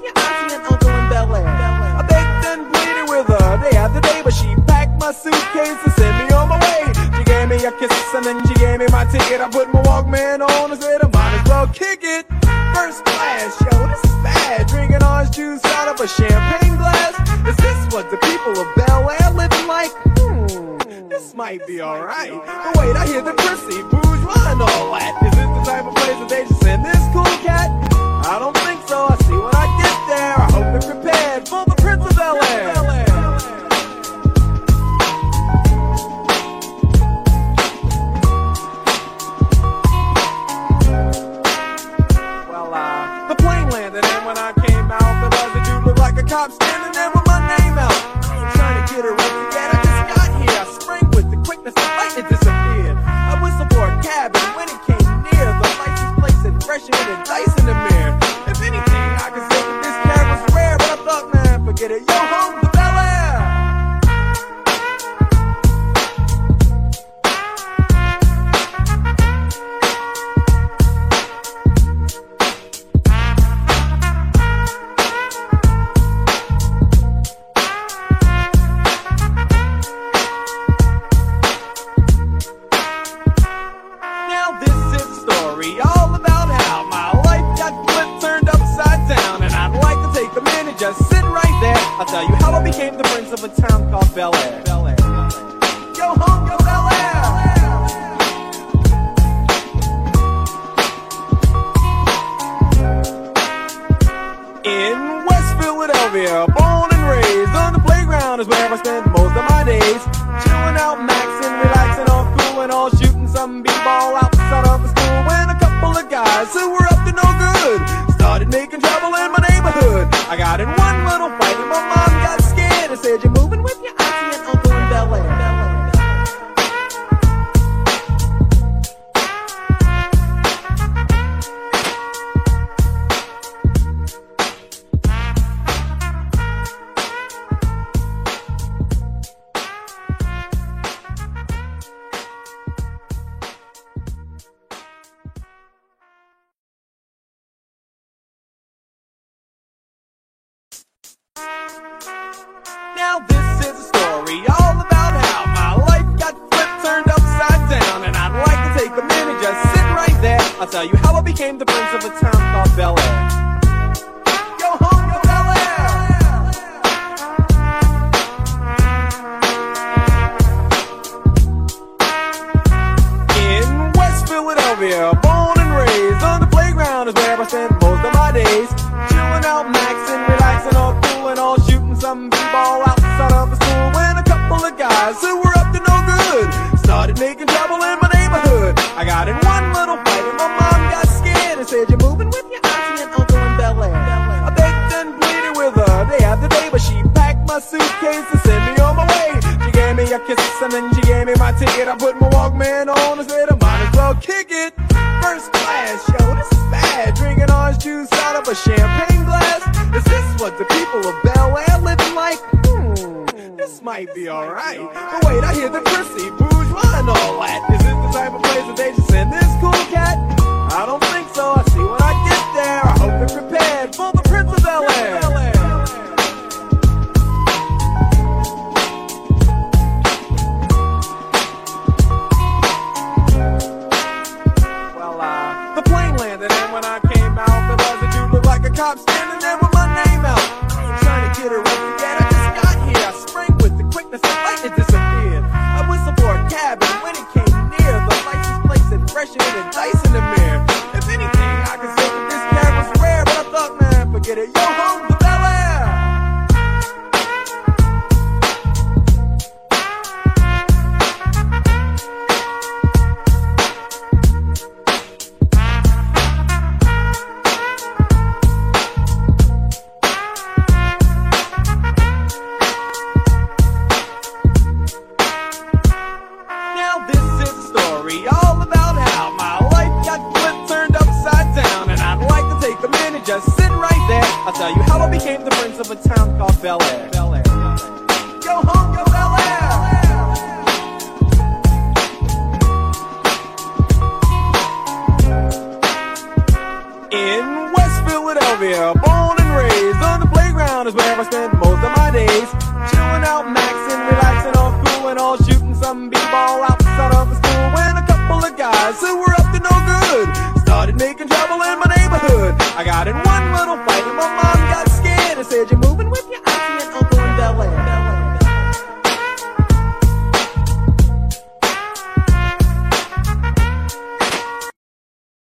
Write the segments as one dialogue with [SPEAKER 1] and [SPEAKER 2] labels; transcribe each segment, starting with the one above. [SPEAKER 1] your auntie and uncle in Bel Air. I begged and pleaded with her day after day, but she packed my suitcase and sent me on my way. She gave me a kiss and then she gave me my ticket. I put my Walkman on and said I might as well kick it. First class, yo, this is bad. Drinking orange juice out of a champagne glass. Is this what the people of Bel Air living like? Hmm, this might be alright. But wait, I hear the prissy bourgeois and all that. Is this the type of place that they just send this cool cat? I don't think so. I see when I get there. I hope they're prepared for the Prince of Bel Air. Well, uh, the plane landed, and when I came out, the residue looked like a cop standing there with my name out. I ain't trying to get arrested yet, I just got here. I sprang with the quickness of light, it disappeared. I whistled for a cab, and when it came near, the license plate said freshman and dice in the mirror. If anything, I could say that this cab was rare, but I thought, man, forget it. Yo, home to Bel Air! Now this is a story all about how my life got flipped, turned upside down, and I'd like to take a minute, just sit right there. I'll tell you how I became the prince of a town called Bel Air. Bel Air. Go home, go Bel Air. In West Philadelphia, born and raised on the playground is where I spend most of my days. Chilling out, maxing, relaxing, all cool and all shooting some b-ball outside of the school. When a couple of guys who were up to no good started making trouble in my neighborhood. I got in one little fight and my mom got scared and said, "You're moving with your auntie and uncle in Bel Air." Now this is a story all about how my life got flipped, turned upside down, and I'd like to take a minute, just sit right there. I'll tell you how I became the prince of a town called Bel Air. Go home, go Bel Air. in West Philadelphia. Born and raised on the playground is where I spent most of my days. Chilling out, maxing, relaxing, all cool and all shooting some b-ball outside of the school. When a couple of guys who were up to no good started making trouble in my neighborhood. I got in one little fight and my mom got scared and said, "You're moving with your auntie and uncle in Bel Air." I begged and pleaded with her day after day, but she packed my suitcase and sent me on my way. She gave me a kiss and then she gave me my ticket. I put my Walkman on and said I might as well kick it. First class, yo, this is bad. Drinking orange juice out of a champagne glass. Is this what the people of Bel Air living like? Hmm, this might be alright. But wait, I hear the prissy bourgeois and all that. Is this the type of place that they just send this cool cat? I don't think so. I see when I get there. I hope they're prepared for the Prince of Bel Air. Well, uh, the plane landed, and when I came out, the residue looked like a cop standing there with my name out. I ain't trying to get arrested yet, I just got here. I sprang with the quickness of light, it disappeared. I whistled for a cab, and when it came near, the license plate said freshman and dice in the mirror. If anything, I could say that this cab was rare, but I thought, man, forget it. Yo, home to Bel Air. Now this is a story all about how my life got flipped, turned upside down, and I'd like to take a minute, just sit right there. I'll tell you how I became the prince of a town called Bel Air. Bel Air. Go home, go Bel Air. in West Philadelphia. Born and raised playground is where I spend most of my days. Chilling out, maxing, relaxing, all cool and all shooting some b-ball outside of the school. When a couple of guys who were up to no good started making trouble in my neighborhood. I got in one little fight and my mom got scared and said, "You're moving with your auntie and uncle in Bel Air."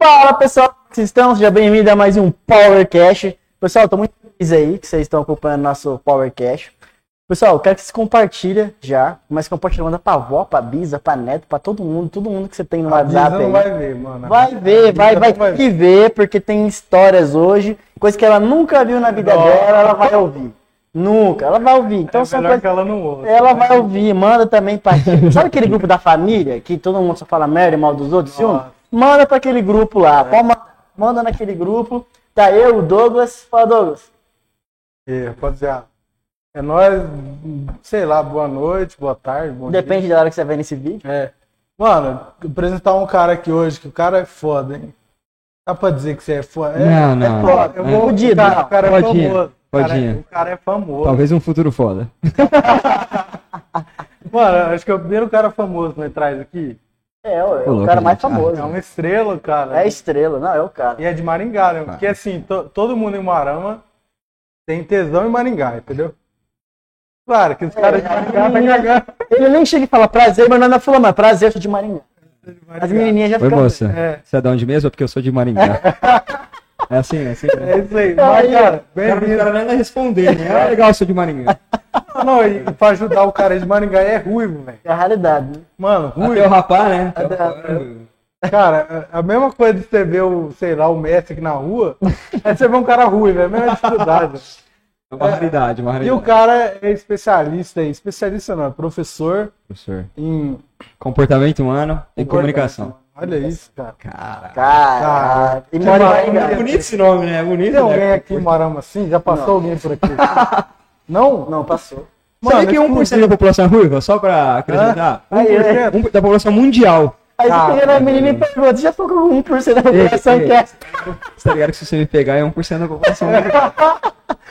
[SPEAKER 2] Fala pessoal, como vocês estão? Seja bem-vindo a mais um Powercast. Pessoal, tô muito feliz aí que vocês estão acompanhando nosso Powercast. Pessoal, eu quero que vocês compartilhem já, mas compartilha, manda pra avó, pra bisa, pra neto, pra todo mundo, todo mundo que você tem no WhatsApp aí.
[SPEAKER 3] não vai ver, mano.
[SPEAKER 2] Vai ver, vai,
[SPEAKER 3] não
[SPEAKER 2] vai,
[SPEAKER 3] vai
[SPEAKER 2] ter que ver, porque tem histórias hoje, coisa que ela nunca viu na vida
[SPEAKER 3] Nossa.
[SPEAKER 2] dela, ela vai ouvir. Nunca, ela vai ouvir. Então
[SPEAKER 3] Então é
[SPEAKER 2] são
[SPEAKER 3] melhor
[SPEAKER 2] coisas.
[SPEAKER 3] que ela não ouça.
[SPEAKER 2] Ela vai ouvir, manda também pra Sabe aquele grupo da família que todo mundo só fala merda e mal dos outros? ciúme?
[SPEAKER 3] Nossa.
[SPEAKER 2] Manda pra aquele grupo lá. Pode mandar. Manda naquele grupo. Tá eu, o Douglas. Fala, Douglas.
[SPEAKER 3] É, pode dizer, ah, é nóis, sei lá, boa noite, boa tarde, bom dia.
[SPEAKER 2] Depende da hora que você vê nesse vídeo.
[SPEAKER 3] É. Mano, apresentar um cara aqui hoje, que o cara é foda, hein? Dá pra dizer que você é foda? É,
[SPEAKER 4] Não, não,
[SPEAKER 3] É foda. Eu
[SPEAKER 4] não.
[SPEAKER 3] vou
[SPEAKER 2] Fudido,
[SPEAKER 3] cara,
[SPEAKER 2] não.
[SPEAKER 3] O cara é
[SPEAKER 4] Fodinha,
[SPEAKER 3] famoso. O cara é-
[SPEAKER 4] fodinha.
[SPEAKER 3] O cara é famoso.
[SPEAKER 4] Talvez um futuro foda.
[SPEAKER 3] Mano, acho que é o primeiro cara famoso que nós traz aqui.
[SPEAKER 2] É, ó, é
[SPEAKER 4] Ô,
[SPEAKER 2] o
[SPEAKER 4] louco,
[SPEAKER 2] cara mais
[SPEAKER 4] gente, ah,
[SPEAKER 2] famoso.
[SPEAKER 3] É uma estrela, cara.
[SPEAKER 2] É a estrela, não, é o cara.
[SPEAKER 3] E é de Maringá, né? Porque assim, to- todo mundo em Moarama tem tesão em Maringá, entendeu? Claro que os
[SPEAKER 2] É,
[SPEAKER 3] caras de Maringá tá cagando.
[SPEAKER 2] Ele nem chega e fala prazer, mas não é na fala, mas prazer, eu sou de Maringá. As menininhas já
[SPEAKER 4] Oi,
[SPEAKER 2] ficam.
[SPEAKER 4] moça.
[SPEAKER 3] É.
[SPEAKER 4] Você é de onde mesmo? É Porque eu sou de Maringá. é assim, é assim.
[SPEAKER 3] É isso aí.
[SPEAKER 2] Aí,
[SPEAKER 3] Mas,
[SPEAKER 2] ó,
[SPEAKER 3] cara, bem-vindo.
[SPEAKER 4] cara nem responder, né? É legal, eu sou de Maringá.
[SPEAKER 3] Não, não, e pra ajudar o cara de Maringá é ruivo, velho.
[SPEAKER 2] É a realidade, né?
[SPEAKER 3] Mano,
[SPEAKER 4] Até o
[SPEAKER 3] ruivo.
[SPEAKER 4] rapaz, né?
[SPEAKER 3] Cara, a a mesma coisa de você ver o, sei lá, o mestre aqui na rua, é você ver um cara ruivo, é a mesma dificuldade.
[SPEAKER 4] É uma raridade, uma
[SPEAKER 3] E o
[SPEAKER 4] raridade.
[SPEAKER 3] cara é especialista aí, especialista não, é professor
[SPEAKER 4] Professor.
[SPEAKER 3] em
[SPEAKER 4] Comportamento humano e comunicação.
[SPEAKER 3] Olha isso, cara.
[SPEAKER 4] Caraca.
[SPEAKER 2] Cara. E mora em Maringá.
[SPEAKER 4] esse nome, né? Bonito,
[SPEAKER 3] Tem
[SPEAKER 1] é
[SPEAKER 3] alguém aqui em Morama assim? Já passou alguém por aqui? Não? um
[SPEAKER 2] Não, passou.
[SPEAKER 4] Sabia que 1% da
[SPEAKER 3] exclusivo.
[SPEAKER 4] população é ruiva? Só pra acrescentar.
[SPEAKER 2] Aí, aí,
[SPEAKER 4] 1% da população mundial.
[SPEAKER 2] aí
[SPEAKER 3] Cara.
[SPEAKER 2] você pega a menina e pergunta, já ficou com 1% da população
[SPEAKER 4] Ei, ei.
[SPEAKER 2] que é.
[SPEAKER 4] Você tá ligado que se você me pegar é 1% da população mundial.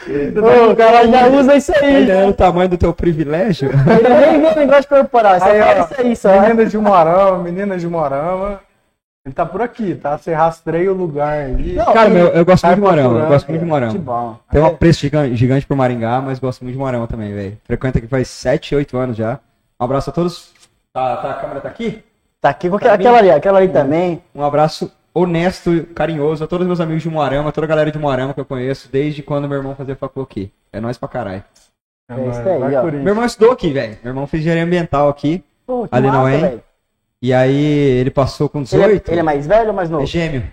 [SPEAKER 2] Ô,
[SPEAKER 3] né?
[SPEAKER 2] o cara já usa isso aí.
[SPEAKER 4] Ele é o tamanho do teu privilégio.
[SPEAKER 2] Ele nem vê linguagem corporal, só
[SPEAKER 3] Aí, ó,
[SPEAKER 2] fala É, isso aí, só.
[SPEAKER 3] Menina de Morama, menina de Morama. Ele tá por aqui, tá? Você rastreia o lugar aí.
[SPEAKER 2] Não,
[SPEAKER 4] Cara, meu, eu gosto
[SPEAKER 3] Sai
[SPEAKER 4] muito de Morão. Eu
[SPEAKER 3] procurando,
[SPEAKER 4] gosto muito de
[SPEAKER 2] é. Que
[SPEAKER 4] Morão.
[SPEAKER 2] bom. É.
[SPEAKER 4] Tem um apreço gigan- gigante pro Maringá, mas gosto muito de Morão também, velho. Frequento aqui faz 7, 8 anos já. Um abraço a todos. Tá, tá, a câmera tá aqui?
[SPEAKER 2] Tá aqui, qualquer, aquela ali, aquela ali também.
[SPEAKER 4] Um abraço honesto e carinhoso a todos meus amigos de Moarama, a toda a galera de Moarama que eu conheço desde quando meu irmão fazia facul aqui. É nóis pra caralho.
[SPEAKER 2] É isso aí, ó.
[SPEAKER 4] Meu irmão estudou aqui, velho. Meu irmão fez engenharia ambiental aqui.
[SPEAKER 2] Pô, que
[SPEAKER 4] Ali não
[SPEAKER 2] massa,
[SPEAKER 4] é, hein?
[SPEAKER 2] velho.
[SPEAKER 4] E aí ele passou com
[SPEAKER 2] Ele é-
[SPEAKER 4] 18.
[SPEAKER 2] Ele é mais velho ou mais
[SPEAKER 4] É
[SPEAKER 2] novo?
[SPEAKER 4] gêmeo.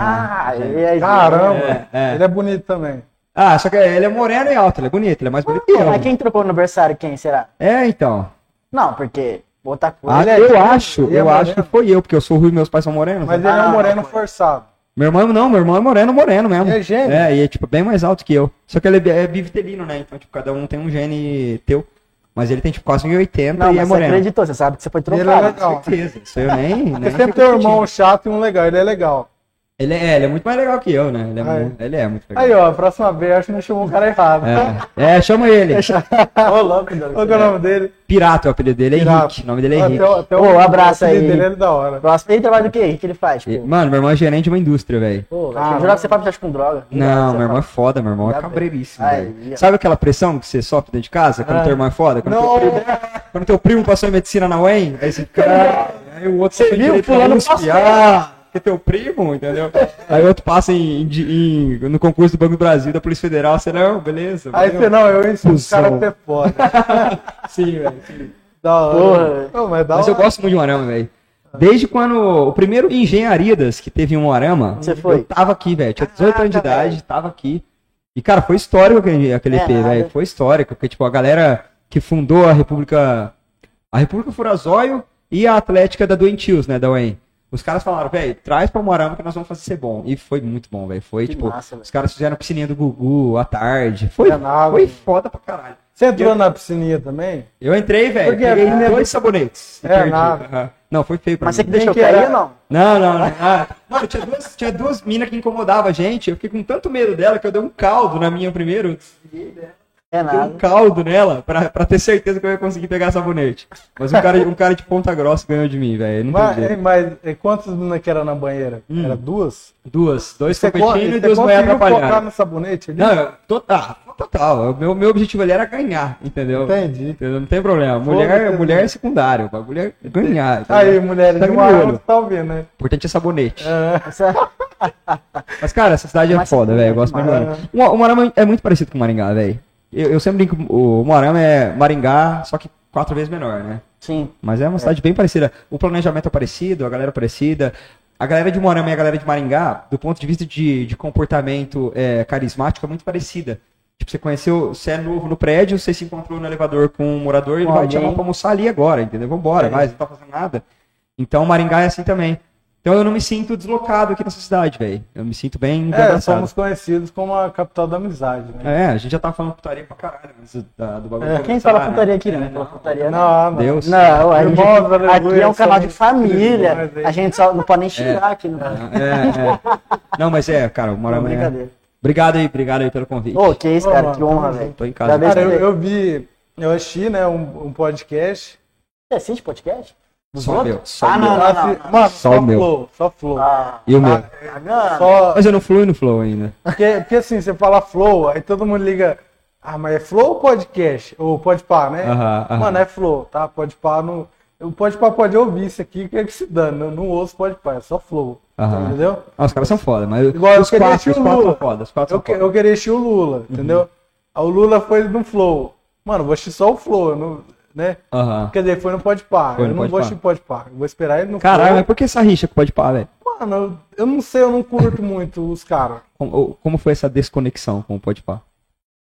[SPEAKER 2] Ah, ele é
[SPEAKER 3] Caramba,
[SPEAKER 4] É, é.
[SPEAKER 3] ele é bonito também.
[SPEAKER 4] Ah, só que ele é moreno e alto, ele é bonito, ele é mais bonito que
[SPEAKER 2] Pô, Ah, mas
[SPEAKER 4] eu.
[SPEAKER 2] quem trocou no aniversário, quem será?
[SPEAKER 4] É, então.
[SPEAKER 2] Não, porque outra coisa.
[SPEAKER 4] Ah,
[SPEAKER 3] Ele é
[SPEAKER 4] eu
[SPEAKER 3] gêmeo,
[SPEAKER 4] acho,
[SPEAKER 3] ele é
[SPEAKER 4] eu acho que
[SPEAKER 3] moreno.
[SPEAKER 4] foi eu, porque eu sou ruim e meus pais são morenos.
[SPEAKER 3] Mas
[SPEAKER 4] né?
[SPEAKER 3] ele é
[SPEAKER 2] Ah,
[SPEAKER 3] um moreno
[SPEAKER 2] foi.
[SPEAKER 3] forçado.
[SPEAKER 4] Meu irmão não, meu irmão é moreno, moreno mesmo.
[SPEAKER 3] Ele é gêmeo.
[SPEAKER 4] É, e é tipo bem mais alto que eu. Só que ele é, bi- é bivitelino, né? Então, tipo, cada um tem um gene teu. Mas ele tem tipo quase 1,80
[SPEAKER 2] não,
[SPEAKER 4] e é
[SPEAKER 2] mas você
[SPEAKER 4] moreno.
[SPEAKER 2] acreditou, você sabe que você foi
[SPEAKER 3] Ele é
[SPEAKER 2] trocado.
[SPEAKER 3] legal.
[SPEAKER 4] Certeza. Isso eu nem. nem
[SPEAKER 3] Você sempre tem um irmão chato e um legal, ele é legal.
[SPEAKER 4] Ele é, ele é muito mais legal que eu, né? Ele é,
[SPEAKER 3] Ah, é.
[SPEAKER 4] mu- ele é muito legal.
[SPEAKER 3] Aí, ó, a próxima vez acho que não chamou o cara errado.
[SPEAKER 4] É, É, chama ele.
[SPEAKER 2] Ô, louco,
[SPEAKER 3] Qual que é o nome dele?
[SPEAKER 4] Pirata, o apelido dele é
[SPEAKER 3] Pirata.
[SPEAKER 4] Henrique. O nome dele é
[SPEAKER 3] Até,
[SPEAKER 4] Henrique.
[SPEAKER 3] o- até
[SPEAKER 2] Ô, abraço
[SPEAKER 3] o apelido
[SPEAKER 2] aí.
[SPEAKER 3] dele é da hora.
[SPEAKER 2] Próximo, ele trabalha do quê? O que ele faz?
[SPEAKER 4] E,
[SPEAKER 2] Tipo?
[SPEAKER 4] Mano, meu irmão é gerente de uma indústria, velho.
[SPEAKER 2] Pô, eu
[SPEAKER 3] Caramba.
[SPEAKER 2] jurava que você fala que tá com droga.
[SPEAKER 4] Não,
[SPEAKER 2] Você
[SPEAKER 4] meu irmão
[SPEAKER 2] fala-
[SPEAKER 4] é foda, meu irmão é
[SPEAKER 2] Ainda bem.
[SPEAKER 4] cabreiríssimo,
[SPEAKER 2] Aí,
[SPEAKER 4] velho.
[SPEAKER 2] ó. Ah.
[SPEAKER 4] Sabe aquela pressão que você sofre dentro de casa quando teu irmão é foda? Quando teu primo-
[SPEAKER 3] é,
[SPEAKER 4] Quando teu primo passou em medicina na UEM, aí você fica. "Ah", Aí o outro
[SPEAKER 2] Você
[SPEAKER 4] passou em
[SPEAKER 2] viu?
[SPEAKER 4] direito
[SPEAKER 2] Fulano
[SPEAKER 4] na USP,
[SPEAKER 2] passou.
[SPEAKER 4] "Ah, que é teu primo, entendeu? Aí o outro passa em, em- em- no concurso do Banco do Brasil, da Polícia Federal, você não, beleza.
[SPEAKER 3] Aí
[SPEAKER 4] valeu."
[SPEAKER 3] você não, eu ensino o cara a
[SPEAKER 4] Cusão.
[SPEAKER 3] ser foda.
[SPEAKER 4] Sim, velho. sim.
[SPEAKER 3] Da hora.
[SPEAKER 2] Porra.
[SPEAKER 3] Não, mas da
[SPEAKER 4] Mas eu
[SPEAKER 3] hora.
[SPEAKER 4] gosto muito de Moarama, velho. Desde quando. O primeiro Engenharidas que teve em Moarama,
[SPEAKER 2] Você foi? Ah,
[SPEAKER 4] eu tava aqui, velho. Tinha 18 anos de
[SPEAKER 2] Caraca,
[SPEAKER 4] idade, tava aqui. E, cara, foi histórico aquele, aquele
[SPEAKER 2] É
[SPEAKER 4] EP,
[SPEAKER 2] nada.
[SPEAKER 4] velho. Foi histórico. Porque, tipo, a galera que fundou a República. A República Furazóio e a Atlética da Doentios, né, da UEM. Os caras falaram, velho, traz pra Moarama que nós vamos fazer ser bom. E foi muito bom, velho. Foi,
[SPEAKER 2] Que
[SPEAKER 4] tipo,
[SPEAKER 2] massa, velho.
[SPEAKER 4] os caras fizeram a piscininha do Gugu à tarde. Foi,
[SPEAKER 3] Granada.
[SPEAKER 4] foi foda pra caralho.
[SPEAKER 3] Você entrou na piscininha também?
[SPEAKER 4] Eu entrei, velho.
[SPEAKER 3] Porque a
[SPEAKER 4] Peguei
[SPEAKER 3] minha-
[SPEAKER 4] dois sabonetes. e
[SPEAKER 3] É,
[SPEAKER 4] perdi.
[SPEAKER 3] nada.
[SPEAKER 4] Aham. Não, foi feio pra
[SPEAKER 2] Mas
[SPEAKER 4] mim.
[SPEAKER 2] você que deixou
[SPEAKER 3] que era?
[SPEAKER 2] cair, não?
[SPEAKER 4] Não, não, não. Ah, mano, tinha duas, tinha duas minas que incomodavam a gente. Eu fiquei com tanto medo dela que eu dei um caldo na minha primeiro.
[SPEAKER 2] É
[SPEAKER 4] Dei um
[SPEAKER 2] nada.
[SPEAKER 4] caldo nela pra, pra ter certeza que eu ia conseguir pegar sabonete. Mas um cara, um cara de ponta grossa ganhou de mim, velho. Não tem
[SPEAKER 3] Mas,
[SPEAKER 4] jeito.
[SPEAKER 3] hein, mas e quantas meninas que eram na banheira?
[SPEAKER 4] Hum.
[SPEAKER 3] Era duas?
[SPEAKER 4] Duas. Dois
[SPEAKER 3] con-
[SPEAKER 4] competindo e duas mulheres
[SPEAKER 3] focar
[SPEAKER 4] atrapalhando.
[SPEAKER 3] no sabonete ali?
[SPEAKER 4] Não, eu- total. Total. O meu, meu objetivo ali era ganhar, entendeu?
[SPEAKER 3] Entendi.
[SPEAKER 4] Entendeu? Não tem problema. Mulher,
[SPEAKER 3] Foda-se.
[SPEAKER 4] mulher é secundário. O bagulho é ganhar. entendeu?
[SPEAKER 3] Aí, mulher, de
[SPEAKER 4] Tá de
[SPEAKER 3] uma
[SPEAKER 4] olho.
[SPEAKER 3] arma, você tá ouvindo, né?
[SPEAKER 4] O importante é tá sabonete.
[SPEAKER 2] Essa-
[SPEAKER 4] Mas, cara, essa cidade é
[SPEAKER 2] Mas-
[SPEAKER 4] foda, velho. Eu gosto muito de Moarama. O o Moarama é muito parecido com Maringá, velho. Eu, eu sempre brinco. O Moarama é Maringá, só que quatro vezes menor, né?
[SPEAKER 2] Sim.
[SPEAKER 4] Mas é uma cidade bem parecida. O planejamento é parecido, a galera é parecida. A galera de Moarama e a galera de Maringá, do ponto de vista de, de comportamento é, carismático, é muito parecida. Tipo, você conheceu, você é novo no prédio, você se encontrou no elevador com um morador e ele
[SPEAKER 2] Com
[SPEAKER 4] vai te chamar
[SPEAKER 2] alguém.
[SPEAKER 4] pra almoçar ali agora, entendeu? Vambora, vai, você não tá fazendo nada. Então Maringá é assim também. Então eu não me sinto deslocado aqui nessa cidade, velho. Eu me sinto bem
[SPEAKER 3] É,
[SPEAKER 4] engraçado.
[SPEAKER 3] somos conhecidos como a capital da amizade, né?
[SPEAKER 4] É, a gente já tava falando putaria pra caralho antes da- do bagulho.
[SPEAKER 3] É.
[SPEAKER 4] começar,
[SPEAKER 2] Quem fala
[SPEAKER 4] né?
[SPEAKER 2] putaria aqui, né? Não fala putaria, não.
[SPEAKER 3] Não, não.
[SPEAKER 4] É. Deus.
[SPEAKER 2] Não, a gente,
[SPEAKER 3] Irmãos,
[SPEAKER 2] aqui
[SPEAKER 3] aleluia,
[SPEAKER 2] é um canal de
[SPEAKER 3] somos
[SPEAKER 2] família.
[SPEAKER 3] irmãos aí.
[SPEAKER 2] A gente só não pode nem xingar aqui, não.
[SPEAKER 4] É, é. Ah, Não, mas é, cara, o
[SPEAKER 2] Não,
[SPEAKER 4] Moarama é...
[SPEAKER 2] brincadeira.
[SPEAKER 4] Obrigado aí, obrigado aí pelo convite.
[SPEAKER 2] Ô, que isso, cara,
[SPEAKER 3] Ô,
[SPEAKER 2] que honra,
[SPEAKER 3] mano,
[SPEAKER 2] velho.
[SPEAKER 4] Tô em casa.
[SPEAKER 2] Cada
[SPEAKER 3] Cara,
[SPEAKER 2] vez
[SPEAKER 3] eu,
[SPEAKER 2] que-
[SPEAKER 3] eu vi, eu assisti, né, um, um podcast.
[SPEAKER 2] Você assiste podcast? Dos
[SPEAKER 4] Só
[SPEAKER 2] outros?
[SPEAKER 4] meu, só
[SPEAKER 2] ah, não,
[SPEAKER 4] meu.
[SPEAKER 2] não,
[SPEAKER 3] Ah,
[SPEAKER 2] não,
[SPEAKER 3] fi-
[SPEAKER 2] não.
[SPEAKER 3] Mano,
[SPEAKER 4] Só
[SPEAKER 3] só,
[SPEAKER 4] o meu.
[SPEAKER 3] flow, só flow.
[SPEAKER 2] Ah,
[SPEAKER 4] E o meu?
[SPEAKER 2] cagando.
[SPEAKER 3] Só,
[SPEAKER 4] Mas eu não flui no flow ainda.
[SPEAKER 3] porque, porque assim, você fala flow, aí todo mundo liga, ah, mas é flow ou podcast? Ou pode par, né?
[SPEAKER 4] Aham, aham.
[SPEAKER 3] Mano, é flow, tá? Pode par no... O pode par pode ouvir isso aqui, que é que se dane, eu não ouço pode par, é só flow,
[SPEAKER 4] Aham.
[SPEAKER 3] entendeu?
[SPEAKER 4] Ah, os caras são foda, mas
[SPEAKER 3] Igual eu
[SPEAKER 4] os,
[SPEAKER 3] queria
[SPEAKER 4] quatro,
[SPEAKER 3] assistir
[SPEAKER 4] os
[SPEAKER 3] o
[SPEAKER 4] quatro
[SPEAKER 3] Lula.
[SPEAKER 4] são foda, os quatro
[SPEAKER 3] Eu,
[SPEAKER 4] são
[SPEAKER 3] que-
[SPEAKER 4] foda. Uhum.
[SPEAKER 3] eu queria assistir o Lula, entendeu? Aí o Lula foi no flow. Mano, vou assistir só o flow, eu não- né?
[SPEAKER 4] Aham.
[SPEAKER 3] Quer dizer, foi no pode par,
[SPEAKER 4] Foi
[SPEAKER 3] eu
[SPEAKER 4] no
[SPEAKER 3] não
[SPEAKER 4] Pode
[SPEAKER 3] vou
[SPEAKER 4] Par.
[SPEAKER 3] assistir pode par, eu vou esperar ele no
[SPEAKER 4] Caralho, né?
[SPEAKER 3] flow.
[SPEAKER 4] mas por que essa rixa que pode parar, velho?
[SPEAKER 3] Mano, eu- eu não sei, eu não curto muito os caras.
[SPEAKER 4] Como, ou- como foi essa desconexão com o pode parar?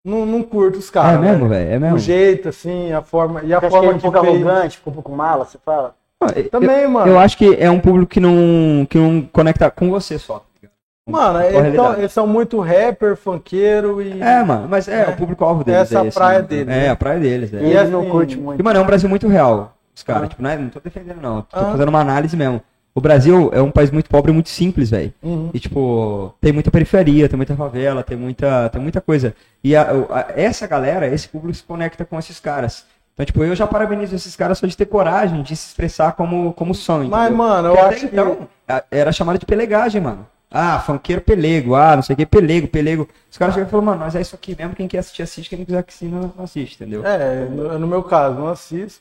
[SPEAKER 3] Não, não curto os né?
[SPEAKER 4] É
[SPEAKER 3] caras.
[SPEAKER 4] mesmo, velho? É mesmo?
[SPEAKER 3] O jeito, assim, a forma. E a
[SPEAKER 2] Você acha que
[SPEAKER 3] forma
[SPEAKER 2] ele é um pouco
[SPEAKER 3] fez.
[SPEAKER 2] arrogante, ficou um pouco mala, você fala?
[SPEAKER 4] Ah, eu-
[SPEAKER 3] Também,
[SPEAKER 4] eu,
[SPEAKER 3] mano.
[SPEAKER 4] eu acho que é um público que não, que não conecta com você só. tá ligado? Com-
[SPEAKER 3] Mano,
[SPEAKER 4] com a
[SPEAKER 3] eles são,
[SPEAKER 4] realidade.
[SPEAKER 3] eles são muito rapper, funkeiro e.
[SPEAKER 4] É, mano, mas é, o público-alvo deles.
[SPEAKER 3] Essa
[SPEAKER 4] é esse,
[SPEAKER 3] a praia
[SPEAKER 4] né?
[SPEAKER 3] deles,
[SPEAKER 4] É,
[SPEAKER 3] né?
[SPEAKER 4] a praia deles, é.
[SPEAKER 2] E ele não
[SPEAKER 3] assim,
[SPEAKER 2] curte muito.
[SPEAKER 4] E, mano, é um Brasil muito real. Os caras, tipo, não, é, não tô defendendo, não. Tô
[SPEAKER 3] Ah.
[SPEAKER 4] fazendo uma análise mesmo. O Brasil é um país muito pobre e muito simples, velho.
[SPEAKER 3] Uhum.
[SPEAKER 4] E, tipo, tem muita periferia, tem muita favela, tem muita, tem muita coisa. E a- o- a- essa galera, esse público se conecta com esses caras. Então, tipo, eu já parabenizo esses caras só de ter coragem de se expressar como, como são,
[SPEAKER 3] Mas,
[SPEAKER 4] entendeu?
[SPEAKER 3] mano, eu
[SPEAKER 4] Porque até
[SPEAKER 3] acho que-
[SPEAKER 4] então, a- era chamado de pelegagem, mano. Ah, funkeiro pelego, ah, não sei o que, pelego, pelego. Os caras chegam e falam, mano, mas é isso aqui mesmo, quem quer assistir, assiste, quem não quiser que assista, não assiste, entendeu?
[SPEAKER 3] É, no, no meu caso, não assisto.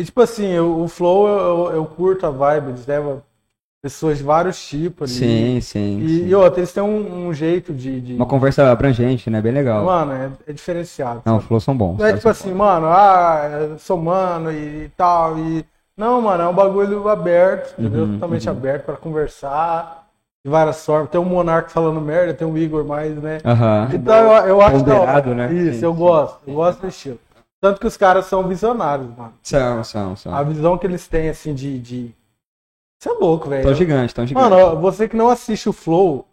[SPEAKER 3] E tipo assim, eu- o Flow eu, eu- eu curto a vibe, eles levam pessoas de vários tipos ali.
[SPEAKER 4] sim, sim.
[SPEAKER 3] E,
[SPEAKER 4] sim.
[SPEAKER 3] e outra, eles têm um, um jeito de. de-
[SPEAKER 4] Uma conversa abrangente, né? Bem legal.
[SPEAKER 3] Mano, é, é diferenciado.
[SPEAKER 4] não,
[SPEAKER 3] sabe?
[SPEAKER 4] os flows são bons.
[SPEAKER 3] Não é
[SPEAKER 4] sabe?
[SPEAKER 3] tipo assim, mano, ah, eu sou mano e tal, e. Não, mano, é um bagulho aberto, entendeu?
[SPEAKER 4] Uhum,
[SPEAKER 3] Totalmente aberto pra conversar, de várias formas. Tem um Monarca falando merda, tem um Igor mais, né?
[SPEAKER 4] Aham.
[SPEAKER 3] Então eu, eu acho da hora.
[SPEAKER 4] Ah, Ponderado, né?
[SPEAKER 3] Isso,
[SPEAKER 4] Sim,
[SPEAKER 3] eu
[SPEAKER 4] sim.
[SPEAKER 3] gosto, eu gosto do estilo. Tanto que os caras são visionários, mano.
[SPEAKER 4] São, são, são.
[SPEAKER 3] A visão que eles têm, assim, de. de... Isso é louco, velho.
[SPEAKER 4] Tão gigante, tão gigante.
[SPEAKER 3] Mano, ó, você que não assiste o Flow,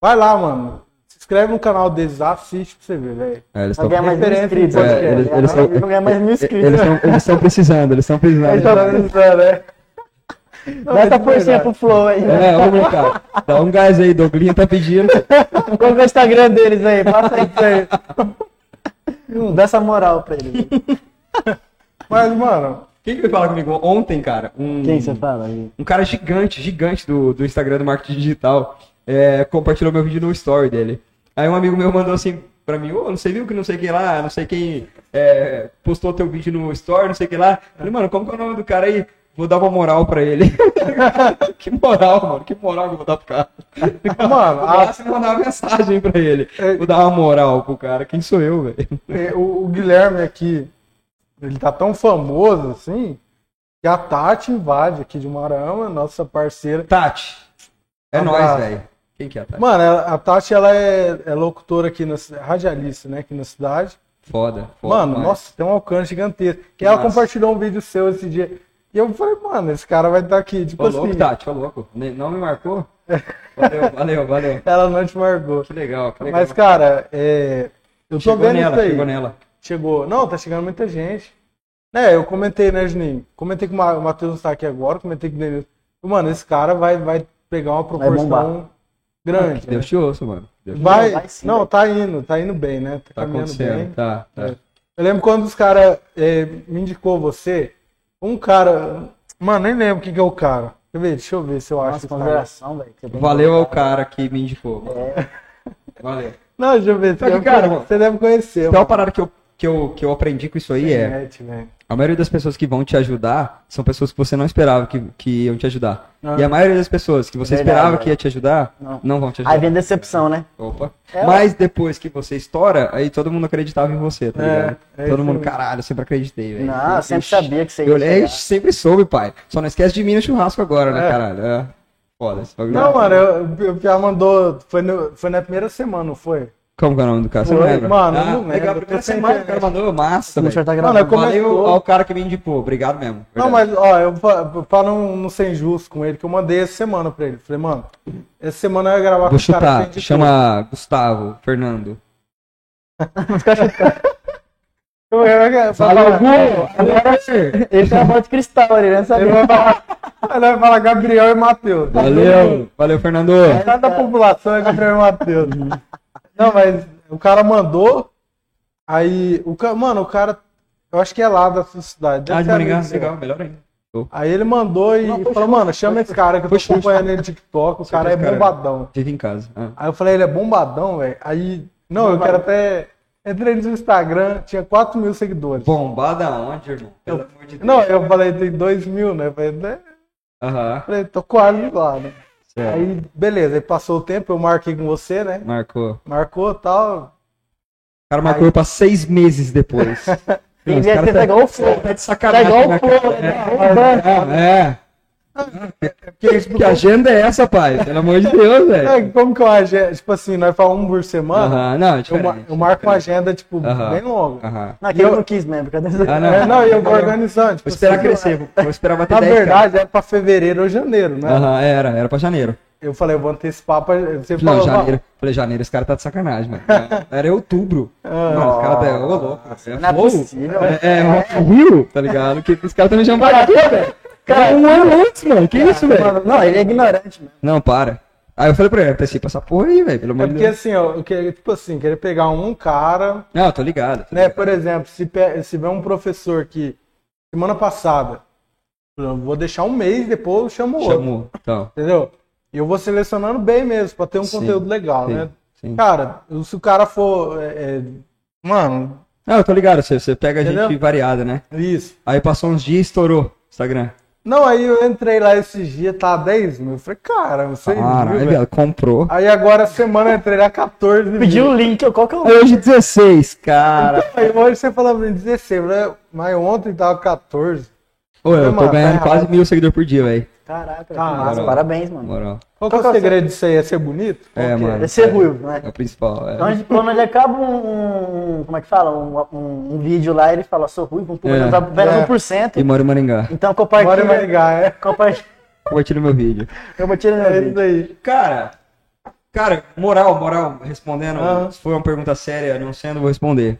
[SPEAKER 3] vai lá, mano. Se inscreve no canal deles lá, assiste pra você ver, velho.
[SPEAKER 4] É, eles
[SPEAKER 2] Vai
[SPEAKER 4] tão-
[SPEAKER 2] ganhar mais mil
[SPEAKER 3] Referência
[SPEAKER 2] inscritos.
[SPEAKER 3] em
[SPEAKER 2] né?
[SPEAKER 3] podcast.
[SPEAKER 4] É, eles- eles tão-
[SPEAKER 2] Ele não ganha mais mil inscritos.
[SPEAKER 4] Eles tão- eles estão precisando, eles estão precisando.
[SPEAKER 3] Aí tá analisando, né? Não,
[SPEAKER 2] Dá
[SPEAKER 3] mas
[SPEAKER 2] essa
[SPEAKER 3] de
[SPEAKER 2] forcinha
[SPEAKER 3] verdade.
[SPEAKER 2] pro Flow aí.
[SPEAKER 4] É, vamos brincar. Dá um gás aí, Douglinho tá pedindo.
[SPEAKER 2] Qual que é o Instagram deles aí? Passa aí pra ele. Dá essa moral pra ele.
[SPEAKER 3] Mas, mano,
[SPEAKER 4] Quem que veio falar comigo ontem, cara? Um,
[SPEAKER 2] Quem você fala aí?
[SPEAKER 4] um cara gigante, gigante do, do Instagram do marketing digital, é, compartilhou meu vídeo no story dele. Aí um amigo meu mandou assim pra mim, ô, não sei viu que não sei quem lá, não sei quem é, postou teu vídeo no story, não sei quem lá. Eu falei, mano, como que é o nome do cara aí? Vou dar uma moral pra ele. que moral, mano, que moral que eu vou dar pro cara.
[SPEAKER 3] Mano,
[SPEAKER 4] Vou
[SPEAKER 3] a-
[SPEAKER 4] lá, você mandar uma mensagem pra ele.
[SPEAKER 3] Ah. É.
[SPEAKER 4] Vou dar uma moral pro cara, quem sou eu, velho?
[SPEAKER 3] é, o, o Guilherme aqui, ele tá tão famoso assim, que a Tati invade aqui de Marama, nossa parceira.
[SPEAKER 4] Tati, é
[SPEAKER 3] Abraço.
[SPEAKER 4] nóis, velho. Quem que é, a Tati?
[SPEAKER 3] Mano, a a Tati, ela é, é locutora aqui na ci- radialista, né, aqui na cidade.
[SPEAKER 4] Foda, foda.
[SPEAKER 3] Mano,
[SPEAKER 4] demais.
[SPEAKER 3] nossa, tem um alcance gigantesco. Que
[SPEAKER 4] Que
[SPEAKER 3] ela
[SPEAKER 4] massa.
[SPEAKER 3] compartilhou um vídeo seu esse dia. E eu falei, mano, esse cara vai estar aqui. Tipo
[SPEAKER 4] Ô,
[SPEAKER 3] assim,
[SPEAKER 4] louco, tá. Tati, ô, louco. Ne- Não me marcou? Valeu, valeu, valeu.
[SPEAKER 3] ela não te marcou.
[SPEAKER 4] Que legal, que legal.
[SPEAKER 3] Mas, cara, é, eu tô
[SPEAKER 4] chegou
[SPEAKER 3] vendo
[SPEAKER 4] nela,
[SPEAKER 3] isso aí.
[SPEAKER 4] chegou nela.
[SPEAKER 3] chegou, não, tá chegando muita gente. É, eu comentei, né, Juninho? Comentei com o Ma- o Matheus está aqui agora, comentei com o Denilson. Mano, esse cara vai, vai pegar uma
[SPEAKER 2] bombar.
[SPEAKER 3] proporção grande. né?
[SPEAKER 4] Deus te ouça, mano. Deus te
[SPEAKER 3] Vai,
[SPEAKER 2] Vai sim,
[SPEAKER 3] não,
[SPEAKER 2] vai.
[SPEAKER 3] tá indo, tá indo bem, né? Tá,
[SPEAKER 4] Tá
[SPEAKER 3] caminhando
[SPEAKER 4] acontecendo,
[SPEAKER 3] bem. É.
[SPEAKER 4] tá, tá.
[SPEAKER 3] Eu lembro quando os caras me indicou você, um cara. Mano, nem lembro quem que é o cara. Quer ver? Deixa eu ver se eu acho
[SPEAKER 2] Nossa,
[SPEAKER 3] esse cara.
[SPEAKER 2] consideração, velho. que você tem-
[SPEAKER 4] Valeu ao cara que me indicou. mano.
[SPEAKER 3] É.
[SPEAKER 4] Valeu.
[SPEAKER 3] Não, deixa eu ver.
[SPEAKER 4] Só que,
[SPEAKER 3] Você,
[SPEAKER 4] Tá cara,
[SPEAKER 3] deve,
[SPEAKER 4] mano,
[SPEAKER 3] você deve conhecer.
[SPEAKER 4] Então, uma
[SPEAKER 3] mano.
[SPEAKER 4] parada que eu, que, eu, que eu aprendi com isso aí é:
[SPEAKER 3] Internet, velho.
[SPEAKER 4] a maioria das pessoas que vão te ajudar são pessoas que você não esperava que, que iam te ajudar.
[SPEAKER 3] Ah.
[SPEAKER 4] E a maioria das pessoas que
[SPEAKER 3] É
[SPEAKER 4] você
[SPEAKER 2] Verdade,
[SPEAKER 4] esperava
[SPEAKER 2] velho.
[SPEAKER 4] que ia te ajudar
[SPEAKER 2] Não.
[SPEAKER 4] não, vão te ajudar.
[SPEAKER 2] Aí vem decepção, né?
[SPEAKER 4] Opa.
[SPEAKER 2] É,
[SPEAKER 4] Mas depois que você estoura, aí todo mundo acreditava em você, tá
[SPEAKER 3] É,
[SPEAKER 4] ligado?
[SPEAKER 3] é isso
[SPEAKER 4] todo mundo,
[SPEAKER 3] mesmo.
[SPEAKER 4] caralho, eu sempre acreditei, velho.
[SPEAKER 2] Não, eu sempre
[SPEAKER 4] Ixi,
[SPEAKER 2] sabia que você ia
[SPEAKER 4] Eu olhei,
[SPEAKER 2] chegar.
[SPEAKER 4] sempre soube, pai. Só não esquece de mim no churrasco agora, né,
[SPEAKER 3] É.
[SPEAKER 4] caralho? É. Foda, esse bagulho. é-
[SPEAKER 3] Não, mano, eu- eu- o Pia mandou. Foi, no- foi na primeira semana, não foi?
[SPEAKER 4] Como que é o nome do cara? Você não
[SPEAKER 3] Foi,
[SPEAKER 4] lembra?
[SPEAKER 3] mano, eu
[SPEAKER 4] ah,
[SPEAKER 3] não lembro.
[SPEAKER 4] Legal,
[SPEAKER 3] Eu tô
[SPEAKER 4] primeira
[SPEAKER 3] sem
[SPEAKER 4] semana o
[SPEAKER 3] internet.
[SPEAKER 4] cara mandou massa,
[SPEAKER 2] O senhor
[SPEAKER 4] velho.
[SPEAKER 2] tá
[SPEAKER 3] Não,
[SPEAKER 2] gravando.
[SPEAKER 3] não, como é que
[SPEAKER 4] Valeu
[SPEAKER 3] eu-
[SPEAKER 4] ao cara que me indicou. Obrigado mesmo.
[SPEAKER 3] Não,
[SPEAKER 4] Verdade.
[SPEAKER 3] mas, ó, eu fa- pra não, não ser injusto com ele, que eu mandei essa semana pra ele. Falei, mano, essa semana eu ia gravar
[SPEAKER 4] Vou
[SPEAKER 3] com o cara. que
[SPEAKER 4] chutar.
[SPEAKER 3] indicou.
[SPEAKER 4] Chama Gustavo, Fernando.
[SPEAKER 3] Eu- eu- eu-
[SPEAKER 2] Fala,
[SPEAKER 3] fala-
[SPEAKER 2] Ele tem uma bola de cristal ali, né?
[SPEAKER 3] Ele
[SPEAKER 2] Sabia?
[SPEAKER 3] vai falar, ele vai falar Gabriel e Matheus.
[SPEAKER 4] Valeu. Valeu, Fernando. Ah,
[SPEAKER 3] Metade da população é Gabriel e Matheus. Não, mas o cara mandou. Aí, o ca... mano, o cara. Eu acho que é lá da sua cidade. deve
[SPEAKER 4] Ah, de
[SPEAKER 3] ser
[SPEAKER 4] Maringá.
[SPEAKER 3] amigo seu.
[SPEAKER 4] Legal, melhor ainda.
[SPEAKER 3] Aí ele mandou e
[SPEAKER 2] Não, foi
[SPEAKER 3] falou,
[SPEAKER 2] chute,
[SPEAKER 3] mano, chama esse cara que eu tô
[SPEAKER 4] Foi chute.
[SPEAKER 3] acompanhando ele no TikTok. O
[SPEAKER 4] Chama
[SPEAKER 3] cara é
[SPEAKER 4] esse cara.
[SPEAKER 3] bombadão.
[SPEAKER 4] Fica em casa. Ah.
[SPEAKER 3] Aí eu falei, ele é bombadão, velho. Aí. Não, eu quero até. Entrei no seu Instagram, tinha 4 mil seguidores.
[SPEAKER 4] Bombada onde, irmão? Pelo amor de Deus.
[SPEAKER 3] Não, eu falei, tem 2 mil, né? Eu falei, né?
[SPEAKER 4] Aham.
[SPEAKER 3] Eu falei, tô quase
[SPEAKER 4] É.
[SPEAKER 3] lá, né?
[SPEAKER 4] Certo.
[SPEAKER 3] Aí, beleza, aí passou o tempo, eu marquei com você, né?
[SPEAKER 4] Marcou. O
[SPEAKER 3] Marcou e tal.
[SPEAKER 4] cara marcou pra seis meses depois. Não,
[SPEAKER 2] Ele
[SPEAKER 3] é,
[SPEAKER 4] os
[SPEAKER 2] ia
[SPEAKER 4] cara
[SPEAKER 2] ter
[SPEAKER 4] tá-
[SPEAKER 2] pegado o flow.
[SPEAKER 4] Tá de
[SPEAKER 2] Tá
[SPEAKER 4] sacanagem.
[SPEAKER 2] igual
[SPEAKER 4] né,
[SPEAKER 2] o
[SPEAKER 4] cara?
[SPEAKER 2] flow, né?
[SPEAKER 4] É. é. Que, que agenda é essa, pai? Pelo amor de Deus, velho.
[SPEAKER 3] É, como que eu agenda? Tipo assim, nós falamos um por semana,
[SPEAKER 4] Aham, não, é
[SPEAKER 3] eu, ma-
[SPEAKER 4] diferente.
[SPEAKER 3] eu marco uma agenda, tipo,
[SPEAKER 4] Aham.
[SPEAKER 3] bem longa.
[SPEAKER 4] Aham.
[SPEAKER 2] Não, que ele
[SPEAKER 3] Eu-
[SPEAKER 2] não quis mesmo. Cadê?
[SPEAKER 4] Ah, não.
[SPEAKER 3] É, não, e eu vou
[SPEAKER 4] Vou
[SPEAKER 3] organizando. Tipo,
[SPEAKER 4] esperar
[SPEAKER 3] assim,
[SPEAKER 4] crescer, vou, vou esperar bater
[SPEAKER 3] Na
[SPEAKER 4] 10. cara.
[SPEAKER 3] verdade, era pra fevereiro ou janeiro, né?
[SPEAKER 4] Aham, era, era pra janeiro.
[SPEAKER 3] Eu falei, eu vou antecipar pra. Você
[SPEAKER 4] Não,
[SPEAKER 3] falou,
[SPEAKER 4] janeiro. Falei, janeiro, esse cara tá de sacanagem, mano. Era outubro. Mano, esse cara tá. Ô, louco. É
[SPEAKER 2] Não é
[SPEAKER 4] flow?
[SPEAKER 2] possível.
[SPEAKER 4] É, é, é Rio, tá ligado? Que os caras estão me chamando pra quê, velho? Cara, um ano antes, mano. Que isso, velho?
[SPEAKER 2] Mano, não, ele é ignorante mesmo.
[SPEAKER 4] Não, para. Aí eu falei pra ele, antecipa essa porra aí, velho.
[SPEAKER 3] "Ah, É
[SPEAKER 4] Pelo amor de
[SPEAKER 3] porque
[SPEAKER 4] Deus.
[SPEAKER 3] assim, ó, eu queria, tipo assim, querer pegar um cara,
[SPEAKER 4] Não, eu tô ligado. tô
[SPEAKER 3] né?
[SPEAKER 4] ligado.
[SPEAKER 3] Por exemplo, se, pe- se vê um professor que semana passada, eu vou deixar um mês, depois eu chamo outro.
[SPEAKER 4] Chamou. Então.
[SPEAKER 3] Entendeu? E eu vou selecionando bem mesmo, pra ter um
[SPEAKER 4] Sim,
[SPEAKER 3] conteúdo legal,
[SPEAKER 4] sim,
[SPEAKER 3] né?
[SPEAKER 4] sim.
[SPEAKER 3] Cara, se o cara for. é, é, Mano,
[SPEAKER 4] Não, eu tô ligado, você, você pega a gente
[SPEAKER 3] Entendeu?
[SPEAKER 4] variada, né?
[SPEAKER 3] isso.
[SPEAKER 4] Aí passou uns dias e estourou o Instagram.
[SPEAKER 3] Não, aí eu entrei lá esses dias, tá 10 mil. Eu falei, cara, vocês mil,
[SPEAKER 4] Caralho, é
[SPEAKER 3] velho.
[SPEAKER 4] velho, comprou.
[SPEAKER 3] Aí agora, semana, eu entrei lá 14 mil.
[SPEAKER 2] Pediu o link, eu- qual que é o link?
[SPEAKER 4] Hoje 16, cara.
[SPEAKER 3] Aí hoje você falou pra mim 16, né? mas ontem tava 14.
[SPEAKER 4] Ô, eu
[SPEAKER 3] Mano,
[SPEAKER 4] tô
[SPEAKER 3] tá
[SPEAKER 4] ganhando
[SPEAKER 3] errado.
[SPEAKER 4] quase mil seguidores por dia, velho.
[SPEAKER 2] Caraca, que
[SPEAKER 3] Caralho.
[SPEAKER 2] massa. Parabéns, mano.
[SPEAKER 4] Moral.
[SPEAKER 3] Qual que é
[SPEAKER 2] Qual
[SPEAKER 3] o
[SPEAKER 2] que é o
[SPEAKER 3] segredo disso aí? É ser bonito?
[SPEAKER 4] É, mano.
[SPEAKER 2] É ser ruivo, né?
[SPEAKER 4] É o principal. É.
[SPEAKER 2] Então, a gente- quando ele acaba um, um- Como é que fala? Um, um- um vídeo lá, ele fala, sou ruivo, um pouco,
[SPEAKER 4] É.
[SPEAKER 2] tá velho
[SPEAKER 3] É.
[SPEAKER 2] 1%.
[SPEAKER 4] E mora em Maringá.
[SPEAKER 2] Então
[SPEAKER 3] Agora vai
[SPEAKER 2] compartilha.
[SPEAKER 3] ligar, é.
[SPEAKER 2] Compartilha.
[SPEAKER 4] Compartilha meu vídeo.
[SPEAKER 2] Eu vou tirar
[SPEAKER 3] É
[SPEAKER 2] meu
[SPEAKER 3] isso
[SPEAKER 2] vídeo.
[SPEAKER 3] aí.
[SPEAKER 4] Cara, cara, moral, moral, respondendo,
[SPEAKER 3] Ah.
[SPEAKER 4] se for uma pergunta séria, não sendo, eu vou responder.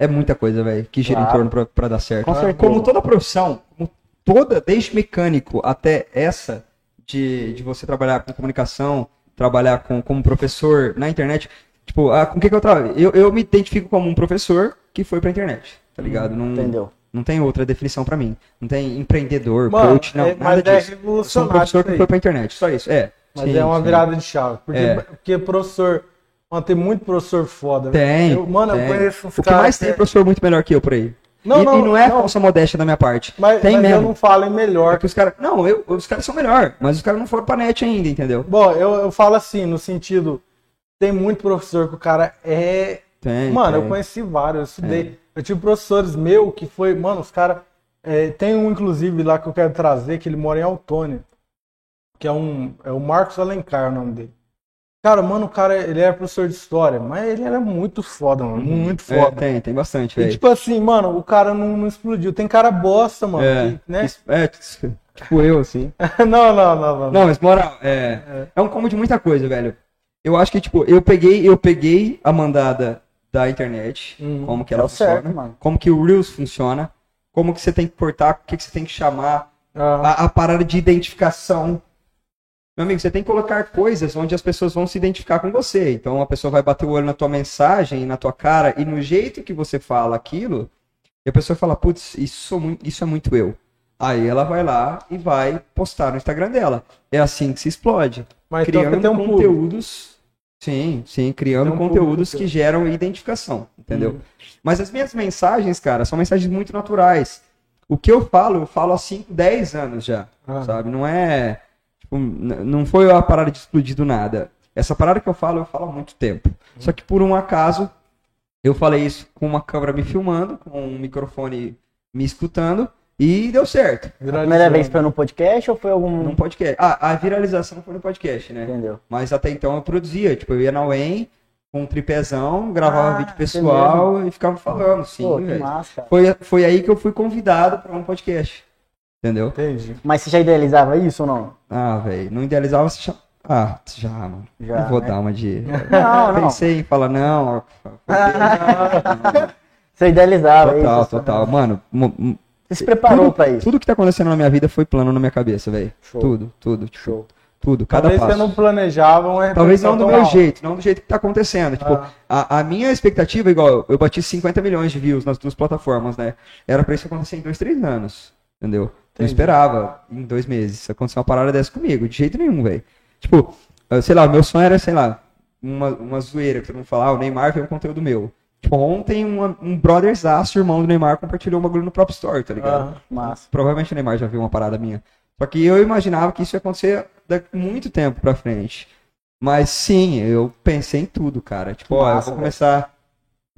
[SPEAKER 4] É muita coisa, velho, que gira em
[SPEAKER 2] Claro.
[SPEAKER 4] torno pra, pra dar certo.
[SPEAKER 2] Com
[SPEAKER 4] Ah,
[SPEAKER 2] certeza.
[SPEAKER 4] Como toda profissão, como toda, desde mecânico até essa, de, de você trabalhar com comunicação, trabalhar com, como professor na internet, tipo, ah, com o que, que eu trabalho? Eu, eu me identifico como um professor que foi pra internet, tá ligado? Não,
[SPEAKER 2] Hum, Entendeu?
[SPEAKER 4] Não tem outra definição pra mim. Não tem empreendedor,
[SPEAKER 3] Mano,
[SPEAKER 4] coach, não,
[SPEAKER 3] é-
[SPEAKER 4] nada
[SPEAKER 3] mas é
[SPEAKER 4] disso. Eu sou um
[SPEAKER 3] revolucionário
[SPEAKER 4] professor
[SPEAKER 3] isso
[SPEAKER 4] que
[SPEAKER 3] aí.
[SPEAKER 4] foi pra internet, só isso. É.
[SPEAKER 3] Mas
[SPEAKER 4] Sim,
[SPEAKER 3] é uma
[SPEAKER 4] sim.
[SPEAKER 3] virada de chave. Porque,
[SPEAKER 4] É.
[SPEAKER 3] porque professor. Mano, tem muito professor foda. velho.
[SPEAKER 4] Tem.
[SPEAKER 3] Eu- mano,
[SPEAKER 4] tem.
[SPEAKER 3] eu conheço uns
[SPEAKER 4] O que mais
[SPEAKER 3] caras.
[SPEAKER 4] tem é professor muito melhor que eu por aí.
[SPEAKER 3] Não,
[SPEAKER 4] e, e
[SPEAKER 3] não,
[SPEAKER 4] não é
[SPEAKER 3] não.
[SPEAKER 4] falsa modéstia da minha parte.
[SPEAKER 3] é- Mas,
[SPEAKER 4] tem
[SPEAKER 3] mas eu
[SPEAKER 4] mesmo.
[SPEAKER 3] não falo em melhor.
[SPEAKER 4] Porque os caras. Não, eu, os caras são melhor, mas os caras não foram pra net ainda, entendeu?
[SPEAKER 3] Bom, eu, eu falo assim, no sentido. Tem muito professor que o cara é.
[SPEAKER 4] Tem.
[SPEAKER 3] mano,
[SPEAKER 4] tem. É.
[SPEAKER 3] eu conheci vários, eu estudei. Eu tive professores meu que foi. Mano, os caras. tem um, inclusive, lá que eu quero trazer, que ele mora em Autônia. Que é um. É o Marcos Alencar, o nome dele. Cara, mano, o cara, ele era professor de história, mas ele era muito foda, mano. Muito
[SPEAKER 4] É,
[SPEAKER 3] foda.
[SPEAKER 4] tem, tem bastante,
[SPEAKER 3] E
[SPEAKER 4] velho.
[SPEAKER 3] tipo assim, mano, o cara não, não explodiu. Tem cara bosta, mano.
[SPEAKER 4] é,
[SPEAKER 3] que, né?
[SPEAKER 4] isso- é, t- tipo eu, assim.
[SPEAKER 3] não, não, não, não.
[SPEAKER 4] Não, mas moral, é, é. um combo de muita coisa, velho. Eu acho que, tipo, eu peguei, eu peguei a mandada da internet,
[SPEAKER 3] Uhum.
[SPEAKER 4] como que
[SPEAKER 2] É
[SPEAKER 4] ela né?
[SPEAKER 2] o
[SPEAKER 4] funciona,
[SPEAKER 2] certo, mano.
[SPEAKER 4] como que o Reels funciona, como que você tem que cortar, o que, que você tem que chamar,
[SPEAKER 3] Ah,
[SPEAKER 4] a, a parada de identificação. Meu amigo, você tem que colocar coisas onde as pessoas vão se identificar com você. Então a pessoa vai bater o olho na tua mensagem, na tua cara e no jeito que você fala aquilo, e a pessoa fala, putz, isso, sou muito- isso é muito eu. Aí ela vai lá e vai postar no Instagram dela. É assim que se explode.
[SPEAKER 3] mas então
[SPEAKER 4] criando
[SPEAKER 3] você tem um público.
[SPEAKER 4] conteúdos. Sim, sim, criando
[SPEAKER 3] Tem um
[SPEAKER 4] conteúdos
[SPEAKER 3] público. Hum.
[SPEAKER 4] que geram identificação, entendeu? Mas as minhas mensagens, cara, são mensagens muito naturais. O que eu falo, eu falo há 5, 10 anos já
[SPEAKER 3] Ah,
[SPEAKER 4] sabe? Não é. Tipo, n- não foi a parada de explodir do nada. Essa parada que eu falo, eu falo há muito tempo.
[SPEAKER 3] Hum.
[SPEAKER 4] Só que por um acaso, eu falei isso com uma câmera me filmando, com um microfone me escutando, e deu certo.
[SPEAKER 2] Primeira
[SPEAKER 3] viralizando.
[SPEAKER 4] né?
[SPEAKER 2] vez foi no podcast ou foi algum.
[SPEAKER 3] Hum.
[SPEAKER 4] Num podcast. Ah, a viralização foi no podcast, né?
[SPEAKER 2] Entendeu?
[SPEAKER 4] Mas até então eu produzia. Tipo, eu ia na UEM com um tripézão, gravava vídeo pessoal e ficava falando, sim.
[SPEAKER 2] Ah, Pô, que
[SPEAKER 4] velho.
[SPEAKER 2] massa. cara.
[SPEAKER 4] foi, foi aí que eu fui convidado para um podcast. Entendeu?
[SPEAKER 3] Entendi.
[SPEAKER 2] Mas você já idealizava isso ou não?
[SPEAKER 4] Ah, velho, não idealizava se chama. Ah, já, mano.
[SPEAKER 2] Já,
[SPEAKER 4] não vou
[SPEAKER 2] né?
[SPEAKER 4] dar uma de.
[SPEAKER 2] Não, não.
[SPEAKER 4] Pensei em falar, não. ó,
[SPEAKER 2] Você idealizava
[SPEAKER 4] Total,
[SPEAKER 2] isso. assim.
[SPEAKER 4] total. Mano, mo- mo-
[SPEAKER 2] Você se preparou
[SPEAKER 4] tudo,
[SPEAKER 2] pra isso.
[SPEAKER 4] Tudo que tá acontecendo na minha vida foi plano na minha cabeça, velho.
[SPEAKER 2] Show.
[SPEAKER 4] Tudo, tudo. tipo,
[SPEAKER 2] Show.
[SPEAKER 4] Tudo, cada
[SPEAKER 3] Talvez
[SPEAKER 4] passo.
[SPEAKER 3] você não planejava uma
[SPEAKER 4] Talvez não
[SPEAKER 3] reflexão
[SPEAKER 4] do
[SPEAKER 3] é tão
[SPEAKER 4] meu
[SPEAKER 3] alta.
[SPEAKER 4] jeito, não do jeito que tá acontecendo. Tipo,
[SPEAKER 3] Ah.
[SPEAKER 4] a, a minha expectativa, igual, eu bati 50 milhões de views nas duas plataformas, né? Era pra isso acontecer em dois, três anos, entendeu? Não
[SPEAKER 3] Entendi.
[SPEAKER 4] esperava em dois meses acontecer uma parada dessa comigo, de jeito nenhum, velho. Tipo, eh, sei lá, meu sonho era, sei lá, uma, uma zoeira que todo mundo fala, ah, o Neymar veio um conteúdo meu. Tipo, ontem uma- um brothers aço, irmão do Neymar, compartilhou um bagulho no próprio story, tá ligado?
[SPEAKER 3] Ah.
[SPEAKER 2] Massa.
[SPEAKER 4] Provavelmente o Neymar já viu uma parada minha. Só que eu imaginava que isso ia acontecer daqui muito tempo pra frente. Mas sim, eu pensei em tudo, cara. Tipo, ó,
[SPEAKER 2] Massa,
[SPEAKER 4] eu vou
[SPEAKER 2] velho.
[SPEAKER 4] começar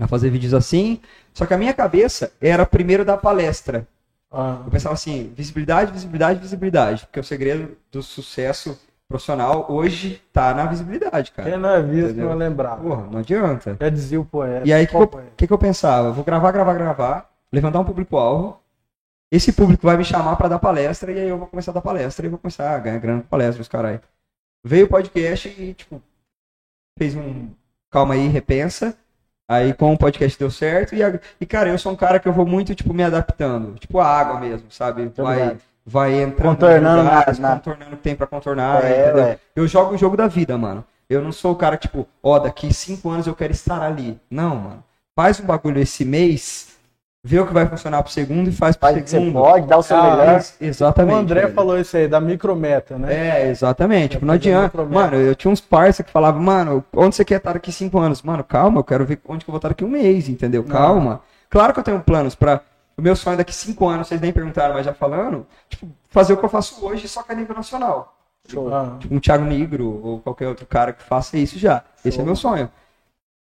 [SPEAKER 4] a fazer vídeos assim. Só que a minha cabeça era primeiro da palestra.
[SPEAKER 3] Ah.
[SPEAKER 4] Eu pensava assim, visibilidade, visibilidade, visibilidade. Porque o segredo do sucesso profissional hoje tá na visibilidade,
[SPEAKER 3] Quem
[SPEAKER 4] cara.
[SPEAKER 3] não é visto
[SPEAKER 4] Entendeu?
[SPEAKER 3] não é lembrado.
[SPEAKER 4] Porra, não adianta.
[SPEAKER 3] Já dizia o poeta.
[SPEAKER 4] E aí, o que,
[SPEAKER 3] Qual
[SPEAKER 4] eu-
[SPEAKER 3] poeta?
[SPEAKER 4] que, que eu pensava? Vou gravar, gravar, gravar, levantar um público-alvo. Esse público vai me chamar pra dar palestra, e aí eu vou começar a dar palestra, e vou começar a ganhar grana com palestra, os caralho. Veio o podcast e, tipo, fez um calma aí, repensa. Aí, com o podcast deu certo. E, a- e, cara, eu sou um cara que eu vou muito, tipo, me adaptando. Tipo, a água mesmo, sabe? Vai,
[SPEAKER 2] ligado.
[SPEAKER 4] vai entrando
[SPEAKER 2] Contornando
[SPEAKER 4] nos lugares,
[SPEAKER 2] na- na-
[SPEAKER 4] contornando o que tem pra contornar,
[SPEAKER 2] É,
[SPEAKER 4] Ah, entendeu?
[SPEAKER 2] ué.
[SPEAKER 4] Eu jogo o jogo da vida, mano. Eu não sou o cara, tipo, ó, daqui cinco anos eu quero estar ali. Não, mano. Faz um bagulho esse mês, vê o que vai funcionar pro segundo e faz pro
[SPEAKER 2] Faz o que você
[SPEAKER 4] segundo.
[SPEAKER 2] pode, dá o seu
[SPEAKER 3] Ah,
[SPEAKER 2] melhor.
[SPEAKER 4] Ex- Exatamente.
[SPEAKER 3] o André
[SPEAKER 4] velho.
[SPEAKER 3] falou isso aí, da micrometa, né?
[SPEAKER 4] É, exatamente. Tipo, não
[SPEAKER 3] fazer um
[SPEAKER 4] adianta.
[SPEAKER 3] problema.
[SPEAKER 4] Mano, eu tinha uns parça que falavam, mano, onde você quer estar daqui cinco anos? Mano, calma, eu quero ver onde que eu vou estar daqui um mês, entendeu? Calma. Claro que eu tenho planos pra. O meu sonho daqui cinco anos, vocês nem perguntaram, mas já falando, tipo, fazer o que eu faço hoje, só que a nível nacional
[SPEAKER 3] Ah.
[SPEAKER 4] tipo um Thiago Negro ou qualquer outro cara que faça isso já. Esse é meu sonho.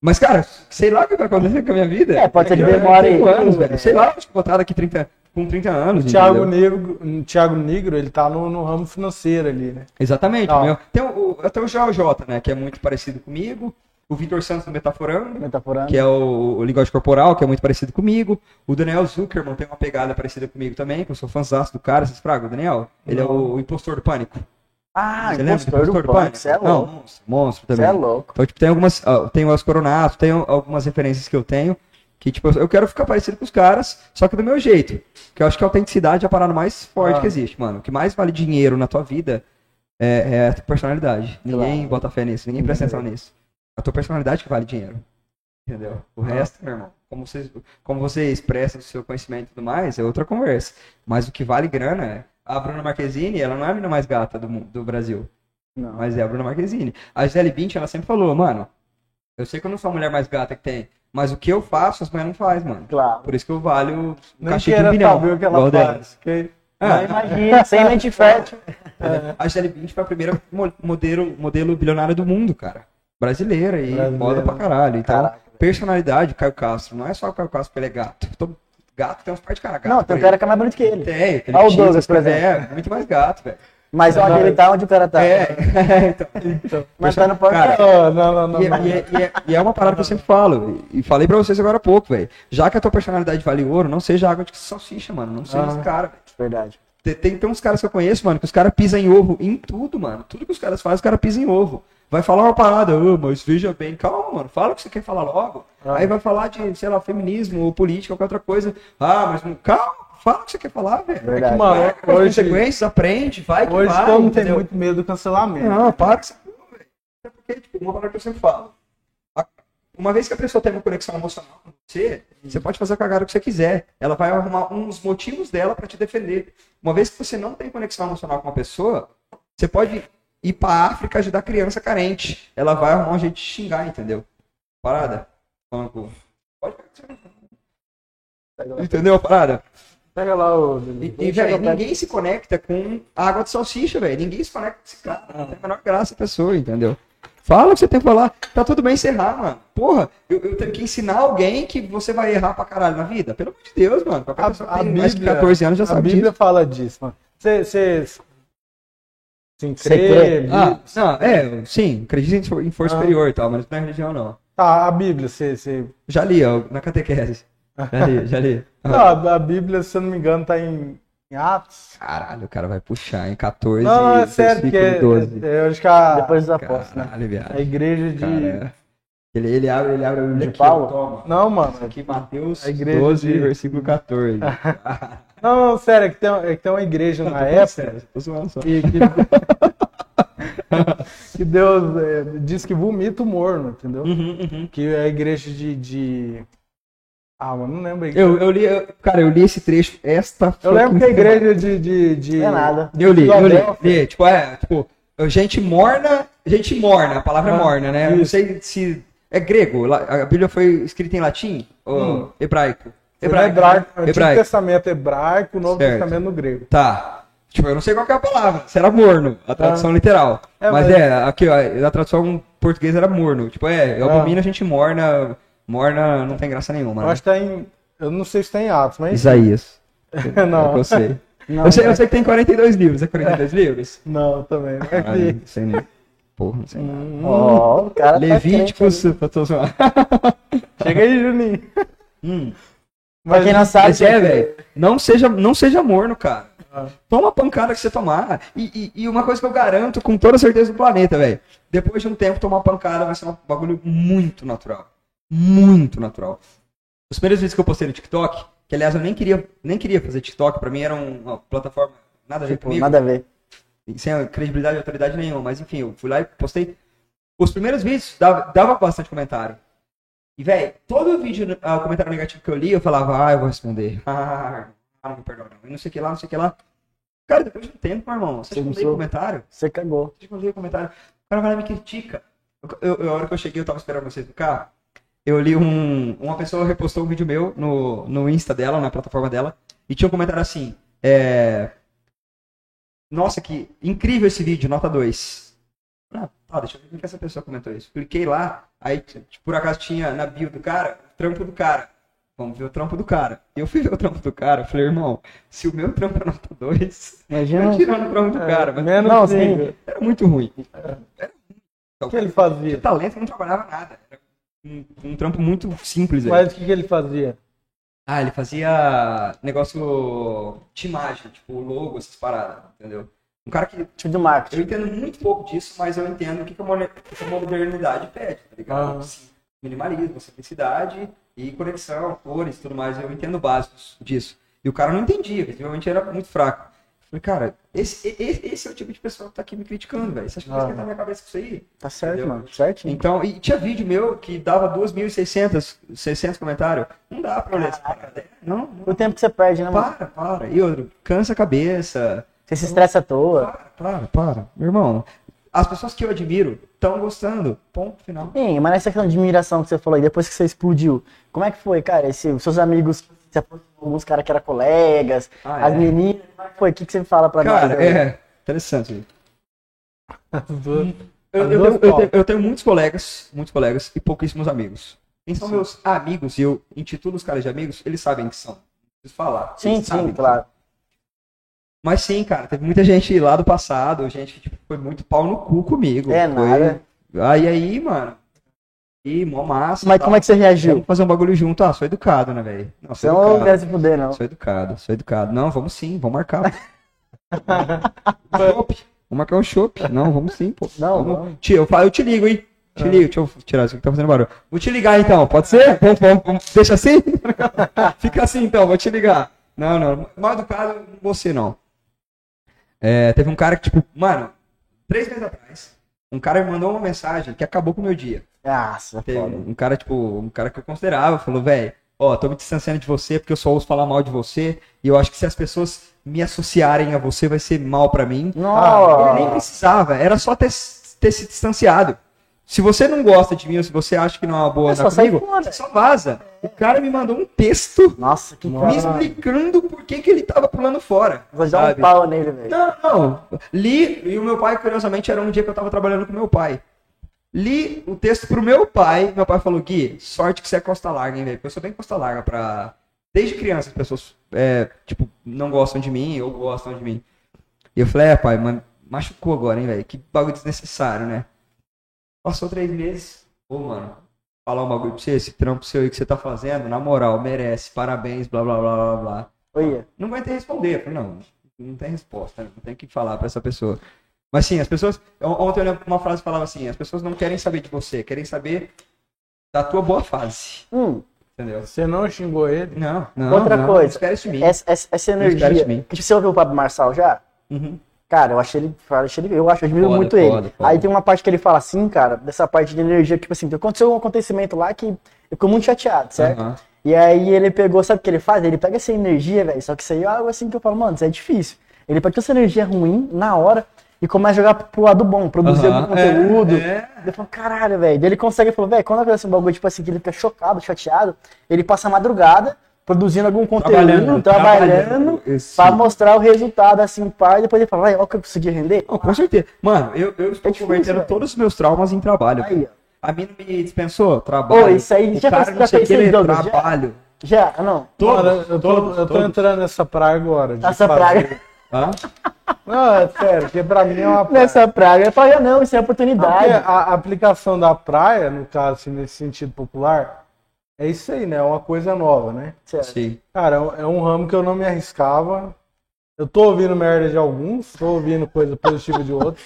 [SPEAKER 4] Mas, cara, sei lá o que vai acontecer com a minha vida.
[SPEAKER 2] É, pode ser que
[SPEAKER 4] Daqui a
[SPEAKER 2] demore
[SPEAKER 4] 5 anos, velho.
[SPEAKER 2] é.
[SPEAKER 4] Sei lá, acho que vou estar daqui 30, com 30 anos.
[SPEAKER 3] Thiago
[SPEAKER 4] entendeu?
[SPEAKER 3] Negro, hum, Thiago Negro, ele tá no, no ramo financeiro ali, né?
[SPEAKER 4] Exatamente.
[SPEAKER 3] Tá.
[SPEAKER 4] Meu. Tem o, o- até o Joel J, né, que é muito parecido comigo. O Vitor Santos do Metaforando,
[SPEAKER 2] Metaforando.
[SPEAKER 4] que é o, o Linguagem Corporal, que é muito parecido comigo. O Daniel Zuckerman tem uma pegada parecida comigo também, que eu sou fãzaço do cara. Vocês fragam, o Daniel? Ele é o, o impostor do pânico.
[SPEAKER 2] Ah,
[SPEAKER 4] Você lembra do
[SPEAKER 2] impostor do pânico. Você é
[SPEAKER 4] Não,
[SPEAKER 2] louco.
[SPEAKER 4] monstro, monstro
[SPEAKER 2] Você
[SPEAKER 4] também.
[SPEAKER 2] é louco.
[SPEAKER 4] Então, tipo, tem algumas. ó, Tem o Coronato, tem algumas referências que eu tenho. Que, tipo, eu quero ficar parecido com os caras, só que do meu jeito. Que eu acho que a autenticidade é a parada mais forte
[SPEAKER 3] Ah.
[SPEAKER 4] que existe, mano. O que mais vale dinheiro na tua vida é, é a tua personalidade. Ninguém
[SPEAKER 2] Claro. Uhum.
[SPEAKER 4] bota fé nisso, ninguém presta atenção nisso. A tua personalidade que vale dinheiro. Entendeu?
[SPEAKER 2] Ah.
[SPEAKER 4] O resto, meu irmão, como você, como você expressa o seu conhecimento e tudo mais, é outra conversa. Mas o que vale grana é. A Bruna Marquezine, ela não é a mina mais gata do, mu- do Brasil.
[SPEAKER 2] Não.
[SPEAKER 4] Mas é a Bruna Marquezine. A Gisele Bündchen, ela sempre falou, mano, eu sei que eu não sou a mulher mais gata que tem, mas o que eu faço, as mulheres não fazem, mano.
[SPEAKER 2] Claro.
[SPEAKER 4] Por isso que eu valho um
[SPEAKER 3] Não
[SPEAKER 4] cachê de
[SPEAKER 2] tá,
[SPEAKER 3] queira
[SPEAKER 4] um milhão.
[SPEAKER 3] saber o que ela
[SPEAKER 4] igual dela.
[SPEAKER 3] faz. que-
[SPEAKER 2] Não, imagina, sem mente fértil. né?
[SPEAKER 4] A Gisele Bündchen foi a primeira mo- modelo, modelo bilionária do mundo, cara. Brasileira e
[SPEAKER 3] Brasileira.
[SPEAKER 4] moda pra caralho. Então,
[SPEAKER 2] Caraca.
[SPEAKER 4] personalidade, Caio Castro. Não é só o Caio Castro porque ele é gato. Todo gato tem uns par de cara gato.
[SPEAKER 2] Não, tem um
[SPEAKER 4] aí.
[SPEAKER 2] cara que é mais bonito que ele.
[SPEAKER 4] Tem, Felipe
[SPEAKER 2] Olha o
[SPEAKER 4] X,
[SPEAKER 2] Douglas, por exemplo.
[SPEAKER 4] É, muito mais gato, velho.
[SPEAKER 2] Mas onde ele tá, onde o cara tá.
[SPEAKER 4] É, então.
[SPEAKER 2] Mas tá no pânico.
[SPEAKER 4] Cara,
[SPEAKER 3] Ah, não, não, não.
[SPEAKER 4] E, é-
[SPEAKER 3] não.
[SPEAKER 4] e é- e é- e é uma parada que eu sempre falo. E e falei pra vocês agora há pouco, velho. Já que a tua personalidade vale ouro, não seja água de salsicha, mano. Não seja
[SPEAKER 3] Ah.
[SPEAKER 4] esse cara. velho.
[SPEAKER 2] é Verdade.
[SPEAKER 4] Tem, tem, tem uns caras que eu conheço, mano, que os caras pisam em ovo em tudo, mano. Tudo que os caras fazem, os caras pisam em ovo. vai falar uma parada, "Ah, mas veja bem, calma, mano, fala o que você quer falar logo.
[SPEAKER 2] Ah.
[SPEAKER 4] Aí vai falar de, sei lá, feminismo ou política ou qualquer outra coisa. Ah, mas não, calma, fala o que você quer falar, velho.
[SPEAKER 2] Verdade.
[SPEAKER 4] É que, mano,
[SPEAKER 3] Hoje-
[SPEAKER 4] com as consequências, aprende, vai que
[SPEAKER 3] Hoje
[SPEAKER 4] vai,
[SPEAKER 3] todo mundo tem
[SPEAKER 4] entendeu?
[SPEAKER 3] muito medo do cancelamento.
[SPEAKER 4] Não, para com essa porra, velho. É porque, tipo, uma palavra que eu sempre falo. A- Uma vez que a pessoa tem uma conexão emocional com você, você pode fazer a cagada que você quiser. Ela vai arrumar uns motivos dela pra te defender. Uma vez que você não tem conexão emocional com uma pessoa, você pode ir pra África ajudar criança carente. Ela vai arrumar um jeito de xingar, entendeu? Parada? Falando com- Pode Entendeu a parada?
[SPEAKER 2] Pega lá o.
[SPEAKER 4] E, e, velho,
[SPEAKER 3] tá?
[SPEAKER 4] ninguém se conecta com a água de salsicha, velho. Ninguém se conecta com esse cara. Não tem a menor graça a pessoa, entendeu? Fala o que você tem pra falar. Tá tudo bem você errar, mano. Porra, eu, eu tenho que ensinar alguém que você vai errar pra caralho na vida? Pelo amor de Deus, mano. Qualquer
[SPEAKER 3] A-
[SPEAKER 4] pessoa que
[SPEAKER 3] a
[SPEAKER 4] tem mais de
[SPEAKER 3] Bíblia-
[SPEAKER 4] 14 anos já
[SPEAKER 3] A
[SPEAKER 4] sabe
[SPEAKER 3] Bíblia
[SPEAKER 4] disso.
[SPEAKER 3] fala disso, mano. Você. Se
[SPEAKER 2] Cê crê?
[SPEAKER 3] crê,
[SPEAKER 4] Ah, não, é, sim, acredito em for- em força
[SPEAKER 3] Ah.
[SPEAKER 4] superior e tal, mas não é religião, não.
[SPEAKER 3] Tá, a Bíblia, você. você...
[SPEAKER 4] Já li, ó, na catequese. Já li, já li.
[SPEAKER 3] Não, a, a Bíblia, se eu não me engano, tá em, em Atos.
[SPEAKER 4] Caralho, o cara vai puxar em 14,
[SPEAKER 3] Não, não, é sério, porque
[SPEAKER 4] versículo 12.
[SPEAKER 3] é- é, eu acho que a,
[SPEAKER 2] Depois dos apóstolos, né?
[SPEAKER 4] Caralho, viado.
[SPEAKER 3] a igreja de.
[SPEAKER 4] Cara, é. ele, ele abre, ele abre a Bíblia
[SPEAKER 2] De
[SPEAKER 4] aqui,
[SPEAKER 2] Paulo?
[SPEAKER 4] ó, Toma.
[SPEAKER 3] Não, mano. é
[SPEAKER 4] Aqui, Mateus
[SPEAKER 3] A igreja
[SPEAKER 4] 12,
[SPEAKER 3] de-
[SPEAKER 4] versículo 14.
[SPEAKER 3] Não, não, sério, é que tem, é que tem uma igreja
[SPEAKER 4] tá
[SPEAKER 3] na época
[SPEAKER 4] Sério, tô zoando só.
[SPEAKER 3] que, que, que Deus é, diz que vomita o morno, entendeu?
[SPEAKER 4] Hum. Uhum,
[SPEAKER 3] Que é a igreja de. de- Ah, mano, não lembro. a igreja.
[SPEAKER 4] Eu, eu li, eu- cara, eu li esse trecho esta
[SPEAKER 3] Eu, lembro que a
[SPEAKER 4] fucking
[SPEAKER 3] igreja de. de, de...
[SPEAKER 2] Não é nada.
[SPEAKER 4] semana. Eu li, eu li,
[SPEAKER 3] Filadélfia.
[SPEAKER 4] li, Tipo, é, tipo, gente morna, gente morna, a palavra é
[SPEAKER 3] Ah,
[SPEAKER 4] morna, né? Eu não
[SPEAKER 3] isso.
[SPEAKER 4] sei se é grego, lá- a Bíblia foi escrita em latim ou
[SPEAKER 3] Hebraico.
[SPEAKER 4] hebraico? né?
[SPEAKER 3] Hum. hebraico. Antigo
[SPEAKER 4] hebraico.
[SPEAKER 3] Testamento hebraico, Novo
[SPEAKER 4] Certo.
[SPEAKER 3] Testamento no grego.
[SPEAKER 4] Tá. Tipo, eu não sei qual que é a palavra. Se era morno, a tradução literal.
[SPEAKER 3] É,
[SPEAKER 4] mas,
[SPEAKER 3] mas-
[SPEAKER 4] é, aqui, ó, a tradução em português era morno. Tipo, é, eu
[SPEAKER 3] Ah.
[SPEAKER 4] abomino, a gente morna. Morna não tem graça nenhuma,
[SPEAKER 3] Eu
[SPEAKER 4] né?
[SPEAKER 3] acho que tá em. Eu não sei se tem Atos, mas.
[SPEAKER 4] Isaías. É o
[SPEAKER 3] não, né?
[SPEAKER 4] que eu sei.
[SPEAKER 2] Não,
[SPEAKER 4] eu, sei eu sei que tem 42 livros. É 42 livros?
[SPEAKER 3] não, também. não É
[SPEAKER 4] Ah,
[SPEAKER 3] que...
[SPEAKER 4] não sei nem. Porra, não sei nada. tipo,
[SPEAKER 2] Ó, o
[SPEAKER 3] Hum,
[SPEAKER 2] cara tá
[SPEAKER 4] Levíticos.
[SPEAKER 2] crente,
[SPEAKER 4] eu tô zoando.
[SPEAKER 3] Chega aí, Juninho.
[SPEAKER 4] Hum.
[SPEAKER 2] Pra quem não sabe,
[SPEAKER 4] Mas é, velho. Não seja, não seja morno, cara.
[SPEAKER 3] Ah.
[SPEAKER 4] Toma a pancada que você tomar. E, e- e uma coisa que eu garanto com toda certeza do planeta, velho. Depois de um tempo, tomar pancada vai ser um bagulho muito natural. Muito natural. Os primeiros vídeos que eu postei no TikTok, que aliás eu nem queria, nem queria fazer TikTok, pra mim era um, uma plataforma nada a ver
[SPEAKER 2] tipo,
[SPEAKER 4] comigo
[SPEAKER 2] nada a ver.
[SPEAKER 4] e sem credibilidade e autoridade nenhuma, mas enfim, eu fui lá e postei. Os primeiros vídeos dava, dava bastante comentário. E, velho, todo vídeo, ah, comentário negativo que eu li, eu falava, ah, eu vou responder. Ah, não me perdoa, não. E não sei o que lá, não sei o que lá. Cara, depois de um tempo, meu irmão, você
[SPEAKER 2] Você não
[SPEAKER 4] respondeu
[SPEAKER 2] sou.
[SPEAKER 4] o comentário?
[SPEAKER 2] Você cagou.
[SPEAKER 4] Você respondeu o um comentário? O cara vai lá e me critica. Eu, eu- a hora que eu cheguei, eu tava esperando vocês no carro. Eu li um. Uma pessoa repostou um vídeo meu no, no Insta dela, na plataforma dela, e tinha um comentário assim: é, nossa, que incrível esse vídeo, nota 2. Ah, tá, deixa eu ver o que essa pessoa comentou isso. Cliquei lá, aí t- por acaso tinha na bio do cara, o trampo do cara. Vamos ver o trampo do cara. Eu fui ver o trampo do cara, eu falei, irmão, se o meu trampo é nota 2,
[SPEAKER 2] Imagina.
[SPEAKER 4] eu tirando o trampo do cara. Mas
[SPEAKER 3] Menos um,
[SPEAKER 2] Não,
[SPEAKER 3] não,
[SPEAKER 2] sim.
[SPEAKER 4] era muito ruim.
[SPEAKER 3] O que ele fazia?
[SPEAKER 4] O talento não trabalhava nada. Era um, um trampo muito simples. velho.
[SPEAKER 3] Mas o que, que ele fazia?
[SPEAKER 4] Ah, ele fazia negócio de imagem, tipo logo, essas paradas, entendeu? Um cara que
[SPEAKER 2] Tipo de marketing.
[SPEAKER 4] Eu entendo muito pouco disso, mas eu entendo o que, que, a, moder- o que a modernidade pede, tá ligado?
[SPEAKER 3] Ah.
[SPEAKER 4] Sim, Minimalismo, simplicidade e conexão, cores e tudo mais. Eu entendo básicos disso. E o cara não entendia, visivelmente era muito fraco. Eu Falei, cara, esse, e- e- esse é o tipo de pessoa que tá aqui me criticando, velho. Você acha que vai
[SPEAKER 3] Ah.
[SPEAKER 4] esquentar minha cabeça com isso aí?
[SPEAKER 2] Tá certo,
[SPEAKER 4] Entendeu?
[SPEAKER 2] mano. Certinho.
[SPEAKER 4] Então, e tinha vídeo meu que dava 2.600 600 comentários. Não dá pra ler essa parada. Não, não.
[SPEAKER 2] O tempo que você perde, né, mano?
[SPEAKER 4] Para, para. E outro, cansa a cabeça.
[SPEAKER 2] Você se estressa à toa.
[SPEAKER 4] Para, para, para. Meu irmão, as pessoas que eu admiro estão gostando. Ponto final.
[SPEAKER 2] Sim, mas nessa questão de admiração que você falou aí, depois que você explodiu, como é que foi, cara? Esse, os seus amigos, se aproximou, alguns caras que eram colegas,
[SPEAKER 4] Ah,
[SPEAKER 2] as
[SPEAKER 4] é?
[SPEAKER 2] meninas, como é que foi? O que, que você fala pra nós?
[SPEAKER 4] Cara,
[SPEAKER 2] aí?
[SPEAKER 4] é interessante. Eu,
[SPEAKER 3] As
[SPEAKER 4] eu,
[SPEAKER 3] duas
[SPEAKER 4] tenho- eu
[SPEAKER 3] pautas.
[SPEAKER 4] tenho, eu tenho muitos colegas, muitos colegas e pouquíssimos amigos. Quem são meus amigos e eu intitulo os caras de amigos, eles sabem que são. Preciso falar.
[SPEAKER 2] Sim, sim,
[SPEAKER 4] eles sabem que são.
[SPEAKER 2] claro.
[SPEAKER 4] Mas sim, cara, teve muita gente lá do passado, gente que tipo, foi muito pau no cu comigo.
[SPEAKER 2] É
[SPEAKER 4] Foi-
[SPEAKER 2] nada.
[SPEAKER 4] Aí, aí, mano. E mó massa.
[SPEAKER 2] Mas
[SPEAKER 4] tal.
[SPEAKER 2] como é que você reagiu?
[SPEAKER 4] Vamos fazer um bagulho junto. Ah, sou educado, né, velho? Não,
[SPEAKER 2] Você
[SPEAKER 4] sou
[SPEAKER 2] não
[SPEAKER 4] educado.
[SPEAKER 2] quer se fuder, não.
[SPEAKER 4] Sou educado, sou educado. Não, vamos sim, vamos marcar. Chopp, Vamos marcar um chopp. Não, vamos sim, pô.
[SPEAKER 2] Não,
[SPEAKER 4] Vamos.
[SPEAKER 2] vamos.
[SPEAKER 4] Tio, eu, falo, eu te ligo, hein? Te ligo, deixa eu tirar isso aqui que tá fazendo barulho. Vou te ligar então, pode ser? Vamos, vamos, vamos. Deixa assim? Fica assim então, vou te ligar. Não, não, mal educado você não. É, teve um cara que, tipo, mano, três meses atrás, um cara me mandou uma mensagem que acabou com o meu dia.
[SPEAKER 2] Nossa,
[SPEAKER 4] Teve
[SPEAKER 2] foda.
[SPEAKER 4] um cara, tipo, um cara que eu considerava, falou, velho, ó, tô me distanciando de você porque eu só ouço falar mal de você e eu acho que se as pessoas me associarem a você vai ser mal pra mim.
[SPEAKER 2] Nossa.
[SPEAKER 4] Ele nem precisava, era só ter, ter se distanciado. Se você não gosta de mim ou se você acha que não é uma boa
[SPEAKER 2] É
[SPEAKER 4] andar
[SPEAKER 2] só sair
[SPEAKER 4] comigo,
[SPEAKER 2] fora.
[SPEAKER 4] você só vaza. O cara me mandou um texto
[SPEAKER 2] Nossa, que
[SPEAKER 4] me
[SPEAKER 2] cara.
[SPEAKER 4] explicando por que, que ele tava pulando fora.
[SPEAKER 2] Vou dar um
[SPEAKER 4] sabe?
[SPEAKER 2] pau nele, velho.
[SPEAKER 4] Não, não. Li, e o meu pai, curiosamente, era um dia que eu tava trabalhando com meu pai. Li o texto pro meu pai, meu pai falou, Gui, sorte que você é costa larga, hein, velho? Porque eu sou bem costa larga pra... Desde criança as pessoas, é, tipo, não gostam de mim ou gostam de mim. E eu falei, é, pai, mas machucou agora, hein, velho? Que bagulho desnecessário, né? Passou três meses. Ô, mano, falar um bagulho pra você, esse trampo seu aí que você tá fazendo, na moral, merece, parabéns, blá, blá, blá, blá, blá
[SPEAKER 2] Olha.
[SPEAKER 4] não vai ter responder. Eu falei, não, não tem resposta, né? não tem o que falar pra essa pessoa. Mas sim, as pessoas. on- Ontem eu lembro que uma frase que falava assim: as pessoas não querem saber de você, querem saber da tua boa fase.
[SPEAKER 2] Hum,
[SPEAKER 4] Entendeu?
[SPEAKER 3] Você não xingou ele?
[SPEAKER 4] Não, não.
[SPEAKER 2] Outra
[SPEAKER 4] não,
[SPEAKER 2] coisa,
[SPEAKER 4] não espera isso de mim.
[SPEAKER 2] essa, essa, essa
[SPEAKER 4] Não espera
[SPEAKER 2] energia.
[SPEAKER 4] é de mim.
[SPEAKER 2] Que, tipo, você ouviu o Pablo Marçal já?
[SPEAKER 4] Uhum.
[SPEAKER 2] Cara, eu achei ele. Eu, achei ele, eu acho, eu admiro
[SPEAKER 4] Foda,
[SPEAKER 2] muito
[SPEAKER 4] foda,
[SPEAKER 2] ele.
[SPEAKER 4] foda.
[SPEAKER 2] Aí tem uma parte que ele fala assim, cara, dessa parte de energia, tipo assim, aconteceu um acontecimento lá que eu fico muito chateado, certo?
[SPEAKER 4] Aham.
[SPEAKER 2] E aí ele pegou, sabe o que ele faz? Ele pega essa energia, velho. Só que isso aí é algo assim que eu falo, mano, isso é difícil. Ele pega essa energia ruim na hora e começa a jogar pro lado bom, produzir
[SPEAKER 4] Aham,
[SPEAKER 2] algum conteúdo.
[SPEAKER 4] é, é.
[SPEAKER 2] Ele falou, caralho, velho. Daí ele consegue, ele falou, velho, quando acontece um bagulho, tipo assim, que ele fica chocado, chateado, ele passa a madrugada produzindo algum conteúdo, trabalhando,
[SPEAKER 4] Trabalhando, trabalhando, isso.
[SPEAKER 2] pra mostrar o resultado, assim, pá, e depois ele fala, velho, olha o que eu consegui render.
[SPEAKER 4] Não, com certeza. Mano, eu, eu estou
[SPEAKER 2] É difícil,
[SPEAKER 4] convertendo
[SPEAKER 2] velho.
[SPEAKER 4] todos os meus traumas em trabalho.
[SPEAKER 2] Aí, ó.
[SPEAKER 4] A mina me dispensou? Trabalho.
[SPEAKER 2] Ô, isso aí,
[SPEAKER 4] o
[SPEAKER 2] já
[SPEAKER 4] cara
[SPEAKER 2] fez-
[SPEAKER 4] não
[SPEAKER 2] já
[SPEAKER 4] sei o
[SPEAKER 2] fez
[SPEAKER 4] que,
[SPEAKER 2] seis
[SPEAKER 4] ele
[SPEAKER 2] jogos, já?
[SPEAKER 4] trabalho.
[SPEAKER 2] Já, ah, não.
[SPEAKER 3] Cara, eu tô, eu tô entrando nessa praia agora. de
[SPEAKER 2] Essa
[SPEAKER 3] fazer-
[SPEAKER 2] praga.
[SPEAKER 4] Hã?
[SPEAKER 3] Não, é sério, porque pra mim é uma praia.
[SPEAKER 2] Nessa praga. Eu falei, não, isso é
[SPEAKER 3] Porque
[SPEAKER 4] Ah,
[SPEAKER 2] oportunidade.
[SPEAKER 3] a a aplicação da praia, no caso, assim, nesse sentido popular, é isso aí, né? É uma coisa nova, né?
[SPEAKER 2] Certo.
[SPEAKER 4] Sim.
[SPEAKER 3] Cara, é um- é um ramo que eu não me arriscava. Eu tô ouvindo merda de alguns, tô ouvindo coisa positiva de outros,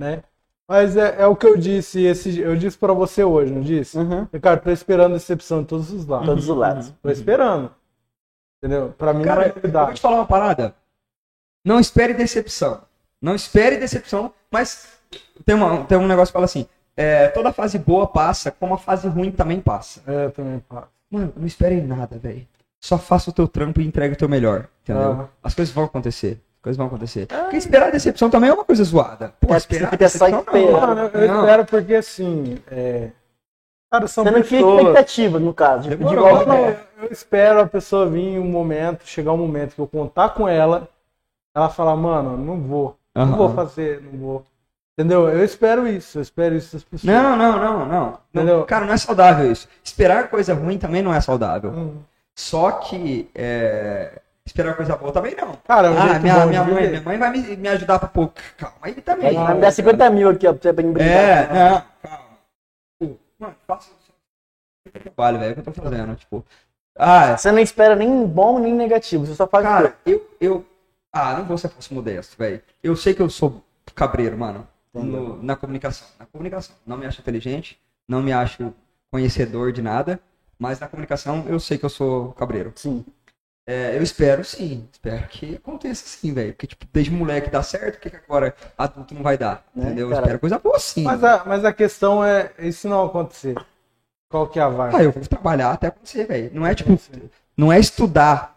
[SPEAKER 3] né? Mas é, é o que eu disse, esse, eu disse pra você hoje, não disse?
[SPEAKER 2] Uhum.
[SPEAKER 3] Cara, tô esperando decepção de todos os lados.
[SPEAKER 2] Todos os lados.
[SPEAKER 3] Tô esperando. Entendeu? Pra mim não
[SPEAKER 4] Cara,
[SPEAKER 3] é
[SPEAKER 4] eu vou
[SPEAKER 3] novidade.
[SPEAKER 4] te falar uma parada. Não espere decepção. Não espere decepção, mas tem, uma, tem um negócio que fala assim: é, toda fase boa passa, como a fase ruim também passa.
[SPEAKER 3] É, eu também pá.
[SPEAKER 4] Mano, não espere nada, velho. Só faça o teu trampo e entregue o teu melhor. Entendeu?
[SPEAKER 3] Aham. Ah.
[SPEAKER 4] As coisas vão acontecer. As coisas vão acontecer. Porque esperar decepção também é uma coisa zoada. Pô,
[SPEAKER 2] É,
[SPEAKER 4] esperar
[SPEAKER 2] porque você fica só
[SPEAKER 4] decepção não,
[SPEAKER 2] esperando.
[SPEAKER 3] Mano, eu
[SPEAKER 4] É. Não.
[SPEAKER 3] espero porque assim. É... Cara, são
[SPEAKER 2] Você não cria
[SPEAKER 3] pessoas.
[SPEAKER 2] expectativa, no caso. De, de
[SPEAKER 4] Demorou, né?
[SPEAKER 2] igual,
[SPEAKER 3] Não, eu- eu espero a pessoa vir em um momento, chegar um momento que eu contar com ela, ela falar, mano, não vou, não
[SPEAKER 4] Aham.
[SPEAKER 3] vou fazer, não vou. Entendeu? Eu espero isso, eu espero isso das pessoas.
[SPEAKER 4] Não, não, não, não.
[SPEAKER 3] Entendeu?
[SPEAKER 4] não. Cara, não é saudável isso. Esperar coisa ruim também não é saudável.
[SPEAKER 3] Hum.
[SPEAKER 4] Só que é, esperar coisa boa também não.
[SPEAKER 3] Cara, é um
[SPEAKER 4] ah,
[SPEAKER 3] jeito
[SPEAKER 4] minha,
[SPEAKER 3] bom
[SPEAKER 4] minha
[SPEAKER 3] de
[SPEAKER 4] mãe,
[SPEAKER 3] viver.
[SPEAKER 4] minha mãe vai me, me ajudar pra pouco. Calma aí também.
[SPEAKER 2] Vai me dar 50 mil aqui, ó, pra você brincar.
[SPEAKER 4] É, não, calma. Pô, Mano, faça o seu trabalho, velho, é o que eu tô fazendo. Tipo, ah,
[SPEAKER 2] Você não espera nem bom nem negativo, você só faz.
[SPEAKER 4] cara, eu, eu. Ah, não vou ser falso modesto, velho. Eu sei que eu sou cabreiro, mano. no- na comunicação. Na comunicação. Não me acho inteligente, não me acho conhecedor de nada, mas na comunicação eu sei que eu sou cabreiro.
[SPEAKER 2] Sim.
[SPEAKER 4] É, eu espero sim, espero que aconteça sim, velho. Porque, tipo, desde moleque dá certo, por que que agora adulto não vai dar?
[SPEAKER 2] Né,
[SPEAKER 4] entendeu? Eu
[SPEAKER 2] cara?
[SPEAKER 4] espero coisa boa sim.
[SPEAKER 3] Mas a, mas a questão é, e se não acontecer? Qual que é a vaga?
[SPEAKER 4] Ah, eu vou trabalhar até acontecer, velho. Não é tipo, não é estudar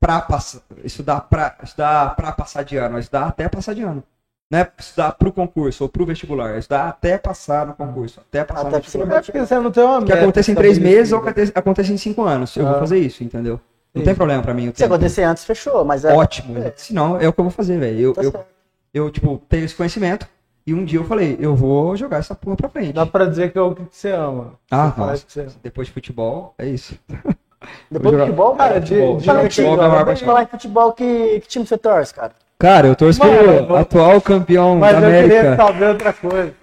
[SPEAKER 4] pra passar, estudar pra, estudar pra passar de ano, é estudar até passar de ano. Não é estudar pro concurso ou pro vestibular, é estudar até passar no concurso, até passar
[SPEAKER 2] Até
[SPEAKER 4] no vestibular.
[SPEAKER 3] É porque você não tem uma
[SPEAKER 4] Que
[SPEAKER 3] meta. assim,
[SPEAKER 4] aconteça em três meses é ou
[SPEAKER 3] estabelecida.
[SPEAKER 4] aconteça, aconteça em cinco anos. Eu
[SPEAKER 3] né, tá Ah.
[SPEAKER 4] vou fazer isso, entendeu? Não tem problema pra mim. eu
[SPEAKER 2] Se
[SPEAKER 4] tenho-
[SPEAKER 2] acontecer antes, fechou, mas é.
[SPEAKER 4] ótimo. Se não, é o que eu vou fazer, velho. Eu,
[SPEAKER 2] Tá
[SPEAKER 4] eu,
[SPEAKER 2] certo.
[SPEAKER 4] eu, tipo, tenho esse conhecimento e um dia eu falei, eu vou jogar essa porra pra frente.
[SPEAKER 3] Dá pra dizer que é o que você ama.
[SPEAKER 4] Ah,
[SPEAKER 3] Você faz
[SPEAKER 4] nossa.
[SPEAKER 3] o que você ama.
[SPEAKER 4] Depois de futebol, é isso.
[SPEAKER 2] Depois do
[SPEAKER 4] jogar-
[SPEAKER 2] futebol,
[SPEAKER 3] Cara,
[SPEAKER 2] cara. tipo,
[SPEAKER 3] de, de, é
[SPEAKER 4] É, tipo, Fala né?
[SPEAKER 2] Futebol,
[SPEAKER 4] aí, Futebol, vai, vai, vai.
[SPEAKER 2] falar em futebol, que, que time você torce, cara?
[SPEAKER 4] Cara, eu torço
[SPEAKER 3] Mano,
[SPEAKER 4] pro atual campeão
[SPEAKER 3] mas
[SPEAKER 4] da
[SPEAKER 3] eu queria
[SPEAKER 4] América.
[SPEAKER 3] saber tá outra coisa.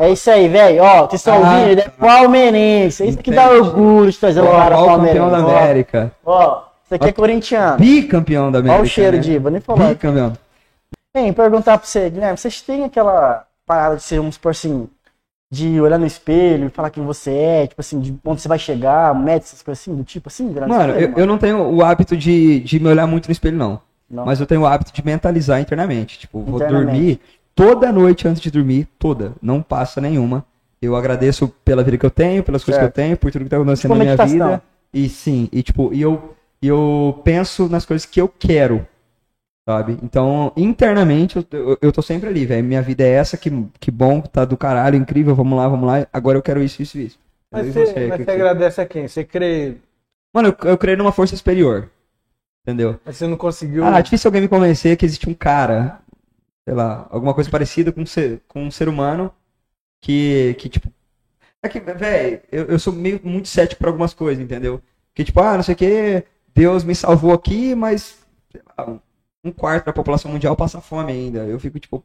[SPEAKER 2] É isso aí, velho. Ó, vocês estão
[SPEAKER 4] Ah,
[SPEAKER 2] ouvindo? Ele é
[SPEAKER 4] tá.
[SPEAKER 2] palmeirense. É isso que dá
[SPEAKER 4] Entendi.
[SPEAKER 2] orgulho de trazer o
[SPEAKER 4] O
[SPEAKER 2] cara
[SPEAKER 4] atual campeão da
[SPEAKER 2] palmeirense.
[SPEAKER 4] América.
[SPEAKER 2] Ó, ó, isso aqui é corintiano.
[SPEAKER 4] Bicampeão da América.
[SPEAKER 2] Olha o cheiro
[SPEAKER 4] né?
[SPEAKER 2] de, vou nem falar.
[SPEAKER 4] Bicampeão.
[SPEAKER 2] Bem, perguntar pra você, Guilherme, vocês têm aquela parada de ser, vamos supor assim, de olhar no espelho e falar quem você é, tipo assim, de onde você vai chegar, meta, essas coisas assim, do tipo assim, olhar no
[SPEAKER 4] Mano,
[SPEAKER 2] espelho,
[SPEAKER 4] eu, eu não tenho o hábito de, de me olhar muito no espelho, não.
[SPEAKER 2] Não.
[SPEAKER 4] Mas eu tenho o hábito de mentalizar internamente. Tipo, vou
[SPEAKER 2] Internamente.
[SPEAKER 4] dormir toda noite antes de dormir, toda. Não passa nenhuma. Eu agradeço pela vida que eu tenho, pelas coisas
[SPEAKER 2] Certo.
[SPEAKER 4] que eu tenho, por tudo que tá acontecendo
[SPEAKER 2] Tipo
[SPEAKER 4] na minha
[SPEAKER 2] meditação.
[SPEAKER 4] vida. E sim, e tipo, e eu, e eu penso nas coisas que eu quero, sabe? Então, internamente, eu, eu, eu tô sempre ali, velho. Minha vida é essa, que, que bom, tá do caralho, incrível, vamos lá, vamos lá. Agora eu quero isso, isso, isso.
[SPEAKER 3] Mas
[SPEAKER 4] E
[SPEAKER 3] você,
[SPEAKER 4] você,
[SPEAKER 3] mas
[SPEAKER 4] que-
[SPEAKER 3] você agradece a quem? Você crê,
[SPEAKER 4] Mano, eu, eu creio numa força superior. Entendeu?
[SPEAKER 3] mas você não conseguiu. né?
[SPEAKER 4] Ah, difícil alguém me convencer que existe um cara, sei lá, alguma coisa parecida com um ser, com um ser humano que, que tipo. É que, velho, eu, eu sou meio muito cético pra algumas coisas, entendeu? Que tipo, ah, não sei o que, Deus me salvou aqui, mas sei lá, um- um quarto da população mundial passa fome ainda. Eu fico tipo,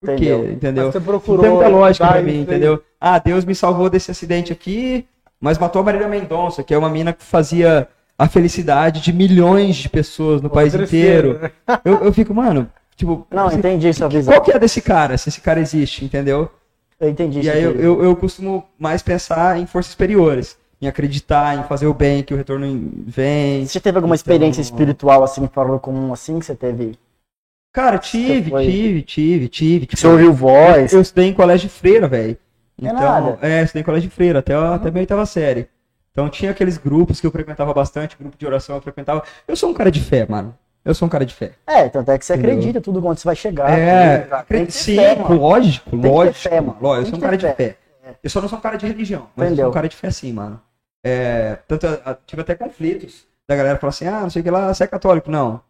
[SPEAKER 4] por quê?
[SPEAKER 2] Entendeu.
[SPEAKER 4] Entendeu?
[SPEAKER 3] mas você
[SPEAKER 4] Não
[SPEAKER 3] procurou.
[SPEAKER 4] tem muita lógica
[SPEAKER 3] dar
[SPEAKER 4] pra
[SPEAKER 3] isso
[SPEAKER 4] mim,
[SPEAKER 3] aí.
[SPEAKER 4] entendeu? Ah, Deus me salvou desse acidente aqui, mas matou a Marília Mendonça, que é uma mina que fazia a felicidade de milhões de pessoas no país
[SPEAKER 3] tristeza,
[SPEAKER 4] inteiro.
[SPEAKER 3] né?
[SPEAKER 4] Eu, eu fico, mano, tipo,
[SPEAKER 2] Não,
[SPEAKER 4] assim,
[SPEAKER 2] entendi sua visão.
[SPEAKER 4] qual que é desse cara, se esse cara existe, entendeu?
[SPEAKER 2] Eu entendi
[SPEAKER 4] E
[SPEAKER 2] isso
[SPEAKER 4] aí eu,
[SPEAKER 2] aqui.
[SPEAKER 4] eu, eu costumo mais pensar em forças superiores, em acreditar, em fazer o bem, que o retorno em- vem.
[SPEAKER 2] Você teve alguma experiência espiritual assim, fora do comum assim, que você teve?
[SPEAKER 4] Cara, tive,
[SPEAKER 2] Foi.
[SPEAKER 4] tive, tive, tive, tipo,
[SPEAKER 2] Você ouviu voz?
[SPEAKER 4] Eu estudei em colégio de freira, velho.
[SPEAKER 2] É
[SPEAKER 4] Então,
[SPEAKER 2] nada.
[SPEAKER 4] é, estudei em colégio de freira, até, até minha oitava série. Então tinha aqueles grupos que eu frequentava bastante, grupo de oração eu frequentava. Eu sou um cara de fé, mano. Eu sou um cara de fé.
[SPEAKER 2] É, tanto é que você
[SPEAKER 4] Entendeu?
[SPEAKER 2] acredita tudo quando você vai chegar.
[SPEAKER 4] é,
[SPEAKER 2] tudo, tem
[SPEAKER 4] acredito,
[SPEAKER 2] que ter
[SPEAKER 4] sim,
[SPEAKER 2] fé, mano.
[SPEAKER 4] lógico,
[SPEAKER 2] ter
[SPEAKER 4] lógico.
[SPEAKER 2] fé, mano.
[SPEAKER 4] lógico, eu
[SPEAKER 2] Tem
[SPEAKER 4] sou um
[SPEAKER 2] que
[SPEAKER 4] cara
[SPEAKER 2] ter
[SPEAKER 4] de
[SPEAKER 2] fé.
[SPEAKER 4] fé. Eu só não sou um cara de religião, mas eu
[SPEAKER 2] Entendeu.
[SPEAKER 4] sou um cara de fé sim, mano. É, tanto a- tive até conflitos da galera falar assim, ah, não sei o que lá, você é católico. Não.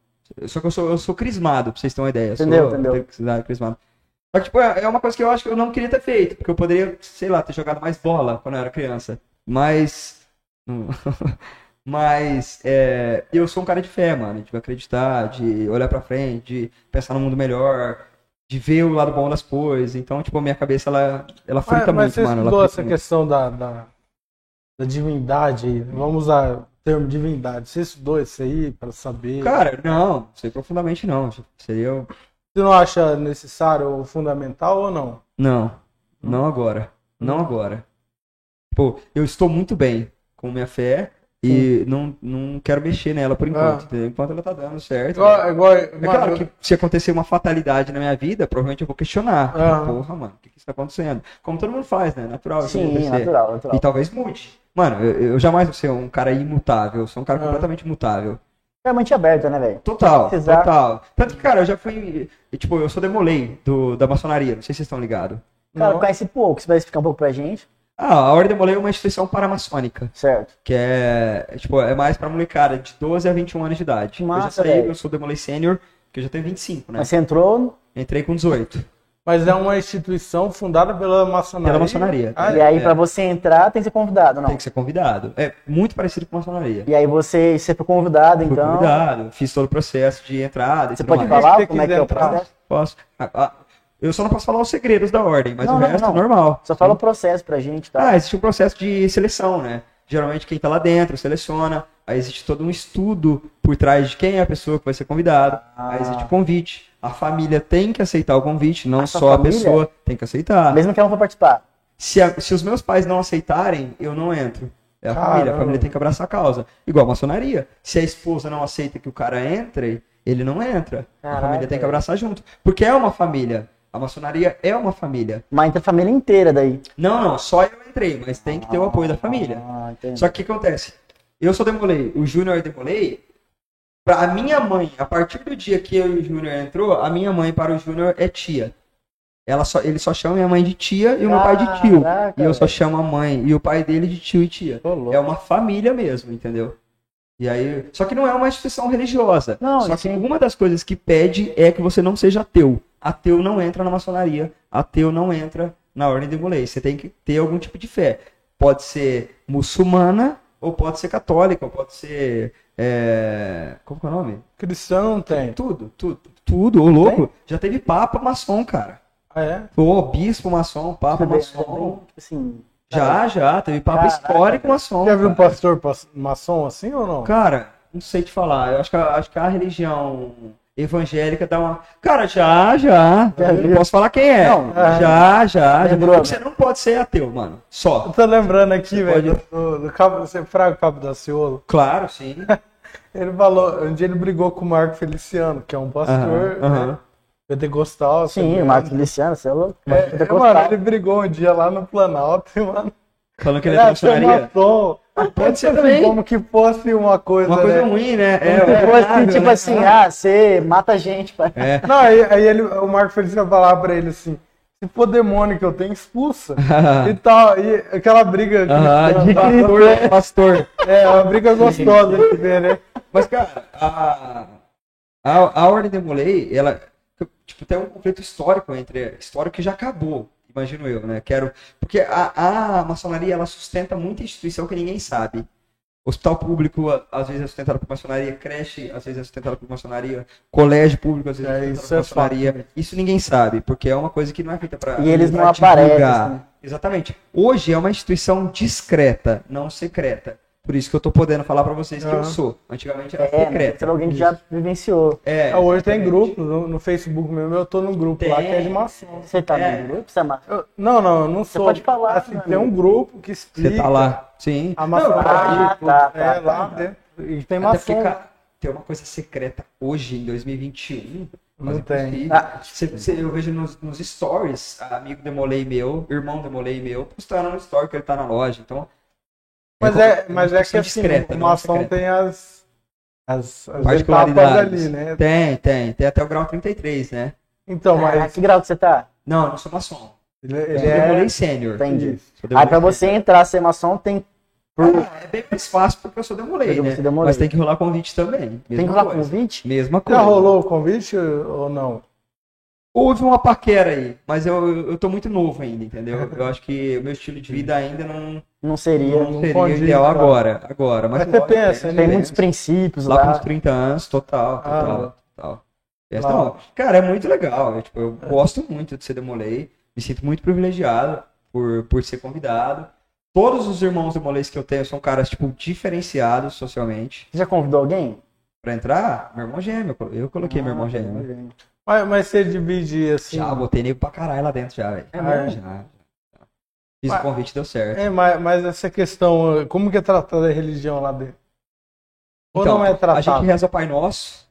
[SPEAKER 4] Só que eu sou, eu sou crismado, pra vocês terem uma ideia. Eu
[SPEAKER 2] Entendeu,
[SPEAKER 4] sou
[SPEAKER 2] entendeu.
[SPEAKER 4] crismado, Crismado. Só que, tipo, é é uma coisa que eu acho que eu não queria ter feito, porque eu poderia, sei lá, ter jogado mais bola quando eu era criança. Mas. não- Mas é, eu sou um cara de fé, mano. De acreditar, de olhar pra frente, de pensar no mundo melhor, de ver o lado bom das coisas. Então, tipo, a minha cabeça, ela, ela
[SPEAKER 3] Mas,
[SPEAKER 4] frita
[SPEAKER 3] mas
[SPEAKER 4] muito,
[SPEAKER 3] você
[SPEAKER 4] mano. Ela
[SPEAKER 3] estudou
[SPEAKER 4] frita
[SPEAKER 3] essa
[SPEAKER 4] muito.
[SPEAKER 3] questão da, da, da divindade aí. Vamos usar o termo divindade. Você estudou isso aí para saber?
[SPEAKER 4] Cara, não, sei profundamente não. tipo, Seria. o-
[SPEAKER 3] Você não acha necessário ou fundamental ou não?
[SPEAKER 4] Não, não agora. Não agora. Tipo, eu estou muito bem com minha fé e não, não quero mexer nela por enquanto.
[SPEAKER 3] Ah.
[SPEAKER 4] entendeu? Enquanto ela tá dando certo.
[SPEAKER 3] Igual, igual,
[SPEAKER 4] É claro que se acontecer uma fatalidade na minha vida, provavelmente eu vou questionar. Tipo,
[SPEAKER 3] Aham.
[SPEAKER 4] Porra, mano, o que, que está acontecendo? Como todo mundo faz, né? Natural. isso
[SPEAKER 2] Sim,
[SPEAKER 4] acontecer.
[SPEAKER 2] natural, natural.
[SPEAKER 4] E talvez mude. Mano, eu, eu jamais vou ser um cara imutável. Eu sou um cara
[SPEAKER 3] Aham.
[SPEAKER 4] completamente mutável.
[SPEAKER 2] É mente aberta, né, velho?
[SPEAKER 4] Total,
[SPEAKER 2] Precisar.
[SPEAKER 4] total. Tanto que, cara, eu já fui. Tipo, eu sou demolei do, da maçonaria. Não sei se vocês estão ligados.
[SPEAKER 2] Cara,
[SPEAKER 3] Não.
[SPEAKER 2] conhece pouco, você vai explicar um pouco pra gente,
[SPEAKER 4] Ah, a Ordem Demolei é uma instituição paramaçônica.
[SPEAKER 2] certo?
[SPEAKER 4] Que é, é, tipo, é mais pra molecada de 12 a 21 anos de idade. eu já
[SPEAKER 2] Massa,
[SPEAKER 4] saí,
[SPEAKER 2] velho.
[SPEAKER 4] eu sou demolei sênior, que eu já tenho 25, né?
[SPEAKER 2] Mas você entrou
[SPEAKER 4] Entrei com 18.
[SPEAKER 3] Mas é uma instituição fundada pela maçonaria.
[SPEAKER 4] Pela maçonaria.
[SPEAKER 3] Ah,
[SPEAKER 2] e aí
[SPEAKER 4] é.
[SPEAKER 2] pra você entrar tem que ser convidado, não?
[SPEAKER 4] Tem que ser convidado. É muito parecido com maçonaria.
[SPEAKER 2] E aí você, você foi convidado,
[SPEAKER 4] Fui
[SPEAKER 2] então.
[SPEAKER 4] convidado, fiz todo o processo de entrada e
[SPEAKER 2] Você
[SPEAKER 4] tudo
[SPEAKER 2] pode
[SPEAKER 4] mais.
[SPEAKER 3] Se você
[SPEAKER 2] falar como é que é o
[SPEAKER 3] quiser entrar.
[SPEAKER 2] processo?
[SPEAKER 4] Posso. Ah, ah, eu só não posso falar os segredos da ordem, mas
[SPEAKER 2] Não,
[SPEAKER 4] o
[SPEAKER 2] não,
[SPEAKER 4] resto
[SPEAKER 2] não.
[SPEAKER 4] é normal.
[SPEAKER 2] Só fala o processo pra gente, tá?
[SPEAKER 4] Ah, existe um processo de seleção, né? Geralmente quem tá lá dentro seleciona, aí existe todo um estudo por trás de quem é a pessoa que vai ser convidada,
[SPEAKER 2] Ah.
[SPEAKER 4] aí existe o convite. A família tem que aceitar o convite, não
[SPEAKER 2] A sua
[SPEAKER 4] só a
[SPEAKER 2] família?
[SPEAKER 4] pessoa tem que aceitar.
[SPEAKER 2] Mesmo que ela não for participar.
[SPEAKER 4] Se, a- se os meus pais não aceitarem, eu não entro. É a família, a
[SPEAKER 3] Caramba.
[SPEAKER 4] família tem que abraçar a causa. Igual a maçonaria. Se a esposa não aceita que o cara entre, ele não entra. a
[SPEAKER 2] Caraca.
[SPEAKER 4] família tem que abraçar junto. Porque é uma família. A maçonaria é uma família.
[SPEAKER 2] Mas entra a família inteira daí.
[SPEAKER 4] Não, não, só eu entrei, mas tem que ter o apoio da família.
[SPEAKER 2] Ah, entendi.
[SPEAKER 4] Só que o que acontece? Eu só demolei, o Júnior é demolei. Pra minha mãe, a partir do dia que eu e o Júnior entrou, a minha mãe para o Júnior é tia. Ela só, ele só chama minha mãe de tia e o meu pai é de tio.
[SPEAKER 2] Caraca,
[SPEAKER 4] E eu só
[SPEAKER 2] velho.
[SPEAKER 4] chamo a mãe e o pai dele de tio e tia.
[SPEAKER 2] Ô, louco.
[SPEAKER 4] É uma família mesmo, entendeu? E aí, só que não é uma instituição religiosa.
[SPEAKER 2] Não,
[SPEAKER 4] só que
[SPEAKER 2] sim.
[SPEAKER 4] uma das coisas que pede é que você não seja ateu. Ateu não entra na maçonaria, ateu não entra na ordem de Molay. Você tem que ter algum tipo de fé. Pode ser muçulmana, ou pode ser católica, ou pode ser. é, Como que é o nome?
[SPEAKER 3] Cristão tem.
[SPEAKER 4] Tudo, tudo, tudo, ô louco. Já teve papa maçom, cara.
[SPEAKER 3] Ah, é?
[SPEAKER 4] Ô, bispo maçom, papa maçom.
[SPEAKER 2] Tipo assim,
[SPEAKER 4] Já, já, teve papo
[SPEAKER 2] Caraca.
[SPEAKER 4] histórico maçom.
[SPEAKER 3] Já viu um
[SPEAKER 4] cara.
[SPEAKER 3] pastor pas- maçom assim ou não?
[SPEAKER 4] Cara, não sei te falar. Eu acho que, a- acho que a religião evangélica dá uma. Cara, já, já.
[SPEAKER 2] Já
[SPEAKER 4] eu
[SPEAKER 2] viu?
[SPEAKER 4] não posso falar quem é.
[SPEAKER 2] Não,
[SPEAKER 4] já, já, já.
[SPEAKER 2] Lembrou,
[SPEAKER 4] Porque Você não pode ser ateu, mano.
[SPEAKER 3] Eu
[SPEAKER 4] Só.
[SPEAKER 3] tô lembrando aqui, velho,
[SPEAKER 4] pode-
[SPEAKER 3] do, do cabo, você fraga o cabo da Ciolo.
[SPEAKER 4] Claro, sim.
[SPEAKER 3] Ele falou, um dia ele brigou com o Marco Feliciano, que é um pastor,
[SPEAKER 4] Aham, aham.
[SPEAKER 3] né, pentecostal.
[SPEAKER 2] Sim, o Marcos Feliciano, você é louco.
[SPEAKER 3] É,
[SPEAKER 2] Marcos
[SPEAKER 3] é, mano,
[SPEAKER 2] Pentecostal.
[SPEAKER 3] ele brigou um dia lá no Planalto, e, mano.
[SPEAKER 4] Falando que ele
[SPEAKER 3] Ele
[SPEAKER 4] é
[SPEAKER 3] achou
[SPEAKER 4] funcionaria.
[SPEAKER 3] maçom.
[SPEAKER 4] Pode ser também.
[SPEAKER 3] Como que fosse uma coisa,
[SPEAKER 4] Uma coisa
[SPEAKER 3] né?
[SPEAKER 4] ruim, né? É,
[SPEAKER 2] Tipo
[SPEAKER 4] é
[SPEAKER 2] assim,
[SPEAKER 4] nada,
[SPEAKER 2] tipo
[SPEAKER 4] né?
[SPEAKER 2] assim, ah, você mata a gente, pai.
[SPEAKER 4] É.
[SPEAKER 3] Não, aí, aí ele, o Marco Feliciano falava pra ele assim, se for demônio que eu tenho, expulsa. e tal, e aquela briga
[SPEAKER 4] Aham, de
[SPEAKER 3] cristã, tá?
[SPEAKER 4] pastor, é pastor.
[SPEAKER 3] É, uma briga gostosa de ver, né?
[SPEAKER 4] Mas, cara, a, a, a Ordem de Molay, ela, tipo, tem um conflito histórico entre, histórico que já acabou, imagino eu, né? Quero, porque a, a maçonaria, ela sustenta muita instituição que ninguém sabe. Hospital público, a- às vezes é sustentado por maçonaria, creche, às vezes é sustentado por maçonaria, colégio público, às vezes
[SPEAKER 3] É,
[SPEAKER 4] é sustentado
[SPEAKER 3] isso
[SPEAKER 4] por
[SPEAKER 3] é
[SPEAKER 4] maçonaria. isso ninguém sabe, porque é uma coisa que não é feita para
[SPEAKER 2] né? E eles não aparecem, né?
[SPEAKER 4] Exatamente. Hoje é uma instituição discreta, não secreta. Por isso que eu tô podendo falar pra vocês que eu
[SPEAKER 3] Aham.
[SPEAKER 4] sou. Antigamente era
[SPEAKER 2] É, né?
[SPEAKER 4] secreta.
[SPEAKER 2] Tem alguém que já vivenciou.
[SPEAKER 4] É,
[SPEAKER 3] Ah, Hoje tem
[SPEAKER 4] exatamente.
[SPEAKER 3] grupo, no, no Facebook mesmo, eu tô num grupo lá que é de maçom.
[SPEAKER 2] Você tá
[SPEAKER 4] É.
[SPEAKER 2] no grupo, você mata.
[SPEAKER 3] Eu- não, não, eu não sou.
[SPEAKER 2] pode falar,
[SPEAKER 3] Assim,
[SPEAKER 2] né,
[SPEAKER 3] tem um
[SPEAKER 2] amigo?
[SPEAKER 3] grupo que explica
[SPEAKER 4] Você tá lá. Sim.
[SPEAKER 3] a maçonaria.
[SPEAKER 2] Ah, tá, tá,
[SPEAKER 3] é,
[SPEAKER 2] tá,
[SPEAKER 3] lá
[SPEAKER 2] tá.
[SPEAKER 3] dentro. E tem
[SPEAKER 4] Até
[SPEAKER 3] maçom.
[SPEAKER 4] porque, cara, tem uma coisa secreta hoje, em 2021.
[SPEAKER 3] Não
[SPEAKER 4] quase
[SPEAKER 3] tem.
[SPEAKER 4] um,
[SPEAKER 3] Ah,
[SPEAKER 4] impossível. Cê- cê- eu vejo nos, nos stories, amigo demolei meu, irmão demolei meu, postando no story que ele tá na loja. Então.
[SPEAKER 3] Mas
[SPEAKER 4] uma-
[SPEAKER 3] é,
[SPEAKER 4] uma
[SPEAKER 3] mas é que
[SPEAKER 4] instituição
[SPEAKER 3] assim,
[SPEAKER 4] discreta,
[SPEAKER 3] o
[SPEAKER 4] não
[SPEAKER 3] maçom
[SPEAKER 4] secreta.
[SPEAKER 3] tem as, as, as etapas
[SPEAKER 4] particularidades.
[SPEAKER 3] ali, né?
[SPEAKER 4] Tem, tem. Tem até o grau 33, né?
[SPEAKER 3] Então,
[SPEAKER 2] Ah,
[SPEAKER 3] mas
[SPEAKER 2] que grau que você tá?
[SPEAKER 4] Não, eu não sou maçom.
[SPEAKER 3] ele,
[SPEAKER 4] Eu
[SPEAKER 3] ele
[SPEAKER 4] sou
[SPEAKER 3] é. Ah, então
[SPEAKER 4] demolei sênior.
[SPEAKER 2] Entendi.
[SPEAKER 3] Isso.
[SPEAKER 4] Sou
[SPEAKER 2] Aí
[SPEAKER 4] demolei
[SPEAKER 2] pra você entrar ser maçom tem.
[SPEAKER 4] Ah, é bem mais fácil porque eu sou demolei,
[SPEAKER 2] Porque
[SPEAKER 4] né?
[SPEAKER 2] você demolei.
[SPEAKER 4] Mas tem que rolar convite também.
[SPEAKER 2] Tem que
[SPEAKER 4] Mesma
[SPEAKER 2] rolar
[SPEAKER 4] coisa.
[SPEAKER 2] convite?
[SPEAKER 4] Mesma coisa.
[SPEAKER 3] Já rolou o convite ou não?
[SPEAKER 4] Houve uma paquera aí, mas eu, eu tô muito novo ainda, entendeu? Eu acho que o meu estilo de vida ainda não,
[SPEAKER 2] Não seria.
[SPEAKER 4] não
[SPEAKER 3] não
[SPEAKER 4] seria o
[SPEAKER 3] condiz,
[SPEAKER 4] ideal
[SPEAKER 3] cara.
[SPEAKER 4] agora. Agora, mas
[SPEAKER 3] Mas você
[SPEAKER 4] lógico,
[SPEAKER 3] pensa,
[SPEAKER 4] né?
[SPEAKER 3] né?
[SPEAKER 2] Tem muitos princípios
[SPEAKER 4] Lá para uns
[SPEAKER 2] lá.
[SPEAKER 4] 30 anos, total, total,
[SPEAKER 3] Ah.
[SPEAKER 4] total. Essa não. Cara, é muito legal. Eu, tipo, eu gosto muito de ser Demolei. Me sinto muito privilegiado por, por ser convidado. Todos os irmãos Demoleis que eu tenho são caras, tipo, diferenciados socialmente.
[SPEAKER 2] Você já convidou alguém?
[SPEAKER 4] Pra entrar, meu irmão gêmeo. Eu coloquei meu
[SPEAKER 3] Ah,
[SPEAKER 4] irmão gêmeo.
[SPEAKER 3] Mas, mas você divide assim.
[SPEAKER 4] Já, botei nego pra caralho lá dentro já, velho.
[SPEAKER 2] É mesmo?
[SPEAKER 4] Já, já. Fiz
[SPEAKER 3] Mas-
[SPEAKER 4] o convite, deu certo.
[SPEAKER 3] É, mas, mas essa questão, eh, como que é tratada a religião lá dentro? Ou não é
[SPEAKER 4] Então, a gente
[SPEAKER 3] tratado?
[SPEAKER 4] reza o Pai Nosso.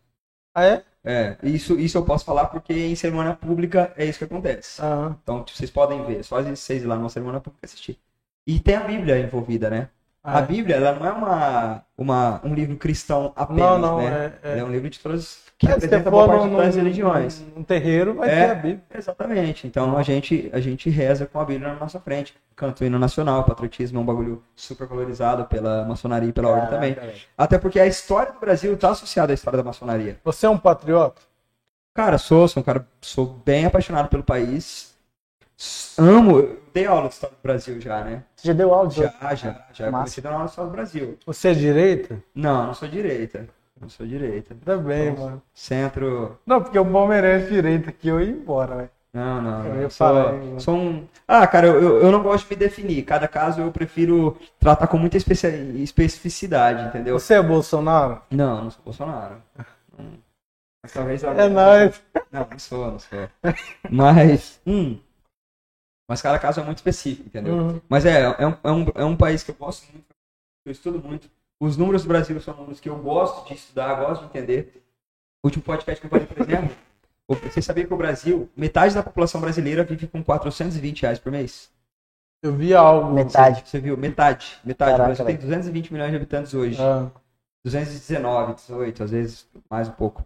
[SPEAKER 3] Ah, é?
[SPEAKER 4] É, isso, isso eu posso falar porque em cerimônia pública é isso que acontece.
[SPEAKER 3] Aham.
[SPEAKER 4] Então, tipo, vocês podem ver, só vocês ir lá numa cerimônia pública assistir. E tem a Bíblia envolvida, né?
[SPEAKER 3] Ah,
[SPEAKER 4] A
[SPEAKER 3] é.
[SPEAKER 4] Bíblia, ela não é uma, uma, um livro cristão apenas,
[SPEAKER 3] Não, não,
[SPEAKER 4] né?
[SPEAKER 3] é. é.
[SPEAKER 4] Ela é um livro de todas que
[SPEAKER 3] É, se
[SPEAKER 4] representa
[SPEAKER 3] for
[SPEAKER 4] boa parte
[SPEAKER 3] num-
[SPEAKER 4] das
[SPEAKER 3] num-
[SPEAKER 4] religiões.
[SPEAKER 3] Num terreiro vai
[SPEAKER 4] É.
[SPEAKER 3] ter a Bíblia.
[SPEAKER 4] Exatamente. Então a gente, a gente reza com a Bíblia na nossa frente. Canto o hino nacional, patriotismo é um bagulho super valorizado pela maçonaria e pela ordem também. Até porque a história do Brasil está associada à história da maçonaria.
[SPEAKER 3] Você é um patriota?
[SPEAKER 4] Cara, sou, sou um cara, sou bem apaixonado pelo país. S- Amo, eu dei aula de história do Brasil já, né?
[SPEAKER 2] Você já deu áudio?
[SPEAKER 4] Já, já, já. Eu
[SPEAKER 2] Massa.
[SPEAKER 4] comecei dando aula de história do Brasil.
[SPEAKER 3] Você é direita?
[SPEAKER 4] Não, não sou direita. Não sou direita.
[SPEAKER 3] Ainda bem,
[SPEAKER 4] Nossa.
[SPEAKER 3] mano.
[SPEAKER 4] Centro.
[SPEAKER 3] Não, porque o Palmeirense direita aqui eu ia embora, velho.
[SPEAKER 4] Não, não.
[SPEAKER 3] Eu
[SPEAKER 4] não,
[SPEAKER 3] ia
[SPEAKER 4] sou,
[SPEAKER 3] falar, hein, mano.
[SPEAKER 4] sou um. Ah, cara, eu- eu, eu não gosto de me definir. Cada caso eu prefiro tratar com muita especia- especificidade, entendeu?
[SPEAKER 3] Você é Bolsonaro?
[SPEAKER 4] Não, não sou Bolsonaro. Hum. Mas talvez.
[SPEAKER 3] É nóis.
[SPEAKER 4] Não, não sou, não sou. Mas. Hum. Mas cada caso é muito específico, entendeu?
[SPEAKER 3] Uhum.
[SPEAKER 4] Mas é, é um, é, um, é um país que eu gosto muito, que eu estudo muito. Os números do Brasil são números que eu gosto de estudar, gosto de entender. O último podcast que eu falei, por exemplo, você sabia que o Brasil, metade da população brasileira vive com 420 reais por mês?
[SPEAKER 3] Eu vi algo.
[SPEAKER 2] Metade.
[SPEAKER 4] Você viu? Metade. Metade.
[SPEAKER 2] Caraca,
[SPEAKER 4] o Brasil tem 220 milhões de habitantes hoje.
[SPEAKER 3] Ah,
[SPEAKER 4] 219, 18, às vezes mais um pouco.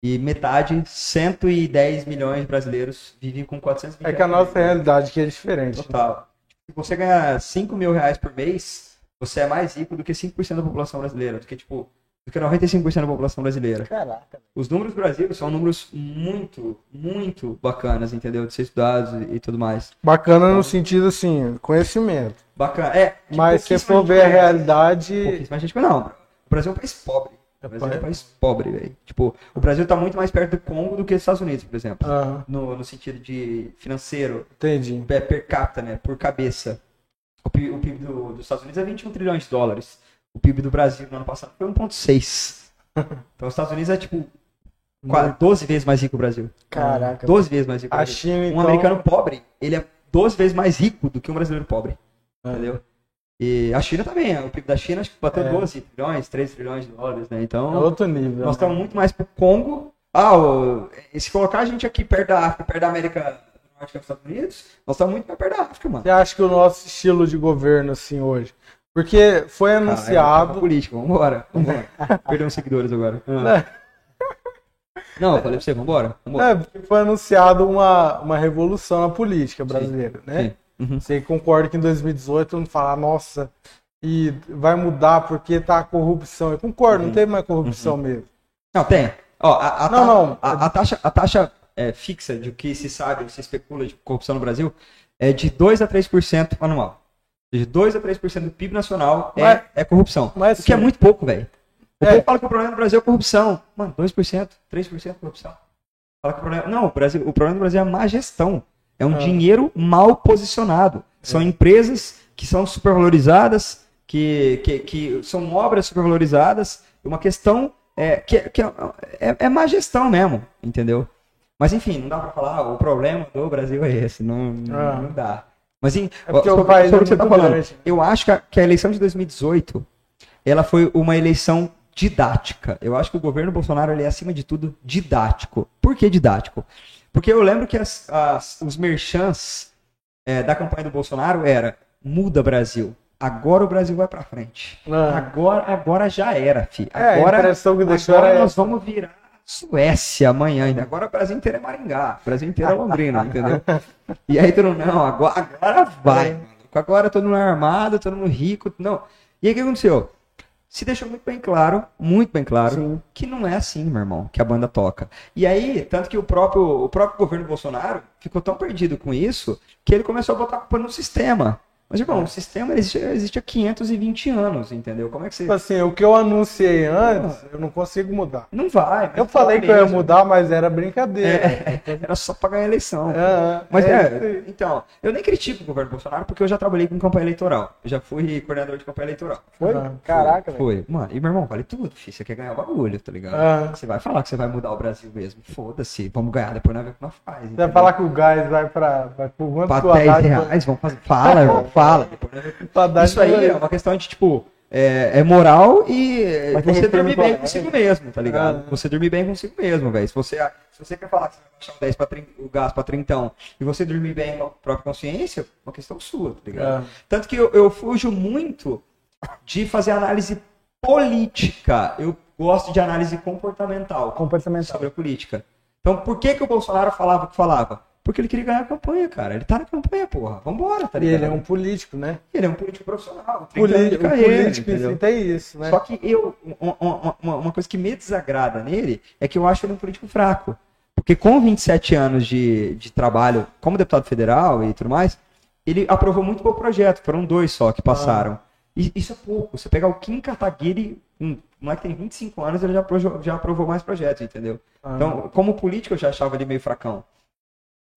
[SPEAKER 4] E metade, 110 milhões de brasileiros vivem com 420
[SPEAKER 3] é que a
[SPEAKER 4] reais por
[SPEAKER 3] nossa realidade aqui é diferente.
[SPEAKER 4] Total. Se você ganhar 5 mil reais por mês, você é mais rico do que 5% da população brasileira. Do que, tipo, do que 95% da população brasileira.
[SPEAKER 2] Caraca.
[SPEAKER 4] Os números do Brasil são números muito, muito bacanas, entendeu? De ser estudados e, e tudo mais.
[SPEAKER 3] Bacana no sentido assim, conhecimento.
[SPEAKER 4] Bacana. É, tipo,
[SPEAKER 3] Mas se
[SPEAKER 4] pouquíssima
[SPEAKER 3] for
[SPEAKER 4] gente
[SPEAKER 3] ver a
[SPEAKER 4] conhece.
[SPEAKER 3] realidade.
[SPEAKER 4] Pouquíssima gente conhece. Não, o Brasil é um país pobre. O Brasil é um país pobre, velho. Tipo, o Brasil tá muito mais perto do Congo do que os Estados Unidos, por exemplo.
[SPEAKER 3] Ah,
[SPEAKER 4] No, no sentido de financeiro,
[SPEAKER 3] entendi.
[SPEAKER 4] é, per capita, né? Por cabeça. O PIB, o PIB do- dos Estados Unidos é 21 trilhões de um dólares. O PIB do Brasil no ano passado foi 1,6. Então os Estados Unidos é tipo qua- 12 vezes mais rico que o Brasil.
[SPEAKER 2] Caraca.
[SPEAKER 4] 12 vezes mais rico. que o
[SPEAKER 3] A
[SPEAKER 4] Brasil.
[SPEAKER 3] China,
[SPEAKER 4] Um
[SPEAKER 3] então...
[SPEAKER 4] americano pobre, ele é 12 vezes mais rico do que um brasileiro pobre.
[SPEAKER 3] É.
[SPEAKER 4] Entendeu? E a China também, o PIB da China acho que bateu
[SPEAKER 3] É.
[SPEAKER 4] 12 trilhões, 13 trilhões de dólares, né?
[SPEAKER 3] É
[SPEAKER 4] Então,
[SPEAKER 3] outro nível.
[SPEAKER 4] nós
[SPEAKER 3] né?
[SPEAKER 4] estamos muito mais pro Congo. Ah, o- e se colocar a gente aqui perto da África, perto da América do Norte, que é os Estados Unidos, nós estamos muito mais perto da África, mano.
[SPEAKER 3] Você acha que o nosso estilo de governo, assim, hoje? Porque foi
[SPEAKER 4] Caralho,
[SPEAKER 3] anunciado.
[SPEAKER 4] é política, vambora, vambora. Perdemos seguidores agora. Ah. Não, eu falei pra você, vambora. vambora.
[SPEAKER 3] É, porque foi anunciado uma, uma revolução na política brasileira, né?
[SPEAKER 4] Sim. Uhum.
[SPEAKER 3] Você concorda que em 2018 todo mundo fala, nossa, e vai mudar porque tá a corrupção. Eu concordo,
[SPEAKER 4] Uhum.
[SPEAKER 3] não teve mais corrupção mesmo.
[SPEAKER 4] Não, tem. Ó, a, a
[SPEAKER 3] Não,
[SPEAKER 4] ta-
[SPEAKER 3] não.
[SPEAKER 4] A, a taxa, a taxa é, fixa de o que se sabe, o que se especula de corrupção no Brasil, é de 2 a 3% anual. De 2 a 3% do PIB nacional é,
[SPEAKER 3] Mas-
[SPEAKER 4] é corrupção.
[SPEAKER 3] mas
[SPEAKER 4] o que é
[SPEAKER 3] sim.
[SPEAKER 4] muito pouco, velho. O
[SPEAKER 3] É.
[SPEAKER 4] povo fala que o problema do Brasil é corrupção. Mano, 2%, 3% é corrupção. Fala que o problema... Não, o, Brasil, o problema do Brasil é a má gestão. É um
[SPEAKER 3] Ah.
[SPEAKER 4] dinheiro mal posicionado.
[SPEAKER 3] É.
[SPEAKER 4] São empresas que são supervalorizadas, que, que, que são obras supervalorizadas. Uma questão é, que, que é, é, é má gestão mesmo, entendeu? Mas enfim, não dá pra falar, "Ah, o problema do Brasil é esse. Não, não,
[SPEAKER 3] Ah.
[SPEAKER 4] não dá. Mas em,
[SPEAKER 3] É porque
[SPEAKER 4] sobre,
[SPEAKER 3] o país é
[SPEAKER 4] sobre o que você tá
[SPEAKER 3] muito
[SPEAKER 4] falando,
[SPEAKER 3] grande, né?
[SPEAKER 4] eu acho que a, que a eleição de 2018 ela foi uma eleição didática. Eu acho que o governo Bolsonaro ele é, acima de tudo, didático. Por que didático? Porque eu lembro que as- as- os merchants é, da campanha do Bolsonaro era muda Brasil. Agora o Brasil vai pra frente.
[SPEAKER 3] Não.
[SPEAKER 4] Agora, agora já era, fi.
[SPEAKER 3] Ah. né? É, a
[SPEAKER 4] Agora,
[SPEAKER 3] impressão que deixou é,
[SPEAKER 4] agora
[SPEAKER 3] era
[SPEAKER 4] nós vamos virar Suécia amanhã ainda. Agora o Brasil inteiro é Maringá. O Brasil inteiro é Londrina, entendeu? E aí todo mundo, não, agora, agora vai.
[SPEAKER 3] É.
[SPEAKER 4] mano. Agora todo mundo é armado, todo mundo rico. Não. E aí o que aconteceu? Se deixou muito bem claro, muito bem claro, que não é assim, meu irmão, que a banda toca. E aí, tanto que o próprio, o próprio governo Bolsonaro ficou tão perdido com isso que ele começou a botar a culpa no sistema. Mas,
[SPEAKER 3] É.
[SPEAKER 4] irmão, o sistema existe, existe há 520 anos, entendeu? Como é que você.
[SPEAKER 3] Tipo assim, o que eu anunciei antes,
[SPEAKER 4] Ah.
[SPEAKER 3] eu não consigo mudar.
[SPEAKER 4] Não vai.
[SPEAKER 3] Eu falei que eu ia
[SPEAKER 4] mesmo.
[SPEAKER 3] mudar, mas era brincadeira.
[SPEAKER 4] É, Era só pra ganhar a eleição.
[SPEAKER 3] É,
[SPEAKER 4] Mas
[SPEAKER 3] é
[SPEAKER 4] é,
[SPEAKER 3] isso aí.
[SPEAKER 4] então, eu nem critico o governo Bolsonaro porque eu já trabalhei com campanha eleitoral. Eu já fui coordenador de campanha eleitoral.
[SPEAKER 2] Foi?
[SPEAKER 3] Ah,
[SPEAKER 2] Caraca, velho.
[SPEAKER 4] Foi. Mano, e meu irmão, vale tudo, filho. Você quer ganhar o bagulho, tá ligado?
[SPEAKER 3] Ah.
[SPEAKER 4] Você vai falar que você vai mudar o Brasil mesmo. Foda-se, vamos ganhar, depois nós vemos o que nós faz.
[SPEAKER 3] Você vai
[SPEAKER 4] entendeu?
[SPEAKER 3] falar que o gás vai pra. Vai pro quanto que o
[SPEAKER 4] Pra
[SPEAKER 3] Haddad
[SPEAKER 4] 10
[SPEAKER 3] foi?
[SPEAKER 4] reais, vamos fazer. Fala, irmão, fala. Depois nós vemos.
[SPEAKER 3] O Haddad
[SPEAKER 4] Isso aí
[SPEAKER 3] foi-
[SPEAKER 4] é uma questão de, tipo, é, é moral e é,
[SPEAKER 2] Mas tem
[SPEAKER 4] você
[SPEAKER 2] retorno
[SPEAKER 4] dormir
[SPEAKER 2] moral,
[SPEAKER 4] bem consigo mesmo, tá ligado?
[SPEAKER 3] Ah.
[SPEAKER 4] Você dormir bem consigo mesmo, velho. Se você, se você quer falar que você vai baixar o, 10 pra 30, o gás pra trintão e você dormir bem com a própria consciência, é uma questão sua, tá ligado?
[SPEAKER 3] Ah.
[SPEAKER 4] Tanto que eu, eu fujo muito de fazer análise política. Eu gosto de análise comportamental
[SPEAKER 2] Comportamento.
[SPEAKER 4] sobre a política. Então, por que que o Bolsonaro falava o que falava? Porque ele queria ganhar a campanha, cara. Ele tá na campanha, porra. Vambora, tá
[SPEAKER 3] E
[SPEAKER 4] ligado?
[SPEAKER 3] ele é um político, né?
[SPEAKER 4] Ele é um político profissional. 30 anos de
[SPEAKER 3] Político, o
[SPEAKER 4] um carreira,
[SPEAKER 3] político em si
[SPEAKER 4] entendeu?
[SPEAKER 3] tem isso, né?
[SPEAKER 4] Só que eu, um- um- uma, uma coisa que me desagrada nele é que eu acho ele um político fraco. Porque com 27 anos de, de trabalho como deputado federal e tudo mais, ele aprovou muito pouco projeto. Foram dois só que passaram.
[SPEAKER 3] Ah.
[SPEAKER 4] E isso é pouco. Você pegar o Kim Kataguiri, um moleque que tem 25 anos, ele já aprovou, já aprovou mais projetos, entendeu?
[SPEAKER 3] Ah.
[SPEAKER 4] Então, como político, eu já achava ele meio fracão.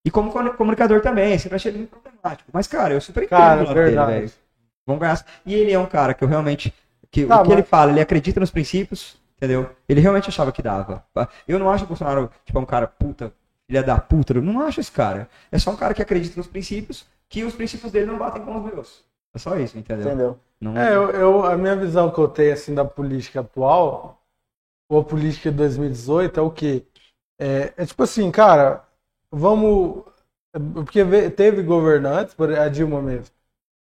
[SPEAKER 4] E como co- comunicador também, sempre achei ele meio problemático. Mas, cara, eu super entendo
[SPEAKER 3] Cara,
[SPEAKER 4] o lado dele,
[SPEAKER 3] verdade.
[SPEAKER 4] velho. Vamos ganhar. E ele é um cara que eu realmente. Que,
[SPEAKER 3] Tá,
[SPEAKER 4] o que
[SPEAKER 3] mas-
[SPEAKER 4] ele fala, ele acredita nos princípios, entendeu? Ele realmente achava que dava. Eu não acho o Bolsonaro, tipo, um cara puta, filha da puta. Eu não acho esse cara. É só um cara que acredita nos princípios, que os princípios dele não batem com os meus. É só isso, entendeu?
[SPEAKER 2] Entendeu?
[SPEAKER 4] Não...
[SPEAKER 3] É, eu, eu- a minha visão que eu tenho assim da política atual, ou a política de 2018, é o quê? É, é tipo assim, cara, vamos. Porque ve- teve governantes, por- a Dilma mesmo.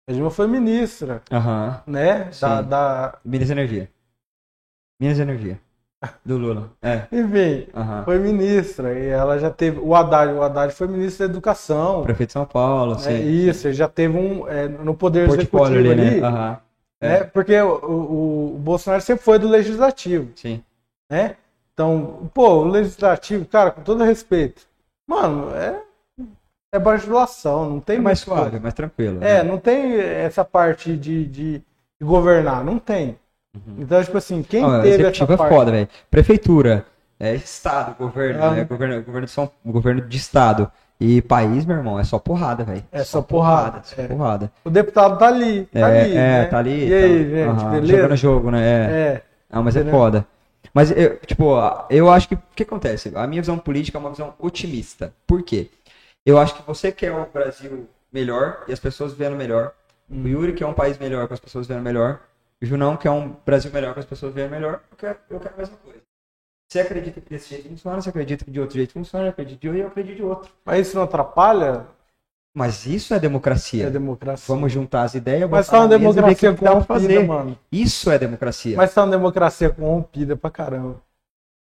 [SPEAKER 3] A Dilma foi ministra,
[SPEAKER 4] Aham.
[SPEAKER 3] né? Da,
[SPEAKER 4] Sim.
[SPEAKER 3] da-
[SPEAKER 4] Minas Energia. Minas Energia. Do Lula. É.
[SPEAKER 3] enfim,
[SPEAKER 4] Aham.
[SPEAKER 3] foi ministra. E ela já teve. O Haddad, o Haddad foi ministro da educação.
[SPEAKER 4] Prefeito de São Paulo,
[SPEAKER 3] né?
[SPEAKER 4] sim.
[SPEAKER 3] Isso, ele já teve um. é, no poder
[SPEAKER 4] Portfólio
[SPEAKER 3] executivo
[SPEAKER 4] ali,
[SPEAKER 3] ali.
[SPEAKER 4] né? Aham.
[SPEAKER 3] né?
[SPEAKER 4] É.
[SPEAKER 3] Porque o- o- o Bolsonaro sempre foi do legislativo.
[SPEAKER 4] Sim.
[SPEAKER 3] né? Então, pô, o legislativo, cara, com todo respeito, mano, é, é bajulação, não tem
[SPEAKER 4] É mais
[SPEAKER 3] muito-
[SPEAKER 4] suave, mais tranquilo.
[SPEAKER 3] É,
[SPEAKER 4] né?
[SPEAKER 3] não tem essa parte de, de, de governar, não tem. Então, tipo assim, quem
[SPEAKER 4] Uhum. Não,
[SPEAKER 3] teve essa
[SPEAKER 4] executivo é
[SPEAKER 3] parte.
[SPEAKER 4] foda, velho. Prefeitura, é estado, governo,
[SPEAKER 3] Ah.
[SPEAKER 4] né? governo, governo, de São, governo de estado e país, meu irmão, é só porrada, velho.
[SPEAKER 3] É só porrada,
[SPEAKER 4] só
[SPEAKER 3] é.
[SPEAKER 4] porrada.
[SPEAKER 3] O deputado tá ali, tá
[SPEAKER 4] é,
[SPEAKER 3] ali,
[SPEAKER 4] é,
[SPEAKER 3] né?
[SPEAKER 4] tá ali.
[SPEAKER 3] E aí,
[SPEAKER 4] tá-
[SPEAKER 3] gente,
[SPEAKER 4] aham,
[SPEAKER 3] beleza?
[SPEAKER 4] Jogando jogo, né? É.
[SPEAKER 3] É,
[SPEAKER 4] Ah, mas é
[SPEAKER 3] Entendeu?
[SPEAKER 4] foda. Mas, eu, tipo, a- eu acho que. O que acontece? A minha visão política é uma visão otimista. Por quê? Eu acho que você quer o Brasil melhor e as pessoas vendo melhor.
[SPEAKER 3] Hum.
[SPEAKER 4] O Yuri quer um país melhor com as pessoas vendo melhor. O Junão quer um Brasil melhor com as pessoas vendo melhor. Eu quero, eu quero a mesma coisa. Você acredita que desse jeito funciona, você acredita que de outro jeito funciona, eu acredito de um e eu acredito de outro.
[SPEAKER 3] Mas isso não atrapalha
[SPEAKER 4] Mas isso é democracia.
[SPEAKER 3] a democracia?
[SPEAKER 4] Vamos juntar as ideias,
[SPEAKER 3] Mas
[SPEAKER 4] botar
[SPEAKER 3] tá uma
[SPEAKER 4] na mesa e ver o que
[SPEAKER 3] democracia
[SPEAKER 4] dá pra
[SPEAKER 3] corrompida,
[SPEAKER 4] fazer.
[SPEAKER 3] mano.
[SPEAKER 4] Isso é democracia.
[SPEAKER 3] Mas tá uma democracia corrompida pra caramba.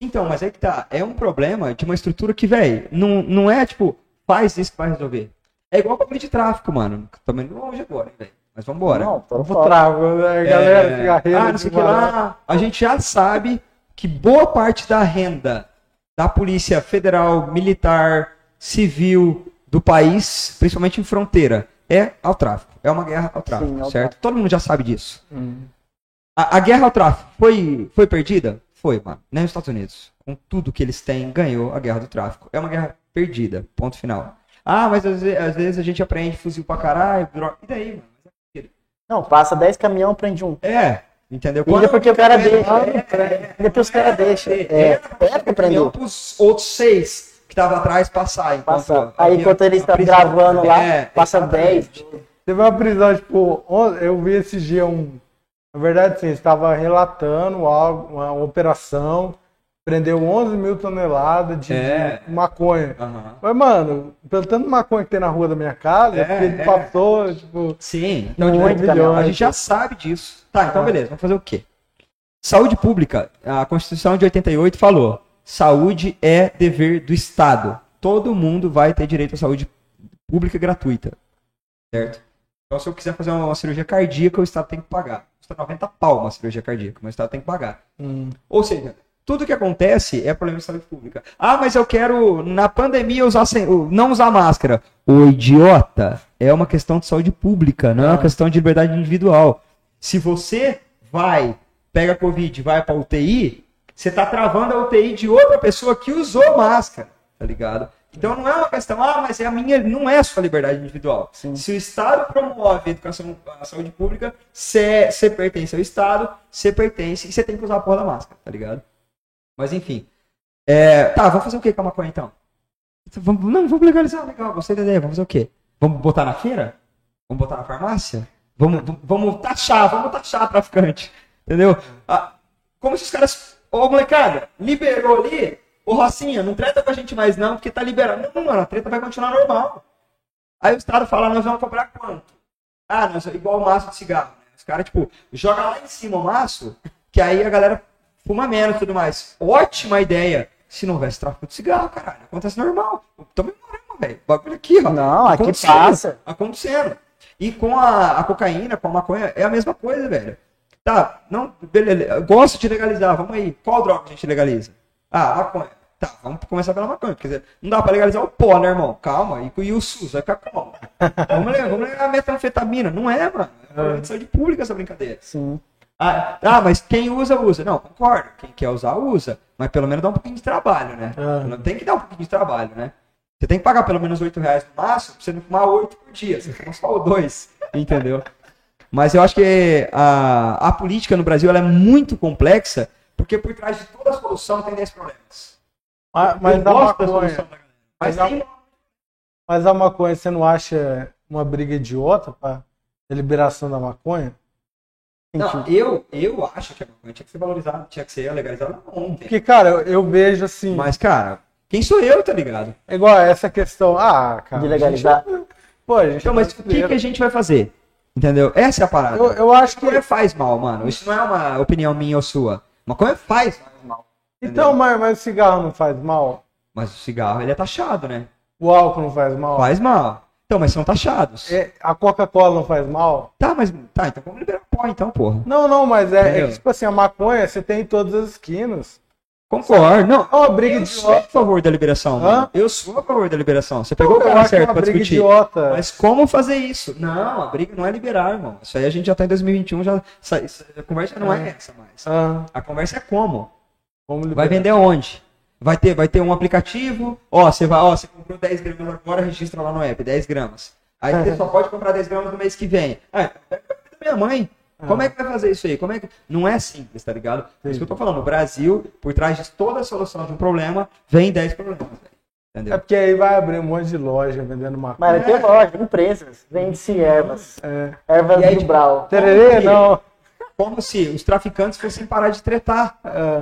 [SPEAKER 4] Então, mas aí que tá. É um problema de uma estrutura que, velho, não, não é tipo, faz isso que vai resolver. É igual problema de tráfico, mano. Também não longe agora, hein, velho. Mas vambora.
[SPEAKER 2] Não, tô
[SPEAKER 3] Vou
[SPEAKER 2] fora.
[SPEAKER 3] trago, né?
[SPEAKER 4] É,
[SPEAKER 3] Galera, cigarreira
[SPEAKER 4] ah, não sei o
[SPEAKER 3] de
[SPEAKER 4] que
[SPEAKER 3] barato.
[SPEAKER 4] lá. A gente já sabe que boa parte da renda da polícia federal, militar, civil do país, principalmente em fronteira, é ao tráfico. É uma guerra ao tráfico,
[SPEAKER 2] Sim, ao
[SPEAKER 4] certo? Todo mundo já sabe disso. A, a guerra ao tráfico foi, foi perdida? Foi, mano. Nem os Estados Unidos. Com tudo que eles têm, ganhou a guerra do tráfico. É uma guerra perdida. Ponto final. Ah, mas às ve- às vezes a gente aprende fuzil pra caralho, droga. E daí, mano?
[SPEAKER 2] Não, passa 10 caminhão, prende um.
[SPEAKER 4] É, entendeu?
[SPEAKER 2] E ainda porque o cara deixa.
[SPEAKER 4] É,
[SPEAKER 2] Ainda porque os caras deixam. É, é porque prendeu.
[SPEAKER 4] os outros seis que estavam atrás passar. Enquanto
[SPEAKER 2] Passa.
[SPEAKER 4] a-
[SPEAKER 2] Aí
[SPEAKER 4] a-
[SPEAKER 2] enquanto ele
[SPEAKER 4] a
[SPEAKER 2] está
[SPEAKER 4] prisão-
[SPEAKER 2] gravando lá,
[SPEAKER 4] É,
[SPEAKER 2] passa
[SPEAKER 4] exatamente.
[SPEAKER 2] 10.
[SPEAKER 3] Teve uma prisão, tipo, on- eu vi esse dia um. Na verdade, sim, estava relatando algo, uma operação, prendeu 11 mil toneladas de,
[SPEAKER 4] É.
[SPEAKER 3] de maconha.
[SPEAKER 4] Aham.
[SPEAKER 3] Mas, mano, pelo tanto de maconha que tem na rua da minha casa,
[SPEAKER 4] É,
[SPEAKER 3] porque ele
[SPEAKER 4] é.
[SPEAKER 3] passou, tipo.
[SPEAKER 4] Sim, então
[SPEAKER 2] Muito,
[SPEAKER 4] tipo,
[SPEAKER 2] cara.
[SPEAKER 4] a gente já sabe disso. Tá, então beleza, vamos fazer o quê? Saúde pública, a Constituição de 88 falou: saúde é dever do Estado. Todo mundo vai ter direito à saúde pública gratuita. Certo? Então, se eu quiser fazer uma, uma cirurgia cardíaca, o Estado tem que pagar. Custa 90 pau uma cirurgia cardíaca, mas o Estado tem que pagar. Ou seja, tudo que acontece é problema de saúde pública. Ah, mas eu quero, na pandemia, usar sem- não usar máscara. O idiota é uma questão de saúde pública, não é uma questão de liberdade individual. Se você vai, pega Covid, vai pra UTI, você tá travando a UTI de outra pessoa que usou máscara, tá ligado? Então não é uma questão, ah, mas é a minha, não é a sua liberdade individual. Se o Estado promove a educação, a saúde pública, você pertence ao Estado, você pertence e você tem que usar a porra da máscara, tá ligado? Mas enfim. É, tá, vamos fazer o que com a maconha então? Vamos, não, vamos legalizar, legal, gostei da ideia, vamos fazer o quê? Vamos botar na feira? Vamos botar na farmácia? Vamos, vamos- vamos taxar, vamos taxar traficante. Entendeu? Ah, como se os caras. Ô, molecada, liberou ali. Ô, Rocinha, não treta com a gente mais não, porque tá liberando. Não, mano, a treta vai continuar normal. Aí o Estado fala, nós vamos cobrar quanto? Ah, nós, igual o maço de cigarro. Né? Os caras, tipo, joga lá em cima o maço, que aí a galera fuma menos e tudo mais. Ótima ideia. Se não houvesse tráfico de cigarro, caralho, acontece normal. Toma morama, velho. Bagulho aqui, ó.
[SPEAKER 2] Não, aqui
[SPEAKER 4] Acontecendo,
[SPEAKER 2] passa.
[SPEAKER 4] Acontecendo. E com a, a cocaína, com a maconha, é a mesma coisa, velho. Tá, não, beleza, eu gosto de legalizar, vamos aí. Qual droga a gente legaliza? Ah, maconha. Tá, vamos começar pela maconha. Quer dizer, não dá pra legalizar o pó, né, irmão? Calma, e, e o SUS, vai ficar como? vamos, le- vamos levar a metanfetamina. Não é, mano. É problema de saúde pública essa brincadeira.
[SPEAKER 2] Sim.
[SPEAKER 4] Ah, ah, mas quem usa, usa. Não, concordo. Quem quer usar, usa. Mas pelo menos dá um pouquinho de trabalho, né?
[SPEAKER 3] Ah.
[SPEAKER 4] Tem que dar um pouquinho de trabalho, né? Você tem que pagar pelo menos 8 reais no máximo pra você não fumar 8 por dia. Você fuma só o 2, entendeu? Mas eu acho que a, a política no Brasil ela é muito complexa, porque por trás de toda solução tem 10 problemas.
[SPEAKER 3] Mas, mas
[SPEAKER 4] Eu
[SPEAKER 3] da
[SPEAKER 4] gosto da
[SPEAKER 3] maconha.
[SPEAKER 4] solução da galera. Mas
[SPEAKER 3] Mas
[SPEAKER 4] tem-
[SPEAKER 3] Mas a maconha, você não acha uma briga idiota pra liberação da maconha?
[SPEAKER 4] não, eu, eu acho que a maconha tinha que ser valorizada, tinha que ser legalizada ontem.
[SPEAKER 3] Porque, cara, eu, eu vejo assim.
[SPEAKER 4] Mas, cara, quem sou eu, tá ligado?
[SPEAKER 3] É Igual essa questão. Ah, cara.
[SPEAKER 2] De legalizar.
[SPEAKER 3] a gente- pô, a gente.
[SPEAKER 4] Então, mas o que, que a gente vai fazer? Entendeu? Essa é a parada.
[SPEAKER 3] é eu, eu acho que.
[SPEAKER 4] Maconha faz mal, mano. Isso não é uma opinião minha ou sua. Maconha faz mal.
[SPEAKER 3] Então, mas, mas o cigarro não faz mal?
[SPEAKER 4] Mas o cigarro, ele é taxado, né?
[SPEAKER 3] O álcool não faz mal?
[SPEAKER 4] Faz mal. Então, mas são taxados.
[SPEAKER 3] É, a Coca-Cola não faz mal?
[SPEAKER 4] Tá, mas. Tá, então vamos liberar pó, então, porra.
[SPEAKER 3] Não, não, mas é, é
[SPEAKER 4] Entendeu?
[SPEAKER 3] que, tipo assim, a maconha você tem em todas as esquinas.
[SPEAKER 4] Concordo. Não,
[SPEAKER 3] É uma briga
[SPEAKER 4] eu sou a
[SPEAKER 3] idiota.
[SPEAKER 4] favor da liberação,
[SPEAKER 3] Hã?
[SPEAKER 4] mano. Eu sou a favor da liberação. Você pegou o
[SPEAKER 3] Eu
[SPEAKER 4] cara
[SPEAKER 3] acho que é
[SPEAKER 4] certo
[SPEAKER 3] uma
[SPEAKER 4] pra
[SPEAKER 3] briga
[SPEAKER 4] discutir.
[SPEAKER 3] idiota.
[SPEAKER 4] Mas como fazer isso? Não, a briga não é liberar, irmão. Isso aí a gente já tá em 2021, já. essa- essa- A conversa não é essa mais.
[SPEAKER 3] Ah,
[SPEAKER 4] A conversa é como?
[SPEAKER 3] vamos
[SPEAKER 4] Vai
[SPEAKER 3] liberar.
[SPEAKER 4] vender onde? Vai ter, vai ter um aplicativo. Ó, você vai, ó, você comprou 10 gramas agora, registra É, lá no app, 10 gramas. Aí você só pode comprar 10 gramas no mês que vem. Ah, então pega o app da minha mãe. Como é que vai fazer isso aí? Como é que... Não é simples, tá ligado? É isso que eu tô falando. O Brasil, por trás de toda a solução de um problema, vem 10 problemas. velho.
[SPEAKER 3] É
[SPEAKER 4] Entendeu?
[SPEAKER 3] porque aí vai abrir um monte de loja vendendo
[SPEAKER 2] Mas
[SPEAKER 4] é
[SPEAKER 3] maconha.
[SPEAKER 2] vai ter loja, empresas, vende-se ervas. Ervas
[SPEAKER 4] E aí,
[SPEAKER 2] do
[SPEAKER 4] tipo,
[SPEAKER 2] Brau.
[SPEAKER 3] Tererê, não.
[SPEAKER 4] Como se os traficantes fossem parar de tretar.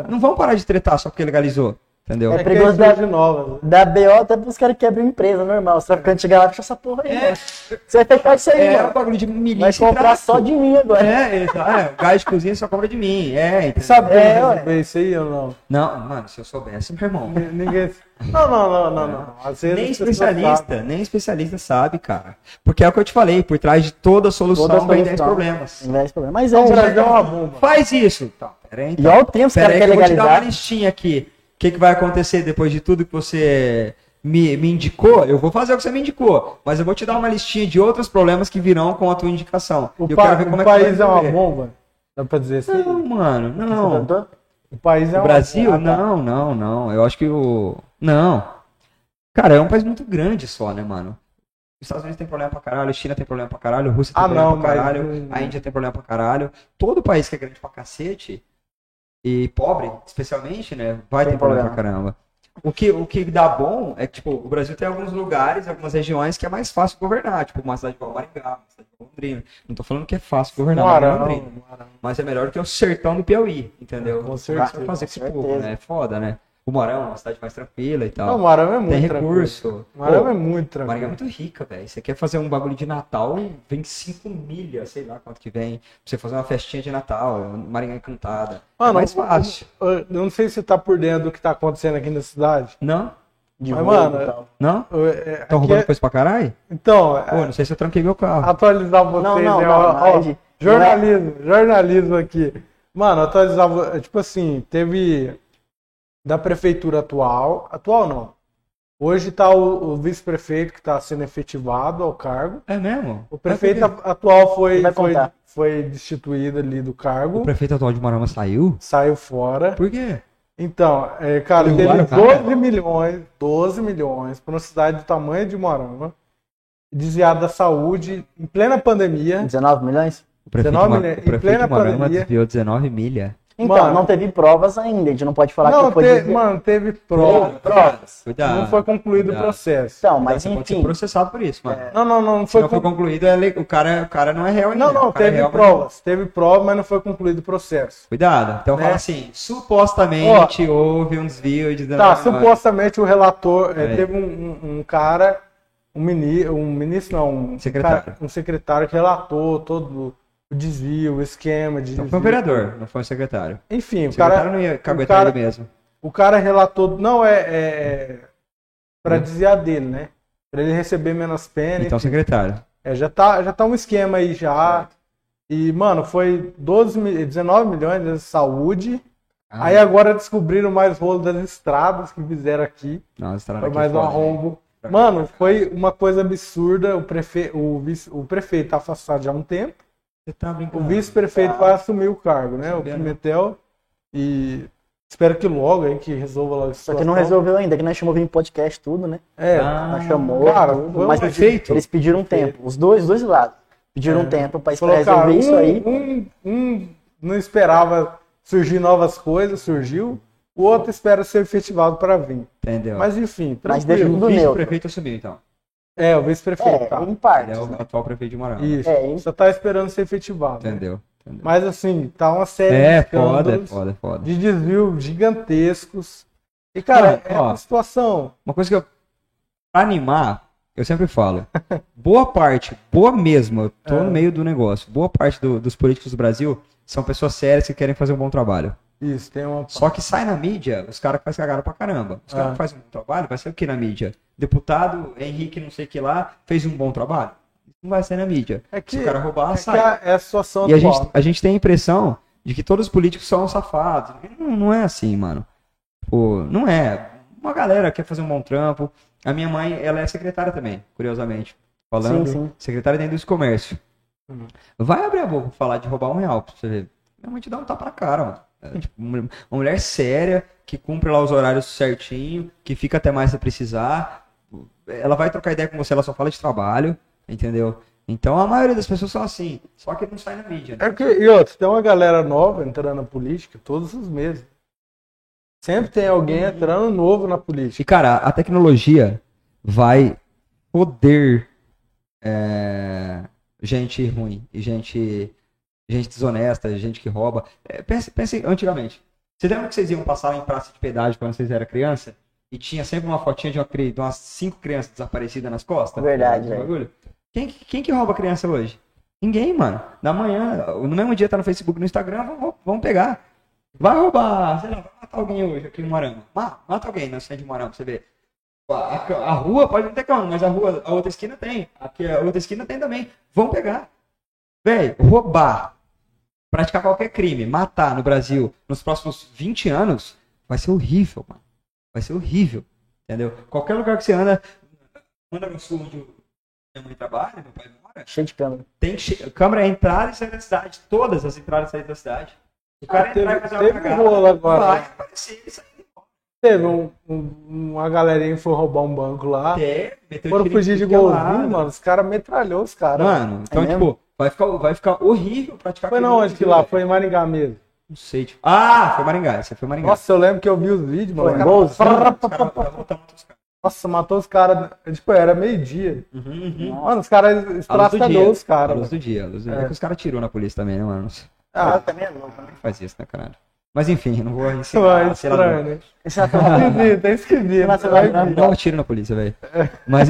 [SPEAKER 4] Não vão parar de tretar só porque legalizou. Entendeu?
[SPEAKER 2] É
[SPEAKER 3] É perigoso
[SPEAKER 2] perigoso
[SPEAKER 3] da...
[SPEAKER 2] da-
[SPEAKER 3] de novas. né?
[SPEAKER 2] Da BO até pros caras que abrem empresa, normal. Os traficantes chegam lá e fecham é essa porra aí, mano. Você vai fechar isso aí,
[SPEAKER 4] É o
[SPEAKER 2] mano.
[SPEAKER 4] bagulho de milícia.
[SPEAKER 2] né? Vai comprar só de mim agora.
[SPEAKER 4] É, é, é, o gás de cozinha só compra de mim. É, entendeu?
[SPEAKER 3] Sabe
[SPEAKER 2] É,
[SPEAKER 3] como
[SPEAKER 2] ué.
[SPEAKER 3] resolver isso aí ou não?
[SPEAKER 4] Não, mano, se eu soubesse, meu irmão.
[SPEAKER 3] N- Ninguém. Não, não, não, não, não. Às vezes
[SPEAKER 4] Nem
[SPEAKER 3] as pessoas sabem.
[SPEAKER 4] especialista, nem especialista sabe, cara. Porque é o que eu te falei, por trás de toda solução
[SPEAKER 2] Toda solução.
[SPEAKER 4] vem 10 problemas.
[SPEAKER 2] Não é esse problema. Mas é,
[SPEAKER 3] Então, o
[SPEAKER 2] já-
[SPEAKER 3] Brasil é uma bomba.
[SPEAKER 4] Faz isso. Tá, pera aí,
[SPEAKER 2] E
[SPEAKER 4] então.
[SPEAKER 2] olha o tempo que os
[SPEAKER 4] Pera
[SPEAKER 2] caras
[SPEAKER 4] aí que
[SPEAKER 2] querem
[SPEAKER 4] eu vou te dar uma
[SPEAKER 2] legalizar.
[SPEAKER 4] listinha aqui. O que, que vai acontecer depois de tudo que você me, me indicou? Eu vou fazer o que você me indicou, mas eu vou te dar uma listinha de outros problemas que virão com a tua indicação. E
[SPEAKER 3] O,
[SPEAKER 4] eu
[SPEAKER 3] pa-
[SPEAKER 4] quero ver como
[SPEAKER 3] o
[SPEAKER 4] é que vai
[SPEAKER 3] país é uma
[SPEAKER 4] resolver.
[SPEAKER 3] bomba. Dá pra dizer assim?
[SPEAKER 4] Não, mano, não.
[SPEAKER 2] Você tentou?
[SPEAKER 3] O país é
[SPEAKER 4] O
[SPEAKER 3] uma
[SPEAKER 4] Brasil?
[SPEAKER 3] bomba.
[SPEAKER 4] Ah, Não, não, não. Eu acho que o. Não. Cara, é um país muito grande só, né, mano? Os Estados Unidos tem problema pra caralho, a China tem problema pra caralho, a Rússia tem
[SPEAKER 3] Ah,
[SPEAKER 4] problema
[SPEAKER 3] não,
[SPEAKER 4] pra
[SPEAKER 3] mas-
[SPEAKER 4] caralho, a Índia tem problema pra caralho. Todo país que é grande pra cacete, e pobre, especialmente, né, vai
[SPEAKER 2] Tem
[SPEAKER 4] ter problema,
[SPEAKER 2] problema.
[SPEAKER 4] pra caramba. O que, o que dá bom é que, tipo, o Brasil tem alguns lugares, algumas regiões que é mais fácil governar, tipo, uma cidade igual Maringá, uma cidade igual Londrina. Não tô falando que é fácil governar, mas
[SPEAKER 3] Moarão,
[SPEAKER 4] Londrina.
[SPEAKER 3] Moarão.
[SPEAKER 4] Mas é melhor que o sertão do Piauí, entendeu?
[SPEAKER 3] Com certeza.
[SPEAKER 4] Vai fazer com esse
[SPEAKER 2] Com
[SPEAKER 4] povo,
[SPEAKER 2] certeza.
[SPEAKER 4] né? É foda, né? O Morão é uma cidade mais tranquila e
[SPEAKER 3] Não,
[SPEAKER 4] tal.
[SPEAKER 3] Moarão é
[SPEAKER 4] Tem
[SPEAKER 3] muito tranquilo.
[SPEAKER 4] recurso.
[SPEAKER 3] Moarão
[SPEAKER 4] Pô,
[SPEAKER 3] é muito
[SPEAKER 4] Maringá
[SPEAKER 3] tranquilo.
[SPEAKER 4] é muito rica, velho. Você quer fazer um bagulho de Natal, vem 5 milhas, sei lá quanto que vem. Pra você fazer uma festinha de Natal, Maringá Encantada. é
[SPEAKER 3] Mano,
[SPEAKER 4] mais fácil.
[SPEAKER 3] Eu eu não sei se você tá por dentro do que tá acontecendo aqui na cidade.
[SPEAKER 4] Não?
[SPEAKER 2] De
[SPEAKER 3] Mas,
[SPEAKER 2] roubo
[SPEAKER 3] mano,
[SPEAKER 2] e tal.
[SPEAKER 4] Não?
[SPEAKER 3] Eu- é-
[SPEAKER 4] Estão
[SPEAKER 3] aqui
[SPEAKER 4] roubando
[SPEAKER 3] é-
[SPEAKER 4] coisa pra caralho?
[SPEAKER 3] Então,
[SPEAKER 4] Pô,
[SPEAKER 3] é-
[SPEAKER 4] não sei se eu tranquei meu carro.
[SPEAKER 3] atualizar vocês,
[SPEAKER 2] Não, não,
[SPEAKER 3] né?
[SPEAKER 2] não, é-
[SPEAKER 3] Ó,
[SPEAKER 2] mas-
[SPEAKER 3] ó, jornalismo, jornalismo aqui. Mano, atualizar, vo- é, tipo assim, teve da prefeitura atual, atual não. Hoje tá o, o vice-prefeito que tá sendo efetivado ao cargo.
[SPEAKER 4] É mesmo?
[SPEAKER 3] O prefeito a- atual foi,
[SPEAKER 2] Vai
[SPEAKER 3] foi,
[SPEAKER 2] contar.
[SPEAKER 3] foi destituído ali do cargo,
[SPEAKER 4] O prefeito atual de Morama saiu?
[SPEAKER 3] saiu fora.
[SPEAKER 4] Por quê?
[SPEAKER 3] Então, é, cara,
[SPEAKER 4] Derrubaram
[SPEAKER 3] teve
[SPEAKER 4] o cara?
[SPEAKER 3] 12 milhões, 12 milhões para uma cidade do tamanho de Morama, desviada da saúde, em plena pandemia.
[SPEAKER 2] 19 milhões?
[SPEAKER 4] O prefeito,
[SPEAKER 3] 19
[SPEAKER 4] de Mora-
[SPEAKER 3] milha-
[SPEAKER 4] o
[SPEAKER 3] em
[SPEAKER 4] prefeito
[SPEAKER 3] plena
[SPEAKER 4] de Morama
[SPEAKER 3] pandemia.
[SPEAKER 4] desviou 19 milhas.
[SPEAKER 2] Então,
[SPEAKER 3] Mano.
[SPEAKER 2] não teve provas ainda, a gente não pode falar
[SPEAKER 3] não,
[SPEAKER 2] que foi
[SPEAKER 3] te-
[SPEAKER 2] desvio.
[SPEAKER 3] mano, teve prova.
[SPEAKER 4] tá.
[SPEAKER 2] provas.
[SPEAKER 4] Cuidado.
[SPEAKER 3] não foi um. concluído
[SPEAKER 4] cuidado.
[SPEAKER 3] o processo.
[SPEAKER 2] Então, mas
[SPEAKER 4] Você pode ser
[SPEAKER 2] enfim,
[SPEAKER 4] processado por isso, mano.
[SPEAKER 3] Não, não, não, não
[SPEAKER 4] Se
[SPEAKER 3] foi
[SPEAKER 4] não for
[SPEAKER 3] con-
[SPEAKER 4] concluído, é le- o, cara, o cara não é réu ainda.
[SPEAKER 3] Não, não,
[SPEAKER 4] O cara é
[SPEAKER 3] teve
[SPEAKER 4] réu, mas-
[SPEAKER 3] provas. Teve prova, mas não foi concluído o processo.
[SPEAKER 4] Cuidado. Então
[SPEAKER 3] Né?
[SPEAKER 4] fala assim, supostamente houve um desvio de...
[SPEAKER 3] Tá, supostamente o relator. é,
[SPEAKER 4] Aí.
[SPEAKER 3] teve um, um- um cara, um, mini, um ministro, não, um
[SPEAKER 4] Secretário.
[SPEAKER 3] cara- um secretário que relatou todo o desvio, o esquema de.
[SPEAKER 4] Então foi um
[SPEAKER 3] desvio.
[SPEAKER 4] vereador, não foi um secretário.
[SPEAKER 3] Enfim,
[SPEAKER 4] O
[SPEAKER 3] o
[SPEAKER 4] secretário
[SPEAKER 3] cara,
[SPEAKER 4] não ia
[SPEAKER 3] o,
[SPEAKER 4] caguetar
[SPEAKER 3] cara,
[SPEAKER 4] ele mesmo.
[SPEAKER 3] o cara relatou. Não, é. é, é pra desviar dele, né? Pra ele receber menos pena.
[SPEAKER 4] Hum. Então secretário.
[SPEAKER 3] É, já tá, já tá um esquema aí já. E, mano, foi 12, mi- 19 milhões de saúde.
[SPEAKER 4] Ah,
[SPEAKER 3] Aí é agora descobriram mais rolo das estradas que fizeram aqui.
[SPEAKER 4] Nossa, tá
[SPEAKER 3] Foi mais um arrombo. Mano, foi uma coisa absurda. O, prefe... o, vice... o prefeito tá afastado já há um tempo.
[SPEAKER 4] Você tá brincando.
[SPEAKER 3] O vice-prefeito vai assumir o cargo, né? O
[SPEAKER 4] Sabia, né?
[SPEAKER 3] Pimentel. E espero que logo aí que resolva logo a
[SPEAKER 2] só que não resolveu ainda, que nós chamou vir em podcast tudo, né?
[SPEAKER 3] É,
[SPEAKER 4] Ah,
[SPEAKER 2] Nós chamou,
[SPEAKER 3] cara,
[SPEAKER 2] tudo,
[SPEAKER 3] foi um
[SPEAKER 2] mas
[SPEAKER 4] prefeito.
[SPEAKER 2] eles pediram um tempo, os dois, os dois lados. Pediram um tempo pra esperar
[SPEAKER 3] Colocaram
[SPEAKER 2] resolver isso
[SPEAKER 3] um-
[SPEAKER 2] aí.
[SPEAKER 3] Um, um não esperava surgir novas coisas, surgiu. O outro espera ser efetivado para vir.
[SPEAKER 4] Entendeu?
[SPEAKER 3] Mas enfim,
[SPEAKER 2] Mas
[SPEAKER 3] tranquilo.
[SPEAKER 2] deixa-
[SPEAKER 4] o
[SPEAKER 2] tudo
[SPEAKER 4] vice-prefeito assumiu, então.
[SPEAKER 3] É, o vice-prefeito.
[SPEAKER 2] É,
[SPEAKER 3] tá.
[SPEAKER 2] em
[SPEAKER 4] Ele
[SPEAKER 2] partes.
[SPEAKER 4] é o
[SPEAKER 2] né?
[SPEAKER 4] atual prefeito de Morama.
[SPEAKER 3] Isso.
[SPEAKER 2] É, hein?
[SPEAKER 3] Só tá esperando ser efetivado. né?
[SPEAKER 4] Entendeu? Entendeu?
[SPEAKER 3] Mas assim, tá uma série
[SPEAKER 4] É,
[SPEAKER 3] de
[SPEAKER 4] foda, é
[SPEAKER 3] escândalos
[SPEAKER 4] foda, é foda.
[SPEAKER 3] de desvio gigantescos. E, cara,
[SPEAKER 4] Ah,
[SPEAKER 3] é
[SPEAKER 4] ó.
[SPEAKER 3] uma situação.
[SPEAKER 4] Uma coisa que eu. Pra animar, eu sempre falo. Boa parte, boa mesmo, eu tô
[SPEAKER 3] É.
[SPEAKER 4] no meio do negócio. Boa parte do- dos políticos do Brasil são pessoas sérias que querem fazer um bom trabalho.
[SPEAKER 3] Isso, tem uma.
[SPEAKER 4] Só que sai na mídia, os caras fazem cagada pra caramba. Os caras
[SPEAKER 3] Ah.
[SPEAKER 4] que fazem um bom trabalho, vai ser o que na mídia? Deputado Henrique, não sei o que lá, fez um bom trabalho. Não vai ser na mídia.
[SPEAKER 3] É que,
[SPEAKER 4] Se o cara roubar,
[SPEAKER 3] é, que
[SPEAKER 4] sai.
[SPEAKER 3] a- é a situação
[SPEAKER 4] E a
[SPEAKER 3] atual.
[SPEAKER 4] gente, a gente tem a impressão de que todos os políticos são safados. Não, não é assim, mano. Pô, não é. Uma galera quer fazer um bom trampo. A minha mãe, ela é secretária também, curiosamente. Falando,
[SPEAKER 2] Sim, Uhum. sim.
[SPEAKER 4] secretária da Indústria e Comércio. Vai abrir a boca pra falar de roubar um real pra você ver. Minha mãe te dá um tapa na cara, mano. É, tipo, uma mulher- uma mulher séria, que cumpre lá os horários certinho, que fica até mais se precisar. Ela vai trocar ideia com você, ela só fala de trabalho, entendeu? Então a maioria das pessoas são assim, só que não sai na mídia. né?
[SPEAKER 3] É porque, e outro, tem uma galera nova entrando na política todos os meses. Sempre tem alguém entrando novo na política.
[SPEAKER 4] E cara, a tecnologia vai poder é, gente ruim, e gente gente desonesta, gente que rouba. É, pense, pense antigamente. Vocês lembram que vocês iam passar em praça de pedágio quando vocês eram criança? E tinha sempre uma fotinha de, uma, cri- de umas cinco crianças desaparecidas nas costas?
[SPEAKER 2] Verdade,
[SPEAKER 4] Esse
[SPEAKER 2] velho.
[SPEAKER 4] bagulho? Quem, que- quem que rouba criança hoje? Ninguém, mano. Na manhã, no mesmo dia tá no Facebook, no Instagram, vão, vão pegar. Vai roubar, sei lá, vai matar alguém hoje aqui em Morango. Ma- Mata alguém na cidade de Morango, pra você vê. A, a- a rua pode não ter cano, mas a rua, a outra esquina tem. Aqui a outra esquina tem também. Vão pegar. Velho, roubar, praticar qualquer crime, matar no Brasil nos próximos 20 anos, vai ser horrível, mano. Vai ser horrível. Entendeu? Qualquer lugar que você anda, anda no sul onde minha mãe trabalha, meu pai mora,
[SPEAKER 2] Cheio de câmera.
[SPEAKER 4] tem que che- câmera é entrada e saída da cidade. Todas as entradas e saídas da cidade. O cara
[SPEAKER 3] Ah,
[SPEAKER 4] entrar
[SPEAKER 3] teve-
[SPEAKER 4] e fazer
[SPEAKER 3] teve
[SPEAKER 4] uma cagada,
[SPEAKER 3] rolo agora.
[SPEAKER 4] vai aparecer isso aí.
[SPEAKER 3] Teve um, um- uma galerinha que foi roubar um banco lá.
[SPEAKER 4] Até meteu
[SPEAKER 3] Foram
[SPEAKER 4] tiro em
[SPEAKER 3] fugir de
[SPEAKER 4] tudo que é
[SPEAKER 3] golzinho,
[SPEAKER 4] lado.
[SPEAKER 3] mano. Os caras metralhou os caras.
[SPEAKER 4] Mano, então,
[SPEAKER 2] É mesmo?
[SPEAKER 4] tipo, vai ficar, vai ficar horrível praticar
[SPEAKER 3] Foi na
[SPEAKER 4] crime no
[SPEAKER 3] onde que
[SPEAKER 4] Brasil,
[SPEAKER 3] lá?
[SPEAKER 4] velho.
[SPEAKER 3] Foi em Maringá mesmo.
[SPEAKER 4] Não sei, tipo. Ah, foi Maringá. Essa foi Maringá.
[SPEAKER 3] Nossa, eu lembro que eu vi os vídeos, mano.
[SPEAKER 2] Foi,
[SPEAKER 4] é
[SPEAKER 3] Os
[SPEAKER 2] gols.
[SPEAKER 3] caras-
[SPEAKER 4] Os caras estavam matando os caras.
[SPEAKER 3] Nossa, matou os caras. Tipo, era meio-dia.
[SPEAKER 4] Uhum, uhum.
[SPEAKER 3] Mano, os caras
[SPEAKER 4] A luz do
[SPEAKER 3] estraçadou
[SPEAKER 4] dia.
[SPEAKER 3] os caras.
[SPEAKER 4] A luz
[SPEAKER 3] mano.
[SPEAKER 4] do dia, a luz do dia. É que os caras tirou na polícia também, né, mano?
[SPEAKER 2] Ah,
[SPEAKER 3] Ah,
[SPEAKER 2] também é louco, né?
[SPEAKER 4] Não faz isso, né, caralho? Mas enfim, não vou ensinar.
[SPEAKER 3] mano,
[SPEAKER 4] Ah, sei lá,
[SPEAKER 3] estranho,
[SPEAKER 4] não.
[SPEAKER 3] né?
[SPEAKER 2] Esse cara- tá
[SPEAKER 3] Esquisito, é esquisito.
[SPEAKER 2] Mas você
[SPEAKER 3] Vai
[SPEAKER 2] vai-
[SPEAKER 3] ver.
[SPEAKER 4] Não atiro na polícia, velho. Mas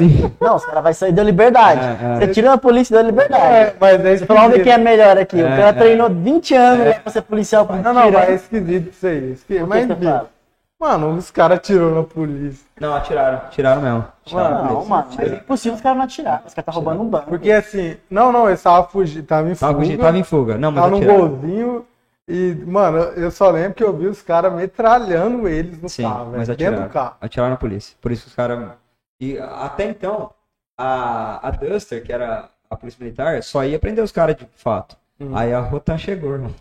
[SPEAKER 4] enfim.
[SPEAKER 2] Não, os caras vai sair, deu liberdade.
[SPEAKER 4] É, é.
[SPEAKER 2] Você tirou a polícia, deu liberdade.
[SPEAKER 3] É, mas é
[SPEAKER 2] Você prova
[SPEAKER 3] esquisito.
[SPEAKER 2] que é melhor aqui. O
[SPEAKER 4] É,
[SPEAKER 2] cara
[SPEAKER 4] é.
[SPEAKER 2] treinou 20 anos lá pra ser policial. pra
[SPEAKER 3] Não, não,
[SPEAKER 2] tirar.
[SPEAKER 3] mas é esquisito isso aí. esquisito. Mas
[SPEAKER 2] né? você
[SPEAKER 3] enfim.
[SPEAKER 2] fala?
[SPEAKER 3] Mano, os caras atirou na polícia.
[SPEAKER 4] Não, atiraram. Tiraram mesmo. Atiraram na
[SPEAKER 2] Não,
[SPEAKER 4] polícia.
[SPEAKER 2] mano, mas é impossível os caras não atirar. Os caras tá roubando um banco.
[SPEAKER 3] Porque assim, não, não, eles tava fugindo, tava em
[SPEAKER 4] Tava,
[SPEAKER 3] fuga,
[SPEAKER 4] fugindo, tava em fuga. Não, mas
[SPEAKER 3] tava num
[SPEAKER 4] atiraram.
[SPEAKER 3] golzinho e, mano, eu só lembro que eu vi os caras metralhando eles no
[SPEAKER 4] Sim,
[SPEAKER 3] carro,
[SPEAKER 4] mas
[SPEAKER 3] Tá, velho, dentro
[SPEAKER 4] atiraram.
[SPEAKER 3] do carro.
[SPEAKER 4] Atiraram na polícia. Por isso que os caras. E até então, a, a Duster, que era a polícia militar, só ia prender os caras de fato.
[SPEAKER 3] Hum.
[SPEAKER 4] Aí a Rotan chegou, irmão.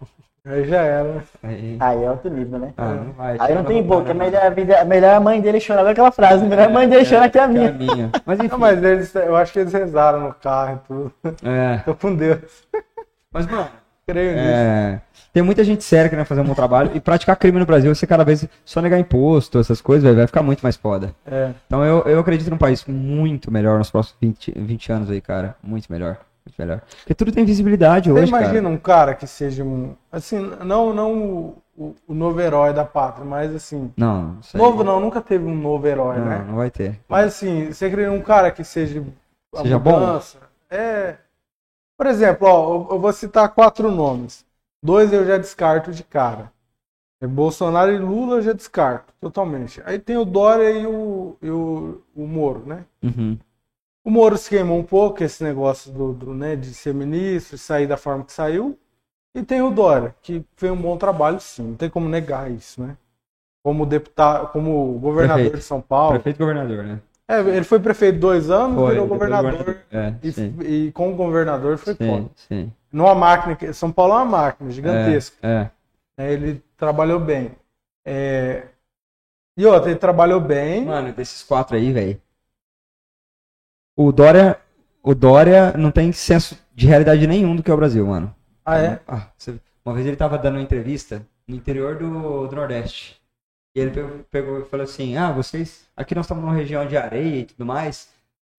[SPEAKER 3] Aí já era, né?
[SPEAKER 4] Aí.
[SPEAKER 2] Aí é outro nível, né?
[SPEAKER 4] Ah, não vai.
[SPEAKER 2] Aí não tem boca.
[SPEAKER 4] boca,
[SPEAKER 2] é Melhor, a vida- melhor a mãe dele chorar. Olha aquela frase. Melhor a mãe
[SPEAKER 4] É,
[SPEAKER 2] dele chorar que a minha.
[SPEAKER 4] Mas enfim.
[SPEAKER 3] Não, mas eles, eu acho que eles rezaram no carro e tudo.
[SPEAKER 4] É.
[SPEAKER 3] Tô com Deus,
[SPEAKER 4] Mas, mano.
[SPEAKER 3] creio nisso.
[SPEAKER 4] É, tem muita gente séria querendo fazer um bom trabalho e praticar crime no Brasil, você cada vez só negar imposto, essas coisas, velho, vai ficar muito mais foda.
[SPEAKER 3] É.
[SPEAKER 4] Então eu, eu acredito num país muito melhor nos próximos 20, 20 anos aí, cara. Muito melhor. Muito melhor. Porque tudo tem visibilidade
[SPEAKER 3] Você
[SPEAKER 4] hoje,
[SPEAKER 3] imagina
[SPEAKER 4] cara.
[SPEAKER 3] um cara que seja um, assim, não, não o- o, o novo herói da pátria, mas assim,
[SPEAKER 4] Não, isso aí-
[SPEAKER 3] novo não, nunca teve um novo herói,
[SPEAKER 4] Tá Não,
[SPEAKER 3] né?
[SPEAKER 4] não vai ter.
[SPEAKER 3] Mas assim, você cria um cara que seja a
[SPEAKER 4] Seja bom?
[SPEAKER 3] É. Por exemplo, ó, eu- eu vou citar quatro nomes. Dois eu já descarto de cara. É Bolsonaro e Lula eu já descarto totalmente. Aí tem o Dória e o, e o, o Moro, né?
[SPEAKER 4] Uhum.
[SPEAKER 3] O Moro se queimou um pouco esse negócio do, do, né, de ser ministro, de sair da forma que saiu. E tem o Dória, que fez um bom trabalho, sim. Não tem como negar isso, né? Como deputado, como governador
[SPEAKER 4] Prefeito.
[SPEAKER 3] de São Paulo.
[SPEAKER 4] Prefeito e governador, né?
[SPEAKER 3] É, ele foi prefeito dois anos, virou
[SPEAKER 4] depois
[SPEAKER 3] governador.
[SPEAKER 4] É, sim.
[SPEAKER 3] E, e com o governador foi
[SPEAKER 4] Sim,
[SPEAKER 3] foda.
[SPEAKER 4] sim.
[SPEAKER 3] Numa máquina, que- São Paulo é uma máquina gigantesca.
[SPEAKER 4] É,
[SPEAKER 3] né? Ele trabalhou bem. É, E outra, ele trabalhou
[SPEAKER 4] é.
[SPEAKER 3] bem.
[SPEAKER 4] Mano, desses quatro aí, velho. O Dória. O Dória não tem senso de realidade nenhum do que é o Brasil, mano.
[SPEAKER 3] Ah, é?
[SPEAKER 4] Ah, você- Uma vez ele tava dando uma entrevista no interior do, do Nordeste. E ele pegou, pegou e falou assim: Ah, vocês. Aqui nós estamos numa região de areia e tudo mais.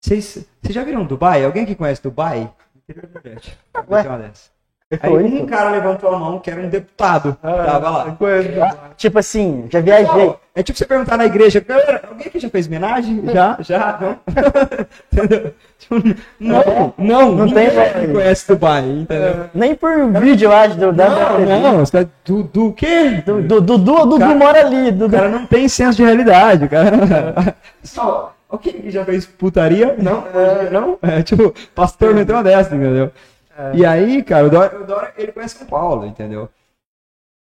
[SPEAKER 4] Vocês, vocês já viram Dubai? Alguém que conhece Dubai? Interior do Nordeste. Vai ter uma dessa. Aí
[SPEAKER 2] Foi
[SPEAKER 4] um
[SPEAKER 2] isso?
[SPEAKER 4] cara levantou a mão que era um deputado.
[SPEAKER 3] Ah.
[SPEAKER 4] Tava lá.
[SPEAKER 3] Coisa.
[SPEAKER 2] Tipo assim, já viajei.
[SPEAKER 4] É tipo você perguntar na igreja, galera, alguém aqui já fez homenagem? Já, já, não. Entendeu? Tipo, Não, não,
[SPEAKER 2] Não tem
[SPEAKER 4] ninguém
[SPEAKER 2] velho.
[SPEAKER 4] conhece Dubai, entendeu?
[SPEAKER 2] Nem por vídeo, eu acho, do, da da TV.
[SPEAKER 4] Não, não, você- é do, do quê?
[SPEAKER 2] Do, do, do, do, do- do mora ali. Do,
[SPEAKER 4] O cara não tem senso de realidade, o cara. É. Só, alguém que já fez putaria? Não, não. É, tipo, pastor meteu uma dessa, entendeu? E aí, cara, o Dória, o Dória, ele conhece São Paulo, entendeu?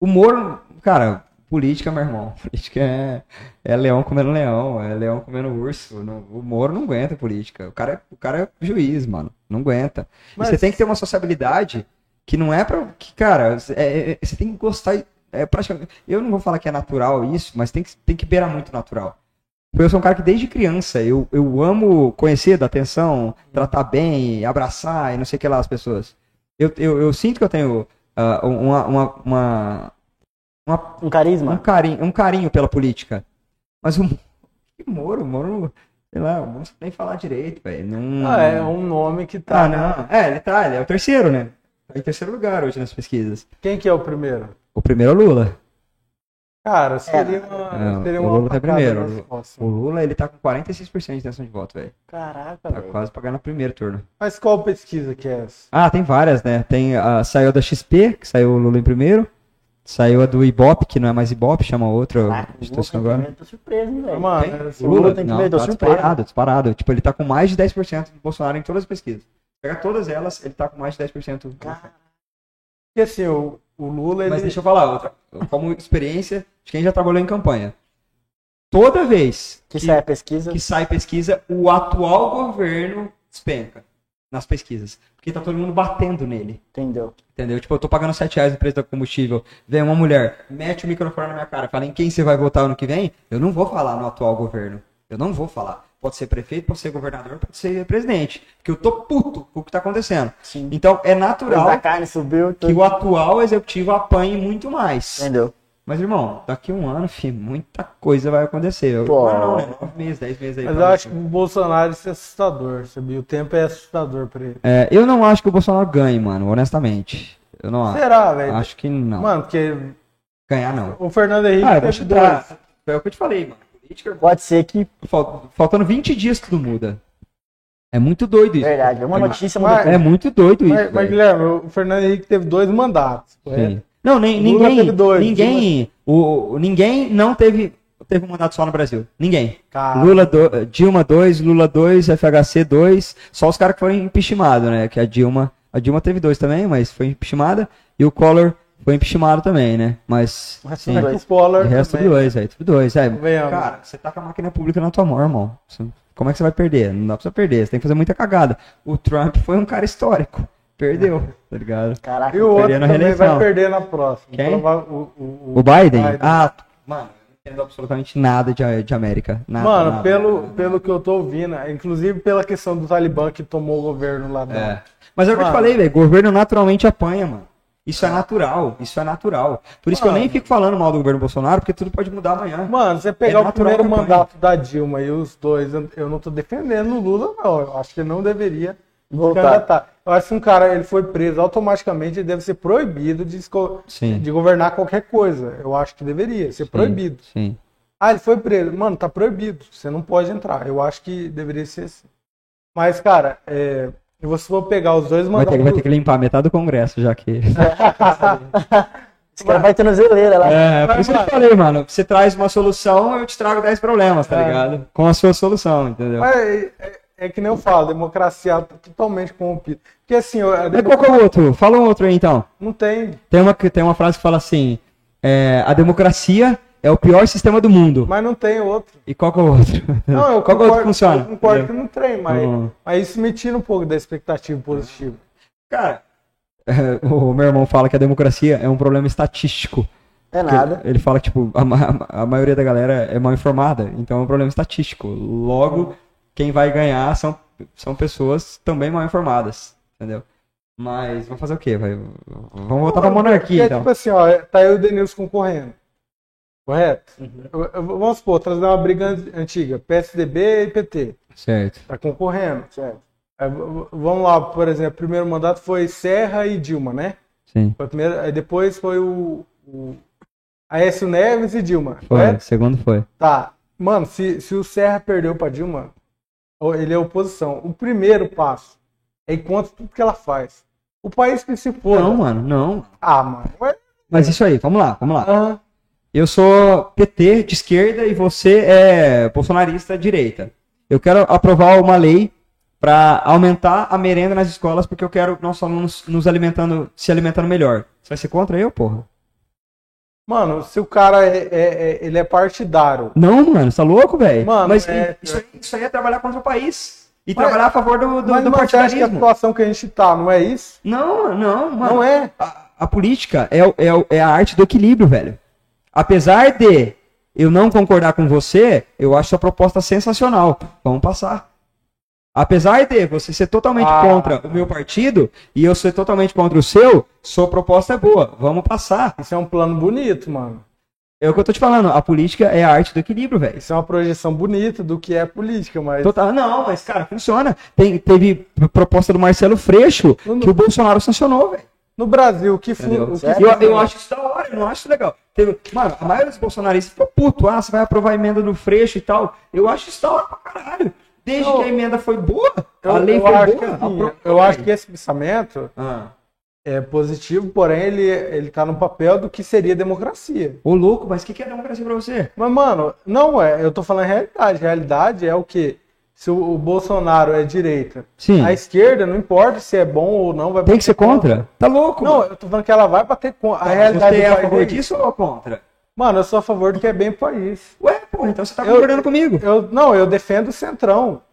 [SPEAKER 4] O Moro, cara, política, meu irmão. Política é, é leão comendo leão, é leão comendo urso. Não- o Moro não aguenta política. O cara, é- o cara é juiz, mano. Não aguenta. E
[SPEAKER 3] Mas-
[SPEAKER 4] Você tem que ter uma sociabilidade que não é pra. Que, cara, é- é- você tem que gostar. É praticamente. Eu não vou falar que é natural isso, mas tem que, tem que beirar muito natural. Eu sou um cara que desde criança eu, eu amo conhecer, dar atenção, tratar bem, abraçar e não sei o que lá as pessoas. Eu, eu, eu sinto que eu tenho ah, uma, uma, uma- uma-
[SPEAKER 2] Um
[SPEAKER 4] um,
[SPEAKER 2] carisma.
[SPEAKER 4] carinho, um carinho pela política. Mas o que Moro, o Moro, sei lá, o Moro não sabe nem falar direito, velho. Não...
[SPEAKER 3] Ah, é um nome que tá.
[SPEAKER 4] Hum. Ah, não. É, ele tá, ele é o terceiro, né? Tá em terceiro lugar hoje nas pesquisas.
[SPEAKER 3] Quem que é o primeiro?
[SPEAKER 4] O primeiro é o Lula.
[SPEAKER 3] Cara, seria uma.
[SPEAKER 4] Não,
[SPEAKER 3] seria
[SPEAKER 4] o
[SPEAKER 3] uma
[SPEAKER 4] Lula tá
[SPEAKER 3] facada
[SPEAKER 4] primeiro.
[SPEAKER 3] nas
[SPEAKER 4] O
[SPEAKER 3] costas.
[SPEAKER 4] Lula, ele tá com 46% de intenção de voto, velho.
[SPEAKER 2] Caraca,
[SPEAKER 4] Tá
[SPEAKER 2] velho.
[SPEAKER 4] quase pra ganhar no primeiro turno.
[SPEAKER 3] Mas qual pesquisa que é essa?
[SPEAKER 4] Ah, tem várias, né? Tem a, saiu da XP, que saiu o Lula em primeiro. Saiu a do Ibope, que não é mais Ibope, chama outra
[SPEAKER 2] Caraca,
[SPEAKER 4] instituição
[SPEAKER 2] Ah, Lula,
[SPEAKER 4] agora.
[SPEAKER 2] Eu tô surpreso, hein, velho.
[SPEAKER 3] Mano, é assim,
[SPEAKER 4] Tem?
[SPEAKER 3] essa-
[SPEAKER 2] O né? Lula tem que ver, eu tô
[SPEAKER 4] tá
[SPEAKER 2] surpreso.
[SPEAKER 4] disparado, disparado. Tipo, ele tá com mais de 10% do Bolsonaro em todas as pesquisas. Pega todas elas, ele tá com mais de 10%. do Bolsonaro.
[SPEAKER 2] Cara,
[SPEAKER 3] Porque assim, o, o Lula, ele.
[SPEAKER 4] Mas deixa eu falar outra. Como experiência de quem já trabalhou em campanha. Toda vez
[SPEAKER 2] Que sai a pesquisa.
[SPEAKER 4] que sai pesquisa, o atual governo despenca nas pesquisas. Porque tá todo mundo batendo nele.
[SPEAKER 2] Entendeu?
[SPEAKER 4] Entendeu? Tipo, eu tô pagando 7 reais no preço do combustível. Vem uma mulher, mete o microfone na minha cara, fala em quem você vai votar ano que vem. Eu não vou falar no atual governo. Eu não vou falar. Pode ser prefeito, pode ser governador, pode ser presidente. Porque eu tô puto com o que tá acontecendo.
[SPEAKER 2] Sim.
[SPEAKER 4] Então, é
[SPEAKER 2] Preço da
[SPEAKER 4] natural
[SPEAKER 2] carne subiu,
[SPEAKER 4] que
[SPEAKER 2] tudo.
[SPEAKER 4] o atual executivo apanhe muito
[SPEAKER 3] É.
[SPEAKER 4] mais.
[SPEAKER 2] Entendeu?
[SPEAKER 4] Mas, irmão, daqui um ano, filho, muita coisa vai acontecer. Eu,
[SPEAKER 2] Pô.
[SPEAKER 4] Ah, não, né? Nove meses, dez meses aí.
[SPEAKER 3] Mas eu
[SPEAKER 4] pra né?
[SPEAKER 3] acho que
[SPEAKER 4] isso.
[SPEAKER 3] o Bolsonaro isso é assustador, sabia? O tempo é assustador pra ele.
[SPEAKER 4] É, eu não acho que o Bolsonaro ganhe, mano, honestamente. Eu não acho.
[SPEAKER 3] Será, velho?
[SPEAKER 4] Ah, Acho que não.
[SPEAKER 3] é Mano, porque
[SPEAKER 4] Ganhar, não.
[SPEAKER 3] o Fernando Henrique
[SPEAKER 4] Ah, eu vou
[SPEAKER 3] teve
[SPEAKER 4] te
[SPEAKER 3] dois.
[SPEAKER 4] dar. É o que eu te falei, mano. Política, é
[SPEAKER 2] Pode ser que.
[SPEAKER 4] fal- Faltando 20 dias tudo muda. É muito doido isso.
[SPEAKER 2] Verdade. Uma
[SPEAKER 4] É,
[SPEAKER 2] notícia muda
[SPEAKER 4] É muito doido isso.
[SPEAKER 3] Mas, mas,
[SPEAKER 4] velho.
[SPEAKER 3] Guilherme, o Fernando Henrique teve dois mandatos, correto?
[SPEAKER 4] Sim. Não, nem,
[SPEAKER 3] Lula
[SPEAKER 4] ninguém.
[SPEAKER 3] teve dois,
[SPEAKER 4] ninguém, o, o- ninguém não teve, teve um mandato só no Brasil. Ninguém.
[SPEAKER 3] Cara,
[SPEAKER 4] Lula do, Dilma 2, Lula 2, FHC 2. Só os caras que foram impeachmentados, né? Que a Dilma. A Dilma teve dois também, mas foi impeachmentada. E o Collor foi impeachmentado também, né? Mas.
[SPEAKER 2] Mas
[SPEAKER 4] sim.
[SPEAKER 2] tudo bem.
[SPEAKER 3] o Collor
[SPEAKER 4] O resto
[SPEAKER 3] também. né?
[SPEAKER 4] tudo dois, velho. Tudo dois. É,
[SPEAKER 3] Venhamos.
[SPEAKER 4] cara, você tá com a máquina pública na tua mão, irmão. Você- Como é que você vai perder? Não dá pra você perder. Você tem que fazer muita cagada. O Trump foi um cara histórico. Perdeu, tá ligado?
[SPEAKER 2] Caraca.
[SPEAKER 3] E o outro
[SPEAKER 4] Perder na
[SPEAKER 3] também vai
[SPEAKER 4] reeleição.
[SPEAKER 3] perder na próxima.
[SPEAKER 4] Quem?
[SPEAKER 3] Prova- O, o-
[SPEAKER 4] O Biden? Ah, t- mano, eu não entendo absolutamente nada de, de América. Nada,
[SPEAKER 3] Mano,
[SPEAKER 4] nada,
[SPEAKER 3] pelo,
[SPEAKER 4] nada.
[SPEAKER 3] pelo que eu tô ouvindo, inclusive pela questão do Talibã que tomou o governo lá da.
[SPEAKER 4] É. Mas é o que eu te
[SPEAKER 3] Mano.
[SPEAKER 4] falei, velho. Governo naturalmente apanha, mano. Isso é natural, isso é natural. Por isso que eu nem
[SPEAKER 3] Mano.
[SPEAKER 4] fico falando mal do governo Bolsonaro, porque tudo pode mudar amanhã.
[SPEAKER 3] Mano, você pegar
[SPEAKER 4] É
[SPEAKER 3] o
[SPEAKER 4] natural
[SPEAKER 3] primeiro
[SPEAKER 4] campanha.
[SPEAKER 3] mandato da Dilma e os dois, eu eu não tô defendendo o Lula, não. Eu acho que ele não deveria
[SPEAKER 2] Voltar.
[SPEAKER 3] se candidatar. Eu acho que um cara ele foi preso automaticamente, ele deve ser proibido de, esco-
[SPEAKER 4] Sim.
[SPEAKER 3] de governar qualquer coisa. Eu acho que deveria ser proibido.
[SPEAKER 4] Sim.
[SPEAKER 3] Ah, ele foi preso. Mano, tá proibido. Você não pode entrar. Eu acho que deveria ser assim. Mas, cara, é... se você for pegar os dois
[SPEAKER 4] Vai ter,
[SPEAKER 3] mandatos.
[SPEAKER 4] vai ter que limpar metade do Congresso, já que.
[SPEAKER 2] Esse cara vai ter no zeleira lá.
[SPEAKER 4] É, por
[SPEAKER 3] Mas,
[SPEAKER 4] isso que eu
[SPEAKER 3] mano-
[SPEAKER 4] te falei, mano. Você traz uma solução, eu te trago 10 problemas, tá
[SPEAKER 3] É.
[SPEAKER 4] ligado? Com a sua solução, entendeu?
[SPEAKER 3] Mas é, é- é que nem eu falo, a democracia tá totalmente corrompida. Porque assim, eu- a
[SPEAKER 4] Mas
[SPEAKER 3] democ-
[SPEAKER 4] qual que é o outro? Fala um outro aí, então.
[SPEAKER 3] não tem.
[SPEAKER 4] Tem uma, que- tem uma frase que fala assim: é, a democracia é o pior sistema do mundo.
[SPEAKER 3] Mas não tem outro.
[SPEAKER 4] E qual que é o outro?
[SPEAKER 3] Não, eu
[SPEAKER 4] qual que é o outro que funciona?
[SPEAKER 3] eu concordo que
[SPEAKER 4] Entendeu?
[SPEAKER 3] não tem, mas,
[SPEAKER 4] Hum.
[SPEAKER 3] mas isso me tira um pouco da expectativa positiva.
[SPEAKER 4] Cara, é, o meu irmão fala que a democracia é um problema estatístico.
[SPEAKER 2] É
[SPEAKER 4] Que
[SPEAKER 2] nada.
[SPEAKER 4] Ele, ele fala que, tipo, a, ma- a maioria da galera é mal informada, então é um problema estatístico. Logo, quem vai ganhar são, são pessoas também mal informadas, entendeu? Mas vamos fazer o quê? Vai, vamos voltar pra monarquia,
[SPEAKER 3] Porque,
[SPEAKER 4] então.
[SPEAKER 3] tipo assim, ó, tá eu e o Denilson concorrendo. Correto?
[SPEAKER 4] Uhum.
[SPEAKER 3] Eu- eu- vamos supor, trazer uma briga an- antiga, PSDB e PT.
[SPEAKER 4] Certo.
[SPEAKER 3] Tá concorrendo.
[SPEAKER 2] Certo.
[SPEAKER 3] É, v- v- vamos lá, por exemplo, o primeiro mandato foi Serra e Dilma, né?
[SPEAKER 4] Sim.
[SPEAKER 3] Foi a primeira- aí depois foi o, o Aécio Neves e Dilma,
[SPEAKER 4] Foi.
[SPEAKER 3] correto?
[SPEAKER 4] Segundo foi.
[SPEAKER 3] Tá. Mano, se, se o Serra perdeu pra Dilma, ou ele é oposição. O primeiro passo é ir contra tudo que ela faz. O país que se for.
[SPEAKER 4] Não, mano, não.
[SPEAKER 3] Ah, mano. ué,
[SPEAKER 4] Mas isso aí, vamos lá, vamos lá.
[SPEAKER 3] aham.
[SPEAKER 4] Eu sou PT de esquerda e você é bolsonarista de direita. Eu quero aprovar uma lei para aumentar a merenda nas escolas porque eu quero nossos alunos nos alimentando, se alimentando melhor. Você vai ser contra eu, porra?
[SPEAKER 3] Mano, se o cara é, é- é- ele é partidário.
[SPEAKER 4] Não, mano, você tá louco, velho?
[SPEAKER 3] Mano,
[SPEAKER 4] mas
[SPEAKER 3] é-
[SPEAKER 4] isso, aí, isso aí é trabalhar contra o país e
[SPEAKER 3] Mas-
[SPEAKER 4] trabalhar a favor Ah, do, do,
[SPEAKER 3] Mas, mano,
[SPEAKER 4] do
[SPEAKER 3] você acha que é a
[SPEAKER 4] partidarismo.
[SPEAKER 3] situação que a gente tá, não é isso?
[SPEAKER 4] Não, não, mano.
[SPEAKER 3] Não é?
[SPEAKER 4] A, a política é, o- é, o- é a arte do equilíbrio, velho. Apesar de eu não concordar com você, eu acho sua proposta sensacional. Vamos passar. Apesar de você ser totalmente
[SPEAKER 3] Ah.
[SPEAKER 4] contra o meu partido e eu ser totalmente contra o seu, sua proposta é boa. Vamos passar.
[SPEAKER 3] Isso é um plano bonito, mano.
[SPEAKER 4] É o que eu tô te falando. A política é a arte do equilíbrio, velho.
[SPEAKER 3] Isso é uma projeção bonita do que é política, mas.
[SPEAKER 4] Total, não, mas cara, funciona. Tem- teve proposta do Marcelo Freixo
[SPEAKER 3] Não, não.
[SPEAKER 4] que o Bolsonaro sancionou, velho.
[SPEAKER 3] No Brasil, o que fu-
[SPEAKER 4] Entendeu?
[SPEAKER 3] o que
[SPEAKER 4] eu, eu acho isso da hora, eu não acho isso legal. Teve- mano, a maioria dos bolsonaristas ficou puto, ah, você vai aprovar a emenda do Freixo e tal. Eu acho isso da hora pra caralho. Desde que a emenda foi boa,
[SPEAKER 3] eu,
[SPEAKER 4] a lei
[SPEAKER 3] eu
[SPEAKER 4] foi
[SPEAKER 3] acho que,
[SPEAKER 4] boa.
[SPEAKER 3] assim,
[SPEAKER 4] aprovou,
[SPEAKER 3] eu acho
[SPEAKER 4] velho.
[SPEAKER 3] que esse pensamento
[SPEAKER 4] Ah.
[SPEAKER 3] é positivo, porém ele, ele tá no papel do que seria democracia.
[SPEAKER 4] Ô louco, mas o que, que é democracia pra você?
[SPEAKER 3] Mas, mano, não é. Eu tô falando realidade. Realidade é o que Se o, o Bolsonaro é direita,
[SPEAKER 4] Sim.
[SPEAKER 3] a esquerda, não importa se é bom ou não, vai
[SPEAKER 4] Hum. Tem que ser contra? Tá louco?
[SPEAKER 3] Não,
[SPEAKER 4] mano.
[SPEAKER 3] eu tô falando que ela vai bater contra. A realidade
[SPEAKER 4] você é
[SPEAKER 3] do
[SPEAKER 4] a
[SPEAKER 3] país
[SPEAKER 4] favor
[SPEAKER 3] é isso.
[SPEAKER 4] disso ou contra?
[SPEAKER 3] Mano, eu sou a favor do que é bem pro país.
[SPEAKER 4] Ué, porra, então você tá
[SPEAKER 3] Eu-
[SPEAKER 4] concordando comigo.
[SPEAKER 3] Eu, não, eu defendo o centrão.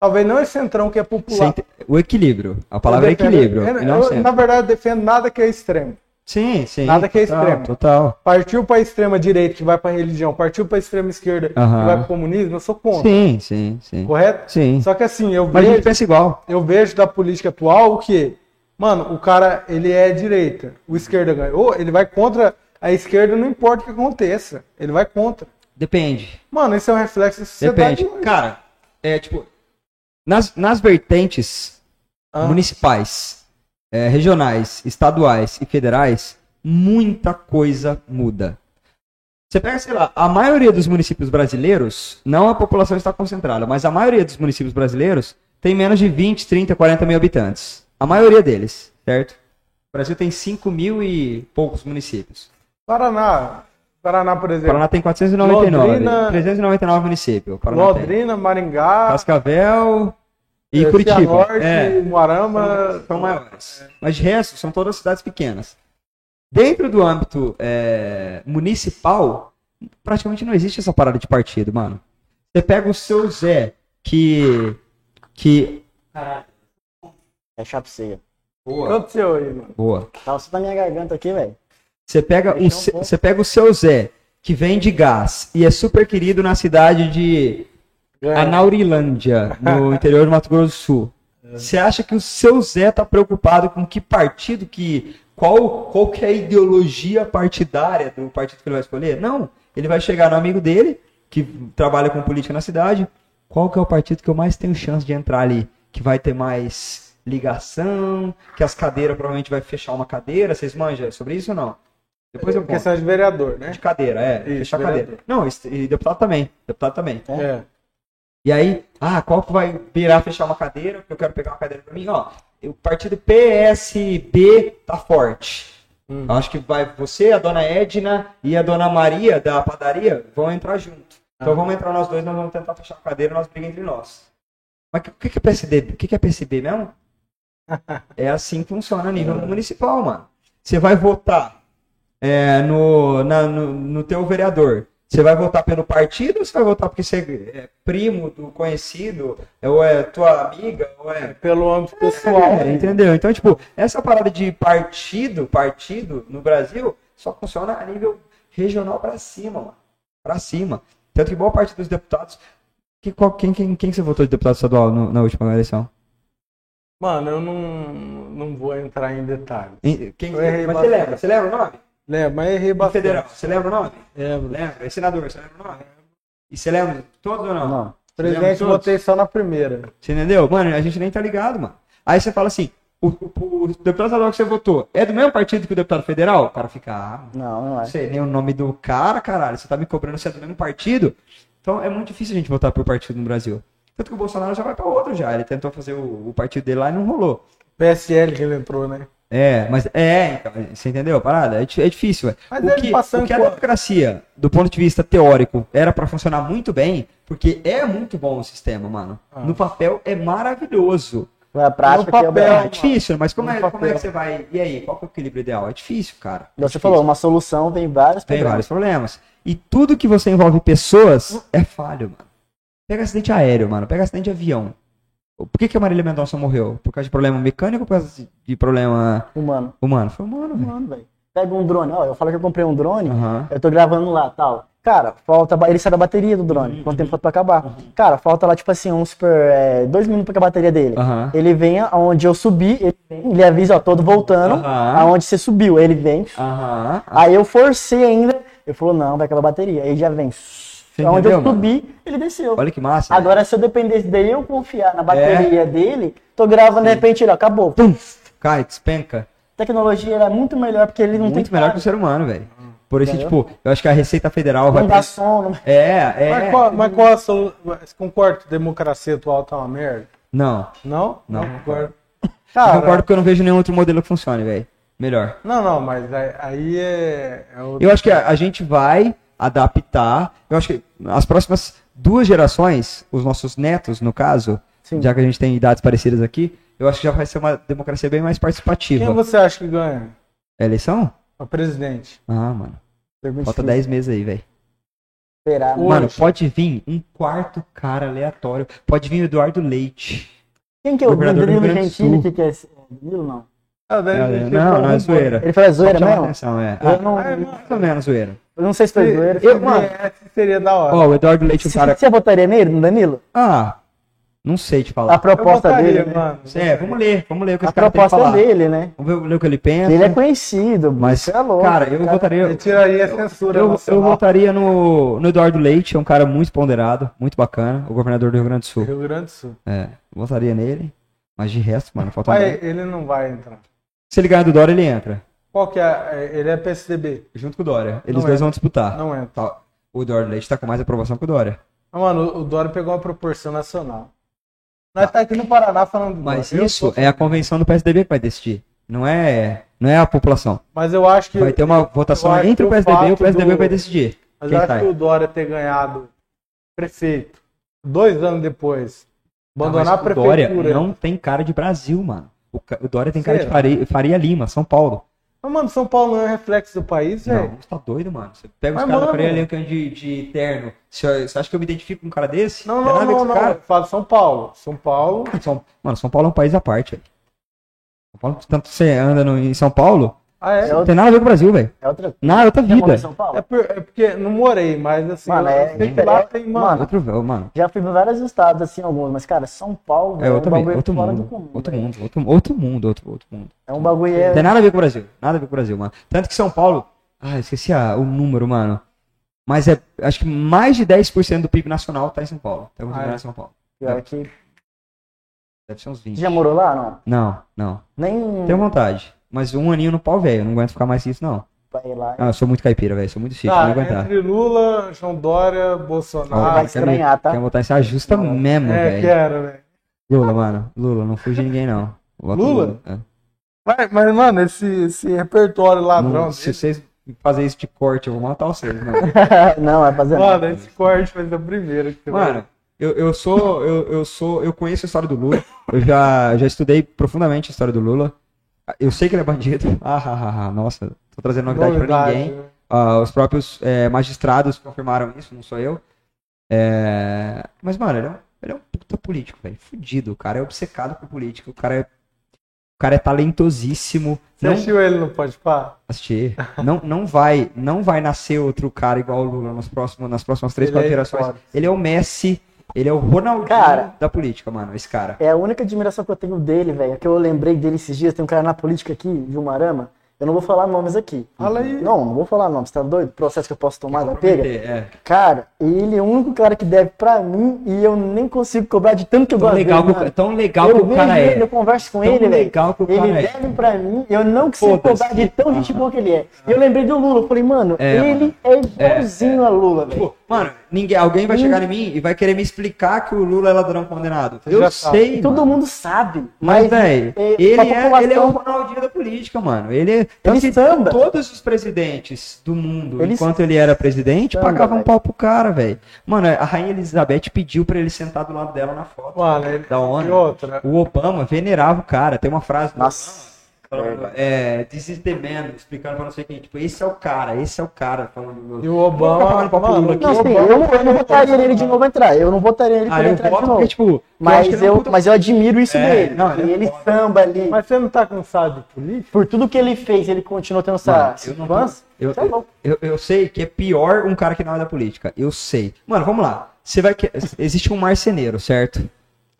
[SPEAKER 3] Talvez não esse centrão que é
[SPEAKER 4] Você
[SPEAKER 3] popular.
[SPEAKER 4] ente- O equilíbrio. A
[SPEAKER 3] Eu
[SPEAKER 4] palavra é
[SPEAKER 3] defendo-
[SPEAKER 4] equilíbrio.
[SPEAKER 3] eu-
[SPEAKER 4] e não
[SPEAKER 3] eu,
[SPEAKER 4] centro.
[SPEAKER 3] na verdade, eu defendo nada que é extremo.
[SPEAKER 4] Sim, sim.
[SPEAKER 3] Nada que é
[SPEAKER 4] Total,
[SPEAKER 3] extremo.
[SPEAKER 4] Total.
[SPEAKER 3] Partiu pra extrema direita, que vai pra religião. Partiu pra extrema esquerda,
[SPEAKER 4] Aham.
[SPEAKER 3] que vai pro comunismo. Eu sou contra.
[SPEAKER 4] Sim, sim, sim.
[SPEAKER 3] Correto?
[SPEAKER 4] Sim.
[SPEAKER 3] Só que assim, eu
[SPEAKER 4] Mas a
[SPEAKER 3] vejo.
[SPEAKER 4] gente pensa igual.
[SPEAKER 3] eu vejo da política atual o que, mano, o cara, ele é direita, o esquerda ganhou, ele vai contra a esquerda, não importa o que aconteça, ele vai contra.
[SPEAKER 4] Depende.
[SPEAKER 3] Mano, esse é um reflexo da sociedade.
[SPEAKER 4] Depende. Cara, é tipo. Nas, nas vertentes
[SPEAKER 3] Ah.
[SPEAKER 4] municipais, é, regionais, estaduais e federais, muita coisa muda. Você pega, sei lá, a maioria dos municípios brasileiros, não a população está concentrada, mas a maioria dos municípios brasileiros tem menos de 20, 30, 40 mil habitantes. A maioria deles, certo? O Brasil tem 5 mil e poucos municípios.
[SPEAKER 3] Paraná, Paraná, por exemplo,
[SPEAKER 4] Paraná tem 499.
[SPEAKER 3] Londrina-
[SPEAKER 4] 399 municípios. Paraná tem.
[SPEAKER 3] Londrina, Maringá,
[SPEAKER 4] Cascavel e
[SPEAKER 3] eh,
[SPEAKER 4] Curitiba.
[SPEAKER 3] Cianorte,
[SPEAKER 4] É,
[SPEAKER 3] Moarama,
[SPEAKER 4] são maiores. Mas de resto, são todas cidades pequenas. Dentro do âmbito é, municipal, praticamente não existe essa parada de partido, mano. Você pega o seu Zé, que. que.
[SPEAKER 2] É chapecia.
[SPEAKER 3] o que aconteceu aí, mano?
[SPEAKER 4] Boa.
[SPEAKER 2] Tava só na minha garganta aqui, velho.
[SPEAKER 4] Você pega, o,
[SPEAKER 2] Deixar um
[SPEAKER 4] se-
[SPEAKER 2] pouco.
[SPEAKER 4] você pega o seu Zé, que vende gás e é super querido na cidade de Anaurilândia, no interior do Mato Grosso do Sul. Você acha que o seu Zé tá preocupado com que partido, que qual, qual que é a ideologia partidária do partido que ele vai escolher? Não, ele vai chegar no amigo dele, que trabalha com política na cidade, qual que é o partido que eu mais tenho chance de entrar ali, que vai ter mais ligação, que as cadeiras provavelmente vai fechar uma cadeira, vocês manjam sobre isso ou não? Depois eu conto.
[SPEAKER 3] Questão de vereador, né?
[SPEAKER 4] De cadeira, é,
[SPEAKER 3] Isso,
[SPEAKER 4] fechar
[SPEAKER 3] vereador.
[SPEAKER 4] cadeira. Não, isso- e deputado também, deputado também.
[SPEAKER 3] É.
[SPEAKER 4] E aí, ah, qual que vai virar fechar uma cadeira? Porque eu quero pegar uma cadeira pra mim. Ó, o partido PSB tá forte.
[SPEAKER 3] Hum.
[SPEAKER 4] Eu Acho que vai você, a dona Edna e a dona Maria da padaria vão entrar junto. Então vamos entrar nós dois, nós vamos tentar fechar a cadeira, nós brigamos entre nós. Mas o que, que é PSDB? O que, que é PSB mesmo? é assim que funciona a nível municipal, mano. Você vai votar é, no, na- no, no teu vereador. Você vai votar pelo partido ou você vai votar porque você é primo do conhecido, é, ou é tua amiga, ou é
[SPEAKER 3] Pelo âmbito pessoal.
[SPEAKER 4] é, entendeu? Então, tipo, essa parada de partido, partido no Brasil só funciona a nível regional pra cima, mano. Pra cima. Tanto que boa parte dos deputados. Que, qual- quem, quem, quem que você votou de deputado estadual no- na última eleição?
[SPEAKER 3] Mano, eu não, não vou entrar em detalhes.
[SPEAKER 4] Em- Quem,
[SPEAKER 3] Eu errei
[SPEAKER 4] mas você
[SPEAKER 3] bastante.
[SPEAKER 4] lembra? Você lembra o nome?
[SPEAKER 3] Lembra, Né, mas errei
[SPEAKER 4] Do
[SPEAKER 3] bastante.
[SPEAKER 4] federal. Você lembra o nome?
[SPEAKER 3] Lembro.
[SPEAKER 4] Lembra. E senador, você lembra o nome? E você lembra de todos ou não?
[SPEAKER 2] Não.
[SPEAKER 4] Você lembra de
[SPEAKER 3] Presidente,
[SPEAKER 4] todos?
[SPEAKER 3] votei só na primeira.
[SPEAKER 4] Você entendeu? Mano, a gente nem tá ligado, mano. Aí você fala assim: o, o- o deputado estadual que você votou é do mesmo partido que o deputado federal? O cara fica. Ah, mano.
[SPEAKER 2] Não, não é.
[SPEAKER 4] Não sei nem o nome do cara, caralho. Você tá me cobrando se é do mesmo partido? Então é muito difícil a gente votar por partido no Brasil. Tanto que o Bolsonaro já vai pra outro já. Ele tentou fazer o, o partido dele lá e não rolou.
[SPEAKER 3] PSL que ele entrou, né?
[SPEAKER 4] É, mas é, então, você entendeu a parada? É, di- é difícil, velho.
[SPEAKER 3] Mas
[SPEAKER 4] O
[SPEAKER 3] ele
[SPEAKER 4] que,
[SPEAKER 3] passando
[SPEAKER 4] o que a
[SPEAKER 3] com a-
[SPEAKER 4] democracia, do ponto de vista teórico, era pra funcionar muito bem, porque é muito bom o sistema, mano.
[SPEAKER 3] Ah.
[SPEAKER 4] No papel é maravilhoso.
[SPEAKER 2] Na prática,
[SPEAKER 3] No
[SPEAKER 2] que é o
[SPEAKER 3] papel,
[SPEAKER 2] melhor.
[SPEAKER 4] É difícil, mas como
[SPEAKER 3] No
[SPEAKER 4] é, como é
[SPEAKER 3] papel.
[SPEAKER 4] que você vai. E aí, qual que é o equilíbrio ideal? É difícil, cara. É
[SPEAKER 2] Você
[SPEAKER 4] difícil.
[SPEAKER 2] falou, É uma solução tem vários
[SPEAKER 4] Tem
[SPEAKER 2] problemas.
[SPEAKER 4] vários problemas. E tudo que você envolve pessoas é falho, mano. Pega acidente aéreo, mano. Pega acidente de avião. Por que, que a Marília Mendonça morreu? Por causa de problema mecânico ou por causa de- de problema
[SPEAKER 2] Humano.
[SPEAKER 4] humano? Foi humano, velho.
[SPEAKER 2] Humano, velho. Pega um drone. Ó, eu falo que eu comprei um drone,
[SPEAKER 4] Aham.
[SPEAKER 2] eu tô gravando lá, tal. Cara, falta. ba- Ele sai da bateria do drone.
[SPEAKER 4] Uhum.
[SPEAKER 2] Quanto tempo falta pra acabar? Cara, falta lá, tipo assim, um super. É, dois minutos pra acabar a bateria dele.
[SPEAKER 4] Aham.
[SPEAKER 2] Ele vem aonde eu subi, ele, vem, ele avisa, ó, todo voltando,
[SPEAKER 4] Aham. Ah.
[SPEAKER 2] aonde você subiu. Aí ele vem.
[SPEAKER 4] Aham.
[SPEAKER 2] Aí eu forcei ainda. Ele falou, não, vai acabar a bateria. Aí ele já vem. aonde
[SPEAKER 4] entendeu,
[SPEAKER 2] eu
[SPEAKER 4] mano?
[SPEAKER 2] subi, ele desceu.
[SPEAKER 4] Olha É. que massa. né?
[SPEAKER 2] Agora, se eu dependesse dele eu confiar na bateria dele, tô gravando, de repente, ele ó, acabou. Pum!
[SPEAKER 4] Cai, despenca.
[SPEAKER 2] Tecnologia era muito melhor, porque ele não tem
[SPEAKER 4] Muito melhor que
[SPEAKER 2] cara,
[SPEAKER 4] o ser humano, velho. Por isso,
[SPEAKER 2] Entendeu?
[SPEAKER 4] tipo, eu acho que a Receita Federal vai.
[SPEAKER 2] não tá dá
[SPEAKER 4] pensar-
[SPEAKER 2] som, não-
[SPEAKER 4] É, é.
[SPEAKER 3] Mas qual, mas qual a solução? Você concorda que a democracia atual tá uma merda?
[SPEAKER 4] Não.
[SPEAKER 3] Não?
[SPEAKER 4] Não.
[SPEAKER 3] concordo.
[SPEAKER 4] Eu
[SPEAKER 3] Cara,
[SPEAKER 4] concordo porque eu não vejo nenhum outro modelo que funcione, velho. Melhor.
[SPEAKER 3] não, não, mas aí, aí é. é o-
[SPEAKER 4] Eu acho que a, a gente vai adaptar. Eu acho que as próximas duas gerações, os nossos netos, no caso,
[SPEAKER 2] Sim.
[SPEAKER 4] já que a gente tem idades parecidas aqui, eu acho que já vai ser uma democracia bem mais participativa.
[SPEAKER 3] Quem é você acha que ganha?
[SPEAKER 4] É eleição?
[SPEAKER 3] O presidente.
[SPEAKER 4] Ah, mano.
[SPEAKER 2] Pergunta
[SPEAKER 4] Falta
[SPEAKER 2] difícil
[SPEAKER 4] 10 meses aí, velho.
[SPEAKER 2] de esperar, né?
[SPEAKER 3] Hoje.
[SPEAKER 4] Mano, pode vir um quarto cara aleatório. Pode vir o Eduardo Leite.
[SPEAKER 2] Quem que é o
[SPEAKER 4] Governador do Rio
[SPEAKER 2] Danilo
[SPEAKER 4] Grande do
[SPEAKER 2] Gentili?
[SPEAKER 4] Sul.
[SPEAKER 2] Que que é esse? Danilo, não.
[SPEAKER 3] Ah, daí a
[SPEAKER 4] É,
[SPEAKER 3] gente
[SPEAKER 4] não,
[SPEAKER 3] entra
[SPEAKER 4] não,
[SPEAKER 3] num
[SPEAKER 4] é zoeira.
[SPEAKER 2] Ele fala zoeira
[SPEAKER 4] Chama
[SPEAKER 2] mesmo?
[SPEAKER 4] atenção, é.
[SPEAKER 2] Eu
[SPEAKER 4] Ah,
[SPEAKER 2] não,
[SPEAKER 3] Ah, é,
[SPEAKER 2] eu
[SPEAKER 4] mais ou menos zoeira.
[SPEAKER 2] não sei se foi zoeira.
[SPEAKER 3] Eu,
[SPEAKER 2] foi-
[SPEAKER 3] mano, essa seria da hora.
[SPEAKER 4] Ó, o Eduardo Leite, o
[SPEAKER 2] Você-
[SPEAKER 4] cara.
[SPEAKER 2] Você votaria nele, no Danilo?
[SPEAKER 4] Ah, não sei te falar.
[SPEAKER 2] A proposta
[SPEAKER 3] votaria,
[SPEAKER 2] dele, né?
[SPEAKER 3] mano.
[SPEAKER 4] É, vamos ler, vamos ler o que
[SPEAKER 2] A
[SPEAKER 4] esse cara tem
[SPEAKER 3] é
[SPEAKER 4] pra
[SPEAKER 2] proposta
[SPEAKER 4] falar.
[SPEAKER 2] dele, né?
[SPEAKER 4] Vamos ver, ler o que ele pensa.
[SPEAKER 2] Ele é conhecido,
[SPEAKER 4] Mas,
[SPEAKER 2] você é louco.
[SPEAKER 4] cara, eu votaria.
[SPEAKER 3] Ele tá tiraria a censura.
[SPEAKER 4] Eu, eu
[SPEAKER 3] nacional.
[SPEAKER 4] votaria no, no Eduardo Leite, é um cara muito ponderado, muito bacana, o governador do Rio Grande do Sul.
[SPEAKER 3] Rio Grande do Sul.
[SPEAKER 4] É, votaria nele. Mas de resto, mano, falta
[SPEAKER 3] Mas
[SPEAKER 4] um.
[SPEAKER 3] ele não vai entrar.
[SPEAKER 4] Se ele ganhar do Dória, ele entra.
[SPEAKER 3] Qual que é? a- Ele é PSDB.
[SPEAKER 4] Junto com o Dória. Eles
[SPEAKER 3] Não
[SPEAKER 4] dois
[SPEAKER 3] entra.
[SPEAKER 4] vão disputar.
[SPEAKER 3] Não é, entra.
[SPEAKER 4] Tá, O Eduardo Leite tá com mais aprovação que o Dória.
[SPEAKER 3] Ah, Mano, o Dória pegou uma proporção nacional. Nós tá aqui no Paraná falando do
[SPEAKER 4] Mas
[SPEAKER 3] Dória. Eu
[SPEAKER 4] isso
[SPEAKER 3] sou-
[SPEAKER 4] é a convenção do PSDB que vai decidir. Não é, não é a população.
[SPEAKER 3] Mas eu acho que.
[SPEAKER 4] Vai ter uma votação
[SPEAKER 3] acho que
[SPEAKER 4] entre o
[SPEAKER 3] o
[SPEAKER 4] PSDB e o
[SPEAKER 3] fato
[SPEAKER 4] PSDB
[SPEAKER 3] do-
[SPEAKER 4] vai decidir.
[SPEAKER 3] Mas
[SPEAKER 4] Quem
[SPEAKER 3] eu acho
[SPEAKER 4] tá
[SPEAKER 3] que
[SPEAKER 4] aí?
[SPEAKER 3] o Dória ter ganhado prefeito dois anos depois, abandonar
[SPEAKER 4] Mas
[SPEAKER 3] a
[SPEAKER 4] o Dória
[SPEAKER 3] prefeitura.
[SPEAKER 4] não tem cara de Brasil, mano. O, ca- o Dória tem cara de
[SPEAKER 3] Será?
[SPEAKER 4] Faria, Faria Lima, São Paulo.
[SPEAKER 3] Mas, mano, São Paulo não é reflexo do país, velho.
[SPEAKER 4] Não, você tá doido, mano. Você pega os
[SPEAKER 3] Mas,
[SPEAKER 4] caras da
[SPEAKER 3] mano-
[SPEAKER 4] Faria Lima que andam de, de terno. Você, você acha que eu me identifico com um cara desse?
[SPEAKER 3] Não,
[SPEAKER 4] Tem
[SPEAKER 3] não,
[SPEAKER 4] nada a ver
[SPEAKER 3] não,
[SPEAKER 4] com esse
[SPEAKER 3] não.
[SPEAKER 4] cara.
[SPEAKER 3] Eu falo São Paulo. São Paulo.
[SPEAKER 4] São- mano, São Paulo é um país à parte, velho. São Paulo, tanto você anda no- em São Paulo,
[SPEAKER 3] Ah, é?
[SPEAKER 2] É
[SPEAKER 4] não tem nada a ver com o Brasil, velho.
[SPEAKER 2] É outra
[SPEAKER 4] Nada, outra
[SPEAKER 2] Já morou em
[SPEAKER 4] vida.
[SPEAKER 2] São Paulo?
[SPEAKER 3] É, por- é porque não morei, mas assim,
[SPEAKER 2] Mano,
[SPEAKER 3] eu
[SPEAKER 2] é-
[SPEAKER 3] sei que lá tem, tá, mano.
[SPEAKER 2] mano,
[SPEAKER 4] Outro, velho, mano.
[SPEAKER 2] Já fui pra vários estados, assim, alguns, mas, cara, São Paulo
[SPEAKER 4] É
[SPEAKER 3] um
[SPEAKER 2] velho,
[SPEAKER 4] outro,
[SPEAKER 2] bagulho
[SPEAKER 4] outro,
[SPEAKER 2] fora
[SPEAKER 4] mundo,
[SPEAKER 2] do comum,
[SPEAKER 4] outro
[SPEAKER 2] velho.
[SPEAKER 4] mundo. Outro mundo, outro mundo, outro, outro mundo.
[SPEAKER 2] É um bagulho. é-
[SPEAKER 4] Não tem nada a ver com o Brasil. Nada a ver com o Brasil, mano. Tanto que São Paulo. Ah, esqueci a- o número, mano. Mas é. Acho que mais de 10% do PIB nacional tá em São Paulo. Tá concentrado
[SPEAKER 3] Ah, é?
[SPEAKER 4] em São Paulo.
[SPEAKER 2] Pior que- Você
[SPEAKER 4] Deve ser uns 20.
[SPEAKER 2] já morou lá? Não.
[SPEAKER 4] Não, não.
[SPEAKER 2] Nem
[SPEAKER 4] Tenho vontade. Mas um aninho no pau, velho. Não aguento ficar mais que isso, não.
[SPEAKER 2] pra ir lá.
[SPEAKER 4] Ah, eu sou muito caipira, velho. Sou muito chique.
[SPEAKER 3] Tá,
[SPEAKER 4] não aguentar.
[SPEAKER 3] entre Lula, João Dória,
[SPEAKER 4] Ó,
[SPEAKER 2] vai
[SPEAKER 3] Bolsonaro.
[SPEAKER 4] quero-
[SPEAKER 2] estranhar, tá?
[SPEAKER 4] Quero botar esse ajusta mesmo,
[SPEAKER 3] é,
[SPEAKER 4] velho.
[SPEAKER 3] quero, velho.
[SPEAKER 4] Lula, mano. Lula, não fuja ninguém, não. Voto
[SPEAKER 3] Lula?
[SPEAKER 4] É.
[SPEAKER 3] Mas, mas, mano, esse, esse repertório ladrão
[SPEAKER 4] Não, se
[SPEAKER 3] dele,
[SPEAKER 4] vocês fazerem isso de corte, eu vou matar vocês, mano. um-
[SPEAKER 2] não, é vai fazer nada.
[SPEAKER 3] mano, esse corte vai ser o primeiro que você vai-
[SPEAKER 4] é Mano, eu, eu sou. Eu, eu sou. Eu conheço a história do Lula. Eu já, já estudei profundamente a história do Lula. Eu sei que ele é bandido. Ah, ah, ah, ah, nossa, tô trazendo novidade, pra
[SPEAKER 3] Novidade,
[SPEAKER 4] ninguém.
[SPEAKER 3] né?
[SPEAKER 4] Ah, os próprios eh, magistrados confirmaram isso, não sou eu. É, Mas, mano, ele é um, ele é um puta político, velho. Fudido. O cara é obcecado por política. O cara é. O cara é talentosíssimo.
[SPEAKER 3] Você é um
[SPEAKER 4] não
[SPEAKER 3] assistiu ele no Pode Pá?
[SPEAKER 4] assistir. Não, não vai, não vai nascer outro cara igual o Lula nos próximos, nas próximas três,
[SPEAKER 3] Ele
[SPEAKER 4] quatro
[SPEAKER 3] é
[SPEAKER 4] gerações.
[SPEAKER 3] foda.
[SPEAKER 4] Ele é o Messi, ele é o Ronaldinho
[SPEAKER 2] Cara.
[SPEAKER 4] da política, mano, esse cara.
[SPEAKER 2] É a única admiração que eu tenho dele, velho. é Que eu lembrei dele esses dias. Tem um cara na política aqui, de Umarama. Eu não vou falar nomes aqui.
[SPEAKER 3] Fala aí.
[SPEAKER 2] Não, não vou falar nomes, tá doido? Processo que eu posso tomar da pega.
[SPEAKER 4] É, é.
[SPEAKER 2] Cara, ele é o único cara que deve pra mim e eu nem consigo cobrar de tanto que eu
[SPEAKER 4] Tão
[SPEAKER 2] gosto
[SPEAKER 4] legal,
[SPEAKER 2] dele.
[SPEAKER 4] que, o-
[SPEAKER 2] mano.
[SPEAKER 4] tão legal
[SPEAKER 2] eu
[SPEAKER 4] que o
[SPEAKER 2] vejo
[SPEAKER 4] cara
[SPEAKER 2] ele, eu
[SPEAKER 4] é.
[SPEAKER 2] converso com
[SPEAKER 4] Tão
[SPEAKER 2] ele, velho.
[SPEAKER 4] legal que o
[SPEAKER 2] Ele
[SPEAKER 4] cara é.
[SPEAKER 2] deve pra mim, eu não consigo
[SPEAKER 4] Foda-se. Ah.
[SPEAKER 2] cobrar de tão gente boa que ele é. E eu lembrei do Lula, eu falei, mano,
[SPEAKER 4] É,
[SPEAKER 2] ele
[SPEAKER 4] mano. é.
[SPEAKER 2] é igualzinho a Lula, velho.
[SPEAKER 4] Pô, Tipo, mano, ninguém, alguém vai chegar em mim e vai querer me explicar que o Lula é ladrão condenado. Eu
[SPEAKER 3] já sabe.
[SPEAKER 4] sei,
[SPEAKER 2] Todo
[SPEAKER 4] mano.
[SPEAKER 2] mundo sabe.
[SPEAKER 4] Mas, velho,
[SPEAKER 2] é,
[SPEAKER 4] ele,
[SPEAKER 2] pra
[SPEAKER 4] é, ele é o
[SPEAKER 2] população-
[SPEAKER 4] Ronaldinho da política, mano. Ele, é- tanto que
[SPEAKER 2] samba.
[SPEAKER 4] Todos os presidentes do mundo,
[SPEAKER 2] Ele
[SPEAKER 4] enquanto ele era presidente,
[SPEAKER 2] samba,
[SPEAKER 4] pagavam um
[SPEAKER 2] velho.
[SPEAKER 4] pau pro cara, velho. Mano, a rainha Elizabeth pediu pra ele sentar do lado dela na foto.
[SPEAKER 3] Mano, ele...
[SPEAKER 4] Da ONU.
[SPEAKER 3] E outra.
[SPEAKER 4] O Obama venerava o cara. Tem uma frase do
[SPEAKER 2] Nossa.
[SPEAKER 4] Obama falando, é, this is the man, explicando pra não sei quem. Tipo, esse é o cara, esse é o cara. Falando do...
[SPEAKER 3] E o
[SPEAKER 4] Vou ficar falando
[SPEAKER 3] Obama.
[SPEAKER 4] pra Lula
[SPEAKER 3] Mano,
[SPEAKER 4] aqui.
[SPEAKER 2] Não,
[SPEAKER 3] o
[SPEAKER 2] sim,
[SPEAKER 3] Obama-
[SPEAKER 2] eu, não- eu não votaria nele de novo entrar. Eu não votaria nele pra
[SPEAKER 4] Ah,
[SPEAKER 2] ele
[SPEAKER 4] eu
[SPEAKER 2] entrar de
[SPEAKER 4] voto porque,
[SPEAKER 2] novo.
[SPEAKER 4] tipo, eu acho que
[SPEAKER 2] Mas
[SPEAKER 4] ele é um
[SPEAKER 2] eu,
[SPEAKER 4] puta-
[SPEAKER 2] mas eu admiro isso
[SPEAKER 4] É,
[SPEAKER 2] dele.
[SPEAKER 4] não, ele é
[SPEAKER 2] E ele
[SPEAKER 4] foda.
[SPEAKER 2] samba ali.
[SPEAKER 3] Mas você não tá cansado de política?
[SPEAKER 2] Por tudo que ele fez, ele continuou tendo
[SPEAKER 4] Mano,
[SPEAKER 2] essa
[SPEAKER 4] eu não tô-
[SPEAKER 2] infância.
[SPEAKER 4] Eu,
[SPEAKER 3] é
[SPEAKER 2] Tá louco.
[SPEAKER 4] eu, eu sei que é pior um cara que não é da política. Eu sei. Mano, vamos lá. Você vai. que- Existe um marceneiro, certo?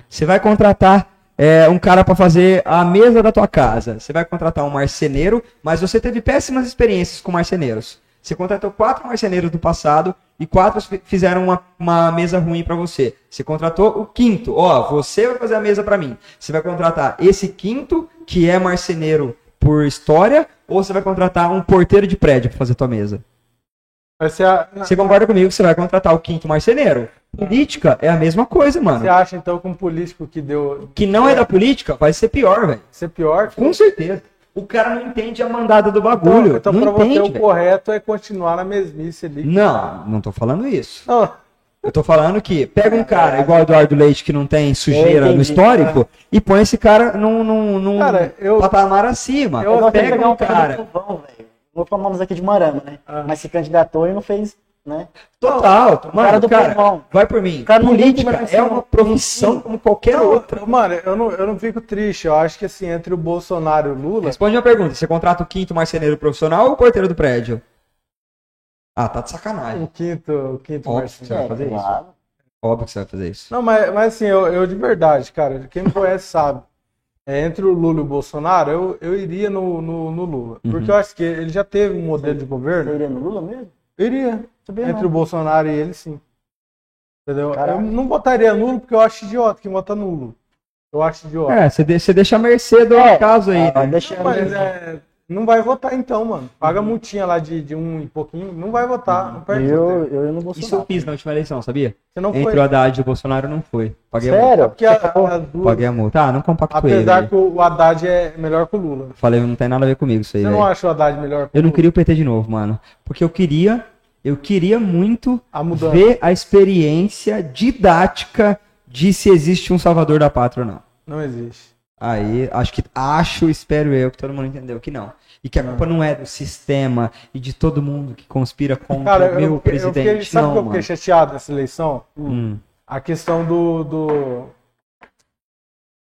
[SPEAKER 4] Você vai contratar é, um cara pra fazer a mesa da tua casa. Você vai contratar um marceneiro, mas você teve péssimas experiências com marceneiros. Você contratou quatro marceneiros do passado e quatro fi- fizeram uma, uma mesa ruim pra você. Você contratou o quinto. Ó, você vai fazer a mesa pra mim. Você vai contratar esse quinto, que é marceneiro por história, ou você vai contratar um porteiro de prédio pra fazer tua mesa?
[SPEAKER 3] Você, a-
[SPEAKER 4] Você concorda comigo que você vai contratar o quinto marceneiro? Política é a mesma coisa,
[SPEAKER 3] você
[SPEAKER 4] mano.
[SPEAKER 3] acha então que um político que deu
[SPEAKER 4] Que não é da política, vai ser pior, velho.
[SPEAKER 3] ser pior? um
[SPEAKER 4] Com certeza. O cara não entende a mandada do
[SPEAKER 3] Então-
[SPEAKER 4] bagulho.
[SPEAKER 3] então
[SPEAKER 4] não
[SPEAKER 3] pra você
[SPEAKER 4] entende,
[SPEAKER 3] o
[SPEAKER 4] velho.
[SPEAKER 3] correto é continuar na mesmice ali.
[SPEAKER 4] Não, não tô falando isso.
[SPEAKER 3] Não,
[SPEAKER 4] Eu tô falando que pega um cara igual o Eduardo Leite que não tem
[SPEAKER 2] Eu
[SPEAKER 4] sujeira
[SPEAKER 2] entendi,
[SPEAKER 4] no histórico e põe esse cara num, num, num
[SPEAKER 3] Cara, eu-
[SPEAKER 4] patamar acima.
[SPEAKER 3] eu
[SPEAKER 2] gosto de
[SPEAKER 4] pega
[SPEAKER 2] pegar
[SPEAKER 4] um
[SPEAKER 2] cara
[SPEAKER 4] cara.
[SPEAKER 2] do Trovão, velho. Não vou falar nomes aqui de Marama, né?
[SPEAKER 3] Ah.
[SPEAKER 2] Mas se candidatou e não fez, né?
[SPEAKER 4] Total. Mano,
[SPEAKER 2] cara
[SPEAKER 4] cara,
[SPEAKER 2] do povão. assim,
[SPEAKER 4] vai por mim.
[SPEAKER 2] Cara, não
[SPEAKER 4] Política
[SPEAKER 2] tem que
[SPEAKER 4] é uma profissão como qualquer
[SPEAKER 3] não,
[SPEAKER 4] outra.
[SPEAKER 3] Mano, eu não, eu não fico triste. Eu acho que assim, entre o Bolsonaro e o Lula,
[SPEAKER 4] Responde uma pergunta. Você contrata o quinto marceneiro profissional ou o porteiro do prédio? Ah, tá de
[SPEAKER 3] o
[SPEAKER 4] sacanagem.
[SPEAKER 3] quinto, o quinto
[SPEAKER 4] Óbvio
[SPEAKER 3] Marcinho.
[SPEAKER 4] que você vai fazer isso.
[SPEAKER 2] É, claro.
[SPEAKER 4] Óbvio que você vai fazer isso.
[SPEAKER 3] Não, mas, mas assim, eu, eu de verdade, cara, quem me conhece sabe. É, entre o Lula e o Bolsonaro, eu, eu iria no, no, no Lula.
[SPEAKER 4] Uhum.
[SPEAKER 3] Porque eu acho que ele já teve um modelo de
[SPEAKER 2] Você
[SPEAKER 3] governo.
[SPEAKER 2] iria no Lula mesmo?
[SPEAKER 3] Eu iria.
[SPEAKER 2] Sabia
[SPEAKER 3] Entre
[SPEAKER 2] não.
[SPEAKER 3] o Bolsonaro e ele, sim. Entendeu?
[SPEAKER 2] Caraca.
[SPEAKER 3] Eu não votaria nulo porque eu acho idiota quem vota nulo. Eu acho idiota.
[SPEAKER 4] É, você, de- você deixa a mercê do
[SPEAKER 2] É,
[SPEAKER 4] acaso aí.
[SPEAKER 2] Ah,
[SPEAKER 4] né?
[SPEAKER 2] deixa eu
[SPEAKER 3] Mas é, não vai votar então, mano. Paga a multinha lá de, de um e pouquinho, não vai
[SPEAKER 4] Uhum.
[SPEAKER 3] votar. Não perde
[SPEAKER 2] eu,
[SPEAKER 3] voto.
[SPEAKER 2] eu, eu não vou
[SPEAKER 4] Isso eu fiz na última eleição, sabia?
[SPEAKER 3] Você não
[SPEAKER 4] Entre
[SPEAKER 3] foi.
[SPEAKER 4] o Haddad e o Bolsonaro não foi. Paguei a multa.
[SPEAKER 2] Sério?
[SPEAKER 3] Porque a, as duas,
[SPEAKER 4] Paguei a multa. Ah, não compactuei.
[SPEAKER 3] apesar
[SPEAKER 4] velho.
[SPEAKER 3] que o Haddad é melhor que o Lula.
[SPEAKER 4] Falei, não tem nada a ver comigo isso aí,
[SPEAKER 3] Você
[SPEAKER 4] velho.
[SPEAKER 3] não acha o Haddad melhor que
[SPEAKER 4] Eu
[SPEAKER 3] o
[SPEAKER 4] não
[SPEAKER 3] Lula?
[SPEAKER 4] queria o PT de novo, mano. Porque eu queria, eu queria muito
[SPEAKER 3] A mudança.
[SPEAKER 4] ver a experiência didática de se existe um salvador da pátria ou não.
[SPEAKER 3] Não existe.
[SPEAKER 4] Aí, acho que acho, espero eu que todo mundo entendeu que não. E que a culpa não é do sistema e de todo mundo um que conspira contra
[SPEAKER 3] Cara,
[SPEAKER 4] o
[SPEAKER 3] eu,
[SPEAKER 4] meu
[SPEAKER 3] eu fiquei- eu
[SPEAKER 4] presidente.
[SPEAKER 3] fiquei, sabe
[SPEAKER 4] não,
[SPEAKER 3] que eu
[SPEAKER 4] mano.
[SPEAKER 3] fiquei chateado nessa eleição?
[SPEAKER 4] Hum.
[SPEAKER 3] A questão do do,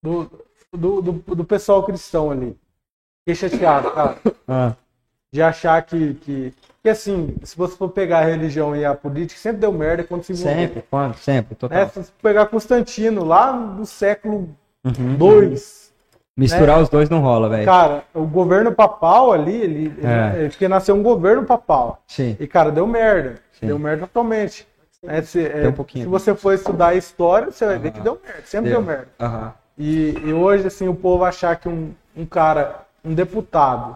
[SPEAKER 3] do, do, do- do pessoal cristão ali. Fiquei chateado, cara.
[SPEAKER 4] Ah,
[SPEAKER 3] De achar que, que. que assim, se você for pegar a religião e a política, sempre deu merda quando se envolveu.
[SPEAKER 4] sempre, quando? Sempre, total.
[SPEAKER 3] Né? Se você pegar Constantino lá no século
[SPEAKER 4] Uhum.
[SPEAKER 3] II,
[SPEAKER 4] Misturar os dois não rola, velho.
[SPEAKER 3] É. cara, o governo papal ali, ele, ele-
[SPEAKER 4] É.
[SPEAKER 3] é, porque nasceu um governo papal.
[SPEAKER 4] Sim.
[SPEAKER 3] E, cara, deu merda.
[SPEAKER 4] Sim.
[SPEAKER 3] Deu merda totalmente. É, se, é,
[SPEAKER 4] Tem um pouquinho.
[SPEAKER 3] se você for estudar a história, você vai ver que deu merda. Sempre deu, merda.
[SPEAKER 4] Aham.
[SPEAKER 3] E, e hoje, assim, o povo achar que um, um cara, um deputado,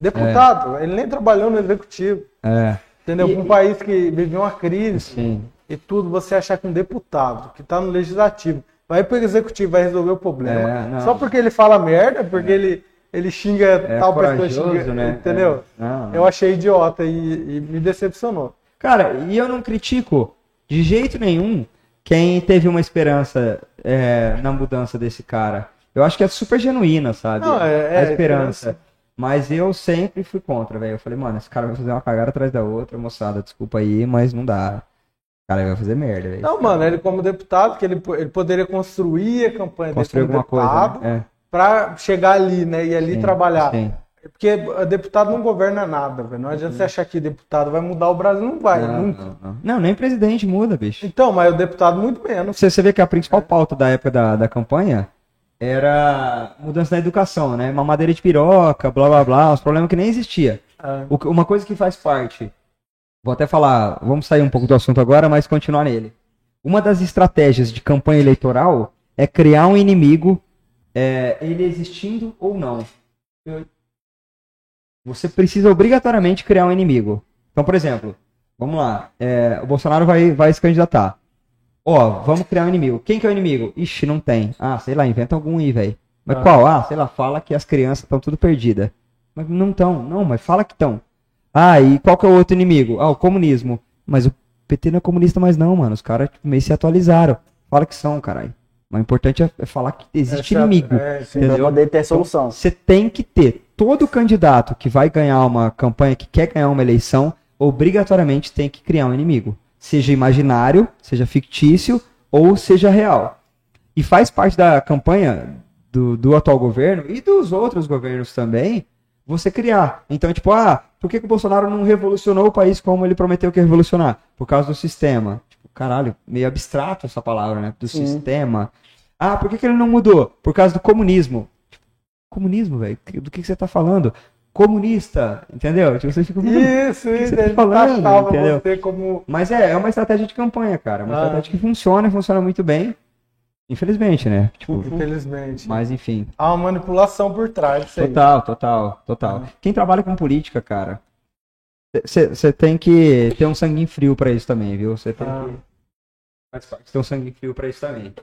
[SPEAKER 3] deputado, ele nem trabalhou no executivo,
[SPEAKER 4] É,
[SPEAKER 3] entendeu? um país que viveu uma crise
[SPEAKER 4] sim.
[SPEAKER 3] e tudo, você achar que um deputado que tá no legislativo vai pro executivo, vai resolver o problema.
[SPEAKER 4] É, não.
[SPEAKER 3] Só porque ele fala merda, porque ele, ele xinga
[SPEAKER 4] É
[SPEAKER 3] tal pessoa,
[SPEAKER 4] corajoso,
[SPEAKER 3] xinga,
[SPEAKER 4] né?
[SPEAKER 3] entendeu?
[SPEAKER 4] É. Não.
[SPEAKER 3] Eu achei idiota e, e me decepcionou.
[SPEAKER 4] Cara, e eu não critico de jeito nenhum quem teve uma esperança é, na mudança desse cara. Eu acho que é super genuína, sabe?
[SPEAKER 3] Não, é- é
[SPEAKER 4] a esperança.
[SPEAKER 3] esperança.
[SPEAKER 4] Mas eu sempre fui contra, velho. Eu falei, mano, esse cara vai fazer uma cagada atrás da outra, moçada, desculpa aí, mas não dá. O cara vai fazer merda, velho.
[SPEAKER 3] Não, mano, ele como deputado, que ele, po- ele poderia construir a campanha
[SPEAKER 4] Construir
[SPEAKER 3] dele como
[SPEAKER 4] alguma coisa,
[SPEAKER 3] deputado
[SPEAKER 4] né?
[SPEAKER 3] pra chegar ali, né? um E
[SPEAKER 4] É,
[SPEAKER 3] ali
[SPEAKER 4] sim,
[SPEAKER 3] trabalhar.
[SPEAKER 4] sim.
[SPEAKER 3] Porque eh, deputado não governa nada, velho. Não adianta você achar que deputado vai mudar o Brasil, não vai,
[SPEAKER 4] Uhum. Não,
[SPEAKER 3] nunca.
[SPEAKER 4] não, não. Não, nem presidente muda, bicho.
[SPEAKER 3] Então, mas o deputado muito menos.
[SPEAKER 4] Você, você vê que a principal pauta da época da, da campanha era mudança na educação, né? Mamadeira de piroca, blá blá blá, uns problemas que nem existia.
[SPEAKER 3] Ah,
[SPEAKER 4] O que- uma coisa que faz parte, vou até falar, vamos sair um pouco do assunto agora, mas continuar nele. Uma das estratégias de campanha eleitoral é criar um inimigo, é, ele existindo ou não. Você precisa obrigatoriamente criar um inimigo. Então, por exemplo, vamos lá, é, o Bolsonaro vai, vai se candidatar. Ó, vamos criar um inimigo. Quem que é o inimigo? Ixi, não tem. Ah, sei lá, inventa algum aí, velho. Mas
[SPEAKER 3] Ah.
[SPEAKER 4] qual? Ah, sei lá, fala que as crianças estão tudo perdidas. Mas não estão, não, mas fala que estão. Ah, e qual que é o outro inimigo? Ah, o comunismo. Mas o PT não é comunista mais não, mano. Os caras tipo, meio se atualizaram. Fala que são, caralho. Mas o importante é é falar que existe
[SPEAKER 3] essa-
[SPEAKER 4] inimigo.
[SPEAKER 3] é, sim.
[SPEAKER 2] Pra
[SPEAKER 4] entendeu?
[SPEAKER 2] poder ter solução.
[SPEAKER 4] Você tem que ter todo candidato que vai ganhar uma campanha, que quer ganhar uma eleição, obrigatoriamente tem que criar um inimigo. Seja imaginário, seja fictício ou seja real. E faz parte da campanha do, do atual governo e dos outros governos também você criar. Então, tipo, ah, por que, que o Bolsonaro não revolucionou o país como ele prometeu que ia revolucionar? Por causa do sistema. Tipo, caralho, meio abstrato essa palavra, né? Do
[SPEAKER 2] Sim.
[SPEAKER 4] sistema. Ah, por que, que ele não mudou? Por causa do comunismo. Tipo, comunismo, velho? Do que, que você tá falando? Comunista, entendeu? Tipo, você fica
[SPEAKER 3] Isso,
[SPEAKER 4] que
[SPEAKER 3] isso,
[SPEAKER 4] você tá
[SPEAKER 3] ele
[SPEAKER 4] falando,
[SPEAKER 3] taxava
[SPEAKER 4] entendeu?
[SPEAKER 3] você como.
[SPEAKER 4] Mas é, é uma estratégia de campanha, cara. É Uma
[SPEAKER 3] Ah.
[SPEAKER 4] estratégia que funciona, funciona muito bem. Infelizmente, né? Tipo,
[SPEAKER 3] Infelizmente.
[SPEAKER 4] mas enfim.
[SPEAKER 3] Há uma manipulação por trás disso aí.
[SPEAKER 4] Total, total, total.
[SPEAKER 3] Ah.
[SPEAKER 4] Quem trabalha com política, cara, você tem que ter um sanguinho frio pra isso também, viu? Você tem
[SPEAKER 3] Ah.
[SPEAKER 4] que faz parte, ter um sanguinho frio pra isso também.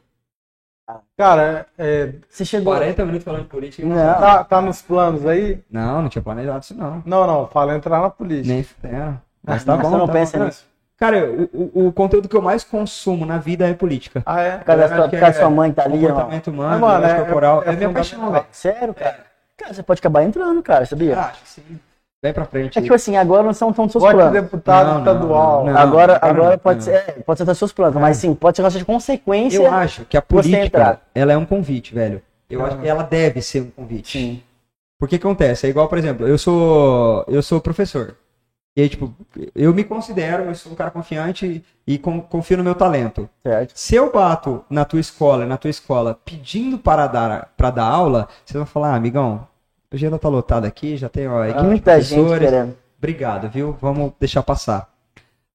[SPEAKER 3] Cara, é,
[SPEAKER 2] Você chegou.
[SPEAKER 4] 40 minutos falando de política.
[SPEAKER 2] Não.
[SPEAKER 4] Não,
[SPEAKER 3] tá, tá nos planos aí?
[SPEAKER 4] não, não tinha planejado isso, não.
[SPEAKER 3] Não, não, fala entrar na política.
[SPEAKER 4] Nem era. Mas tá
[SPEAKER 2] Mas
[SPEAKER 4] bom.
[SPEAKER 2] você não
[SPEAKER 4] tá
[SPEAKER 2] pensa
[SPEAKER 4] bom.
[SPEAKER 2] nisso?
[SPEAKER 4] Cara, o, o, o conteúdo que eu mais consumo na vida é política.
[SPEAKER 3] Ah, é?
[SPEAKER 2] Por causa da
[SPEAKER 4] Eu acho
[SPEAKER 2] sua,
[SPEAKER 4] que
[SPEAKER 2] por causa da
[SPEAKER 4] é
[SPEAKER 2] sua mãe que tá ali, ó.
[SPEAKER 4] Comportamento humano,
[SPEAKER 3] Ah, mano,
[SPEAKER 4] linguagem
[SPEAKER 3] é-
[SPEAKER 4] corporal.
[SPEAKER 3] é
[SPEAKER 4] É, minha paixão,
[SPEAKER 3] fundamental.
[SPEAKER 4] velho.
[SPEAKER 2] Sério, cara? É. Cara, você pode acabar entrando, cara, sabia?
[SPEAKER 4] Ah, acho que sim. Vem pra frente.
[SPEAKER 2] É tipo assim, agora não são tão seus
[SPEAKER 3] Vote
[SPEAKER 2] planos.
[SPEAKER 3] deputado
[SPEAKER 4] Não, não,
[SPEAKER 3] estadual.
[SPEAKER 4] não, não.
[SPEAKER 2] agora
[SPEAKER 4] cara,
[SPEAKER 2] agora
[SPEAKER 4] né? não,
[SPEAKER 2] pode,
[SPEAKER 4] não.
[SPEAKER 2] Ser, é, pode ser das suas planos, mas sim, pode ser uma de consequência.
[SPEAKER 4] Eu acho que a política,
[SPEAKER 2] entrar.
[SPEAKER 4] ela é um convite, velho. Eu
[SPEAKER 3] Ah.
[SPEAKER 4] acho que ela deve ser um convite.
[SPEAKER 2] Sim.
[SPEAKER 4] Porque acontece, é igual, por exemplo, eu sou eu sou professor. E aí, tipo, eu me considero, eu sou um cara confiante e con- confio no meu talento.
[SPEAKER 2] Certo.
[SPEAKER 4] Se eu bato na tua escola, na tua escola, pedindo para dar, para dar aula, você vai falar, ah, amigão, o agenda tá lotada aqui, já tem ó, a equipe de
[SPEAKER 2] É Muita gente
[SPEAKER 4] Ah, professores,
[SPEAKER 2] querendo.
[SPEAKER 4] Obrigado, viu? Vamos deixar passar.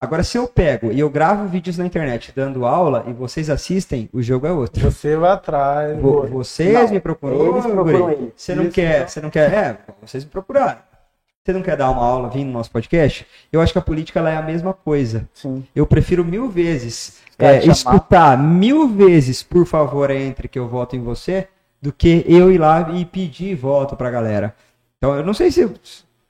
[SPEAKER 4] Agora, se eu pego e eu gravo vídeos na internet dando aula e vocês assistem, o jogo é outro.
[SPEAKER 3] Você vai atrás.
[SPEAKER 4] Vo-
[SPEAKER 3] boa.
[SPEAKER 4] vocês
[SPEAKER 2] Não,
[SPEAKER 4] me procurou,
[SPEAKER 2] eles procuram ele.
[SPEAKER 4] Você não
[SPEAKER 3] Isso,
[SPEAKER 4] quer, você não quer, é, vocês me procuraram. Você não quer dar uma aula vindo no nosso podcast? Eu acho que a política ela é a mesma coisa.
[SPEAKER 2] Sim.
[SPEAKER 4] Eu prefiro mil vezes
[SPEAKER 2] Cara,
[SPEAKER 4] é,
[SPEAKER 2] chamar.
[SPEAKER 4] escutar mil vezes, por favor, entre que eu voto em você, do que eu ir lá e pedir voto pra galera. Então, eu não sei se eu,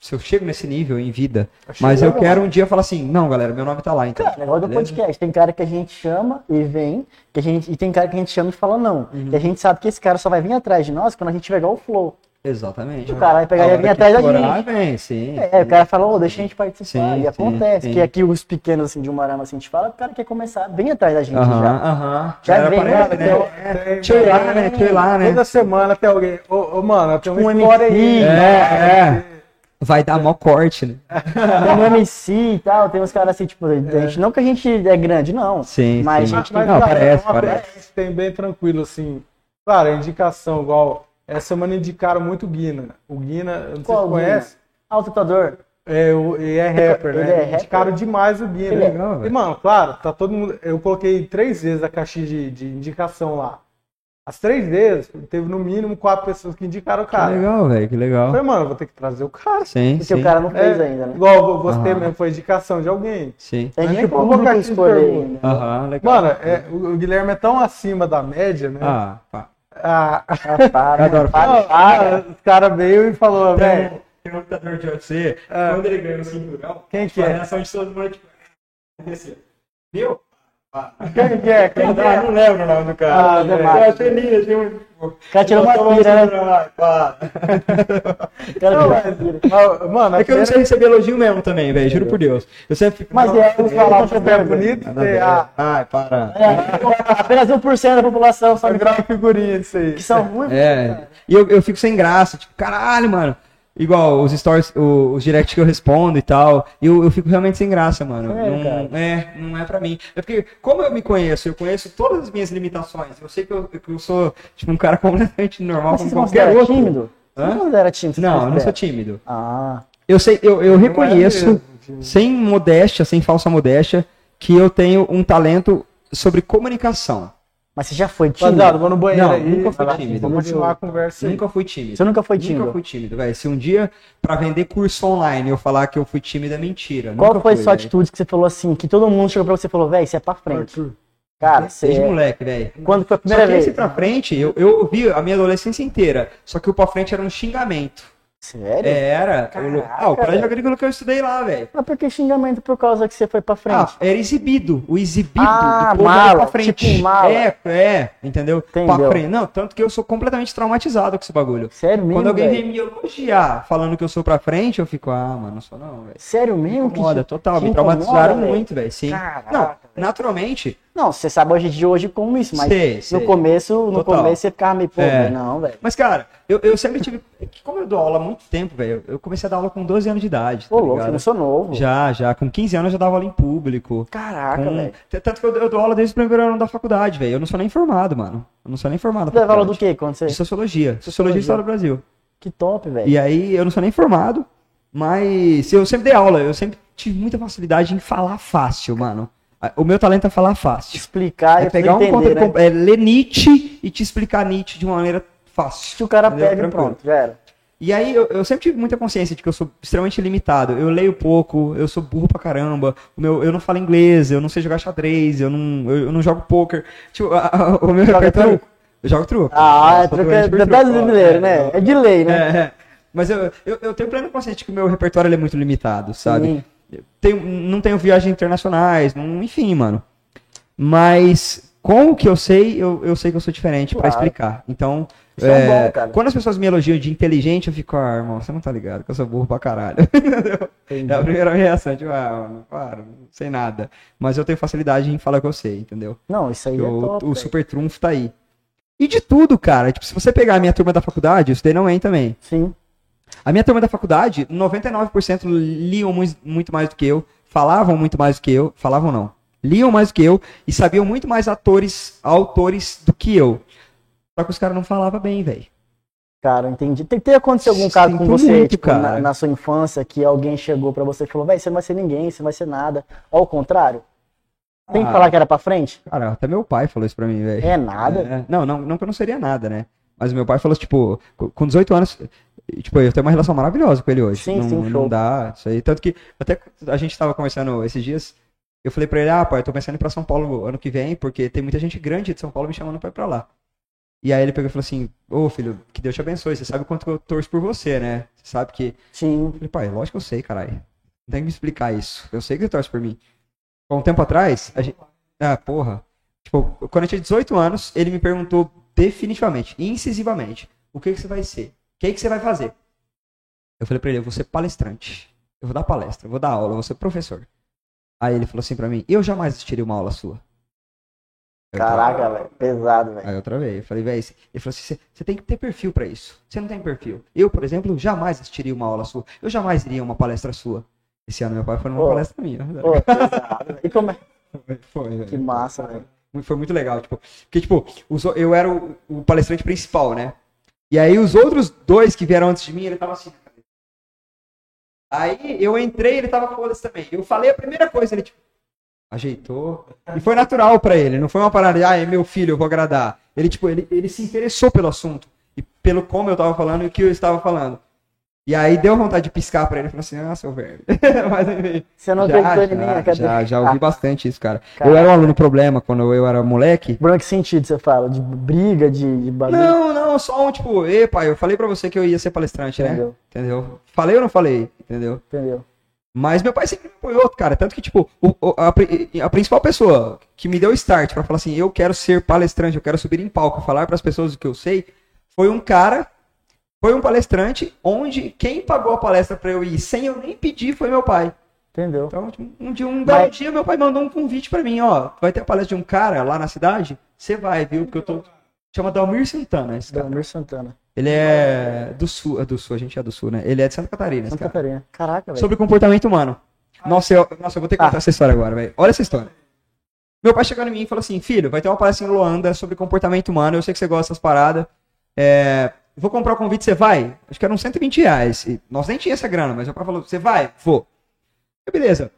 [SPEAKER 4] se eu chego nesse nível em vida,
[SPEAKER 3] Acho
[SPEAKER 4] mas
[SPEAKER 3] que
[SPEAKER 4] eu
[SPEAKER 3] não.
[SPEAKER 4] quero um dia falar assim, não, galera, meu nome tá lá, então.
[SPEAKER 2] Cara, o negócio é do
[SPEAKER 4] beleza?
[SPEAKER 2] podcast. Tem cara que a gente chama e vem, que a gente, e tem cara que a gente chama e fala não.
[SPEAKER 4] Uhum.
[SPEAKER 2] E a gente sabe que esse cara só vai vir atrás de nós quando a gente tiver igual o flow.
[SPEAKER 4] Exatamente.
[SPEAKER 2] O cara vai pegar e
[SPEAKER 4] A
[SPEAKER 2] vai
[SPEAKER 4] hora
[SPEAKER 2] vir
[SPEAKER 4] que
[SPEAKER 2] atrás da
[SPEAKER 4] estourar,
[SPEAKER 2] gente.
[SPEAKER 4] vem, sim.
[SPEAKER 2] É, o cara fala, ô, deixa a gente participar.
[SPEAKER 4] Sim,
[SPEAKER 2] e
[SPEAKER 4] sim,
[SPEAKER 2] acontece.
[SPEAKER 4] sim.
[SPEAKER 2] Que aqui os pequenos assim, de Umarama assim, a gente fala, o cara quer começar bem atrás da gente
[SPEAKER 4] Aham, Ah,
[SPEAKER 2] já.
[SPEAKER 4] aham.
[SPEAKER 2] Já
[SPEAKER 4] Galera,
[SPEAKER 2] vem,
[SPEAKER 4] parece,
[SPEAKER 2] né?
[SPEAKER 4] né?
[SPEAKER 3] Tem-
[SPEAKER 4] Deixa eu ir lá, né? Deixa eu ir lá, né?
[SPEAKER 3] É,
[SPEAKER 4] Tipo
[SPEAKER 3] Toda semana tem alguém. Ô, ô, mano, eu tenho uma
[SPEAKER 2] Um
[SPEAKER 3] história aí. Ah,
[SPEAKER 2] MC,
[SPEAKER 4] É, é. Vai dar mó corte, né?
[SPEAKER 2] Tem um MC e tal, tem uns caras assim, tipo, a gente, não que a gente é grande, não.
[SPEAKER 4] Sim,
[SPEAKER 2] Mas
[SPEAKER 4] sim.
[SPEAKER 2] a gente
[SPEAKER 4] Mas-
[SPEAKER 2] tem
[SPEAKER 4] Não, parece,
[SPEAKER 3] é uma coisa
[SPEAKER 4] parece.
[SPEAKER 3] que você Tem bem tranquilo, assim. Claro, a indicação, igual. Essa semana indicaram muito o Guina. O Guina, eu não sei se
[SPEAKER 2] Qual
[SPEAKER 3] você conhece.
[SPEAKER 2] Ah, o tatuador.
[SPEAKER 3] É, o- ele é rapper,
[SPEAKER 2] Ele
[SPEAKER 3] né?
[SPEAKER 2] é rapper.
[SPEAKER 3] Indicaram demais o Guina.
[SPEAKER 2] Que
[SPEAKER 4] legal, velho.
[SPEAKER 3] e, mano, claro, tá todo mundo. Eu coloquei três vezes a caixinha de, de indicação lá. As três vezes, teve no mínimo quatro pessoas que indicaram o
[SPEAKER 4] Que
[SPEAKER 3] cara.
[SPEAKER 4] legal, velho, que
[SPEAKER 3] Eu
[SPEAKER 4] legal.
[SPEAKER 3] falei, mano, eu vou ter que trazer o cara.
[SPEAKER 4] Sim,
[SPEAKER 2] Porque
[SPEAKER 4] sim.
[SPEAKER 2] o cara não fez
[SPEAKER 3] É,
[SPEAKER 2] ainda, né?
[SPEAKER 3] Igual você
[SPEAKER 4] Aham.
[SPEAKER 3] mesmo, foi indicação de alguém.
[SPEAKER 4] Sim.
[SPEAKER 2] Tem
[SPEAKER 3] Mas
[SPEAKER 2] gente
[SPEAKER 3] nem
[SPEAKER 2] que o público
[SPEAKER 3] colocar
[SPEAKER 2] escolhe
[SPEAKER 3] filtro.
[SPEAKER 2] ainda.
[SPEAKER 4] Aham, legal.
[SPEAKER 3] Mano, é, o, o Guilherme é tão acima da média, né?
[SPEAKER 4] Ah, pá.
[SPEAKER 3] Ah,
[SPEAKER 2] Para,
[SPEAKER 4] adoro
[SPEAKER 2] para,
[SPEAKER 3] ah,
[SPEAKER 2] para.
[SPEAKER 3] os caras veio e falou, velho.
[SPEAKER 2] É.
[SPEAKER 4] Tem um lutador de UFC, quando ele ganhou o cinturão,
[SPEAKER 3] Quem que é?
[SPEAKER 4] reação de todo mundo é tipo... esse. Viu?
[SPEAKER 3] Quem que é? Quem que é?
[SPEAKER 4] não lembro o nome do
[SPEAKER 2] Ah, Zé
[SPEAKER 4] Eu achei lindo, achei muito...
[SPEAKER 2] O cara tirou uma pira, né? O cara
[SPEAKER 3] Não,
[SPEAKER 2] tirou
[SPEAKER 3] mas-
[SPEAKER 2] uma pira.
[SPEAKER 3] mas, Mano,
[SPEAKER 4] É que eu não sei receber elogio mesmo também, velho, juro por Deus. Eu sempre fico...
[SPEAKER 2] Mas é, eu
[SPEAKER 3] falar
[SPEAKER 2] falar
[SPEAKER 3] que você é bonito,
[SPEAKER 4] Nada a
[SPEAKER 3] você
[SPEAKER 4] ver.
[SPEAKER 3] ah,
[SPEAKER 4] Ai, para.
[SPEAKER 2] É. Apenas 1% da população
[SPEAKER 3] vai
[SPEAKER 2] sabe
[SPEAKER 3] virar uma É figurinha disso aí.
[SPEAKER 2] que são ruins.
[SPEAKER 4] É, e eu, eu fico sem graça, tipo, caralho, mano. Igual os stories, o- os directs que eu respondo e tal, eu, eu fico realmente sem graça, mano.
[SPEAKER 2] É,
[SPEAKER 4] não, é, não é pra mim. É porque, como eu me conheço, eu conheço todas as minhas limitações. Eu sei que eu, que eu sou, tipo, um cara completamente normal
[SPEAKER 2] Mas você
[SPEAKER 4] como
[SPEAKER 2] se
[SPEAKER 4] qualquer
[SPEAKER 2] considera
[SPEAKER 4] outro.
[SPEAKER 2] tímido? Você
[SPEAKER 4] Hã?
[SPEAKER 2] não considera tímido? você
[SPEAKER 4] Não, eu não
[SPEAKER 2] considera?
[SPEAKER 4] sou tímido.
[SPEAKER 2] Ah,
[SPEAKER 4] Eu sei, eu, eu
[SPEAKER 2] é
[SPEAKER 4] reconheço,
[SPEAKER 3] é mesmo,
[SPEAKER 4] sem modéstia, sem falsa modéstia, que eu tenho um talento sobre comunicação.
[SPEAKER 2] mas você já foi tímido?
[SPEAKER 3] Rapaziada, vou no banheiro
[SPEAKER 4] Não,
[SPEAKER 3] aí.
[SPEAKER 4] nunca
[SPEAKER 3] vai
[SPEAKER 4] fui
[SPEAKER 3] lá,
[SPEAKER 4] tímido.
[SPEAKER 3] Vamos continuar a conversa aí.
[SPEAKER 4] Nunca fui tímido.
[SPEAKER 2] Você nunca foi tímido?
[SPEAKER 4] Nunca fui tímido, velho. Se um dia, pra vender curso online, eu falar que eu fui tímido, é mentira.
[SPEAKER 2] Qual
[SPEAKER 4] Nunca
[SPEAKER 2] foi
[SPEAKER 4] fui,
[SPEAKER 2] sua
[SPEAKER 4] véi.
[SPEAKER 2] atitude que você falou assim, que todo mundo chegou pra você e falou, velho, você é pra frente.
[SPEAKER 3] Arthur.
[SPEAKER 2] Cara, você
[SPEAKER 4] Desde
[SPEAKER 2] é...
[SPEAKER 4] moleque, velho.
[SPEAKER 2] Quando foi a
[SPEAKER 4] Só
[SPEAKER 2] primeira
[SPEAKER 4] que
[SPEAKER 2] vez?
[SPEAKER 4] esse pra frente, eu, eu ouvi a minha adolescência inteira. Só que o pra frente era um xingamento.
[SPEAKER 2] Sério?
[SPEAKER 4] É, era. eu- ah, o colégio
[SPEAKER 2] velho.
[SPEAKER 4] agrícola que eu estudei lá, velho.
[SPEAKER 2] Mas por que xingamento por causa que você foi pra
[SPEAKER 4] Ah,
[SPEAKER 2] frente?
[SPEAKER 4] era exibido. O exibido
[SPEAKER 2] Ah,
[SPEAKER 4] povo era
[SPEAKER 2] mala, tipo mala.
[SPEAKER 4] É, é, entendeu? Pra
[SPEAKER 2] Entendeu.
[SPEAKER 4] frente. Não, tanto que eu sou completamente traumatizado com esse bagulho.
[SPEAKER 2] Sério mesmo,
[SPEAKER 4] Quando alguém
[SPEAKER 2] velho?
[SPEAKER 4] vem me elogiar falando que eu sou pra frente, eu fico, ah, mano, não sou não, velho.
[SPEAKER 2] Sério
[SPEAKER 4] Me
[SPEAKER 2] mesmo?
[SPEAKER 4] incomoda,
[SPEAKER 2] que-
[SPEAKER 4] total.
[SPEAKER 2] que
[SPEAKER 4] Me
[SPEAKER 2] incomoda,
[SPEAKER 4] traumatizaram
[SPEAKER 2] velho?
[SPEAKER 4] muito, velho. Sim.
[SPEAKER 2] Caraca,
[SPEAKER 4] não,
[SPEAKER 2] velho.
[SPEAKER 4] naturalmente,
[SPEAKER 2] Não, você sabe hoje de hoje como isso, mas
[SPEAKER 4] Sei,
[SPEAKER 2] no
[SPEAKER 4] sei.
[SPEAKER 2] começo, no
[SPEAKER 4] Total.
[SPEAKER 2] começo você ficava meio, pô,
[SPEAKER 4] É.
[SPEAKER 2] velho, não, velho.
[SPEAKER 4] Mas, cara, eu, eu sempre tive. é que Como eu dou aula há muito tempo, velho, eu comecei a dar aula com 12 anos de idade. Tá
[SPEAKER 2] Ô, louco, eu
[SPEAKER 4] ligado?
[SPEAKER 2] não sou novo.
[SPEAKER 4] Já, já. Com 15 anos eu já dava aula em público.
[SPEAKER 2] Caraca,
[SPEAKER 4] Com-
[SPEAKER 2] velho.
[SPEAKER 4] T- Tanto que eu, eu dou aula desde o primeiro ano da faculdade, velho. Eu não sou nem formado, mano. Eu não sou nem formado.
[SPEAKER 2] Tu dava aula do
[SPEAKER 4] faculdade.
[SPEAKER 2] quê É. quando você...
[SPEAKER 4] De sociologia. Sociologia e história do Brasil.
[SPEAKER 2] Que top, velho.
[SPEAKER 4] E é aí eu não sou nem formado, mas eu sempre dei aula. Eu sempre tive muita facilidade em falar fácil, mano. A- O meu talento é falar fácil.
[SPEAKER 2] Explicar
[SPEAKER 4] é
[SPEAKER 2] e
[SPEAKER 4] pegar um
[SPEAKER 2] entender,
[SPEAKER 4] conteúdo,
[SPEAKER 2] né?
[SPEAKER 4] é ler Nietzsche e te explicar Nietzsche de uma maneira
[SPEAKER 2] Se
[SPEAKER 4] fácil.
[SPEAKER 2] o cara
[SPEAKER 4] entendeu?
[SPEAKER 2] pega e
[SPEAKER 4] Tranquilo.
[SPEAKER 2] pronto, já era.
[SPEAKER 4] E aí eu, eu sempre tive muita consciência de que eu sou extremamente limitado. Eu leio pouco, eu sou burro pra caramba, o meu, eu não falo inglês, eu não sei jogar xadrez, eu não, eu, eu não jogo poker. Tipo, a- a- o meu
[SPEAKER 2] Joga
[SPEAKER 4] repertório.
[SPEAKER 2] truco?
[SPEAKER 4] Eu jogo truco.
[SPEAKER 2] Ah,
[SPEAKER 4] Eu
[SPEAKER 2] é
[SPEAKER 4] sou
[SPEAKER 2] truque
[SPEAKER 4] doente
[SPEAKER 2] é
[SPEAKER 4] por
[SPEAKER 2] do
[SPEAKER 4] ó.
[SPEAKER 2] brasileiro,
[SPEAKER 4] É,
[SPEAKER 2] né? É de lei, né?
[SPEAKER 4] é, é. Mas eu, eu, eu tenho plena consciência de que o meu repertório ele é muito limitado, sabe?
[SPEAKER 2] Sim.
[SPEAKER 4] Tenho- não tenho viagens internacionais, não- enfim, mano. Mas com o que eu sei, eu, eu sei que eu sou diferente pra
[SPEAKER 2] Claro.
[SPEAKER 4] explicar. Então,
[SPEAKER 2] Isso é um bom, cara.
[SPEAKER 4] quando as pessoas me elogiam de inteligente, eu fico, ah, irmão, você não tá ligado que eu sou burro pra caralho. é a primeira reação, tipo, ah, mano, para, não sei nada. Mas eu tenho facilidade em falar o que eu sei, entendeu?
[SPEAKER 2] Não, isso aí
[SPEAKER 4] Eu-
[SPEAKER 2] é top,
[SPEAKER 4] o
[SPEAKER 2] velho.
[SPEAKER 4] super trunfo tá aí. E de tudo, cara. Tipo, se você pegar a minha turma da faculdade, eu estudei não EM também.
[SPEAKER 2] Sim.
[SPEAKER 4] A minha turma da faculdade, 99% liam mu- muito mais do que eu, falavam muito mais do que eu, falavam não, liam mais do que eu e sabiam muito mais atores, autores do que eu. Só que os caras não falavam bem, velho.
[SPEAKER 2] Cara, entendi. Tem que ter acontecido algum caso com
[SPEAKER 4] Sinto
[SPEAKER 2] você,
[SPEAKER 4] muito,
[SPEAKER 2] tipo, na-
[SPEAKER 4] cara.
[SPEAKER 2] Na, sua infância, que alguém chegou pra você e falou, velho, você não vai ser ninguém, você não vai ser nada. Ao contrário. Tem que
[SPEAKER 4] Ah.
[SPEAKER 2] falar que era pra frente?
[SPEAKER 4] Cara, até meu pai falou isso pra mim, velho.
[SPEAKER 2] É nada.
[SPEAKER 4] É, não, não, não que eu não seria nada, né? Mas meu pai falou, tipo, co- com 18 anos, e, tipo, eu tenho uma relação maravilhosa com ele hoje.
[SPEAKER 2] Sim,
[SPEAKER 4] não,
[SPEAKER 2] sim,
[SPEAKER 4] não
[SPEAKER 2] show.
[SPEAKER 4] dá, isso aí. Tanto que até a gente tava conversando esses dias, eu falei pra ele, ah, pai, eu tô pensando em ir pra São Paulo ano que vem, porque tem muita gente grande de São Paulo me chamando pra ir pra lá. E aí ele pegou e falou assim, ô filho, que Deus te abençoe, você sabe o quanto que eu torço por você, né? Você sabe que eu
[SPEAKER 2] Sim.
[SPEAKER 4] falei, pai, lógico que eu sei, caralho. Não tem que me explicar isso. Eu sei que você torce por mim. Há um tempo atrás, a gente. Ah, porra. Tipo, quando eu tinha 18 anos, ele me perguntou definitivamente, incisivamente, o que, que você vai ser? O que, que você vai fazer? Eu falei pra ele, eu vou ser palestrante. Eu vou dar palestra, eu vou dar aula, eu vou ser professor. Aí ele falou assim pra mim, eu jamais assistiria uma aula sua. Eu falei,
[SPEAKER 2] Caraca, velho. Pesado, velho.
[SPEAKER 4] Aí eu travei. Eu falei, velho, ele falou assim: você tem que ter perfil pra isso. Você não tem perfil. Eu, por exemplo, jamais assistiria uma aula sua. Eu jamais iria a uma palestra sua. Esse ano meu pai foi numa
[SPEAKER 2] Pô.
[SPEAKER 4] palestra minha.
[SPEAKER 2] Pô, pesado. velho. E como é?
[SPEAKER 4] Foi, velho.
[SPEAKER 2] Que massa, velho.
[SPEAKER 4] Foi muito legal, tipo, porque, tipo, os o- eu era o, o palestrante principal, né? E aí os outros dois que vieram antes de mim, ele tava assim. Aí eu entrei, ele tava com outras também. Eu falei a primeira coisa, ele tipo, ajeitou. E foi natural pra ele, não foi uma parada, de, ah, é meu filho, eu vou agradar. Ele, tipo, ele, ele se interessou pelo assunto e pelo como eu tava falando e o que eu estava falando. E aí deu vontade de piscar pra ele, falou assim, ah, seu velho. Mas enfim.
[SPEAKER 2] Você não
[SPEAKER 4] já,
[SPEAKER 2] acreditou em mim, né?
[SPEAKER 4] já,
[SPEAKER 2] cadê?
[SPEAKER 4] já, já ouvi
[SPEAKER 2] Ah,
[SPEAKER 4] bastante isso, cara. Eu
[SPEAKER 2] Caraca.
[SPEAKER 4] era um aluno problema quando eu era moleque.
[SPEAKER 2] Branco sentido, você fala? De briga, de, de bagulho.
[SPEAKER 4] Não, não, só um tipo, ei, pai, eu falei pra você que eu ia ser palestrante, né?
[SPEAKER 2] Entendeu.
[SPEAKER 4] Entendeu? Falei ou não falei? Entendeu?
[SPEAKER 2] Entendeu?
[SPEAKER 4] Mas meu pai sempre me apoiou, cara. Tanto que, tipo, o- o- a, pri- a principal pessoa que me deu o start pra falar assim, eu quero ser palestrante, eu quero subir em palco, falar pras pessoas o que eu sei, foi um cara, foi um palestrante, onde quem pagou a palestra pra eu ir sem eu nem pedir foi meu pai.
[SPEAKER 2] Entendeu?
[SPEAKER 4] Então, tipo, um dia, um belo
[SPEAKER 2] Mas-
[SPEAKER 4] dia, meu pai mandou um convite pra mim, ó. Vai ter a palestra de um cara lá na cidade? Você vai, viu? Porque eu tô. Chama Dalmir Santana esse cara.
[SPEAKER 2] Dalmir Santana.
[SPEAKER 4] Ele é do sul, é do sul, a gente é do sul, né? Ele é de Santa Catarina, esse
[SPEAKER 2] Santa
[SPEAKER 4] cara.
[SPEAKER 2] Catarina. Caraca, velho.
[SPEAKER 4] Sobre comportamento humano. Nossa, eu, nossa, eu vou ter que contar
[SPEAKER 2] é? Ah.
[SPEAKER 4] essa história agora, velho. Olha essa história. Meu pai chegou em mim e falou assim: Filho, vai ter uma palestra em Luanda sobre comportamento humano. Eu sei que você gosta dessas paradas. É, vou comprar o convite, você vai? Acho que eram 120 reais. E nós nem tinha essa grana, mas meu pai falou: Você vai? Vou. Eu, beleza.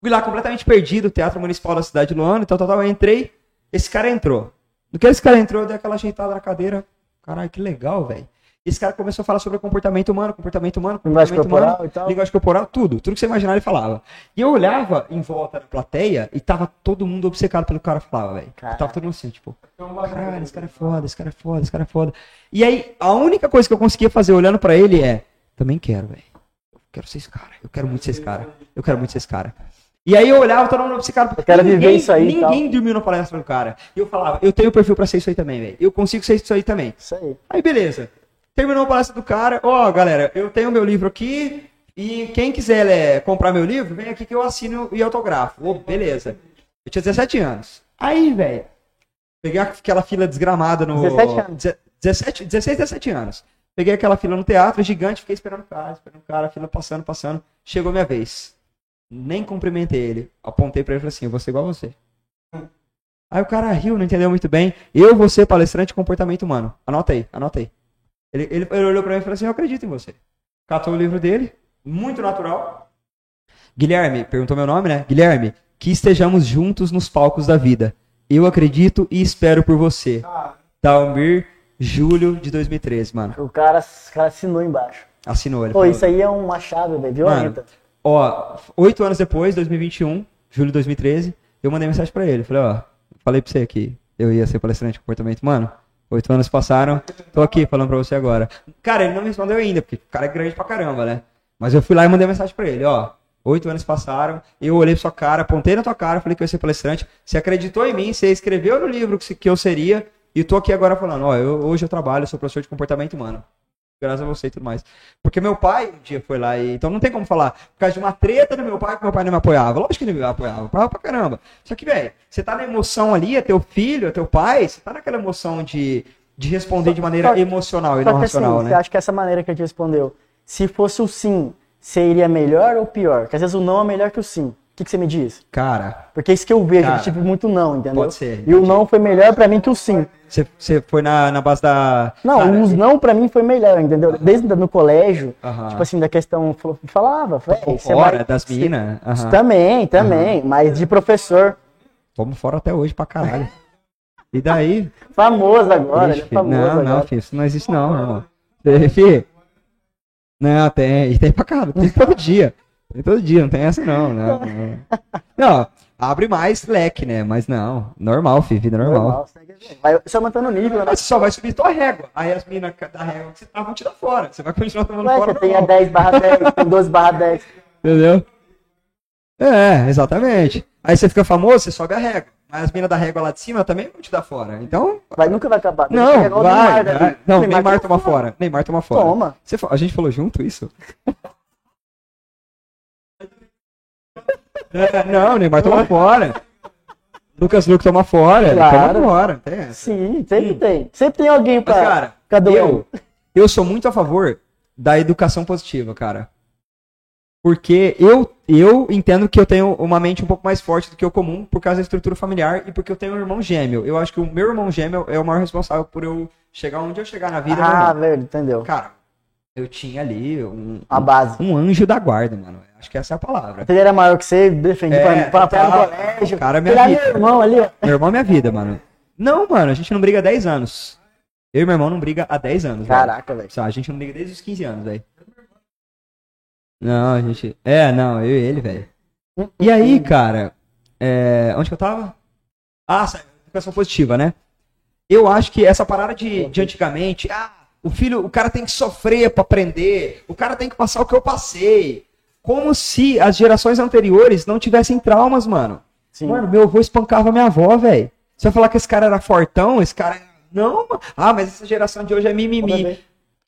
[SPEAKER 4] Fui lá completamente perdido, Teatro Municipal da cidade de Luanda, tal, tal, tal. Eu entrei, esse cara entrou. No que esse cara entrou, eu dei aquela ajeitada na cadeira. Caralho, que legal, velho. Esse cara começou a falar sobre comportamento humano, comportamento humano, comportamento
[SPEAKER 2] Linguagem corporal
[SPEAKER 4] humano,
[SPEAKER 2] e tal.
[SPEAKER 4] linguagem corporal, tudo. Tudo que você imaginar, ele falava. E eu olhava em volta da plateia e tava todo mundo obcecado pelo que o cara falava, velho.
[SPEAKER 2] Caralho.
[SPEAKER 4] Tava todo mundo assim, tipo, caralho, esse cara é foda, esse cara é foda, esse cara é foda. E aí, a única coisa que eu conseguia fazer olhando pra ele é, também quero, velho quero ser esse cara, eu quero muito ser esse cara, eu quero muito ser esse cara. E aí eu olhava, todo mundo obcecado, porque
[SPEAKER 2] quero viver isso aí e tal.
[SPEAKER 4] Ninguém dormiu na palestra do cara. E eu falava, eu tenho perfil pra ser isso aí também, velho. Eu consigo ser isso aí também.
[SPEAKER 2] Isso aí.
[SPEAKER 4] Aí beleza. Terminou a palestra do cara. Ó, galera, eu tenho meu livro aqui. E quem quiser é, comprar meu livro, vem aqui que eu assino e autografo. Ô, beleza. Eu tinha 17 anos. Aí, velho, peguei aquela fila desgramada no.
[SPEAKER 2] 17 anos.
[SPEAKER 4] Deze- 17, 16, 17 anos. Peguei aquela fila no teatro gigante, fiquei esperando o cara, esperando o cara, a fila passando, passando. Chegou minha vez. Nem cumprimentei ele. Apontei pra ele e falei assim: eu vou ser igual a você. Aí o cara riu, não entendeu muito bem. Eu vou ser palestrante de comportamento humano. Anota aí, anota aí. Ele, ele, ele olhou pra mim e falou assim: eu acredito em você. Catou o livro dele, muito natural. Guilherme, perguntou meu nome, né? Guilherme, que estejamos juntos nos palcos da vida. Eu acredito e espero por você. Dalmir, julho de 2013, mano.
[SPEAKER 2] O cara, o cara assinou embaixo.
[SPEAKER 4] Assinou ele.
[SPEAKER 2] Pô,
[SPEAKER 4] falou.
[SPEAKER 2] isso aí é uma chave, velho, violenta.
[SPEAKER 4] Ó, oito anos depois, 2021, julho de 2013, eu mandei mensagem pra ele. Falei, ó, falei pra você que eu ia ser palestrante de comportamento humano. Oito anos passaram, tô aqui falando pra você agora. Cara, ele não me respondeu ainda, porque o cara é grande pra caramba, né? Mas eu fui lá e mandei mensagem pra ele, ó. Oito anos passaram, eu olhei pra sua cara, apontei na tua cara, falei que eu ia ser palestrante. Você acreditou em mim, você escreveu no livro que se- que eu seria, e tô aqui agora falando, ó, eu- hoje eu trabalho, eu sou professor de comportamento humano graças a você e tudo mais. Porque meu pai um dia foi lá e. Então não tem como falar. Por causa de uma treta do meu pai que meu pai não me apoiava. Lógico que ele me apoiava. Apoiava pra caramba. Só que, velho, você tá na emoção ali, é teu filho, é teu pai, você tá naquela emoção de, de responder de maneira
[SPEAKER 2] só-
[SPEAKER 4] emocional e
[SPEAKER 2] Só
[SPEAKER 4] não
[SPEAKER 2] que assim,
[SPEAKER 4] racional,
[SPEAKER 2] você
[SPEAKER 4] né?
[SPEAKER 2] acha que essa maneira que ele te respondeu, se fosse o sim, seria melhor ou pior? Porque às vezes o não é melhor que o sim. O que, que você me diz?
[SPEAKER 4] Cara,
[SPEAKER 2] Porque é isso que eu vejo,
[SPEAKER 4] Cara,
[SPEAKER 2] eu tive muito não, entendeu?
[SPEAKER 4] pode ser,
[SPEAKER 2] E o não foi melhor pra mim que o sim.
[SPEAKER 4] você- você foi na, na base da.
[SPEAKER 2] Não,
[SPEAKER 4] Cara,
[SPEAKER 2] os não pra mim foi melhor, entendeu? Desde no colégio,
[SPEAKER 4] Aham.
[SPEAKER 2] tipo assim, da questão, falo- falava, velho,
[SPEAKER 4] Tô
[SPEAKER 2] você
[SPEAKER 4] fora
[SPEAKER 2] vai-
[SPEAKER 4] das
[SPEAKER 2] você-
[SPEAKER 4] minas. Aham.
[SPEAKER 2] Também, também, mas de professor,
[SPEAKER 4] Tomo fora até hoje pra caralho. E daí?
[SPEAKER 2] famoso agora,
[SPEAKER 4] Ixi,
[SPEAKER 2] ele é
[SPEAKER 4] filho,
[SPEAKER 2] famoso
[SPEAKER 4] não,
[SPEAKER 2] agora.
[SPEAKER 4] não, filho, isso não existe não, meu irmão. Você- Filho, não, tem, e tem pra caramba, tem todo dia. Tem todo dia, não tem essa não, não. Não, Não, abre mais leque, né? Mas não, normal, filho, vida normal.
[SPEAKER 2] Normal, segue a vida. Vai só mantendo o nível, né?
[SPEAKER 4] Mas você só vai subir tua régua. Aí as minas da régua que você tá vão te dar fora. Você vai continuar tomando
[SPEAKER 2] Ué,
[SPEAKER 4] fora.
[SPEAKER 2] você tem a
[SPEAKER 4] normal.
[SPEAKER 2] 10 barra 10, tem 12 barra 10.
[SPEAKER 4] Entendeu? É, exatamente. Aí você fica famoso, você sobe a régua. Mas as minas da régua lá de cima também vão te dar fora. Então,
[SPEAKER 2] Vai, nunca vai acabar. Tem que
[SPEAKER 4] Não,
[SPEAKER 2] pegar igual o
[SPEAKER 4] vai,
[SPEAKER 2] né?
[SPEAKER 4] vai. Não, Neymar,
[SPEAKER 2] tem que
[SPEAKER 4] toma
[SPEAKER 2] fora.
[SPEAKER 4] fora. Neymar toma fora.
[SPEAKER 2] Toma.
[SPEAKER 4] Você fa- a gente falou junto isso? É, não, Neymar toma fora. Lucas Luke toma fora.
[SPEAKER 2] Claro.
[SPEAKER 4] Toma fora. não tem essa.
[SPEAKER 2] Sim, sempre tem. Sempre tem alguém pra.
[SPEAKER 4] Mas, cara,
[SPEAKER 2] cada um.
[SPEAKER 4] eu, eu sou muito a favor da educação positiva, cara. Porque eu, eu entendo que eu tenho uma mente um pouco mais forte do que o comum por causa da estrutura familiar e porque eu tenho um irmão gêmeo. Eu acho que o meu irmão gêmeo é o maior responsável por eu chegar onde eu chegar na vida. é meu irmão.
[SPEAKER 2] Ah, velho, entendeu?
[SPEAKER 4] Cara, eu tinha ali um,
[SPEAKER 2] A base.
[SPEAKER 4] um anjo da guarda, mano. Acho que essa é a palavra.
[SPEAKER 2] Ele era maior que você, defendia
[SPEAKER 4] É,
[SPEAKER 2] pra, pra, pra
[SPEAKER 4] total.
[SPEAKER 2] no colégio.
[SPEAKER 4] O cara é minha
[SPEAKER 2] Ele era
[SPEAKER 4] vida.
[SPEAKER 2] meu irmão ali, ó.
[SPEAKER 4] Meu irmão é minha vida, mano. Não, mano, a gente não briga há 10 anos. Eu e meu irmão não briga há 10 anos. velho.
[SPEAKER 2] Caraca, velho.
[SPEAKER 4] Só, a gente não briga desde os 15 anos, velho. Não, a gente. É, não, eu e ele, velho. E aí, cara, é, onde que eu tava? Ah, sa- educação positiva, né? Eu acho que essa parada de, de antigamente, ah, o filho, o cara tem que sofrer pra aprender, o cara tem que passar o que eu passei. Como se as gerações anteriores não tivessem traumas, mano.
[SPEAKER 2] Sim.
[SPEAKER 4] Mano, meu avô espancava minha avó, velho. Você vai falar que esse cara era fortão, esse cara. é- Não, mano. Ah, mas essa geração de hoje é mimimi
[SPEAKER 2] Também.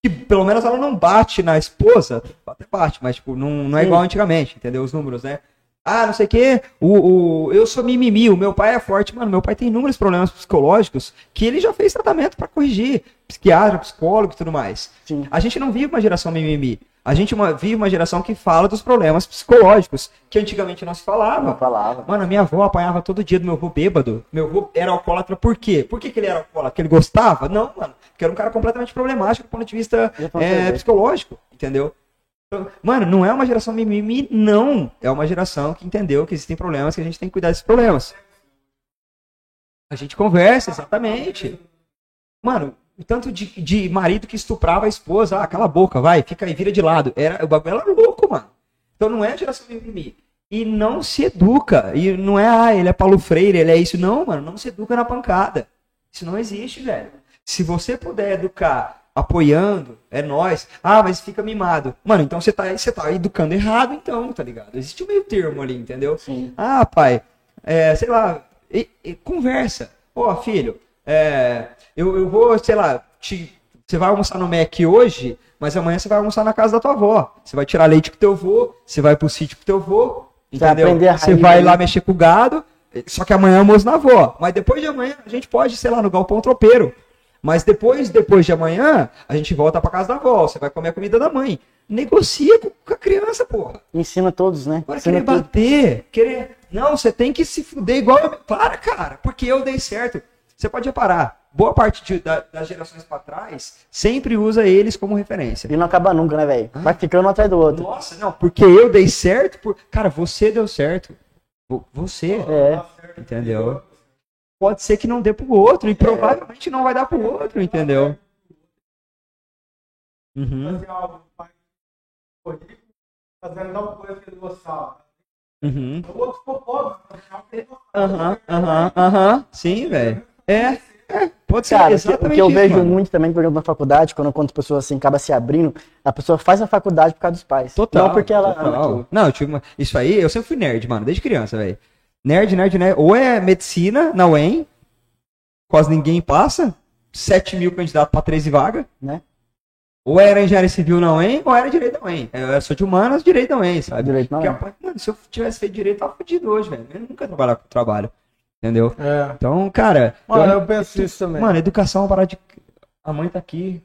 [SPEAKER 4] que pelo menos ela não bate na esposa, até bate, mas tipo, não, não é
[SPEAKER 2] Sim.
[SPEAKER 4] igual antigamente, entendeu? Os números, né? Ah, não sei o quê, o, o, eu sou mimimi, o meu pai é forte. Mano, meu pai tem inúmeros problemas psicológicos que ele já fez tratamento pra corrigir, psiquiatra, psicólogo e tudo mais.
[SPEAKER 2] Sim.
[SPEAKER 4] A gente não vive uma geração mimimi. A gente uma, vive uma geração que fala dos problemas psicológicos, que antigamente não se falava.
[SPEAKER 2] Não falava.
[SPEAKER 4] Mano, a minha avó apanhava todo dia do meu avô bêbado. Meu avô era alcoólatra por quê? Por que, que ele era alcoólatra? Porque ele gostava? Não, mano. Porque era um cara completamente problemático do ponto de vista
[SPEAKER 2] Eu falo
[SPEAKER 4] eh,
[SPEAKER 2] pra você.
[SPEAKER 4] psicológico, entendeu? Então, Mano, não é uma geração mimimi, não. É uma geração que entendeu que existem problemas, que a gente tem que cuidar desses problemas. A gente conversa, exatamente. Mano, o tanto de, de marido que estuprava a esposa, ah, cala a boca, vai, fica aí, vira de lado. Era, o bagulho era louco, mano. Então não é a geração mimimi. E não se educa. E não é, ah, ele é Paulo Freire, ele é isso. Não, mano, não se educa na pancada. Isso não existe, velho. Se você puder educar apoiando, é nós. Ah, mas fica mimado. Mano, então você tá, você tá educando errado, então, tá ligado? Existe um meio termo ali, entendeu?
[SPEAKER 2] Sim.
[SPEAKER 4] Ah, pai, é, sei lá, e- e conversa. Ó, filho, é, eu, eu vou, sei lá, te, você vai almoçar no Mac hoje, mas amanhã você vai almoçar na casa da tua avó. Você vai tirar leite com teu avô, você vai pro sítio com teu avô,
[SPEAKER 2] Você vai
[SPEAKER 4] entendeu?
[SPEAKER 2] aprender a
[SPEAKER 4] Você
[SPEAKER 2] raiz,
[SPEAKER 4] vai
[SPEAKER 2] né?
[SPEAKER 4] lá mexer com o gado, Só que amanhã é almoço na avó. Mas depois de amanhã a gente pode, sei lá, no galpão tropeiro. Mas depois, depois de amanhã, a gente volta pra casa da avó. Você vai comer a comida da mãe. Negocia com com a criança, porra.
[SPEAKER 2] Ensina todos, né?
[SPEAKER 4] Agora
[SPEAKER 2] Ensina
[SPEAKER 4] querer
[SPEAKER 2] tudo.
[SPEAKER 4] bater, querer. Não, você tem que se fuder igual eu. Para, cara, porque eu dei certo. Você pode reparar, boa parte de- da- das gerações pra trás sempre usa eles como referência.
[SPEAKER 2] E não acaba nunca, né, velho? Vai ficando um atrás do outro.
[SPEAKER 4] Nossa, não, porque eu dei certo. Por... Cara, você deu certo. Vo- Você,
[SPEAKER 3] Tá
[SPEAKER 2] É.
[SPEAKER 4] entendeu? Pode ser que não dê pro outro,
[SPEAKER 2] É.
[SPEAKER 4] e provavelmente não vai dar pro outro, entendeu? Uhum,
[SPEAKER 3] Fazer algo mais corrido, fazendo tal coisa que ele gostava.
[SPEAKER 4] uhum.
[SPEAKER 3] O outro ficou pobre, mas achava que ele gostava.
[SPEAKER 4] Aham, aham, aham. Sim, velho. É, é, pode ser
[SPEAKER 2] Cara, o que- o
[SPEAKER 4] exatamente
[SPEAKER 2] que eu
[SPEAKER 4] isso,
[SPEAKER 2] vejo
[SPEAKER 4] mano.
[SPEAKER 2] muito também, por exemplo, na faculdade, quando eu conto pessoas assim, acaba se abrindo, a pessoa faz a faculdade por causa dos pais.
[SPEAKER 4] Total.
[SPEAKER 2] Não porque ela. tipo- ama
[SPEAKER 4] total.
[SPEAKER 2] aquilo.
[SPEAKER 4] Não, eu tive uma... Isso aí, eu sempre fui nerd, mano, desde criança, velho. Nerd, nerd, nerd. Ou é medicina na UEM, quase ninguém passa, 7 mil candidatos pra 13 vagas,
[SPEAKER 2] Né?
[SPEAKER 4] Ou era engenharia civil na UEM, ou era direito da UEM. Eu sou de humanas, direito da UEM, sabe?
[SPEAKER 2] Direito na
[SPEAKER 4] Porque,
[SPEAKER 2] UEM.
[SPEAKER 4] rapaz, mano, se eu tivesse feito direito, eu tava fudido hoje, velho. Eu nunca ia trabalhar com trabalho, entendeu?
[SPEAKER 3] É.
[SPEAKER 4] Então, cara...
[SPEAKER 3] Mano, eu penso isso também.
[SPEAKER 4] Mano, educação é uma parada de. A mãe tá aqui.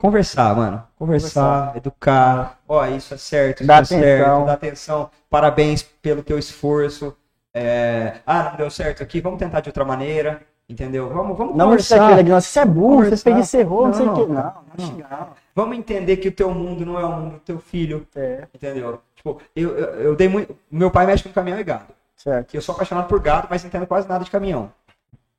[SPEAKER 4] Conversar, mano. Conversar, educar. Ó, isso é certo, isso
[SPEAKER 2] Dá
[SPEAKER 4] é certo.
[SPEAKER 2] atenção.
[SPEAKER 4] Dá atenção. Parabéns pelo teu esforço. É, Ah, não deu certo aqui, vamos tentar de outra maneira. Entendeu? Vamos, vamos
[SPEAKER 2] Não isso é
[SPEAKER 4] conversar.
[SPEAKER 2] aquilo aqui, não. Você é burro, você
[SPEAKER 4] Conversar.
[SPEAKER 2] fez esse erro, não sei o
[SPEAKER 4] Não,
[SPEAKER 2] que.
[SPEAKER 4] não,
[SPEAKER 2] Não, não xingar.
[SPEAKER 4] Vamos entender que o teu mundo não é o mundo do teu filho.
[SPEAKER 2] É,
[SPEAKER 4] Entendeu? Tipo, eu, eu, eu dei muito. Meu pai mexe com caminhão e gado.
[SPEAKER 2] certo.
[SPEAKER 4] Eu sou apaixonado por gado, mas não entendo quase nada de caminhão.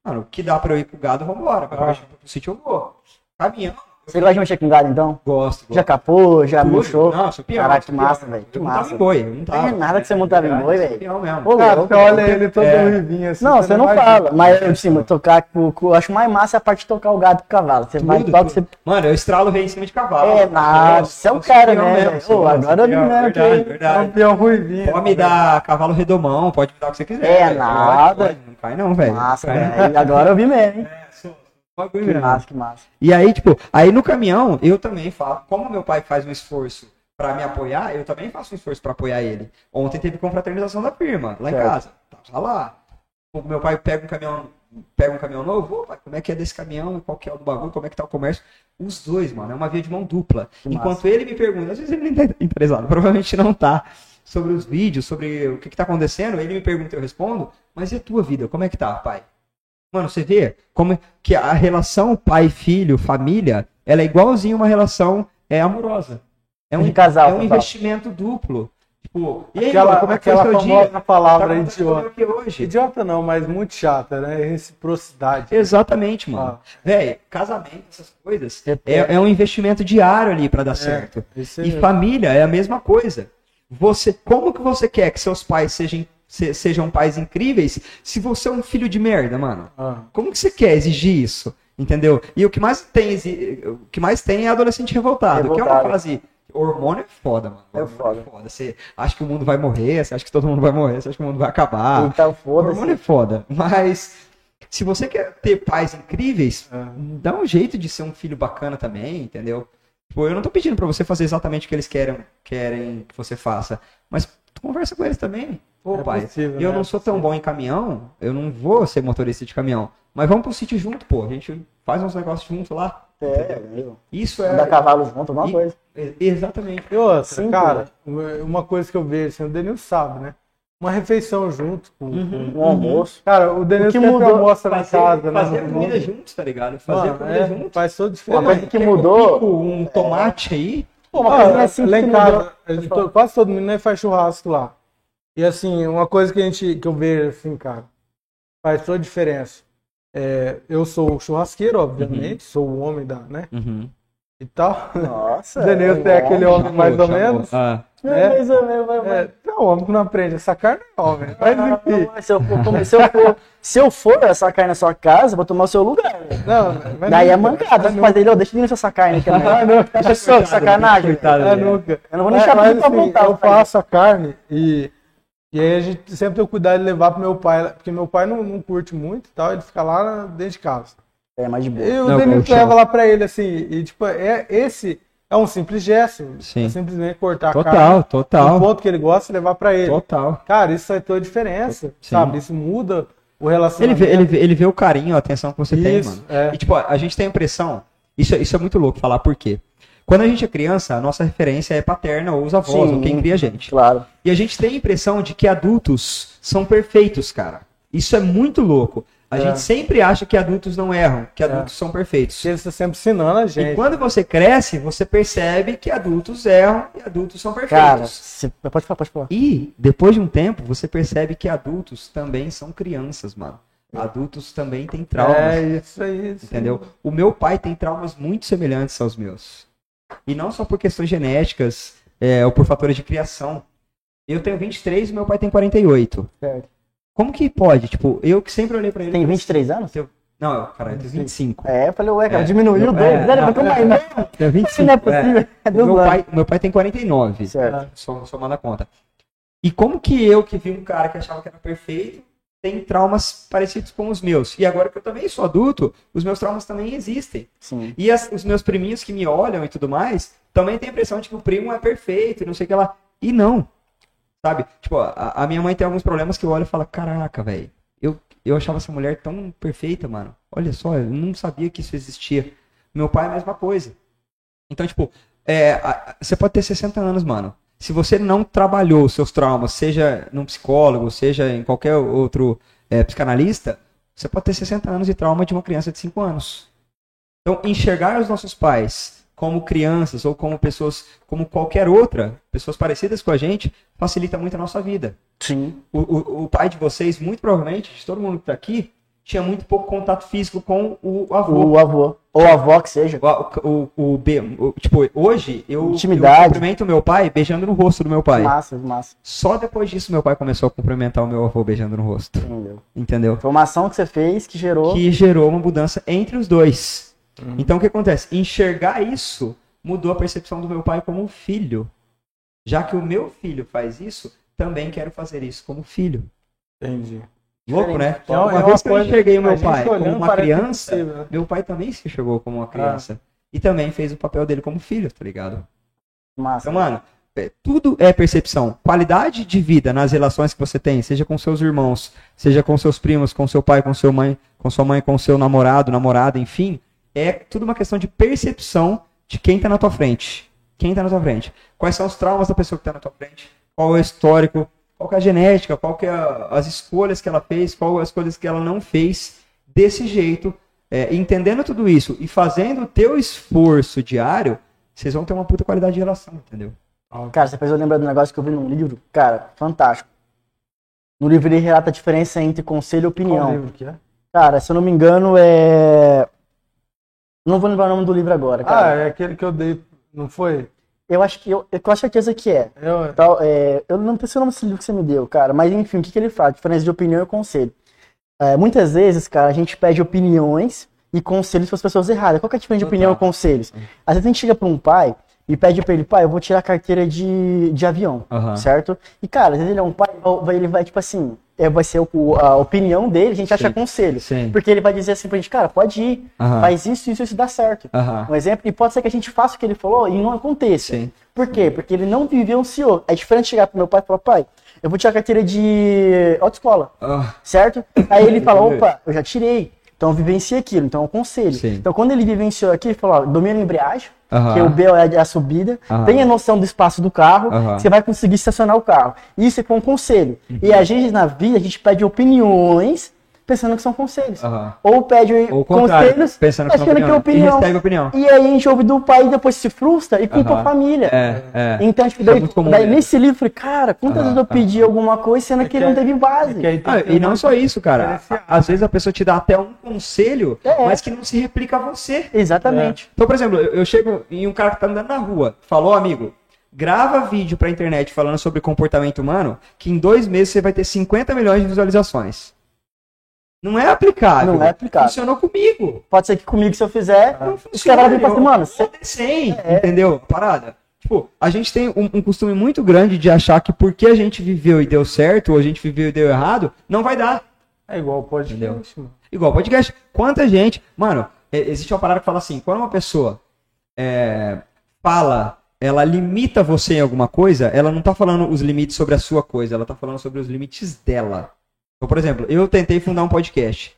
[SPEAKER 4] Mano, o que dá pra eu ir pro gado, vambora. Pra ah. pro sítio, eu vou. Caminhão,
[SPEAKER 2] Você gosta de mexer com gado, então?
[SPEAKER 4] Gosto.
[SPEAKER 2] Já
[SPEAKER 4] gosto.
[SPEAKER 2] capou, já
[SPEAKER 4] Tudo.
[SPEAKER 2] murchou.
[SPEAKER 4] Não, sou peão,
[SPEAKER 2] Caraca, que
[SPEAKER 4] sou
[SPEAKER 2] massa,
[SPEAKER 4] peão.
[SPEAKER 2] velho. Que
[SPEAKER 4] Eu montava
[SPEAKER 2] massa.
[SPEAKER 4] em boi, eu não tá.
[SPEAKER 2] Não
[SPEAKER 4] tava.
[SPEAKER 2] é nada que você montava em boi, velho.
[SPEAKER 4] Peão mesmo.
[SPEAKER 2] Ô,
[SPEAKER 3] Cara,
[SPEAKER 2] louco.
[SPEAKER 3] você olha ele todo
[SPEAKER 4] É.
[SPEAKER 3] rivinho assim.
[SPEAKER 2] Não, você não
[SPEAKER 3] imagina.
[SPEAKER 2] fala. Mas eu, assim, eu tocar com, com- eu acho mais massa é a parte de tocar o gado com o cavalo. Você vai
[SPEAKER 4] Tudo,
[SPEAKER 2] toca,
[SPEAKER 4] tudo.
[SPEAKER 2] você.
[SPEAKER 4] Mano, eu estralo rei em cima de cavalo.
[SPEAKER 2] É, nada, você é um cara, né, velho? Ô, agora eu não lembro
[SPEAKER 4] Verdade,
[SPEAKER 2] que-
[SPEAKER 3] É um
[SPEAKER 4] verdade.
[SPEAKER 3] peão ruivinho.
[SPEAKER 4] Pode me dar cavalo redomão, pode me dar o que você quiser.
[SPEAKER 2] É,
[SPEAKER 4] velho.
[SPEAKER 2] nada.
[SPEAKER 4] Pode, pode. Não cai não, velho.
[SPEAKER 2] Massa,
[SPEAKER 4] Não cai não.
[SPEAKER 2] velho. Agora eu vi mesmo, hein?
[SPEAKER 4] É, sou- sou bagulho
[SPEAKER 2] Que
[SPEAKER 4] mesmo.
[SPEAKER 2] massa, que massa.
[SPEAKER 4] E aí, tipo, aí no caminhão, eu também falo, como meu pai faz um esforço pra me apoiar, eu também faço um esforço pra apoiar ele. Ontem teve confraternização da firma, lá em
[SPEAKER 2] Certo.
[SPEAKER 4] casa. Tava lá. O meu pai pega um caminhão, pega um caminhão novo, opa, como é que é desse caminhão, qual que é o do bagulho, como é que tá o comércio. Os dois, mano, é uma via de mão dupla.
[SPEAKER 2] massa.
[SPEAKER 4] Enquanto ele me pergunta, às vezes ele não tá interessado, provavelmente não tá, sobre os vídeos, sobre o que que tá acontecendo, ele me pergunta, eu respondo, mas e a tua vida, como é que tá, pai? Mano, você vê como que a relação pai, filho, família, ela é igualzinha uma relação é, amorosa. É um,
[SPEAKER 2] De casal,
[SPEAKER 4] é um
[SPEAKER 2] total.
[SPEAKER 4] investimento duplo. Tipo, e aí,
[SPEAKER 3] Aquela,
[SPEAKER 4] mano, como é que foi
[SPEAKER 3] aquela
[SPEAKER 4] seu
[SPEAKER 3] famosa
[SPEAKER 4] dia? Tá
[SPEAKER 3] palavra
[SPEAKER 4] acontecendo
[SPEAKER 3] idiota.
[SPEAKER 4] aqui hoje.
[SPEAKER 3] Idiota não, mas muito chata, né? Reciprocidade.
[SPEAKER 4] Exatamente, mano. Véi, casamento, essas coisas,
[SPEAKER 2] É-
[SPEAKER 4] é, é um investimento diário ali pra dar certo.
[SPEAKER 3] Isso
[SPEAKER 4] E
[SPEAKER 3] é-
[SPEAKER 4] família é a mesma coisa. Você, como que você quer que seus pais sejam, se- sejam pais incríveis se você é um filho de merda, mano?
[SPEAKER 3] Ah,
[SPEAKER 4] Como que você quer exigir isso? Entendeu? E o que mais tem, exi- o que mais tem é adolescente revoltado, que é uma
[SPEAKER 2] Revoltado.
[SPEAKER 4] fase. Hormônio é foda, mano.
[SPEAKER 2] É
[SPEAKER 4] Hormônio Você acha que o mundo vai morrer, você acha que todo mundo vai morrer, você acha que o mundo vai acabar.
[SPEAKER 2] Então,
[SPEAKER 4] hormônio é
[SPEAKER 2] foda-se.
[SPEAKER 4] foda. Mas se você quer ter pais incríveis,
[SPEAKER 3] é.
[SPEAKER 4] dá um jeito de ser um filho bacana também, entendeu? Tipo, eu não tô pedindo pra você fazer exatamente o que eles querem, querem que você faça, mas tu conversa com eles também. Pô,
[SPEAKER 3] É
[SPEAKER 4] pai,
[SPEAKER 3] possível,
[SPEAKER 4] eu
[SPEAKER 3] né?
[SPEAKER 4] não sou tão bom em caminhão, eu não vou ser motorista de caminhão, mas vamos pro sítio junto, pô, a gente faz uns negócios junto lá.
[SPEAKER 2] É,
[SPEAKER 4] entendeu?
[SPEAKER 2] viu?
[SPEAKER 4] Isso é
[SPEAKER 2] Andar cavalo junto, alguma
[SPEAKER 4] E-
[SPEAKER 2] coisa.
[SPEAKER 4] é- exatamente.
[SPEAKER 3] E outra,
[SPEAKER 2] Sim,
[SPEAKER 3] cara, É uma coisa que eu vejo, assim, o Denil sabe, né? Uma refeição junto com. com-
[SPEAKER 2] Um almoço.
[SPEAKER 3] Cara, o Denil
[SPEAKER 2] O que
[SPEAKER 3] sempre
[SPEAKER 2] mudou-
[SPEAKER 3] almoça na
[SPEAKER 4] Fazer,
[SPEAKER 3] casa, né?
[SPEAKER 4] fazer a
[SPEAKER 3] Mano,
[SPEAKER 4] comida juntos, tá ligado? Fazer a comida
[SPEAKER 3] é,
[SPEAKER 4] juntos.
[SPEAKER 3] Faz todo
[SPEAKER 4] Pô,
[SPEAKER 2] coisa
[SPEAKER 3] diferente.
[SPEAKER 4] mas
[SPEAKER 2] que
[SPEAKER 4] quer um
[SPEAKER 2] mudou-
[SPEAKER 4] pico, um tomate aí.
[SPEAKER 2] Pô,
[SPEAKER 3] Ah,
[SPEAKER 2] uma coisinha assim
[SPEAKER 3] lá
[SPEAKER 2] que
[SPEAKER 3] em
[SPEAKER 2] mudou.
[SPEAKER 3] casa, a gente to- quase todo mundo né, faz churrasco lá. E assim, uma coisa que a gente que eu vejo assim, cara, faz toda a diferença. É, eu sou o churrasqueiro, obviamente, sou o homem da, né?
[SPEAKER 4] Uhum.
[SPEAKER 3] E tal.
[SPEAKER 2] Nossa.
[SPEAKER 3] O Denil tem é aquele homem mais ou menos.
[SPEAKER 4] Ah.
[SPEAKER 2] É, mais ou menos, vai, vai.
[SPEAKER 3] É, não, homem que não aprende, essa carne é homem. Mas enfim.
[SPEAKER 2] Se eu for, como- se eu for, se eu for essa carne na sua casa, eu vou tomar o seu lugar. velho.
[SPEAKER 3] Não, mas
[SPEAKER 2] Daí é
[SPEAKER 3] nunca,
[SPEAKER 2] mancada.
[SPEAKER 3] mas
[SPEAKER 2] Mas dele, ó, deixa eu deixar essa carne aqui. Ah, não. Deixa só, que sacanagem.
[SPEAKER 4] Coitado,
[SPEAKER 3] É,
[SPEAKER 4] velho.
[SPEAKER 3] nunca.
[SPEAKER 2] Eu não vou nem
[SPEAKER 3] Mas-
[SPEAKER 2] chamar
[SPEAKER 3] mas,
[SPEAKER 2] ele pra
[SPEAKER 3] assim,
[SPEAKER 2] montar,
[SPEAKER 3] Eu
[SPEAKER 2] pai.
[SPEAKER 3] faço a carne e, e aí a gente sempre tem o cuidado de levar pro meu pai, porque meu pai não, não curte muito e tal, ele fica lá dentro de casa.
[SPEAKER 2] É, mas de boa.
[SPEAKER 3] E o
[SPEAKER 4] Não,
[SPEAKER 3] Denil
[SPEAKER 4] como chama?
[SPEAKER 3] leva lá pra ele, assim, e tipo, é esse. É um simples gesto.
[SPEAKER 4] Sim.
[SPEAKER 3] É simplesmente cortar a carne.
[SPEAKER 4] Total,
[SPEAKER 3] Um
[SPEAKER 4] total.
[SPEAKER 3] ponto que ele gosta e levar pra ele.
[SPEAKER 4] Total.
[SPEAKER 3] Cara, isso faz toda a diferença,
[SPEAKER 4] Sim.
[SPEAKER 3] sabe? Isso muda o
[SPEAKER 4] Ele
[SPEAKER 3] relacionamento.
[SPEAKER 4] vê, ele, vê, ele vê o carinho, a atenção que você tem,
[SPEAKER 3] Isso,
[SPEAKER 4] mano.
[SPEAKER 3] é.
[SPEAKER 4] E, tipo, a gente tem a impressão. Isso, isso é muito louco falar por quê. Quando a gente é criança, a nossa referência é paterna ou os avós,
[SPEAKER 2] Sim.
[SPEAKER 4] ou quem cria a gente.
[SPEAKER 2] Claro.
[SPEAKER 4] E a gente tem a impressão de que adultos são perfeitos, cara. Isso é muito louco. A
[SPEAKER 3] É.
[SPEAKER 4] gente sempre acha que adultos não erram, que adultos são perfeitos.
[SPEAKER 3] Porque Ele está sempre ensinando a
[SPEAKER 4] E
[SPEAKER 3] gente.
[SPEAKER 4] quando você cresce, você percebe que adultos erram e adultos são
[SPEAKER 2] Cara,
[SPEAKER 4] perfeitos.
[SPEAKER 2] se- pode falar, pode falar.
[SPEAKER 4] E, depois de um tempo, você percebe que adultos também são crianças, mano. Adultos também têm traumas.
[SPEAKER 3] É isso aí. isso aí.
[SPEAKER 4] Entendeu? O meu pai tem traumas muito semelhantes aos meus. E não só por questões genéticas é, ou por fatores de criação. Eu tenho 23 e meu pai tem 48.
[SPEAKER 2] Certo.
[SPEAKER 4] Como que pode? Tipo, eu que sempre olhei pra ele. assim,
[SPEAKER 2] Tem 23 anos?
[SPEAKER 4] Não, eu, cara, eu tenho 25.
[SPEAKER 2] É, eu falei, ué, cara,
[SPEAKER 4] É.
[SPEAKER 2] diminuiu
[SPEAKER 4] Meu-
[SPEAKER 2] dois.
[SPEAKER 4] é,
[SPEAKER 2] Zero,
[SPEAKER 4] não,
[SPEAKER 2] mas calma aí, né?
[SPEAKER 4] Tenho
[SPEAKER 2] Isso não é possível. É dois
[SPEAKER 4] Meu
[SPEAKER 2] anos.
[SPEAKER 4] pai, meu pai tem 49.
[SPEAKER 2] Certo.
[SPEAKER 4] Som- Somando a conta. E como que eu, que vi um cara que achava que era perfeito, tem traumas parecidos com os meus? E agora que eu também sou adulto, os meus traumas também existem.
[SPEAKER 2] Sim.
[SPEAKER 4] Uhum. E as- os meus priminhos que me olham e tudo mais, também tem a impressão de que o primo é perfeito e não sei o que lá. E não. Sabe? Tipo, a, a minha mãe tem alguns problemas que eu olho e falo, caraca, velho, eu, eu achava essa mulher tão perfeita, mano. Olha só, eu não sabia que isso existia. Meu pai é a mesma coisa. Então, tipo, é, a- a- você pode ter 60 anos, mano. Se você não trabalhou os seus traumas, seja num psicólogo, seja em qualquer outro é, psicanalista, você pode ter 60 anos de trauma de uma criança de 5 anos. Então, enxergar os nossos pais como crianças ou como pessoas, como qualquer outra, pessoas parecidas com a gente, facilita muito a nossa vida.
[SPEAKER 2] Sim.
[SPEAKER 4] O, o- o pai de vocês, muito provavelmente, de todo mundo que está aqui, tinha muito pouco contato físico com o avô.
[SPEAKER 2] O avô. Ou avó que seja.
[SPEAKER 4] O, o, o B- o- tipo, hoje eu,
[SPEAKER 2] Intimidade.
[SPEAKER 4] eu cumprimento meu pai beijando no rosto do meu pai.
[SPEAKER 2] Massa, massa.
[SPEAKER 4] Só depois disso meu pai começou a cumprimentar o meu avô beijando no rosto.
[SPEAKER 2] Entendeu?
[SPEAKER 4] Entendeu?
[SPEAKER 2] Foi uma ação que você fez que gerou.
[SPEAKER 3] Uhum.
[SPEAKER 4] Que gerou uma mudança entre os dois. Então o que acontece? Enxergar isso mudou a percepção do meu pai como um filho. Já que o meu filho faz isso, também quero fazer isso como filho.
[SPEAKER 3] Entendi.
[SPEAKER 4] Louco, né?
[SPEAKER 3] É uma-
[SPEAKER 4] uma
[SPEAKER 3] é uma
[SPEAKER 4] vez que eu
[SPEAKER 3] coisa-
[SPEAKER 4] enxerguei o
[SPEAKER 3] a
[SPEAKER 4] meu
[SPEAKER 3] gente
[SPEAKER 4] pai como
[SPEAKER 3] olhando
[SPEAKER 4] uma
[SPEAKER 3] parece Ah.
[SPEAKER 4] criança,
[SPEAKER 3] impossível, né?
[SPEAKER 4] meu pai também se enxergou como uma criança. E também fez o papel dele como filho, tá ligado?
[SPEAKER 2] Massa.
[SPEAKER 4] Então, mano, é- tudo é percepção. Qualidade de vida nas relações que você tem, seja com seus irmãos, seja com seus primos, com seu pai, com sua mãe, com sua mãe, com seu namorado, namorada, enfim, é tudo uma questão de percepção de quem tá na tua frente. Quem tá na tua frente? Quais são os traumas da pessoa que tá na tua frente? Qual é o histórico? Qual que é a genética? Qual que é a- as escolhas que ela fez? Qual as coisas que ela não fez? Desse jeito, é, entendendo tudo isso e fazendo o teu esforço diário, vocês vão ter uma puta qualidade de relação, entendeu?
[SPEAKER 2] Cara, você fez eu lembrar do negócio que eu vi num livro. Cara, fantástico. No livro ele relata a diferença entre conselho e
[SPEAKER 3] Qual
[SPEAKER 4] um
[SPEAKER 2] opinião.
[SPEAKER 3] livro que é?
[SPEAKER 2] Cara, se eu não me engano, é. Não vou lembrar o nome do livro agora,
[SPEAKER 3] Ah,
[SPEAKER 2] cara.
[SPEAKER 3] é aquele que eu dei, não foi?
[SPEAKER 2] Eu acho que. Eu, eu tenho certeza que é.
[SPEAKER 3] Eu,
[SPEAKER 4] Tá.
[SPEAKER 2] Tal, é, eu não sei o nome desse livro que você me deu, cara, mas enfim, o que, que ele fala? Diferença de opinião e conselho. É, muitas vezes, cara, a gente pede opiniões e conselhos para as pessoas erradas. Qual que é a diferença de opinião e conselhos? Às vezes a gente chega para um pai e pede para ele, pai, eu vou tirar a carteira de, de avião,
[SPEAKER 4] Aham.
[SPEAKER 2] certo? E, cara, às vezes ele é um pai, vai- ele vai, tipo assim, é, vai ser o- a opinião dele, a gente acha
[SPEAKER 4] Sim.
[SPEAKER 2] conselho.
[SPEAKER 4] Sim.
[SPEAKER 2] Porque ele vai dizer assim pra gente, cara, pode ir,
[SPEAKER 4] Aham.
[SPEAKER 2] faz isso, isso, isso dá certo.
[SPEAKER 4] Aham.
[SPEAKER 2] Um exemplo, e pode ser que a gente faça o que ele falou e não aconteça.
[SPEAKER 4] Sim.
[SPEAKER 2] Por quê? Porque ele não vivenciou. É diferente chegar pro meu pai e falar, pai, eu vou tirar a carteira de autoescola,
[SPEAKER 4] Ah,
[SPEAKER 2] certo? Aí ele fala, opa, eu já tirei. Então eu vivenciei aquilo, então eu aconselho.
[SPEAKER 4] Sim.
[SPEAKER 2] Então quando ele vivenciou aqui, ele falou, ó, domina a embreagem,
[SPEAKER 4] Aham.
[SPEAKER 2] que o B é a subida,
[SPEAKER 4] Aham.
[SPEAKER 2] tem a noção do espaço do carro,
[SPEAKER 4] Aham. Uhum.
[SPEAKER 2] você vai conseguir estacionar o carro. Isso é com um conselho. E a gente, na vida, a gente pede opiniões pensando que são conselhos.
[SPEAKER 4] Aham.
[SPEAKER 2] Ou pede
[SPEAKER 4] Ou o contrário,
[SPEAKER 2] conselhos
[SPEAKER 4] pensando que são
[SPEAKER 2] achando que é
[SPEAKER 4] opinião, né? e
[SPEAKER 2] opinião.
[SPEAKER 4] recebe opinião.
[SPEAKER 2] E aí a gente ouve do pai e depois se frustra e culpa
[SPEAKER 4] Aham.
[SPEAKER 2] a família.
[SPEAKER 4] É, é.
[SPEAKER 2] Então, tipo,
[SPEAKER 4] Isso é
[SPEAKER 2] daí,
[SPEAKER 4] muito comum,
[SPEAKER 2] daí
[SPEAKER 4] né?
[SPEAKER 2] nesse livro, eu falei, cara, quantas
[SPEAKER 4] Aham,
[SPEAKER 2] vezes eu
[SPEAKER 4] aham. É
[SPEAKER 2] pedi alguma coisa sendo que, ele não teve base?
[SPEAKER 3] que aí tem
[SPEAKER 4] Ah,
[SPEAKER 3] que ter
[SPEAKER 4] e não
[SPEAKER 3] uma-
[SPEAKER 4] só isso, cara. À- Às vezes a pessoa te dá até um conselho,
[SPEAKER 2] É.
[SPEAKER 4] mas que não se replica a você.
[SPEAKER 2] Exatamente.
[SPEAKER 4] Então, por exemplo, eu eu chego em um cara que tá andando na rua, falou, amigo, grava vídeo pra internet falando sobre comportamento humano, que em dois meses você vai ter 50 milhões de visualizações. Não é aplicável.
[SPEAKER 2] Não é aplicável.
[SPEAKER 4] Funcionou comigo.
[SPEAKER 2] Pode ser que comigo, se eu fizer,
[SPEAKER 4] Não
[SPEAKER 2] os caras vêm pra
[SPEAKER 4] funcionou.
[SPEAKER 2] cima, mano, você-
[SPEAKER 4] Sem, entendeu? A Parada. Tipo, a gente tem um, um costume muito grande de achar que porque a gente viveu e deu certo, ou a gente viveu e deu errado, não vai dar.
[SPEAKER 3] É igual o podcast, mano.
[SPEAKER 4] Igual podcast. Quanta gente. Mano, é- existe uma parada que fala assim: quando uma pessoa é, fala, ela limita você em alguma coisa, ela não tá falando os limites sobre a sua coisa, ela tá falando sobre os limites dela. Então, por exemplo, eu tentei fundar um podcast.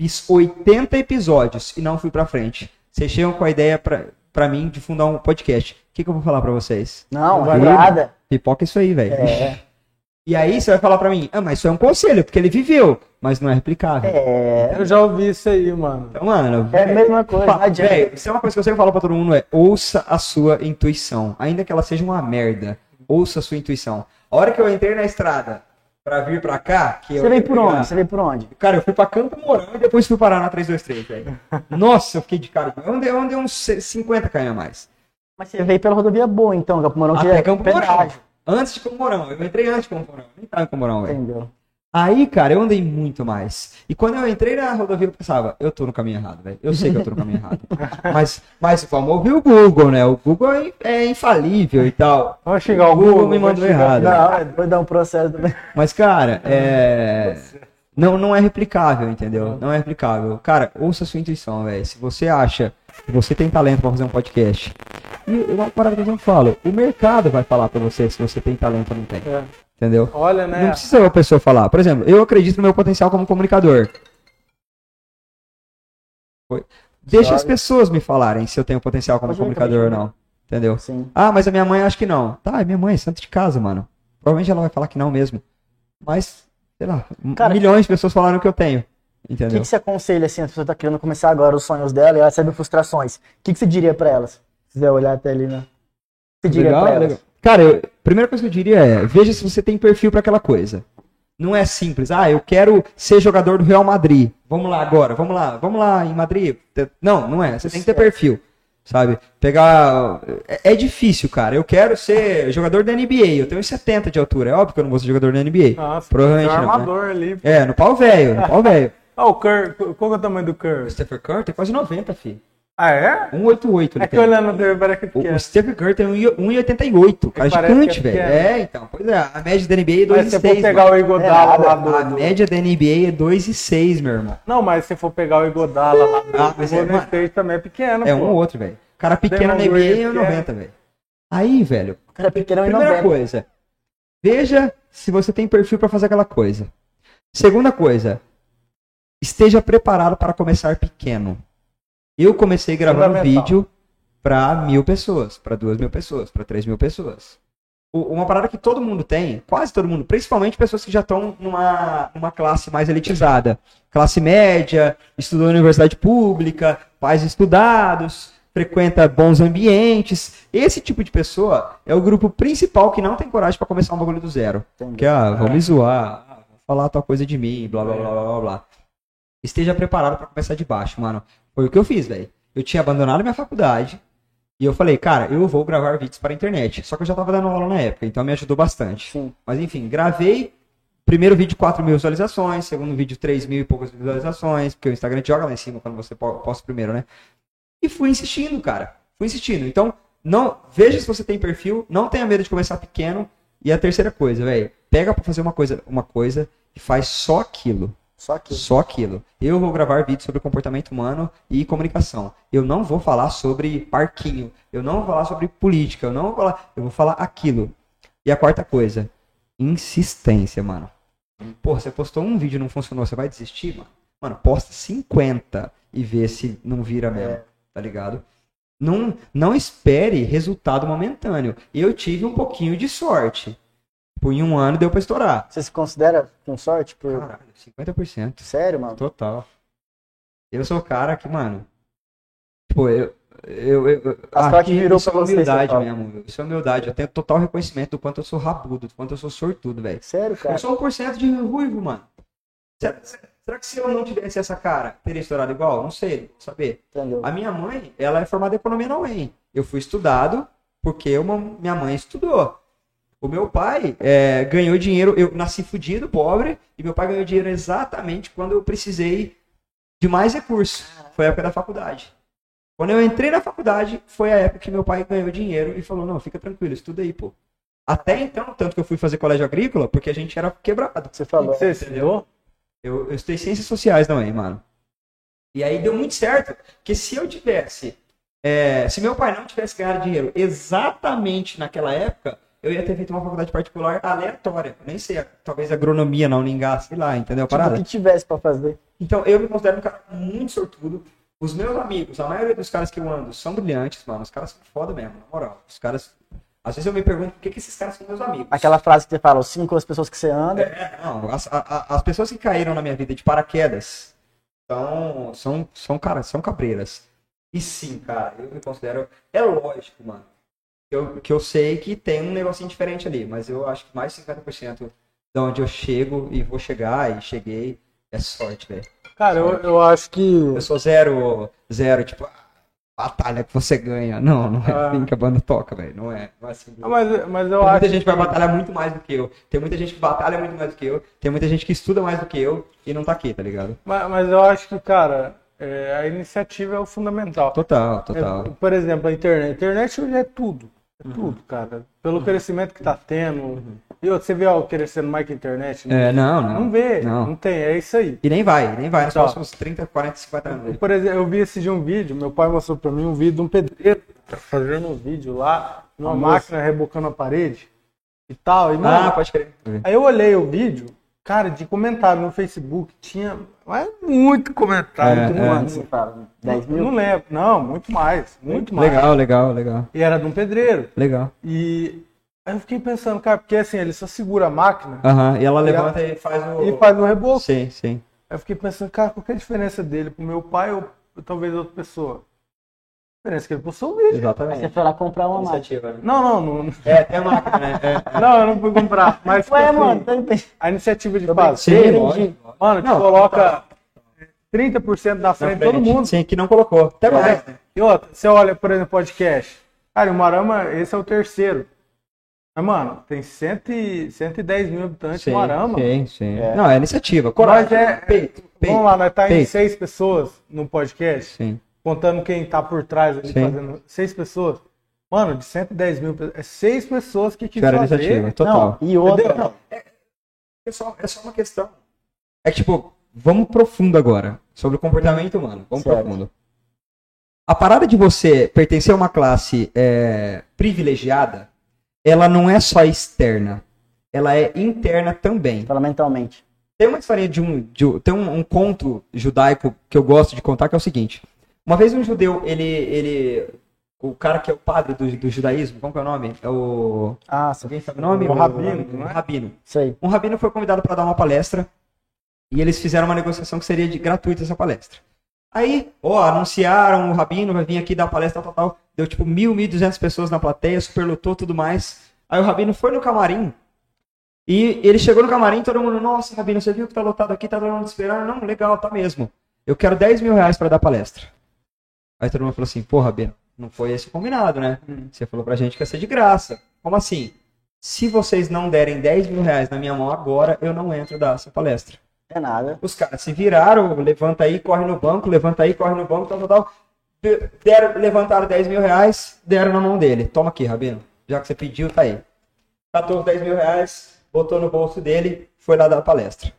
[SPEAKER 4] Fiz 80 episódios e não fui pra frente. Vocês chegam com a ideia pra, pra mim de fundar um podcast. O que, que eu vou falar pra vocês?
[SPEAKER 2] Não, é
[SPEAKER 3] Vai,
[SPEAKER 2] nada.
[SPEAKER 4] Pipoca isso aí, velho.
[SPEAKER 2] É.
[SPEAKER 4] E aí você vai falar pra mim, ah, mas isso é um conselho, porque ele viveu, mas não é replicável.
[SPEAKER 2] É,
[SPEAKER 3] Eu já ouvi isso aí, mano.
[SPEAKER 4] Então, mano,
[SPEAKER 2] é a mesma coisa, não
[SPEAKER 4] Fa-
[SPEAKER 2] adianta.
[SPEAKER 4] Véi, se é uma coisa que eu sempre falo pra todo mundo é ouça a sua intuição. Ainda que ela seja uma merda, ouça a sua intuição. A hora que eu entrei na estrada pra vir pra cá... Que
[SPEAKER 2] Você
[SPEAKER 4] eu-
[SPEAKER 2] veio por onde? Você veio por onde?
[SPEAKER 4] Cara, eu fui pra Campo Mourão e depois fui parar na 323, velho. Nossa, eu fiquei de cara. Eu andei, eu andei uns 50 km a mais.
[SPEAKER 2] Mas você veio pela rodovia boa, então, Campo Mourão, que
[SPEAKER 4] Até
[SPEAKER 2] é
[SPEAKER 4] Ah, Campo Mourão.
[SPEAKER 2] pedágio,
[SPEAKER 4] Antes de Campo Mourão. Eu entrei antes de Campo Mourão. Eu nem tava em Campo Mourão, velho.
[SPEAKER 2] entendeu?
[SPEAKER 4] Aí, cara, eu andei muito mais. E quando eu entrei na rodovia, eu pensava, eu tô no caminho errado, velho. Eu sei que eu tô no caminho errado. Mas, mas vamos ouvir o Google, né? O Google é, é infalível e tal.
[SPEAKER 3] Vamos chegar ao
[SPEAKER 4] O Google
[SPEAKER 3] Google,
[SPEAKER 4] me mandou
[SPEAKER 3] vamos chegar-
[SPEAKER 4] errado.
[SPEAKER 2] Não, depois dá um processo também.
[SPEAKER 4] Mas, cara, é. Não, não é replicável, entendeu? Não é replicável. Cara, ouça a sua intuição, velho. Se você acha que você tem talento pra fazer um podcast, e uma parada que eu sempre falo, o mercado vai falar pra você se você tem talento ou não tem.
[SPEAKER 3] É.
[SPEAKER 4] Entendeu?
[SPEAKER 3] Olha, né?
[SPEAKER 4] Não precisa uma pessoa falar. Por exemplo, eu acredito no meu potencial como comunicador. Foi. Deixa as pessoas me falarem se eu tenho potencial como
[SPEAKER 2] Pode ver,
[SPEAKER 4] comunicador ou não. Entendeu?
[SPEAKER 2] Sim.
[SPEAKER 4] Ah, mas a minha mãe acha que não. Tá, é minha mãe, santo de casa, mano. Provavelmente ela vai falar que não mesmo. Mas, sei lá, m-
[SPEAKER 2] Cara,
[SPEAKER 4] milhões de pessoas falaram que eu tenho.
[SPEAKER 2] O que,
[SPEAKER 4] Entendeu?
[SPEAKER 2] que você aconselha, assim, a pessoa tá querendo começar agora os sonhos dela e ela recebe frustrações. O que, que você diria pra elas? Se quiser olhar até ali, né? O que você diria
[SPEAKER 4] Legal,
[SPEAKER 2] pra elas?
[SPEAKER 4] legal. Cara, eu- a primeira coisa que eu diria é, veja se você tem perfil pra aquela coisa. Não é simples, ah, eu quero ser jogador do Real Madrid. Vamos lá agora, vamos lá, vamos lá em Madrid. Te- Não, não é. Você tem que ter perfil, sabe? Pegar. É, é difícil, cara. Eu quero ser jogador da NBA. Eu tenho 70 de altura. É óbvio que eu não vou ser jogador da NBA.
[SPEAKER 3] Nossa,
[SPEAKER 4] Provavelmente
[SPEAKER 3] tem um
[SPEAKER 4] não, né?
[SPEAKER 3] armador ali.
[SPEAKER 4] É, no pau velho, no pau velho.
[SPEAKER 3] Ó, Ah, o Kerr, qual que é o tamanho do Kerr?
[SPEAKER 4] O Stephen Curry tem quase Um 90, filho.
[SPEAKER 3] Ah, é?
[SPEAKER 4] 188 ele
[SPEAKER 3] É que
[SPEAKER 4] tem.
[SPEAKER 3] olhando a TV parece
[SPEAKER 4] O,
[SPEAKER 3] que é.
[SPEAKER 4] o Stephen Curry tem 1,88. Cara,
[SPEAKER 3] Parece
[SPEAKER 4] gigante,
[SPEAKER 3] que é
[SPEAKER 4] velho.
[SPEAKER 3] pequeno.
[SPEAKER 4] É, então. Pois é, a média da NBA é
[SPEAKER 3] Mas se
[SPEAKER 4] 2,6.
[SPEAKER 3] for pegar
[SPEAKER 4] mano.
[SPEAKER 3] o Igodala
[SPEAKER 2] É,
[SPEAKER 3] lá
[SPEAKER 4] A
[SPEAKER 3] do... do-
[SPEAKER 4] média da NBA é 2,6, meu irmão.
[SPEAKER 3] Não, mas se for pegar o Igodala lá do,
[SPEAKER 4] Ah,
[SPEAKER 3] do
[SPEAKER 4] mas é,
[SPEAKER 3] Golden
[SPEAKER 4] mano.
[SPEAKER 3] State também é pequeno,
[SPEAKER 4] É
[SPEAKER 3] pô.
[SPEAKER 4] um ou outro, velho. Cara pequeno na
[SPEAKER 3] Draymond
[SPEAKER 4] NBA é
[SPEAKER 3] Green,
[SPEAKER 4] 90, velho. Aí, velho,
[SPEAKER 2] O cara é pequeno e não
[SPEAKER 4] primeira
[SPEAKER 2] bebe.
[SPEAKER 4] coisa, veja se você tem perfil pra fazer aquela coisa. Segunda coisa, esteja preparado para começar pequeno. Eu comecei gravando
[SPEAKER 3] Fundamental.
[SPEAKER 4] vídeo pra mil pessoas, pra duas mil pessoas, pra três mil pessoas. O- Uma parada que todo mundo tem, quase todo mundo, principalmente pessoas que já estão numa, numa classe mais elitizada. Classe média, estudou na universidade pública, pais estudados, frequenta bons ambientes. Esse tipo de pessoa é o grupo principal que não tem coragem pra começar um bagulho do zero.
[SPEAKER 2] Entendi.
[SPEAKER 4] Que, ah, vão me zoar, ah, vão falar tua coisa de mim, blá, blá, blá, blá, blá, blá. Esteja preparado pra começar de baixo, mano. Foi o que eu fiz, velho. Eu tinha abandonado minha faculdade e eu falei, cara, eu vou gravar vídeos para a internet. Só que eu já tava dando aula na época, então me ajudou bastante.
[SPEAKER 2] Sim.
[SPEAKER 4] Mas enfim, gravei. Primeiro vídeo, 4 mil visualizações. Segundo vídeo, 3 mil e poucas visualizações. Porque o Instagram te joga lá em cima quando você po- posta primeiro, né? E fui insistindo, cara. Fui insistindo. Então, não veja se você tem perfil. Não tenha medo de começar pequeno. E a terceira coisa, velho. Pega pra fazer uma coisa, uma coisa e faz só aquilo.
[SPEAKER 2] Só que.
[SPEAKER 4] Só aquilo. Eu vou gravar vídeo sobre comportamento humano e comunicação. Eu não vou falar sobre parquinho. Eu não vou falar sobre política. Eu não vou falar. Eu vou falar aquilo. E a quarta coisa, insistência, mano. Pô, você postou um vídeo e não funcionou, você vai desistir, mano? Mano, posta 50 e vê se não vira mesmo, tá ligado? Não, não espere resultado momentâneo. Eu tive um pouquinho de sorte. Tipo, em um ano deu pra estourar.
[SPEAKER 2] Você se considera com sorte? Por...
[SPEAKER 4] Caralho, 50%.
[SPEAKER 2] Sério, mano?
[SPEAKER 4] Total. Eu sou o cara que, mano. Tipo, eu. eu, eu
[SPEAKER 2] A
[SPEAKER 4] aqui
[SPEAKER 2] sorte virou
[SPEAKER 4] isso é
[SPEAKER 2] pra você,
[SPEAKER 4] humildade
[SPEAKER 2] você fala.
[SPEAKER 4] mesmo. Isso é humildade. Eu tenho total reconhecimento do quanto eu sou rabudo, do quanto eu sou sortudo, velho.
[SPEAKER 2] É Sério,
[SPEAKER 4] Eu
[SPEAKER 2] cara?
[SPEAKER 4] sou 1% de ruivo, mano. Será, será que se eu não tivesse essa cara, teria estourado igual? Não sei, não vou saber.
[SPEAKER 2] Entendeu?
[SPEAKER 4] A minha mãe, ela é formada em economia na UEM. Eu fui estudado porque uma, minha mãe estudou. O meu pai é, ganhou dinheiro, eu nasci fudido, pobre, e meu pai ganhou dinheiro exatamente quando eu precisei de mais recursos. Foi a época da faculdade. Quando eu entrei na faculdade, foi a época que meu pai ganhou dinheiro e falou, não, fica tranquilo, estuda aí, pô. Até então, tanto que eu fui fazer colégio agrícola, porque a gente era quebrado.
[SPEAKER 2] Você falou.
[SPEAKER 3] Você estudou?
[SPEAKER 4] Eu, eu estudei ciências sociais também, mano. E aí deu muito certo, porque se eu tivesse É, se meu pai não tivesse ganhado dinheiro exatamente naquela época, eu ia ter feito uma faculdade particular aleatória. Nem sei, talvez agronomia na Uningá, sei lá, entendeu? a
[SPEAKER 2] Tipo, o
[SPEAKER 4] Parada.
[SPEAKER 2] que tivesse pra fazer.
[SPEAKER 4] Então, eu me considero um cara muito sortudo. Os meus amigos, a maioria dos caras que eu ando, são brilhantes, mano. Os caras são foda mesmo, na moral. Os caras. Às vezes eu me pergunto por que, que esses caras são meus amigos.
[SPEAKER 2] Aquela frase que você fala, os cinco as pessoas que você anda.
[SPEAKER 4] É, não, as, a- a- as pessoas que caíram na minha vida de paraquedas são, são, são, cara, são cabreiras. E sim, cara, eu me considero. É lógico, mano. Eu, que eu sei que tem um negocinho diferente ali, mas eu acho que mais 50% de onde eu chego e vou chegar e cheguei é sorte, velho.
[SPEAKER 3] Cara, eu, eu acho que.
[SPEAKER 4] Eu sou zero, zero, tipo, ah, batalha que você ganha. Não, não é
[SPEAKER 3] Ah.
[SPEAKER 4] assim que a banda toca, velho. Não é, não é assim.
[SPEAKER 3] Ah, Mas, mas eu
[SPEAKER 4] Tem muita
[SPEAKER 3] acho.
[SPEAKER 4] gente que vai batalhar muito mais do que eu. Tem muita gente que batalha muito mais do que eu. Tem muita gente que estuda mais do que eu e não tá aqui, tá ligado?
[SPEAKER 3] Mas, mas eu acho que, cara, é, a iniciativa é o fundamental.
[SPEAKER 4] Total,
[SPEAKER 3] É,
[SPEAKER 4] total. Uhum.
[SPEAKER 3] por exemplo, a internet. A internet hoje é tudo. É tudo, cara. Pelo crescimento que tá tendo. E outro, você vê ó, crescendo mais que a internet? né?
[SPEAKER 4] É, não, não.
[SPEAKER 3] Não vê, não.
[SPEAKER 4] Não.
[SPEAKER 3] tem, é isso aí.
[SPEAKER 4] E nem vai, nem vai. Nos
[SPEAKER 3] Tá.
[SPEAKER 4] próximos 30, 40, 50 anos.
[SPEAKER 3] Por exemplo, eu vi esse de um vídeo, meu pai mostrou pra mim um vídeo de um pedreiro fazendo um vídeo lá, numa máquina rebocando a parede e tal. E, mano,
[SPEAKER 4] Ah, pode crer.
[SPEAKER 3] Aí eu olhei o vídeo, cara, de comentário no Facebook, tinha mas muito comentário.
[SPEAKER 4] É,
[SPEAKER 3] muito
[SPEAKER 4] é.
[SPEAKER 3] mais.
[SPEAKER 2] um Você fala, 10
[SPEAKER 3] Não
[SPEAKER 2] mil.
[SPEAKER 3] lembro, não, muito mais, muito mais.
[SPEAKER 4] É. Legal, legal, legal.
[SPEAKER 3] E era de um pedreiro.
[SPEAKER 4] Legal.
[SPEAKER 3] E aí eu fiquei pensando, cara, porque assim, ele só segura a máquina
[SPEAKER 4] Aham, e ela
[SPEAKER 3] E
[SPEAKER 4] levanta e faz o.
[SPEAKER 3] e faz um reboco.
[SPEAKER 4] Sim, sim.
[SPEAKER 3] Aí eu fiquei pensando, cara, qual que é a diferença dele pro meu pai ou talvez outra pessoa? A diferença é que ele postou um vídeo.
[SPEAKER 2] Aí você
[SPEAKER 4] Exatamente.
[SPEAKER 2] foi lá comprar uma máquina.
[SPEAKER 4] Iniciativa, né?
[SPEAKER 3] Não, não, não,
[SPEAKER 4] É, tem a máquina, né? É.
[SPEAKER 3] não, eu não fui comprar. Mas tipo
[SPEAKER 2] Ué,
[SPEAKER 3] assim,
[SPEAKER 2] mano, tá entendendo?
[SPEAKER 3] a iniciativa de
[SPEAKER 2] Sobre-
[SPEAKER 3] fazer,
[SPEAKER 4] Sim,
[SPEAKER 2] Entendi.
[SPEAKER 4] lógico. lógico.
[SPEAKER 3] mano, te
[SPEAKER 4] Não,
[SPEAKER 3] coloca é, 30% na frente, é de todo mundo.
[SPEAKER 4] Sim, que não colocou. Até mais. né?
[SPEAKER 3] E outra, você olha, por exemplo, podcast. Cara, o Marama, esse é o terceiro. Mas, mano, tem cento e, 110 mil habitantes
[SPEAKER 4] Sim,
[SPEAKER 3] no Marama.
[SPEAKER 4] sim, sim. Não, é iniciativa. Coragem.
[SPEAKER 3] Nós é,
[SPEAKER 4] peito, peito.
[SPEAKER 3] vamos lá, nós tá em
[SPEAKER 4] peito.
[SPEAKER 3] seis pessoas no podcast,
[SPEAKER 4] Sim.
[SPEAKER 3] contando quem tá por trás ali
[SPEAKER 4] Sim.
[SPEAKER 3] fazendo. Seis pessoas. Mano, de 110 mil, pe- é seis pessoas que
[SPEAKER 4] Tiveram
[SPEAKER 3] quiseram
[SPEAKER 4] iniciativa,
[SPEAKER 3] fazer.
[SPEAKER 4] total.
[SPEAKER 2] Não, e outra.
[SPEAKER 3] Entendeu?
[SPEAKER 4] É só, é só uma questão. É que, tipo, vamos profundo agora. Sobre o comportamento humano. Vamos
[SPEAKER 2] Certo.
[SPEAKER 4] profundo. A parada de você pertencer a uma classe é, privilegiada, ela não é só externa. Ela é interna também.
[SPEAKER 2] Fala mentalmente.
[SPEAKER 4] Tem uma história de um. de- tem um, um conto judaico que eu gosto de contar que é o seguinte. Uma vez um judeu, ele. ele o cara que é o padre do, do judaísmo, como que é o nome? É o.
[SPEAKER 2] Ah, sim.
[SPEAKER 4] Alguém sabe o nome?
[SPEAKER 3] O rabino,
[SPEAKER 4] O
[SPEAKER 3] não é?
[SPEAKER 4] rabino.
[SPEAKER 2] Isso aí.
[SPEAKER 4] Um rabino foi convidado para dar uma palestra e eles fizeram uma negociação que seria de gratuita essa palestra. Aí, ó, anunciaram o rabino vai vir aqui dar palestra, tal, tal, tal. Deu tipo mil, mil duzentas pessoas na plateia, superlotou tudo mais. Aí o rabino foi no camarim e ele chegou no camarim todo mundo, nossa, rabino, você viu que tá lotado aqui, tá todo mundo te esperando? Não, legal, tá mesmo. Eu quero 10 mil reais para dar palestra. Aí todo mundo falou assim, pô, rabino, não foi esse o combinado, né? Você falou pra gente que ia ser de graça. Como assim? Se vocês não derem 10 mil reais na minha mão agora, eu não entro dessa palestra.
[SPEAKER 2] É nada.
[SPEAKER 4] Os caras se viraram, levanta aí, corre no banco, levanta aí, corre no banco, tal, tal, tal. De- Deram, levantaram 10 mil reais, deram na mão dele. Toma aqui, Rabino. Já que você pediu, tá aí. Catou os 10 mil reais, botou no bolso dele, foi lá dar a palestra.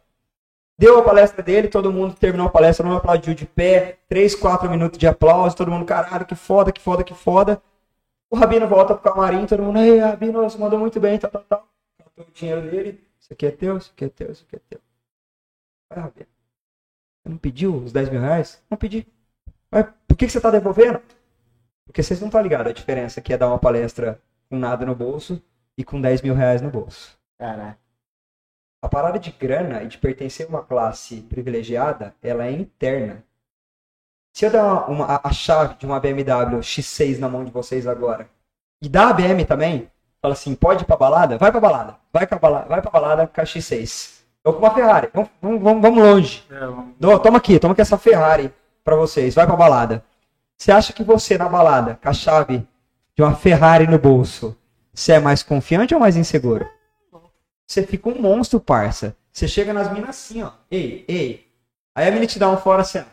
[SPEAKER 4] Deu a palestra dele, todo mundo terminou a palestra, todo mundo aplaudiu de pé, 3, 4 minutos de aplauso, todo mundo, caralho, que foda, que foda, que foda. O Rabino volta pro camarim, todo mundo, ei, Rabino, você mandou muito bem, tal, tal, tal. Catou o dinheiro dele, isso aqui é teu, isso aqui é teu, isso aqui é teu. Vai, Rabino. Você não pediu os 10 mil reais? Não pedi. Mas por que, que você tá devolvendo? Porque vocês não estão ligados a diferença que é dar uma palestra com nada no bolso e com 10 mil reais no bolso.
[SPEAKER 2] Caraca.
[SPEAKER 4] A parada de grana e de pertencer a uma classe privilegiada, ela é interna. Se eu der uma, uma- a- a chave de uma BMW X6 na mão de vocês agora, e dar a BM também, fala assim, pode ir pra balada? Vai pra balada. Vai pra balada, vai pra balada com a X6. Eu com uma Ferrari. Vamos, vamos- vamos- vamos longe.
[SPEAKER 3] É, mano.
[SPEAKER 4] Dô, toma aqui, toma aqui essa Ferrari pra vocês. Vai pra balada. Você acha que você na balada, com a chave de uma Ferrari no bolso, você é mais confiante ou mais inseguro? Você fica um monstro, parça. Você chega nas minas assim, ó. Ei, ei. Aí a mina te dá um fora assim, ó.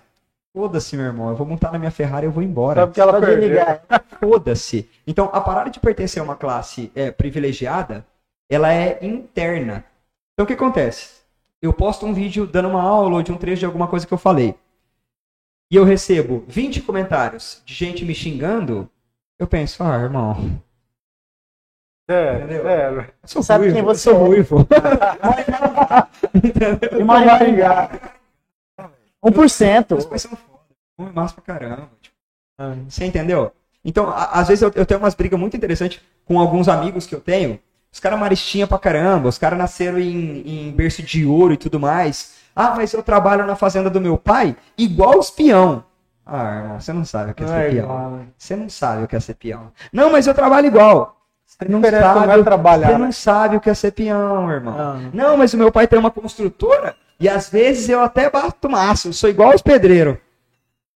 [SPEAKER 4] Foda-se, meu irmão. Eu vou montar na minha Ferrari e eu vou embora.
[SPEAKER 3] Sabe que ela
[SPEAKER 2] Pode
[SPEAKER 3] perdeu.
[SPEAKER 2] ligar.
[SPEAKER 4] Foda-se. Então, a parada de pertencer a uma classe é, privilegiada, ela é interna. Então, o que acontece? Eu posto um vídeo dando uma aula ou de um trecho de alguma coisa que eu falei. e eu recebo 20 comentários de gente me xingando, eu penso, ah, irmão,
[SPEAKER 3] É,
[SPEAKER 4] Entendeu?
[SPEAKER 3] é.
[SPEAKER 4] eu sou
[SPEAKER 2] Sabe
[SPEAKER 4] ruivo,
[SPEAKER 2] quem
[SPEAKER 4] eu
[SPEAKER 2] você
[SPEAKER 4] sou
[SPEAKER 2] é.
[SPEAKER 4] ruivo.
[SPEAKER 2] Imagina, 1%.
[SPEAKER 4] Os pais são foda, um é massa pra caramba. tipo,
[SPEAKER 3] Então, Ah.
[SPEAKER 4] Você entendeu? Então, a- às vezes eu, eu tenho umas brigas muito interessantes com alguns amigos que eu tenho. Os caras maristinha pra caramba, os caras nasceram em, em berço de ouro e tudo mais. Ah, mas eu trabalho na fazenda do meu pai igual os peão. Ah, irmão, você não sabe o que é
[SPEAKER 3] Não
[SPEAKER 4] ser
[SPEAKER 3] é
[SPEAKER 4] peão.
[SPEAKER 3] igual, né?
[SPEAKER 4] Você não sabe o que é ser peão. Não, mas eu trabalho igual. Você não
[SPEAKER 3] diferença
[SPEAKER 4] sabe,
[SPEAKER 3] não é trabalhar,
[SPEAKER 4] você
[SPEAKER 3] né?
[SPEAKER 4] não sabe o que é ser peão, irmão.
[SPEAKER 3] Ah.
[SPEAKER 4] Não, mas o meu pai tem uma construtora e às vezes eu até bato massa. Eu sou igual os pedreiros.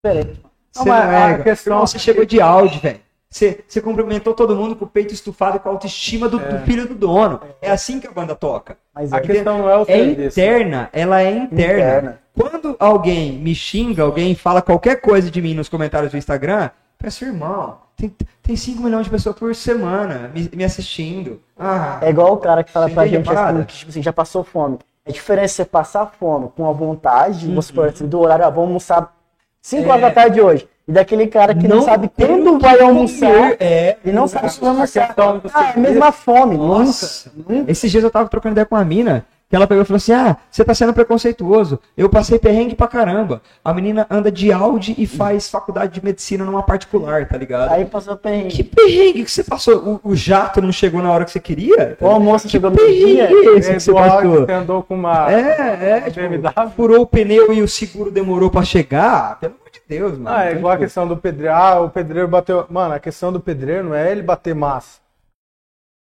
[SPEAKER 2] Diferente.
[SPEAKER 4] Você
[SPEAKER 3] Não, mas
[SPEAKER 4] não
[SPEAKER 3] a
[SPEAKER 4] é, irmão.
[SPEAKER 3] questão-
[SPEAKER 4] Irmão, você chegou de Audi, velho. Você, você cumprimentou todo mundo com o peito estufado e com a autoestima do, do filho do dono. É assim que a banda toca.
[SPEAKER 2] Mas
[SPEAKER 3] A
[SPEAKER 2] é.
[SPEAKER 3] questão não é o
[SPEAKER 4] É
[SPEAKER 3] serviço.
[SPEAKER 4] interna, ela é interna.
[SPEAKER 2] Interna.
[SPEAKER 4] Quando alguém me xinga, alguém fala qualquer coisa de mim nos comentários do Instagram, peço, irmão, tem, tem 5 milhões de pessoas por semana me, me assistindo. Ah,
[SPEAKER 2] É igual o cara que fala pra
[SPEAKER 4] Entende a
[SPEAKER 2] gente assim,
[SPEAKER 4] parada?
[SPEAKER 2] que tipo assim, já passou fome. A diferença é você passar fome com a vontade, você
[SPEAKER 4] Uhum.
[SPEAKER 2] por assim, do horário, ah, vamos almoçar 5
[SPEAKER 4] É.
[SPEAKER 2] horas da tarde hoje. E daquele cara que não, sabe
[SPEAKER 4] tem
[SPEAKER 2] quando
[SPEAKER 4] o que
[SPEAKER 2] vai
[SPEAKER 4] comer.
[SPEAKER 2] almoçar
[SPEAKER 4] É,
[SPEAKER 2] e não sabe se vai
[SPEAKER 3] A
[SPEAKER 2] almoçar.
[SPEAKER 3] questão do
[SPEAKER 2] Ah, é a mesma fome.
[SPEAKER 4] Nossa,
[SPEAKER 3] né?
[SPEAKER 4] esses dias eu tava trocando ideia com a mina, que ela pegou e falou assim: Ah, você tá sendo preconceituoso. Eu passei perrengue pra caramba. A menina anda de Audi e faz faculdade de medicina numa particular, tá ligado?
[SPEAKER 2] Aí passou perrengue.
[SPEAKER 4] Que perrengue que você passou? O, o jato não chegou na hora que você queria?
[SPEAKER 2] O almoço chegou no
[SPEAKER 4] perrengue
[SPEAKER 2] dia.
[SPEAKER 4] é esse que você
[SPEAKER 3] Eduardo
[SPEAKER 4] passou?
[SPEAKER 3] que andou com uma
[SPEAKER 4] É, é. Tipo,
[SPEAKER 3] BMW.
[SPEAKER 4] furou o pneu e o seguro demorou pra chegar? Pelo amor de Deus, mano.
[SPEAKER 3] Ah, é igual a questão do pedreiro. Ah, o pedreiro bateu. Mano, a questão do pedreiro não é ele bater massa.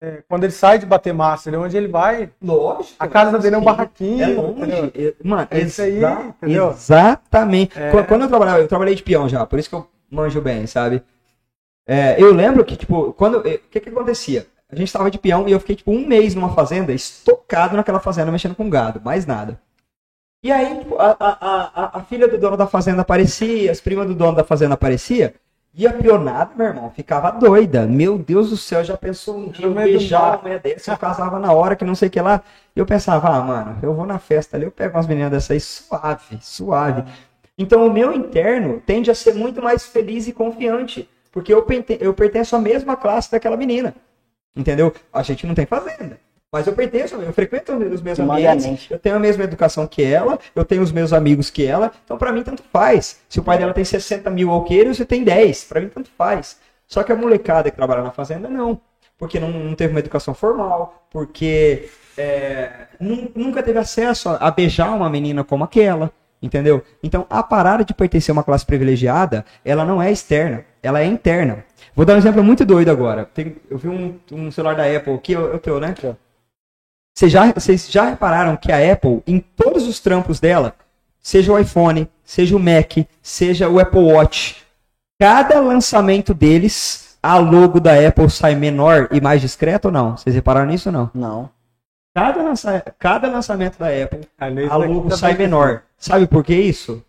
[SPEAKER 3] É, quando ele sai de bater massa, ele é onde ele vai.
[SPEAKER 4] Lógico.
[SPEAKER 3] A casa dele é um
[SPEAKER 4] Sim.
[SPEAKER 3] barraquinho.
[SPEAKER 4] É longe.
[SPEAKER 3] entendeu?
[SPEAKER 4] É- Mano,
[SPEAKER 3] É isso aí,
[SPEAKER 4] exa-
[SPEAKER 3] entendeu?
[SPEAKER 4] Exatamente.
[SPEAKER 3] É.
[SPEAKER 4] Qu- Quando eu trabalhava, eu trabalhei de peão já, por isso que eu manjo bem, sabe? É, eu lembro que, tipo, quando. eh, O que que acontecia? A gente tava de peão e eu fiquei, tipo, um mês numa fazenda, estocado naquela fazenda, mexendo com gado, mais nada. E aí, tipo, a, a, a- a, a filha do dono da fazenda aparecia, as primas do dono da fazenda aparecia, e a pionada, meu irmão, ficava doida. Meu Deus do céu, já pensou um dia eu
[SPEAKER 3] No meio do
[SPEAKER 4] beijar
[SPEAKER 3] mato.
[SPEAKER 4] uma mulher dessa, eu casava na hora, que não sei o que lá. E eu pensava, ah, mano, eu vou na festa ali, eu pego umas meninas dessa aí, suave,
[SPEAKER 3] É.
[SPEAKER 4] suave. Então, o meu interno tende a ser muito mais feliz e confiante, porque eu, pente- eu pertenço à mesma classe daquela menina, entendeu? A gente não tem fazenda, mas eu pertenço, eu frequento os mesmos ambientes,
[SPEAKER 2] Humanamente.
[SPEAKER 4] eu tenho a mesma educação que ela, eu tenho os meus amigos que ela, então pra mim tanto faz. Se o pai dela tem 60 mil alqueiros, eu tenho 10, pra mim tanto faz. Só que a molecada que trabalha na fazenda, não. Porque não, não teve uma educação formal, porque é, nun- nunca teve acesso a, a beijar uma menina como aquela, entendeu? Então a parada de pertencer a uma classe privilegiada, ela não é externa, ela é interna. Vou dar um exemplo muito doido agora. Tem- eu vi um, um celular da Apple aqui, é o é o teu, né? Vocês já, vocês já repararam que a Apple, em todos os trampos dela, seja o iPhone, seja o Mac, seja o Apple Watch, cada lançamento deles, a logo da Apple sai menor e mais discreta ou não? Vocês repararam nisso ou não?
[SPEAKER 2] Não.
[SPEAKER 4] Cada, lança- cada lançamento da Apple,
[SPEAKER 3] Ah, isso
[SPEAKER 4] a
[SPEAKER 3] daqui
[SPEAKER 4] logo
[SPEAKER 3] tá
[SPEAKER 4] sai
[SPEAKER 3] bem-
[SPEAKER 4] menor. Sabe por que isso?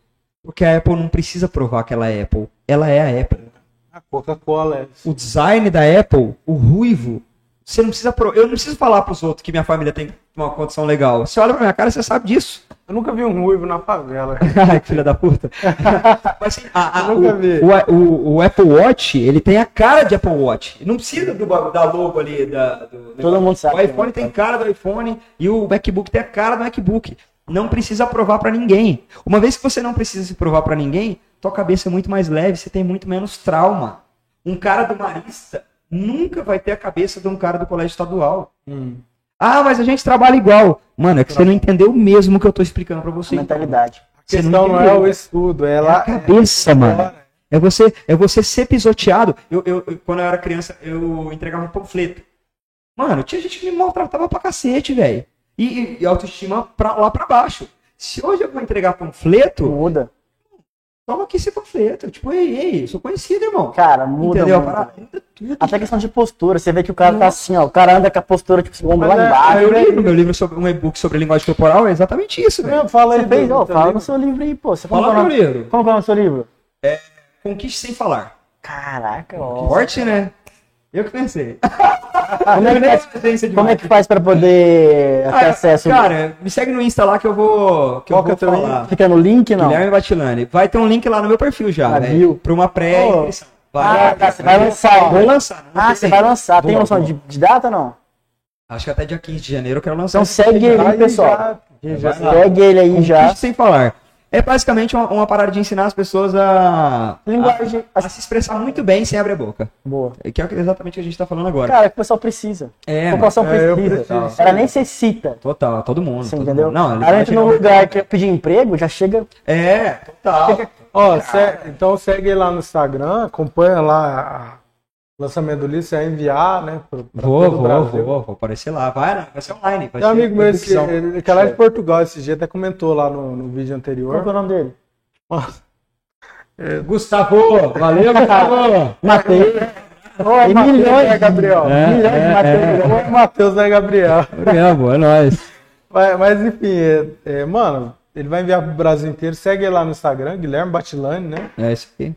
[SPEAKER 4] Porque a Apple não precisa provar que ela é Apple. Ela é a Apple
[SPEAKER 3] A Coca-Cola. é-
[SPEAKER 4] o design da Apple, o ruivo, você não precisa. pro- Eu não preciso falar pros outros que minha família tem uma condição legal. Você olha pra minha cara e você sabe disso.
[SPEAKER 3] Eu nunca vi um ruivo na favela.
[SPEAKER 4] Ai, que filha da puta. Mas assim, a- a-
[SPEAKER 3] Eu nunca vi.
[SPEAKER 4] o, o- o- o Apple Watch, ele tem a cara de Apple Watch. Não precisa do, ba- da logo ali. Da, do,
[SPEAKER 2] Todo mundo sabe. é
[SPEAKER 4] o iPhone tem cara do iPhone e o MacBook tem a cara do MacBook. Não precisa provar pra ninguém. Uma vez que você não precisa se provar pra ninguém, tua cabeça é muito mais leve, você tem muito menos trauma. Um cara do Marista nunca vai ter a cabeça de um cara do colégio estadual.
[SPEAKER 3] Hum.
[SPEAKER 4] Ah, mas a gente trabalha igual. Mano, é que você não entendeu mesmo o que eu tô explicando pra
[SPEAKER 2] A
[SPEAKER 4] você.
[SPEAKER 2] mentalidade.
[SPEAKER 3] A
[SPEAKER 4] Você
[SPEAKER 3] questão
[SPEAKER 4] não
[SPEAKER 3] não, é
[SPEAKER 4] entendeu.
[SPEAKER 3] o estudo, é
[SPEAKER 4] É a
[SPEAKER 3] lá.
[SPEAKER 4] cabeça, mano. É você, é você ser pisoteado. Eu, eu- eu- quando eu era criança, eu entregava um panfleto. Mano, tinha gente que me maltratava pra cacete, velho. E, e- e autoestima pra, lá pra baixo. Se hoje eu vou entregar panfleto,
[SPEAKER 2] Muda.
[SPEAKER 4] toma aqui esse panfleto. Tipo, ei, ei, sou conhecido, irmão.
[SPEAKER 2] Cara, muda
[SPEAKER 4] Entendeu?
[SPEAKER 2] muito.
[SPEAKER 4] Para- muda tudo.
[SPEAKER 2] Até questão de postura. Você vê que o cara tá assim, ó. O cara anda com a postura, tipo, assim, o ombro lá
[SPEAKER 3] Mas é-
[SPEAKER 4] Ah,
[SPEAKER 2] embaixo.
[SPEAKER 4] meu livro, meu livro sobre um e-book sobre linguagem corporal é exatamente isso, velho.
[SPEAKER 3] Não, fala
[SPEAKER 2] Você
[SPEAKER 3] aí,
[SPEAKER 2] fez,
[SPEAKER 3] do-
[SPEAKER 2] ó,
[SPEAKER 3] do
[SPEAKER 2] fala
[SPEAKER 3] livro.
[SPEAKER 2] no seu livro aí, pô. Você
[SPEAKER 4] Fala
[SPEAKER 2] falou
[SPEAKER 4] meu livro.
[SPEAKER 2] Como que é o nome do seu livro?
[SPEAKER 4] Conquiste sem falar.
[SPEAKER 2] Caraca, ó.
[SPEAKER 4] Forte, né? Eu que pensei.
[SPEAKER 2] Como é
[SPEAKER 4] Eu nem
[SPEAKER 2] que,
[SPEAKER 4] agência de
[SPEAKER 2] como é que faz pra poder ter
[SPEAKER 4] Ah,
[SPEAKER 2] É acesso? né?
[SPEAKER 4] Cara, me segue no Insta lá que eu vou. Que
[SPEAKER 3] Qual
[SPEAKER 4] eu vou
[SPEAKER 3] que é o teu
[SPEAKER 4] falar.
[SPEAKER 2] Fica no link, não?
[SPEAKER 4] Guilherme Batilani. Vai ter um link lá no meu perfil já,
[SPEAKER 2] Na
[SPEAKER 4] velho.
[SPEAKER 2] bio.
[SPEAKER 4] Pra uma pré inscrição
[SPEAKER 2] Ah, tá, você vai lançar.
[SPEAKER 4] Vou
[SPEAKER 2] ó.
[SPEAKER 4] lançar. não é.
[SPEAKER 2] Ah,
[SPEAKER 4] tem
[SPEAKER 2] você
[SPEAKER 4] jeito.
[SPEAKER 2] vai lançar. Tem
[SPEAKER 4] Boa,
[SPEAKER 2] noção
[SPEAKER 4] boa.
[SPEAKER 2] de, de data, não?
[SPEAKER 4] Acho que até dia 15 de janeiro eu quero lançar.
[SPEAKER 2] Então segue ele,
[SPEAKER 3] Aí
[SPEAKER 2] aí, pessoal.
[SPEAKER 3] já- já-
[SPEAKER 4] Vai lá.
[SPEAKER 2] Segue ele aí
[SPEAKER 4] Conquiste
[SPEAKER 2] já.
[SPEAKER 4] Um sem falar. É basicamente uma, uma parada de ensinar as pessoas a,
[SPEAKER 2] Linguagem.
[SPEAKER 4] a, a se expressar muito bem sem abrir a boca.
[SPEAKER 2] Boa.
[SPEAKER 4] Que é exatamente o que a gente tá falando agora.
[SPEAKER 2] Cara, o pessoal precisa.
[SPEAKER 4] é,
[SPEAKER 2] A
[SPEAKER 4] mano,
[SPEAKER 2] população
[SPEAKER 3] É, eu
[SPEAKER 2] precisa.
[SPEAKER 3] preciso.
[SPEAKER 2] Ela nem se cita.
[SPEAKER 4] total, todo mundo.
[SPEAKER 2] Você
[SPEAKER 4] todo
[SPEAKER 2] entendeu?
[SPEAKER 4] mundo. Não,
[SPEAKER 2] Ela
[SPEAKER 4] ele vai
[SPEAKER 2] entra
[SPEAKER 4] chegar
[SPEAKER 2] num
[SPEAKER 4] um-
[SPEAKER 2] lugar que é pedir emprego, já chega.
[SPEAKER 4] É, total.
[SPEAKER 3] Ó, se- então segue ele lá no Instagram, acompanha lá a- o lançamento do livro, você vai enviar, né? pro- pra
[SPEAKER 4] Vou,
[SPEAKER 3] todo o
[SPEAKER 4] vou,
[SPEAKER 3] Brasil.
[SPEAKER 4] vou, vou, aparecer lá. Vai, lá, vai ser online. Vai
[SPEAKER 3] Tem um
[SPEAKER 4] ser
[SPEAKER 3] amigo meu esse-
[SPEAKER 4] edição.
[SPEAKER 3] ele- que é lá de Portugal esse dia, até comentou lá no, no vídeo anterior.
[SPEAKER 2] Qual que é o nome dele?
[SPEAKER 4] Gustavo, valeu, Gustavo.
[SPEAKER 2] Mateus. Oi,
[SPEAKER 3] Mateus,
[SPEAKER 2] É, milhões.
[SPEAKER 3] né, Gabriel?
[SPEAKER 4] É,
[SPEAKER 2] milhões
[SPEAKER 4] é,
[SPEAKER 2] de Mateus.
[SPEAKER 3] Ô, Matheus, né, Gabriel?
[SPEAKER 4] Amo, é nóis.
[SPEAKER 3] Mas, mas, enfim, é- é, mano, ele vai enviar pro Brasil inteiro. Segue ele lá no Instagram, Guilherme Batilani, né?
[SPEAKER 4] É isso aqui.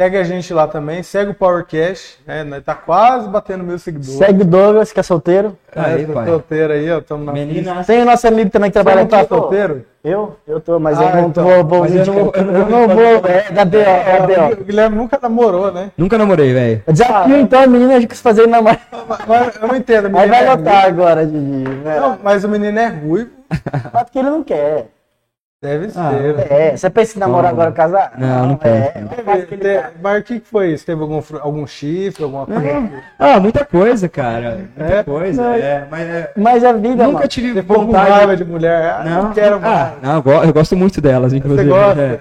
[SPEAKER 3] Segue a gente lá também, segue o Powercash, né? Nós tá quase batendo mil seguidores.
[SPEAKER 2] Segue o Douglas, que é solteiro.
[SPEAKER 4] Aí,
[SPEAKER 3] Essa
[SPEAKER 4] pai.
[SPEAKER 3] solteira aí, ó, tamo na pista.
[SPEAKER 4] Menina.
[SPEAKER 2] Tem o nosso amigo também que
[SPEAKER 3] Você
[SPEAKER 2] trabalha
[SPEAKER 3] não tá
[SPEAKER 2] aqui. pô.
[SPEAKER 3] solteiro?
[SPEAKER 2] Eu? Eu tô, mas
[SPEAKER 3] Ah,
[SPEAKER 2] eu não
[SPEAKER 3] então.
[SPEAKER 2] vou. vou
[SPEAKER 4] Mas eu não vou- eu não
[SPEAKER 2] eu
[SPEAKER 4] vou-
[SPEAKER 2] não vou. É, da B.O. É, da
[SPEAKER 3] É,
[SPEAKER 2] B.O.
[SPEAKER 3] o Guilherme nunca namorou, né?
[SPEAKER 4] Nunca namorei, velho.
[SPEAKER 2] Desafio, então, a menina de que se fazer namorar.
[SPEAKER 3] Mas eu não entendo. o
[SPEAKER 2] Aí
[SPEAKER 3] menino
[SPEAKER 2] vai
[SPEAKER 3] é
[SPEAKER 2] lotar agora, Didi.
[SPEAKER 3] ruivo.
[SPEAKER 2] Não.
[SPEAKER 3] Não, mas o menino é ruivo.
[SPEAKER 2] Fato que ele não quer.
[SPEAKER 3] Deve ser.
[SPEAKER 4] Ah,
[SPEAKER 2] É, você pensa em namorar agora casar?
[SPEAKER 4] Não, não
[SPEAKER 2] é.
[SPEAKER 4] penso.
[SPEAKER 2] é o fato que ele quer.
[SPEAKER 3] Teve- Mas o que que foi isso? Teve algum, fru- algum chifre, alguma coisa?
[SPEAKER 4] Ah, muita coisa, cara. Muita
[SPEAKER 3] É?
[SPEAKER 4] coisa.
[SPEAKER 3] Não,
[SPEAKER 4] é, mas é,
[SPEAKER 2] Mas a vida,
[SPEAKER 4] nunca
[SPEAKER 2] mano.
[SPEAKER 4] tive
[SPEAKER 3] Você ficou com
[SPEAKER 4] vontade.
[SPEAKER 3] raiva de mulher? Ah, não,
[SPEAKER 4] Não,
[SPEAKER 3] quero
[SPEAKER 4] ah,
[SPEAKER 3] mais.
[SPEAKER 4] não, eu go- eu gosto muito delas, inclusive.
[SPEAKER 3] gosta?
[SPEAKER 4] é.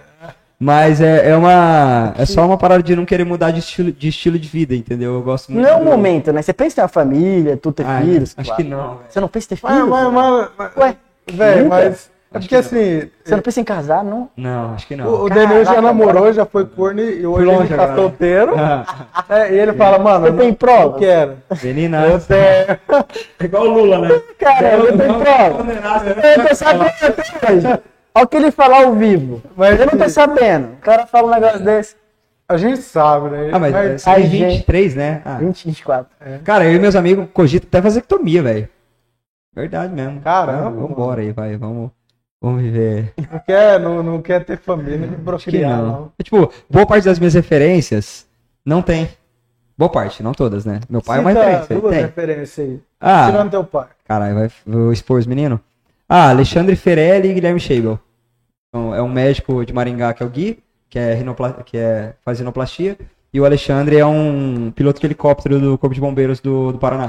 [SPEAKER 4] Mas é, é uma. É só uma parada de não querer mudar de estilo de, estilo de vida, entendeu? Eu gosto muito.
[SPEAKER 2] Não é o
[SPEAKER 4] do-
[SPEAKER 2] momento, né? Você pensa em ter uma família, tu ter
[SPEAKER 4] Ah,
[SPEAKER 2] filhos.
[SPEAKER 4] acho
[SPEAKER 2] claro.
[SPEAKER 4] que não, velho.
[SPEAKER 2] Você não pensa em ter
[SPEAKER 4] Ah,
[SPEAKER 3] Mas,
[SPEAKER 2] filhos?
[SPEAKER 3] mas, mas, mas,
[SPEAKER 2] Ué,
[SPEAKER 3] velho,
[SPEAKER 2] nunca?
[SPEAKER 3] mas. É porque assim,
[SPEAKER 2] Você não pensa em casar, não?
[SPEAKER 4] Não, acho que não.
[SPEAKER 3] o, o Daniel já
[SPEAKER 2] Caraca,
[SPEAKER 3] namorou, já foi corno e hoje
[SPEAKER 4] longe
[SPEAKER 3] ele tá
[SPEAKER 4] agora. né?
[SPEAKER 3] solteiro.
[SPEAKER 4] Ah,
[SPEAKER 3] É, e ele fala, mano, eu
[SPEAKER 2] Você tem
[SPEAKER 3] não-
[SPEAKER 2] prova?
[SPEAKER 3] não quero.
[SPEAKER 4] Menina.
[SPEAKER 3] Eu tenho.
[SPEAKER 4] É igual o Lula, né?
[SPEAKER 2] Cara, eu
[SPEAKER 4] Não,
[SPEAKER 2] tenho
[SPEAKER 4] não,
[SPEAKER 2] prova.
[SPEAKER 4] condenado, né?
[SPEAKER 2] Eu tô sabendo até hoje. Olha o que ele fala ao vivo.
[SPEAKER 3] Mas-
[SPEAKER 2] eu não tô sabendo. O cara fala um negócio desse.
[SPEAKER 3] A gente sabe, né?
[SPEAKER 4] Ah, mas é, você
[SPEAKER 2] Ai,
[SPEAKER 4] tem
[SPEAKER 2] gente.
[SPEAKER 4] 23, né? Ah.
[SPEAKER 2] 20, 24.
[SPEAKER 4] Cara, eu e meus amigos cogitam até vasectomia, velho. Verdade mesmo.
[SPEAKER 3] Caramba,
[SPEAKER 4] Vamos- Vambora aí, vai. Vamos, vamos viver.
[SPEAKER 3] não, quer, não, não quer ter família, nem
[SPEAKER 4] Acho que
[SPEAKER 3] procriar, não.
[SPEAKER 4] não. É, Tipo, boa parte das minhas referências não tem. Boa parte, não todas, né? Meu pai é uma
[SPEAKER 3] Cita
[SPEAKER 4] referência. ele
[SPEAKER 3] duas né?
[SPEAKER 4] Tem.
[SPEAKER 3] referências aí.
[SPEAKER 4] Ah,
[SPEAKER 3] Tirando teu pai.
[SPEAKER 4] caralho, vai vou expor os meninos? Ah, Alexandre Ferelli e Guilherme Scheibel. Então, é um médico de Maringá que é o Gui, que, é rinopla... que é... faz rinoplastia. E o Alexandre é um piloto de helicóptero do Corpo de Bombeiros do, do Paraná.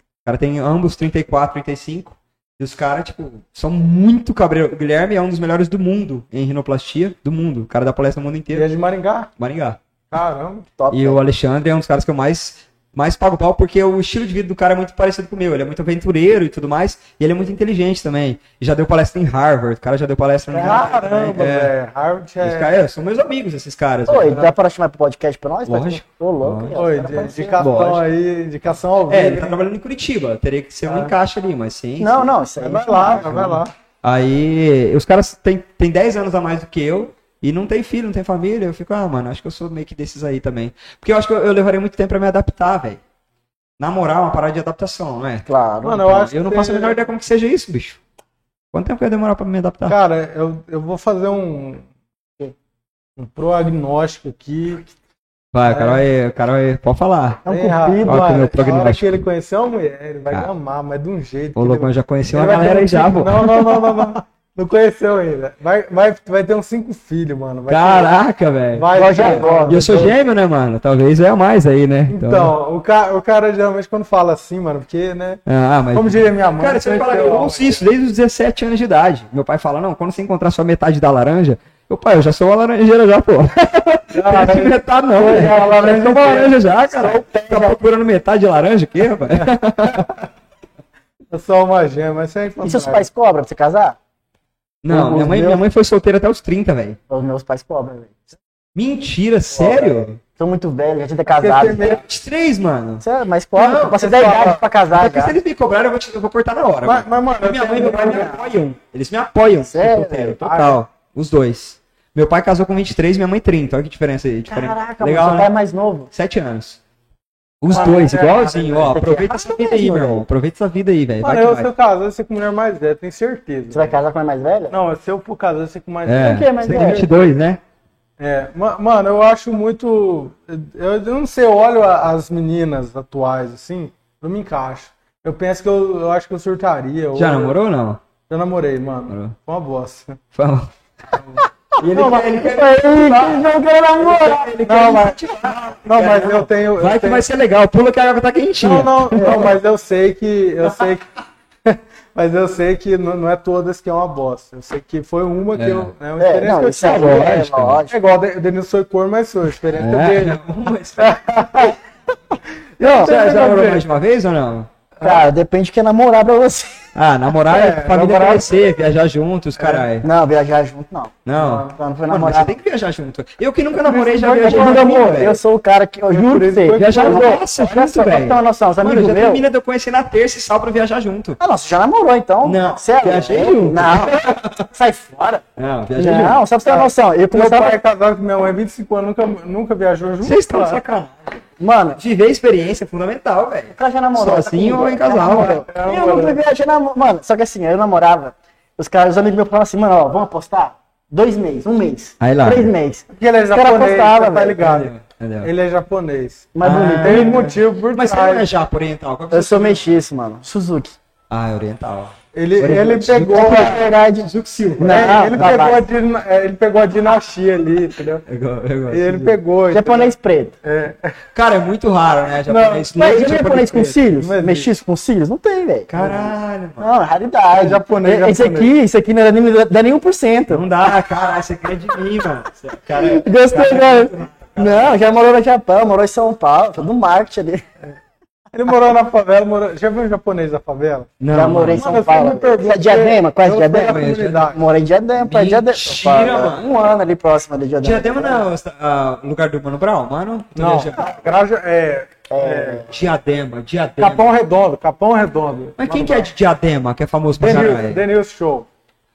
[SPEAKER 4] O cara tem ambos 34, 35. E os caras, tipo, são muito cabreiros. O Guilherme é um dos melhores do mundo em rinoplastia, do mundo. O cara dá palestra no mundo
[SPEAKER 3] E
[SPEAKER 4] inteiro.
[SPEAKER 3] é de Maringá?
[SPEAKER 4] Maringá.
[SPEAKER 3] Caramba.
[SPEAKER 2] Top.
[SPEAKER 4] E o Alexandre é um dos caras que eu mais, mais pago pau, porque o estilo de vida do cara é muito parecido com o meu. Ele é muito aventureiro e tudo mais, e ele é muito inteligente também. E já deu palestra em Harvard, o cara já deu palestra em Harvard.
[SPEAKER 3] Caramba,
[SPEAKER 4] também. É.
[SPEAKER 3] velho. Harvard
[SPEAKER 4] Esses
[SPEAKER 3] é. tá
[SPEAKER 4] caras são meus amigos, esses caras.
[SPEAKER 2] Oi,
[SPEAKER 4] velho.
[SPEAKER 2] dá pra chamar pro podcast pra nós?
[SPEAKER 4] É, Lógico.
[SPEAKER 2] Ô, louco. é,
[SPEAKER 4] Lógico.
[SPEAKER 2] ó,
[SPEAKER 3] Oi,
[SPEAKER 2] os caras
[SPEAKER 3] de-
[SPEAKER 2] apareceram.
[SPEAKER 3] indicação
[SPEAKER 4] Lógico.
[SPEAKER 3] aí, indicação ao
[SPEAKER 4] É, ele tá
[SPEAKER 3] vivo.
[SPEAKER 4] trabalhando em Curitiba, teria que ser
[SPEAKER 3] Ah.
[SPEAKER 4] um encaixe ali, mas sim.
[SPEAKER 2] Não,
[SPEAKER 4] sim.
[SPEAKER 2] não, isso aí.
[SPEAKER 3] vai lá, vai lá.
[SPEAKER 4] Aí, os caras têm têm 10 anos a mais do que eu e não tem filho, não tem família. Eu fico, ah, mano, acho que eu sou meio que desses aí também. Porque eu acho que eu, eu levaria muito tempo pra me adaptar, velho. Na moral, é uma parada de adaptação, não é?
[SPEAKER 2] Claro.
[SPEAKER 3] Mano, eu
[SPEAKER 4] Então,
[SPEAKER 3] acho
[SPEAKER 4] eu não
[SPEAKER 3] que
[SPEAKER 4] faço a
[SPEAKER 3] você-
[SPEAKER 4] menor ideia como que seja isso, bicho. Quanto tempo vai demorar pra me adaptar?
[SPEAKER 3] Cara, eu, eu vou fazer um. Um proagnóstico aqui.
[SPEAKER 4] vai, o cara vai, o cara vai, pode falar.
[SPEAKER 2] É um
[SPEAKER 3] Bem rápido.
[SPEAKER 2] cupido,
[SPEAKER 4] Olha
[SPEAKER 3] Mano,
[SPEAKER 4] como eu
[SPEAKER 3] a hora que
[SPEAKER 4] prognóstico.
[SPEAKER 3] ele conhecer uma mulher, ele vai
[SPEAKER 4] Cara.
[SPEAKER 3] amar, mas de um jeito.
[SPEAKER 4] Ô,
[SPEAKER 3] que
[SPEAKER 4] louco,
[SPEAKER 3] ele-
[SPEAKER 4] eu já conheci uma
[SPEAKER 3] Ele vai ter
[SPEAKER 4] galera
[SPEAKER 3] um
[SPEAKER 4] aí já,
[SPEAKER 3] cinco-
[SPEAKER 4] pô.
[SPEAKER 3] Não, não, não, não, não. Não conheceu ainda. Vai, vai, vai ter uns cinco filhos, mano. Vai ter-
[SPEAKER 4] Caraca, velho.
[SPEAKER 3] um
[SPEAKER 4] um
[SPEAKER 3] Vai,
[SPEAKER 2] Igual já
[SPEAKER 3] vai. um
[SPEAKER 2] agora.
[SPEAKER 4] E eu sou gêmeo, né, mano? Talvez é a mais aí, né?
[SPEAKER 3] Então, o, ca... o cara geralmente quando fala assim, mano, porque, né?
[SPEAKER 4] Ah, mas...
[SPEAKER 3] Como diria minha mãe.
[SPEAKER 4] Cara, você vai falar,
[SPEAKER 3] conheceu
[SPEAKER 4] eu
[SPEAKER 3] ela.
[SPEAKER 4] ouço isso desde os 17 anos de idade. Meu pai fala, não, quando você encontrar só metade da laranja, eu, pai, eu já sou uma laranjeira já, pô.
[SPEAKER 3] Ah,
[SPEAKER 4] Não é metade não, velho.
[SPEAKER 3] já é uma laranja
[SPEAKER 4] Eu sou uma laranja já, cara. Tá procurando metade de laranja aqui, rapaz?
[SPEAKER 3] Eu sou uma gema, mas você é
[SPEAKER 2] E seus pais cobram pra você casar?
[SPEAKER 4] Não, minha mãe, minha mãe foi solteira até os 30, velho.
[SPEAKER 2] Os meus pais cobram, velho.
[SPEAKER 4] Mentira, sério?
[SPEAKER 2] Sou muito velho, já tinha que ter é casado.
[SPEAKER 3] Porque você-
[SPEAKER 4] 23, mano.
[SPEAKER 2] Você é mais pobre,
[SPEAKER 4] Não,
[SPEAKER 2] eu passei
[SPEAKER 4] você
[SPEAKER 2] da
[SPEAKER 4] fala-
[SPEAKER 2] idade pra casar
[SPEAKER 4] Porque
[SPEAKER 2] já.
[SPEAKER 4] se eles me cobrarem, eu vou, te- eu vou cortar na hora.
[SPEAKER 3] Mas,
[SPEAKER 4] mano.
[SPEAKER 3] mas, mano, eu
[SPEAKER 4] minha mãe e
[SPEAKER 3] tenho-
[SPEAKER 4] meu pai me apoiam. Eles me apoiam.
[SPEAKER 2] Sério,
[SPEAKER 4] sou solteiro,
[SPEAKER 2] velho?
[SPEAKER 4] total. Os dois. Meu pai casou com 23, minha mãe 30. Olha que diferença aí. Diferente.
[SPEAKER 2] Caraca,
[SPEAKER 4] é
[SPEAKER 2] tá-
[SPEAKER 4] Legal,
[SPEAKER 2] mano, seu
[SPEAKER 4] né?
[SPEAKER 2] pai é mais novo.
[SPEAKER 4] Sete anos. Os
[SPEAKER 3] Ah,
[SPEAKER 4] dois,
[SPEAKER 3] é,
[SPEAKER 4] igualzinho, ó.
[SPEAKER 2] tem que
[SPEAKER 4] Aproveita
[SPEAKER 2] arrasar
[SPEAKER 4] essa vida aí,
[SPEAKER 2] mesmo,
[SPEAKER 4] meu irmão.
[SPEAKER 2] velho.
[SPEAKER 4] Aproveita essa vida aí, velho. Vai
[SPEAKER 3] Mano,
[SPEAKER 4] que
[SPEAKER 3] eu,
[SPEAKER 4] vai.
[SPEAKER 3] se eu casar, eu sei com mulher mais velha, tenho certeza.
[SPEAKER 2] Você vai casar com a mais velha?
[SPEAKER 3] Não, se eu for casar, eu sei com mais
[SPEAKER 4] É,
[SPEAKER 3] velha.
[SPEAKER 2] quê, mas
[SPEAKER 4] tem
[SPEAKER 2] é.
[SPEAKER 4] 22, né?
[SPEAKER 3] É, ma- mano, eu acho muito. Eu, eu não sei, eu olho a- as meninas atuais, assim, não me encaixo. Eu penso que eu, eu acho que eu surtaria. ou-
[SPEAKER 4] Já namorou ou não?
[SPEAKER 3] Já namorei, mano.
[SPEAKER 4] Namorou.
[SPEAKER 3] Foi uma bosta.
[SPEAKER 4] Fala.
[SPEAKER 3] não, mas, não, mas, não, mas eu tenho. eu
[SPEAKER 4] Vai que
[SPEAKER 3] tenho-
[SPEAKER 4] vai ser legal. Pula que a água tá
[SPEAKER 3] Não,
[SPEAKER 4] quentinha.
[SPEAKER 3] não, não, mas eu sei que. Eu sei que. Mas eu sei que não, não é todas que é uma bosta. Eu sei que foi uma que
[SPEAKER 4] É.
[SPEAKER 3] eu. É uma
[SPEAKER 2] É,
[SPEAKER 3] experiência
[SPEAKER 2] não,
[SPEAKER 3] que eu
[SPEAKER 2] isso é
[SPEAKER 3] tive.
[SPEAKER 2] lógico,
[SPEAKER 4] né? lógico.
[SPEAKER 2] é lógico.
[SPEAKER 3] É igual, o Denilson foi cor, mas sou. A experiência que eu
[SPEAKER 4] É,
[SPEAKER 3] tive.
[SPEAKER 4] mas-
[SPEAKER 2] Não, é
[SPEAKER 4] Você já namorou mais de uma vez ou não?
[SPEAKER 2] Cara, depende do que é namorar pra você.
[SPEAKER 4] Ah, namorar
[SPEAKER 3] É,
[SPEAKER 4] é, família
[SPEAKER 3] namorar-
[SPEAKER 4] crescer, viajar juntos, caralho.
[SPEAKER 2] Não, viajar junto não.
[SPEAKER 4] Não.
[SPEAKER 2] É. Não, não foi
[SPEAKER 4] Mano,
[SPEAKER 2] namorar.
[SPEAKER 4] você tem que viajar junto. Eu que nunca namorei já
[SPEAKER 3] Eu
[SPEAKER 4] viajei
[SPEAKER 2] Eu,
[SPEAKER 4] junto,
[SPEAKER 2] amor,
[SPEAKER 4] velho.
[SPEAKER 2] eu sou o cara que. Eu juro
[SPEAKER 3] por
[SPEAKER 2] pra
[SPEAKER 3] isso
[SPEAKER 2] você.
[SPEAKER 3] que eu
[SPEAKER 4] Viajar
[SPEAKER 2] Não,
[SPEAKER 4] nossa,
[SPEAKER 2] olha
[SPEAKER 4] junto,
[SPEAKER 2] só, pra
[SPEAKER 4] velho.
[SPEAKER 2] ter é uma noção, os
[SPEAKER 4] Mano,
[SPEAKER 2] amigos
[SPEAKER 4] já tem
[SPEAKER 2] meus.
[SPEAKER 4] menina que eu conheci na terça e sábado viajar junto.
[SPEAKER 2] Ah, não, você já namorou então?
[SPEAKER 4] Não,
[SPEAKER 2] Você é
[SPEAKER 4] viajei
[SPEAKER 2] louco?
[SPEAKER 4] junto.
[SPEAKER 2] Não, sai fora.
[SPEAKER 4] Não, viajar junto.
[SPEAKER 2] Não, só pra você ter uma noção. Eu
[SPEAKER 3] Meu pai é
[SPEAKER 2] começava.
[SPEAKER 3] casado com minha mãe há 25 anos, nunca, nunca viajou junto.
[SPEAKER 4] Vocês estão de
[SPEAKER 3] cara.
[SPEAKER 4] sacanagem.
[SPEAKER 2] Mano,
[SPEAKER 4] Viver a experiência é fundamental, velho.
[SPEAKER 2] o cara já namorou.
[SPEAKER 4] Sozinho
[SPEAKER 2] tá com-
[SPEAKER 4] ou em casal, é.
[SPEAKER 2] já namorou.
[SPEAKER 3] cara?
[SPEAKER 2] Eu não fui viajar, namo- mano. Só que assim, eu namorava. Os caras, os amigos meus falavam assim, mano, ó, vamos apostar? Dois meses, um mês.
[SPEAKER 4] Aí lá.
[SPEAKER 2] Três meses.
[SPEAKER 3] Porque ele é
[SPEAKER 2] Os caras
[SPEAKER 3] japonês,
[SPEAKER 2] apostavam,
[SPEAKER 3] você tá
[SPEAKER 2] velho.
[SPEAKER 3] ligado?
[SPEAKER 4] Entendeu?
[SPEAKER 3] Ele é japonês.
[SPEAKER 2] Mas
[SPEAKER 4] Ah,
[SPEAKER 2] bonito.
[SPEAKER 3] Tem um motivo por
[SPEAKER 4] Mas você não é
[SPEAKER 3] trás.
[SPEAKER 4] já oriental? Qual que
[SPEAKER 2] Eu
[SPEAKER 4] você-
[SPEAKER 2] sou mestiço, mano. Suzuki.
[SPEAKER 4] Ah, é oriental.
[SPEAKER 3] Ele,
[SPEAKER 4] Por exemplo,
[SPEAKER 3] ele pegou,
[SPEAKER 2] É que
[SPEAKER 3] a-
[SPEAKER 2] na verdade.
[SPEAKER 4] Suzuki Silva.
[SPEAKER 2] Não,
[SPEAKER 3] é, ele,
[SPEAKER 2] tá
[SPEAKER 3] pegou a
[SPEAKER 2] baixo.
[SPEAKER 3] dina- é, ele pegou a dinastia ali, entendeu?
[SPEAKER 4] Eu go- eu gosto
[SPEAKER 3] E ele
[SPEAKER 4] disso.
[SPEAKER 3] pegou.
[SPEAKER 2] Japonês preto.
[SPEAKER 3] entendeu? É.
[SPEAKER 4] Cara, é muito raro, né? Japonês
[SPEAKER 2] Mas é
[SPEAKER 4] loiro,
[SPEAKER 2] já viu japonês com
[SPEAKER 4] preto.
[SPEAKER 2] cílios?
[SPEAKER 3] Não existe.
[SPEAKER 2] Mestiço com cílios? Não tem, velho.
[SPEAKER 4] Caralho, mano.
[SPEAKER 2] Não, é raridade.
[SPEAKER 3] É japonês,
[SPEAKER 2] É, Esse
[SPEAKER 3] japonês.
[SPEAKER 2] aqui, esse aqui não era nem, dá nem 1%.
[SPEAKER 4] Não dá, caralho, você quer de mim, mano. Você- Cara, é-
[SPEAKER 2] Gostei,
[SPEAKER 4] cara, é-
[SPEAKER 2] cara. Não, já morou no Japão, morou em São Paulo, todo marketing ali.
[SPEAKER 3] Ele morou na favela. morou- Já viu um japonês da favela?
[SPEAKER 4] Não,
[SPEAKER 2] já morei em
[SPEAKER 3] mano,
[SPEAKER 2] São
[SPEAKER 3] eu fico
[SPEAKER 2] Paulo.
[SPEAKER 3] me perguntando-
[SPEAKER 2] É Diadema, quase
[SPEAKER 3] Eu
[SPEAKER 2] Diadema.
[SPEAKER 3] fui na comunidade.
[SPEAKER 4] né?
[SPEAKER 2] Morei em Diadema, perto de Diadema.
[SPEAKER 4] Mentira,
[SPEAKER 2] Opa,
[SPEAKER 4] mano.
[SPEAKER 2] Um ano ali próximo de Diadema.
[SPEAKER 4] Diadema não é o esta- ah, lugar do Mano Brown, mano? Tô
[SPEAKER 3] Não.
[SPEAKER 4] viajando.
[SPEAKER 3] Graja, é, é,
[SPEAKER 4] Diadema, Diadema.
[SPEAKER 3] Capão Redondo, Capão Redondo.
[SPEAKER 4] Mas quem que é de Diadema, que é famoso pra
[SPEAKER 3] Denilson,
[SPEAKER 4] caralho?
[SPEAKER 3] Denilson Show.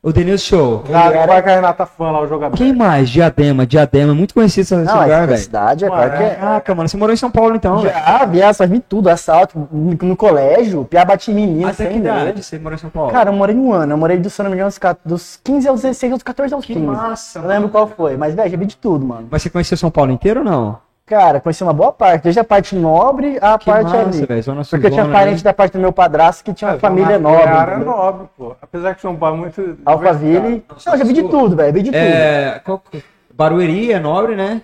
[SPEAKER 4] O Denilson Show.
[SPEAKER 3] Lá,
[SPEAKER 2] Ele era-
[SPEAKER 3] vai com a Renata Fã lá, o jogador.
[SPEAKER 4] Quem mais? Diadema, Diadema. É Muito conhecido esse
[SPEAKER 2] Não,
[SPEAKER 4] lugar,
[SPEAKER 2] é
[SPEAKER 4] velho.
[SPEAKER 2] cidade, é claro que é.
[SPEAKER 4] Caraca, mano, você morou em São Paulo então, velho.
[SPEAKER 2] Ah, viado, faz me tudo, assalto no no colégio, piá bate em menino,
[SPEAKER 4] Até é que
[SPEAKER 2] sem medo.
[SPEAKER 4] idade você morou em São Paulo?
[SPEAKER 2] né? Cara, eu morei um ano, eu morei do, se eu não me engano, dos ca- dos 15 aos 16, dos 14 aos 15.
[SPEAKER 4] massa,
[SPEAKER 2] eu não lembro qual foi, mas, velho, já vi de tudo, mano.
[SPEAKER 4] Mas você conheceu São Paulo inteiro ou não?
[SPEAKER 2] Cara, conheci uma boa parte, desde a parte nobre à
[SPEAKER 4] Que
[SPEAKER 2] parte
[SPEAKER 4] massa,
[SPEAKER 2] ali.
[SPEAKER 4] velho. Zona né? Ah, Sul.
[SPEAKER 2] Porque eu tinha parente da parte do meu padrasto que tinha uma família nobre.
[SPEAKER 3] é Cara
[SPEAKER 2] entendeu?
[SPEAKER 3] nobre, pô. Apesar que São Paulo é muito.
[SPEAKER 2] Alphaville.
[SPEAKER 4] Nossa,
[SPEAKER 2] Não, eu já vi de
[SPEAKER 4] sua.
[SPEAKER 2] tudo, velho, vi de tudo.
[SPEAKER 4] É. Qual... que- Barueri é nobre, né?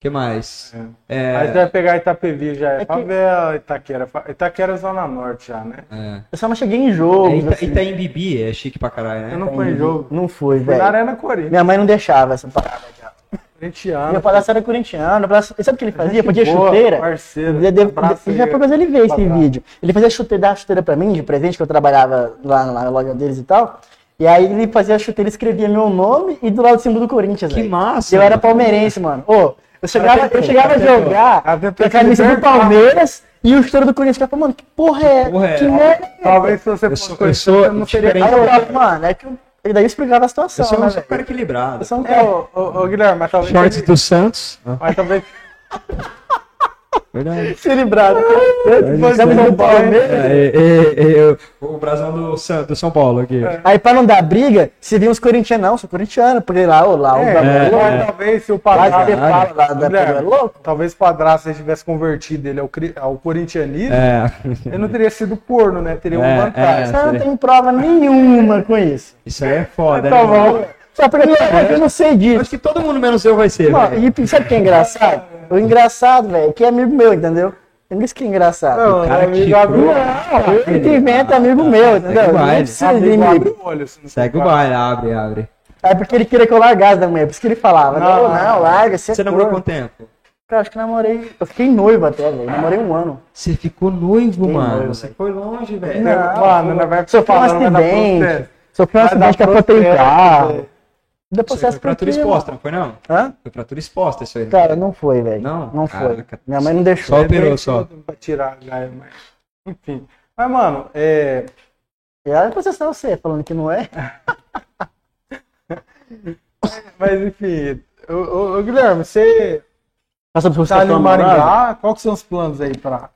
[SPEAKER 4] que mais? É.
[SPEAKER 3] Aí você vai pegar Itapevi, já é,
[SPEAKER 2] que-
[SPEAKER 3] favela, Itaquera. fa- Itaquera é Zona Norte já, né?
[SPEAKER 4] é.
[SPEAKER 2] Eu só não cheguei em
[SPEAKER 4] É
[SPEAKER 2] jogo. assim.
[SPEAKER 4] Ita- Itaim Bibi é chique pra caralho, né?
[SPEAKER 3] Eu não fui em jogo.
[SPEAKER 2] Não fui,
[SPEAKER 3] Fui na
[SPEAKER 2] velho.
[SPEAKER 3] Arena Corinthians.
[SPEAKER 2] Minha mãe não deixava essa parada, cara.
[SPEAKER 3] Corintiano.
[SPEAKER 2] Meu padrasto era corintiano, meu padrasto- sabe o que ele fazia?
[SPEAKER 3] Gente
[SPEAKER 2] Podia
[SPEAKER 3] tá. boa,
[SPEAKER 2] chuteira.
[SPEAKER 3] Parceiro.
[SPEAKER 2] Ele deve-
[SPEAKER 3] Abraço
[SPEAKER 2] ele já
[SPEAKER 3] aí,
[SPEAKER 2] foi mas ele vê esse
[SPEAKER 3] padrasto.
[SPEAKER 2] vídeo. Ele fazia chuteira, dava chuteira pra mim, de presente, que eu trabalhava lá na loja deles e tal. E aí ele fazia chuteira, escrevia meu nome e do lado de cima do Corinthians.
[SPEAKER 4] Que
[SPEAKER 2] velho.
[SPEAKER 4] massa,
[SPEAKER 2] E eu era
[SPEAKER 4] mano.
[SPEAKER 2] palmeirense, mano. Ô, eu chegava, eu chegava a jogar
[SPEAKER 3] Ela tentou
[SPEAKER 2] com a
[SPEAKER 3] te
[SPEAKER 2] camisa do
[SPEAKER 3] libertar.
[SPEAKER 2] Palmeiras e o chuteiro do Corinthians. Eu falava, mano, que porra é?
[SPEAKER 4] porra é
[SPEAKER 2] Que
[SPEAKER 4] essa?
[SPEAKER 2] merda é? essa?
[SPEAKER 3] Talvez se você
[SPEAKER 4] Eu
[SPEAKER 3] fosse
[SPEAKER 4] sou- eu
[SPEAKER 3] corintiano,
[SPEAKER 4] sou
[SPEAKER 3] você não seria.
[SPEAKER 4] diferente.
[SPEAKER 2] Aí eu falava, mano, é que. eu- E daí eu explicava a situação,
[SPEAKER 4] Eu sou,
[SPEAKER 2] né,
[SPEAKER 4] eu sou um cara
[SPEAKER 2] velho?
[SPEAKER 4] equilibrado.
[SPEAKER 2] Eu sou um
[SPEAKER 3] É,
[SPEAKER 2] cara-
[SPEAKER 3] ô, ô, ô, Guilherme, mas talvez.
[SPEAKER 4] Shorts
[SPEAKER 3] Ele,
[SPEAKER 4] do Santos.
[SPEAKER 3] mas talvez.
[SPEAKER 2] Então,
[SPEAKER 4] Verdade.
[SPEAKER 2] equilibrado. Camisa do Palmeiras.
[SPEAKER 4] o brasão do, San- do São Paulo aqui.
[SPEAKER 2] Aí pra não dar briga, se vinha os corintianos, não, sou corintiano, porque lá, ô, lá, o
[SPEAKER 3] É,
[SPEAKER 2] bagulho-
[SPEAKER 3] mas talvez se o
[SPEAKER 2] Quase você
[SPEAKER 3] padrasto.
[SPEAKER 2] fala lá da
[SPEAKER 3] Guilherme,
[SPEAKER 2] Pedra tá Louco.
[SPEAKER 3] Talvez o padrasto se tivesse convertido ele ao, cri- ao corintianismo,
[SPEAKER 4] É.
[SPEAKER 3] ele não teria sido porno, né? Teria
[SPEAKER 4] É,
[SPEAKER 3] uma vantagem.
[SPEAKER 2] Você não tem prova nenhuma com isso.
[SPEAKER 4] Isso aí é foda,
[SPEAKER 3] Tá
[SPEAKER 4] né? mano?
[SPEAKER 3] bom.
[SPEAKER 2] Só porque eu não sei
[SPEAKER 4] Eu
[SPEAKER 2] disso.
[SPEAKER 4] Acho que todo mundo menos eu vai ser.
[SPEAKER 2] Mano,
[SPEAKER 4] velho.
[SPEAKER 2] e sabe o que é engraçado? O engraçado, velho, que é amigo meu, entendeu? Por isso que é engraçado.
[SPEAKER 3] Não,
[SPEAKER 4] cara
[SPEAKER 3] amigo,
[SPEAKER 4] que Tá,
[SPEAKER 3] abre o
[SPEAKER 4] foi.
[SPEAKER 3] olho.
[SPEAKER 2] Não, ele que inventa amigo meu, entendeu? Não
[SPEAKER 4] vai,
[SPEAKER 2] precisa de
[SPEAKER 3] Amigo,
[SPEAKER 4] tá,
[SPEAKER 3] abre
[SPEAKER 2] mim.
[SPEAKER 3] o olho. se não
[SPEAKER 4] Segue o
[SPEAKER 3] for.
[SPEAKER 4] baile, abre, abre.
[SPEAKER 2] É porque ele queria que eu largasse da mulher, é por isso que ele falava. né?
[SPEAKER 3] Não,
[SPEAKER 2] Não,
[SPEAKER 3] não.
[SPEAKER 2] não, larga, você
[SPEAKER 4] Você
[SPEAKER 2] é
[SPEAKER 4] namorou
[SPEAKER 2] corno.
[SPEAKER 4] quanto tempo?
[SPEAKER 2] Cara, acho que namorei. Eu fiquei noivo até, velho. Namorei um ano.
[SPEAKER 4] Você ficou noivo,
[SPEAKER 2] Fiquei
[SPEAKER 4] mano.
[SPEAKER 2] noivo,
[SPEAKER 4] Você foi longe, velho.
[SPEAKER 3] Não, mano, não vai
[SPEAKER 2] Sofri um
[SPEAKER 3] falar, não vai dar
[SPEAKER 2] acidente.
[SPEAKER 3] processo.
[SPEAKER 2] Sofri um
[SPEAKER 3] Vai dar
[SPEAKER 2] acidente que apontei
[SPEAKER 3] processo.
[SPEAKER 2] o carro. Deu
[SPEAKER 4] Isso aí
[SPEAKER 2] processo
[SPEAKER 4] foi pra
[SPEAKER 2] pra
[SPEAKER 4] tudo
[SPEAKER 2] quê, é
[SPEAKER 4] exposta,
[SPEAKER 2] mano?
[SPEAKER 4] não foi não?
[SPEAKER 2] Hã?
[SPEAKER 4] Foi pra tudo exposta isso aí. né?
[SPEAKER 2] Cara, é não foi, velho.
[SPEAKER 4] Não?
[SPEAKER 2] Não foi.
[SPEAKER 4] Caraca.
[SPEAKER 2] Minha mãe não deixou.
[SPEAKER 4] Só operou, só.
[SPEAKER 3] Pra tirar a gaia, mas. Enfim. Mas, mano, é.
[SPEAKER 2] E ela processou você, falando que não é.
[SPEAKER 3] Mas, enfim. Ô, ô, ô, Guilherme, você
[SPEAKER 2] Passou por
[SPEAKER 3] tá ali em Maringá, qual que são os planos aí pra.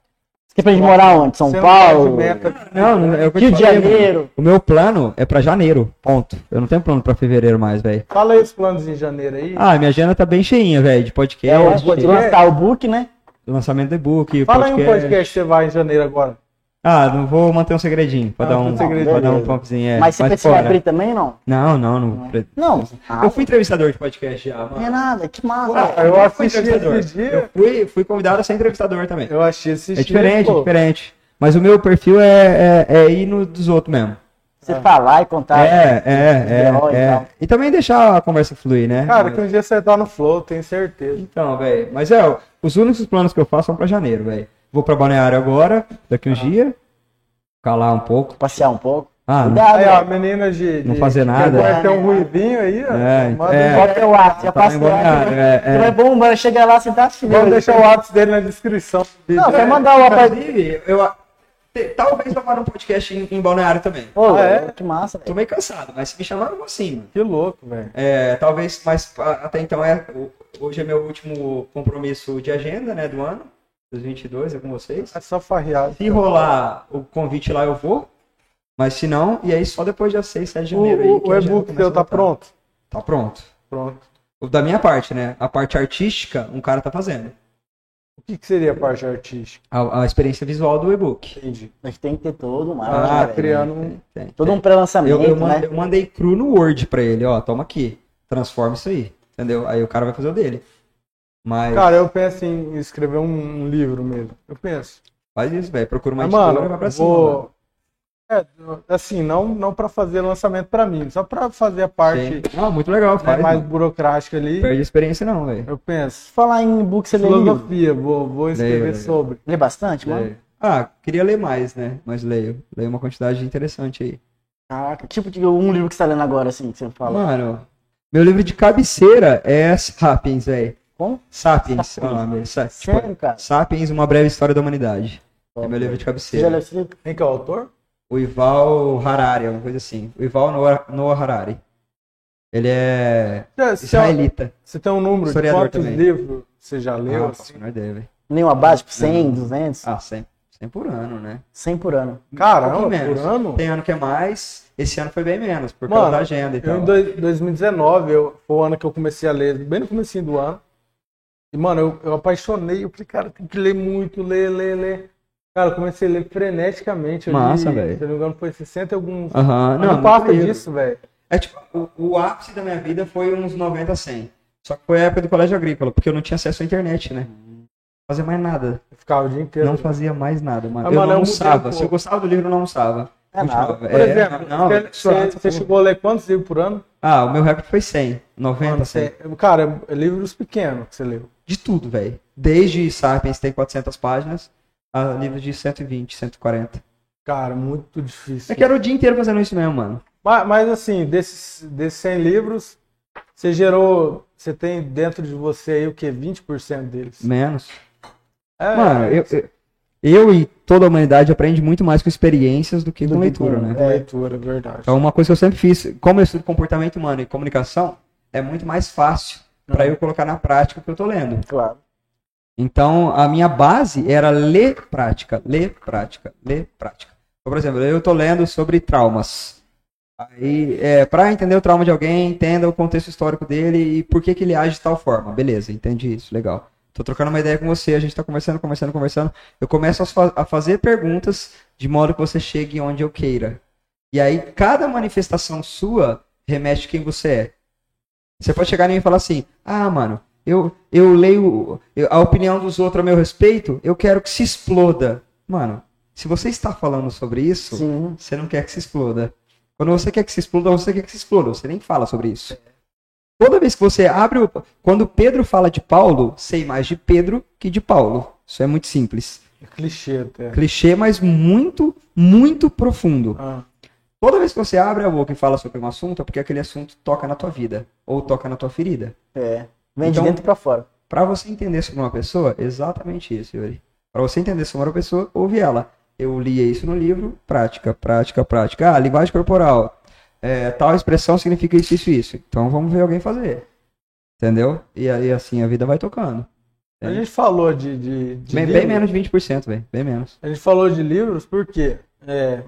[SPEAKER 2] Você pretende morar onde? São
[SPEAKER 3] Você não faz
[SPEAKER 2] Paulo?
[SPEAKER 3] meta.
[SPEAKER 4] Não, é o que eu
[SPEAKER 2] Rio
[SPEAKER 4] te
[SPEAKER 2] de
[SPEAKER 4] falei,
[SPEAKER 2] Janeiro.
[SPEAKER 4] mano. O meu plano é pra janeiro, ponto. Eu não tenho plano pra fevereiro mais, velho.
[SPEAKER 3] Fala aí os planos em janeiro aí.
[SPEAKER 4] Ah, minha agenda tá bem cheinha, velho, de
[SPEAKER 2] É, o
[SPEAKER 4] podcast,
[SPEAKER 2] pode lançar o book, né?
[SPEAKER 4] lançamento do e-book,
[SPEAKER 3] Fala aí um
[SPEAKER 4] podcast.
[SPEAKER 3] podcast que você vai em janeiro agora.
[SPEAKER 4] Ah, não vou manter um segredinho, pra
[SPEAKER 3] Ah,
[SPEAKER 4] dar
[SPEAKER 3] um
[SPEAKER 4] um,
[SPEAKER 3] segredinho.
[SPEAKER 4] pra dar um
[SPEAKER 2] Beleza.
[SPEAKER 4] pumpzinho, é.
[SPEAKER 2] Mas você pensa em
[SPEAKER 4] fora.
[SPEAKER 2] abrir também, não?
[SPEAKER 4] Não, não, não.
[SPEAKER 2] Não.
[SPEAKER 4] Eu fui entrevistador de podcast já,
[SPEAKER 2] Não é
[SPEAKER 4] mano.
[SPEAKER 2] nada, que massa.
[SPEAKER 3] Ah, eu
[SPEAKER 4] Eu fui
[SPEAKER 3] assisti
[SPEAKER 4] entrevistador.
[SPEAKER 3] esse
[SPEAKER 4] Eu
[SPEAKER 3] dia.
[SPEAKER 4] fui, fui convidado a ser entrevistador também.
[SPEAKER 3] Eu achei esse
[SPEAKER 4] É diferente, é
[SPEAKER 3] pô.
[SPEAKER 4] diferente. Mas o meu perfil é, é, é ir no dos outros mesmo.
[SPEAKER 2] Você falar e
[SPEAKER 3] Tá.
[SPEAKER 2] contar.
[SPEAKER 4] é, é,
[SPEAKER 2] Legal e
[SPEAKER 4] é, é.
[SPEAKER 2] tal.
[SPEAKER 4] E também deixar a conversa fluir, né?
[SPEAKER 3] então. Cara, que um dia você tá no flow, tenho certeza.
[SPEAKER 4] Então, velho. Mas é, ó, os únicos planos que eu faço são pra janeiro, velho. Vou pra Balneário agora, daqui uns dias. Ficar lá um pouco.
[SPEAKER 2] Passear um pouco.
[SPEAKER 4] Ah, não.
[SPEAKER 2] Cuidado,
[SPEAKER 3] Aí, ó,
[SPEAKER 2] velho.
[SPEAKER 3] menina de.
[SPEAKER 4] Não
[SPEAKER 3] de-
[SPEAKER 4] fazer
[SPEAKER 3] que
[SPEAKER 4] nada.
[SPEAKER 3] Agora tem um ruivinho aí, ó.
[SPEAKER 4] É,
[SPEAKER 3] Manda-
[SPEAKER 4] é.
[SPEAKER 3] Bota-
[SPEAKER 2] Bota o ato, já
[SPEAKER 4] Tá
[SPEAKER 2] passa
[SPEAKER 4] em
[SPEAKER 2] o ato.
[SPEAKER 4] Balneário, é, é.
[SPEAKER 2] Você vai bombando, chega lá, você dá filho.
[SPEAKER 3] Vamos deixar o WhatsApp dele na descrição. Né?
[SPEAKER 2] Não,
[SPEAKER 4] é-
[SPEAKER 2] vai mandar o rapaz.
[SPEAKER 4] Inclusive, eu. a- te- Talvez gravar um podcast em, em Balneário também.
[SPEAKER 2] Pô,
[SPEAKER 3] Ah, é?
[SPEAKER 2] que massa,
[SPEAKER 4] Tô
[SPEAKER 2] velho.
[SPEAKER 4] meio cansado, mas se me chamar, eu vou sim, mano.
[SPEAKER 3] Que louco, velho.
[SPEAKER 4] É, talvez, mas a- até então é. o- Hoje é meu último compromisso de agenda, né, do ano. 2022, é com vocês.
[SPEAKER 3] É só farreado.
[SPEAKER 4] Se rolar o convite lá, eu vou. Mas se não, e aí só depois de 6, 7 de
[SPEAKER 3] O,
[SPEAKER 4] janeiro. aí
[SPEAKER 3] É o-
[SPEAKER 4] que
[SPEAKER 3] o
[SPEAKER 4] a agenda
[SPEAKER 3] e-book
[SPEAKER 4] começa a
[SPEAKER 3] seu tá
[SPEAKER 4] voltar.
[SPEAKER 3] pronto?
[SPEAKER 4] Tá pronto.
[SPEAKER 3] Pronto.
[SPEAKER 4] O Da minha parte, né? A parte artística, um cara tá fazendo.
[SPEAKER 3] O que, que seria a parte artística?
[SPEAKER 4] A, a experiência visual do e-book.
[SPEAKER 3] Entendi.
[SPEAKER 2] Mas tem que ter todo um marketing,
[SPEAKER 3] Ah,
[SPEAKER 2] velho.
[SPEAKER 3] criando um.
[SPEAKER 4] Tem,
[SPEAKER 2] Todo
[SPEAKER 4] tem.
[SPEAKER 2] um pré-lançamento,
[SPEAKER 4] Eu, eu
[SPEAKER 2] né?
[SPEAKER 4] mandei, eu mandei cru no Word pra ele, ó. Toma aqui. Transforma isso aí. Entendeu? Aí o cara vai fazer o dele. Mas
[SPEAKER 3] Cara, eu penso em escrever um, um livro mesmo. Eu penso.
[SPEAKER 4] faz isso, velho. Procura
[SPEAKER 2] ah,
[SPEAKER 4] uma
[SPEAKER 3] Mas,
[SPEAKER 4] editora
[SPEAKER 3] mano,
[SPEAKER 4] e vai pra cima. mano.
[SPEAKER 3] vou. É, assim, não, não pra fazer lançamento pra mim, só pra fazer a parte
[SPEAKER 4] Sim. Ah, muito legal.
[SPEAKER 3] né,
[SPEAKER 4] Faz,
[SPEAKER 3] mais
[SPEAKER 4] mano.
[SPEAKER 3] burocrática ali.
[SPEAKER 4] Perde experiência não, velho.
[SPEAKER 3] Eu penso.
[SPEAKER 2] Falar em book, você lê livro?
[SPEAKER 3] Filosofia, vou, vou
[SPEAKER 4] Leio,
[SPEAKER 3] escrever
[SPEAKER 4] leio.
[SPEAKER 3] sobre.
[SPEAKER 2] Lê bastante, mano?
[SPEAKER 4] Leio. Ah, queria ler mais, né? Mas leio. Leio uma quantidade interessante aí.
[SPEAKER 2] Caraca, tipo de um livro que você tá lendo agora, assim, que você fala.
[SPEAKER 4] Mano, meu livro de cabeceira é Sapiens, velho.
[SPEAKER 2] Como?
[SPEAKER 4] Sapiens. ó, meu, sa-
[SPEAKER 2] Sério,
[SPEAKER 4] tipo,
[SPEAKER 2] cara?
[SPEAKER 4] Sapiens, Uma Breve História da Humanidade. É
[SPEAKER 2] Top,
[SPEAKER 4] meu livro de
[SPEAKER 2] Você já leu
[SPEAKER 4] cabeceira.
[SPEAKER 2] esse livro?
[SPEAKER 3] Quem que é o autor?
[SPEAKER 4] O Ival Harari, alguma coisa assim. O Ival Noah Noah Harari. Ele é
[SPEAKER 3] Você- Você
[SPEAKER 4] israelita.
[SPEAKER 3] você tem um número de
[SPEAKER 4] Historiador
[SPEAKER 3] quantos
[SPEAKER 4] também.
[SPEAKER 3] livros você já leu?
[SPEAKER 4] Ah,
[SPEAKER 3] assim?
[SPEAKER 4] faço a menor ideia, velho.
[SPEAKER 2] Nenhuma base, tipo 100, 200,
[SPEAKER 4] Ah, 100, 100 por ano, né?
[SPEAKER 2] 100 por ano.
[SPEAKER 3] Caramba,
[SPEAKER 4] Um pouquinho
[SPEAKER 3] por
[SPEAKER 4] menos.
[SPEAKER 3] ano?
[SPEAKER 4] Tem ano que é mais. Esse ano foi bem menos, por
[SPEAKER 3] Mano,
[SPEAKER 4] causa da agenda e
[SPEAKER 3] Eu,
[SPEAKER 4] tal.
[SPEAKER 3] em dois- 2019, eu, foi o ano que eu comecei a ler, bem no comecinho do ano. E, mano, eu, eu apaixonei. Eu falei, cara, tem que ler muito, ler, ler, ler. Cara, eu comecei a ler freneticamente. eu li,
[SPEAKER 4] Massa, velho. Ah,
[SPEAKER 3] Se eu não me engano, foi 60 e alguns.
[SPEAKER 4] Aham,
[SPEAKER 3] Mas não,
[SPEAKER 4] muito
[SPEAKER 3] passa
[SPEAKER 4] livro.
[SPEAKER 3] disso, velho.
[SPEAKER 4] É tipo, o, o ápice da minha vida foi uns 90 a 100. Só que foi a época do colégio agrícola, porque eu não tinha acesso à internet, né? Não fazia mais nada.
[SPEAKER 3] Eu ficava o dia inteiro.
[SPEAKER 4] Não fazia mais nada, mano.
[SPEAKER 3] Ah,
[SPEAKER 4] eu
[SPEAKER 3] mano,
[SPEAKER 4] não
[SPEAKER 3] eu mudei um
[SPEAKER 4] almoçava.
[SPEAKER 3] pouco.
[SPEAKER 4] Se eu gostava do livro, eu não almoçava.
[SPEAKER 2] É
[SPEAKER 4] Continuava.
[SPEAKER 2] nada.
[SPEAKER 3] Por
[SPEAKER 4] É,
[SPEAKER 3] exemplo, você-
[SPEAKER 4] não, velho, suado,
[SPEAKER 3] você, você
[SPEAKER 4] pô.
[SPEAKER 3] chegou a ler quantos livros por ano?
[SPEAKER 4] Ah, o meu recorde foi 100. 90,
[SPEAKER 3] Mano,
[SPEAKER 4] 100.
[SPEAKER 3] você- cara, é livros pequenos que você leu.
[SPEAKER 4] De tudo, velho. Desde Sapiens, tem 400 páginas, a livros de 120, 140.
[SPEAKER 3] Cara, muito difícil.
[SPEAKER 4] É que era o dia inteiro fazendo isso mesmo, mano.
[SPEAKER 3] Mas, mas, assim, desses, desses 100 livros, você gerou. Você tem dentro de você aí o quê? 20% deles.
[SPEAKER 4] Menos.
[SPEAKER 3] É,
[SPEAKER 4] Né? Mano, eu, eu, eu e toda a humanidade aprende muito mais com experiências do que com leitura, né?
[SPEAKER 3] É, leitura, é verdade.
[SPEAKER 4] É uma coisa que eu sempre fiz. Como eu estudo comportamento humano e comunicação, é muito mais fácil para eu colocar na prática o que eu tô lendo.
[SPEAKER 2] Claro.
[SPEAKER 4] Então, a minha base era ler prática, ler prática, ler prática. Então, por exemplo, eu tô lendo sobre traumas. Aí, é, para entender o trauma de alguém, entenda o contexto histórico dele e por que, que ele age de tal forma. Beleza, entendi isso, legal. Tô trocando uma ideia com você, a gente tá conversando, conversando, conversando. Eu começo a, fa- a fazer perguntas de modo que você chegue onde eu queira. E aí, cada manifestação sua remete a quem você é. Você pode chegar em mim e falar assim: ah, mano, eu, eu leio eu- a opinião dos outros a meu respeito, eu quero que se exploda. Mano, se você está falando sobre isso,
[SPEAKER 2] Sim.
[SPEAKER 4] você não quer que se exploda. Quando você quer que se exploda, você quer que se exploda. Você nem fala sobre isso. Toda vez que você abre o. Quando Pedro fala de Paulo, sei mais de Pedro que de Paulo. Isso é muito simples.
[SPEAKER 3] É clichê até.
[SPEAKER 4] Clichê, mas muito, muito profundo.
[SPEAKER 3] Ah,
[SPEAKER 4] Toda vez que você abre a boca e fala sobre um assunto, é porque aquele assunto toca na tua vida. Ou toca na tua ferida.
[SPEAKER 2] É. Vem de
[SPEAKER 4] Então-
[SPEAKER 2] dentro pra fora.
[SPEAKER 4] Pra você entender sobre uma pessoa, é exatamente isso, Yuri. Pra você entender sobre uma pessoa, ouve ela. Eu li isso no livro, prática, prática, prática. Ah, linguagem corporal. É, tal expressão significa isso, isso, isso. Então vamos ver alguém fazer. Entendeu? E aí assim a vida vai tocando.
[SPEAKER 3] A gente falou de, de, de
[SPEAKER 4] Bem, bem
[SPEAKER 3] livros.
[SPEAKER 4] menos de 20%, velho. Bem menos.
[SPEAKER 3] A gente falou de livros porque é,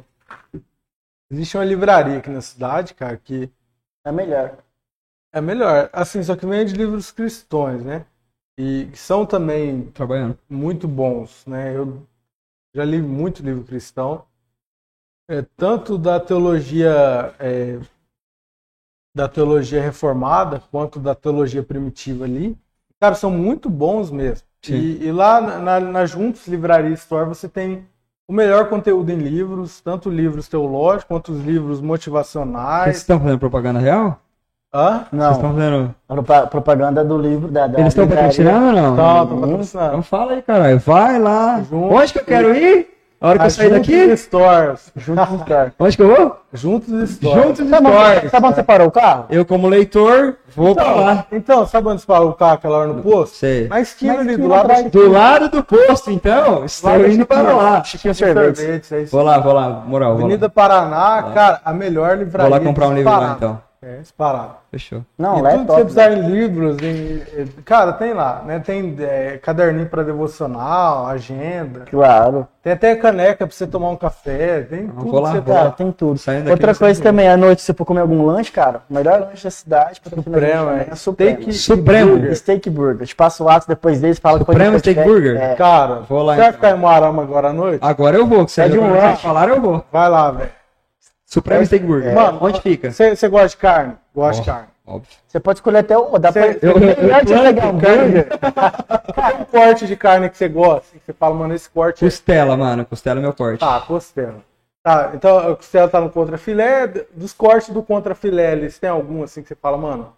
[SPEAKER 3] existe uma livraria aqui na cidade, cara, que
[SPEAKER 2] É melhor.
[SPEAKER 3] é melhor. Assim, só que vende livros cristãos, né? E que são também
[SPEAKER 4] Trabalhando.
[SPEAKER 3] muito bons, né? Eu já li muito livro cristão, é, tanto da teologia é, da teologia reformada quanto da teologia primitiva ali. Cara, são muito bons mesmo.
[SPEAKER 4] Sim.
[SPEAKER 3] E, e lá na, na, na Juntos Livraria Store você tem o melhor conteúdo em livros, tanto livros teológicos quanto os livros
[SPEAKER 4] Vocês
[SPEAKER 3] motivacionais.
[SPEAKER 4] estão fazendo propaganda real?
[SPEAKER 3] Hã?
[SPEAKER 4] Vocês
[SPEAKER 2] Não,
[SPEAKER 4] estão fazendo.
[SPEAKER 2] propa- propaganda do livro da, da
[SPEAKER 4] Eles estão
[SPEAKER 2] livraria.
[SPEAKER 4] patrocinando ou não?
[SPEAKER 3] Tá, tá
[SPEAKER 4] Hum. Então
[SPEAKER 3] patrocinando.
[SPEAKER 4] fala aí, caralho. Vai lá.
[SPEAKER 3] Junto.
[SPEAKER 4] Onde que eu quero ir? A hora que
[SPEAKER 3] A
[SPEAKER 4] eu sair
[SPEAKER 3] Juntos
[SPEAKER 4] daqui?
[SPEAKER 3] Stores.
[SPEAKER 2] Juntos Store.
[SPEAKER 4] Onde que eu vou?
[SPEAKER 3] Juntos Stores.
[SPEAKER 4] Juntos
[SPEAKER 2] Sabe onde,
[SPEAKER 4] Stories.
[SPEAKER 3] tá
[SPEAKER 2] sabe onde você parou o carro?
[SPEAKER 4] Eu, como leitor, vou pra lá.
[SPEAKER 3] Então, sabe onde você parou o carro aquela hora no posto?
[SPEAKER 4] Sei.
[SPEAKER 3] Na esquina
[SPEAKER 2] Na
[SPEAKER 3] ali, do
[SPEAKER 2] esquina
[SPEAKER 3] lado da
[SPEAKER 2] atrás.
[SPEAKER 4] Do lado do posto, então, estou
[SPEAKER 3] Vai,
[SPEAKER 4] indo para
[SPEAKER 3] Chiquinho.
[SPEAKER 4] lá.
[SPEAKER 2] Chiquinho
[SPEAKER 3] sorvete.
[SPEAKER 2] Sorvete.
[SPEAKER 3] é isso.
[SPEAKER 4] Vou lá, vou lá, moral. Vou
[SPEAKER 3] Avenida
[SPEAKER 4] lá,
[SPEAKER 3] Paraná, cara, a melhor livraria.
[SPEAKER 4] vou lá comprar um livro lá,
[SPEAKER 3] disparado.
[SPEAKER 4] então.
[SPEAKER 3] É, disparado.
[SPEAKER 4] Fechou.
[SPEAKER 2] Não,
[SPEAKER 3] e
[SPEAKER 2] lá é
[SPEAKER 3] tudo que você
[SPEAKER 2] top.
[SPEAKER 4] né?
[SPEAKER 3] precisar em livros, em- cara, tem lá, né? Tem é, caderninho para devocional, agenda,
[SPEAKER 2] Claro.
[SPEAKER 3] tem até caneca para você tomar um café, tem tudo
[SPEAKER 4] Ah, vou lá,
[SPEAKER 3] que você
[SPEAKER 4] vou
[SPEAKER 2] Cara,
[SPEAKER 4] lá.
[SPEAKER 2] tem tudo.
[SPEAKER 4] Saindo daqui,
[SPEAKER 2] Outra
[SPEAKER 4] não sei
[SPEAKER 2] coisa
[SPEAKER 4] o que.
[SPEAKER 2] também, à noite, se for comer algum lanche, cara, o melhor lanche da cidade pra
[SPEAKER 3] Supremo, é.
[SPEAKER 2] é Supremo.
[SPEAKER 3] Steak-
[SPEAKER 4] Supremo.
[SPEAKER 3] Burger.
[SPEAKER 2] Steak Burger. Eu te passo o ato depois deles, fala que
[SPEAKER 4] Supremo
[SPEAKER 2] pode-
[SPEAKER 4] Steak Burger?
[SPEAKER 2] É.
[SPEAKER 3] Cara,
[SPEAKER 4] Vou lá,
[SPEAKER 3] você vai
[SPEAKER 4] então. Ah.
[SPEAKER 3] ficar em Moarama agora à noite?
[SPEAKER 4] Agora eu vou, que vocês
[SPEAKER 2] Pede um
[SPEAKER 4] já
[SPEAKER 2] lanche.
[SPEAKER 4] falaram, eu vou.
[SPEAKER 3] Vai lá, velho.
[SPEAKER 4] Supremo Steak Burger.
[SPEAKER 3] Mano,
[SPEAKER 4] Onde fica?
[SPEAKER 3] Você você gosta de carne? Gosto de carne.
[SPEAKER 4] Óbvio.
[SPEAKER 2] Você pode escolher até o. Dá pra...
[SPEAKER 3] Cê- eu-
[SPEAKER 4] eu-
[SPEAKER 2] Melhor de
[SPEAKER 4] eu-
[SPEAKER 2] pegar um burger.
[SPEAKER 3] Qual é o corte de carne que você gosta? Que Você fala, mano, esse corte é
[SPEAKER 4] Costela, mano. Costela é meu corte.
[SPEAKER 3] Tá, costela. Tá, então a costela tá no contrafilé. D- Dos cortes do contrafilé, eles têm algum assim que você fala, mano?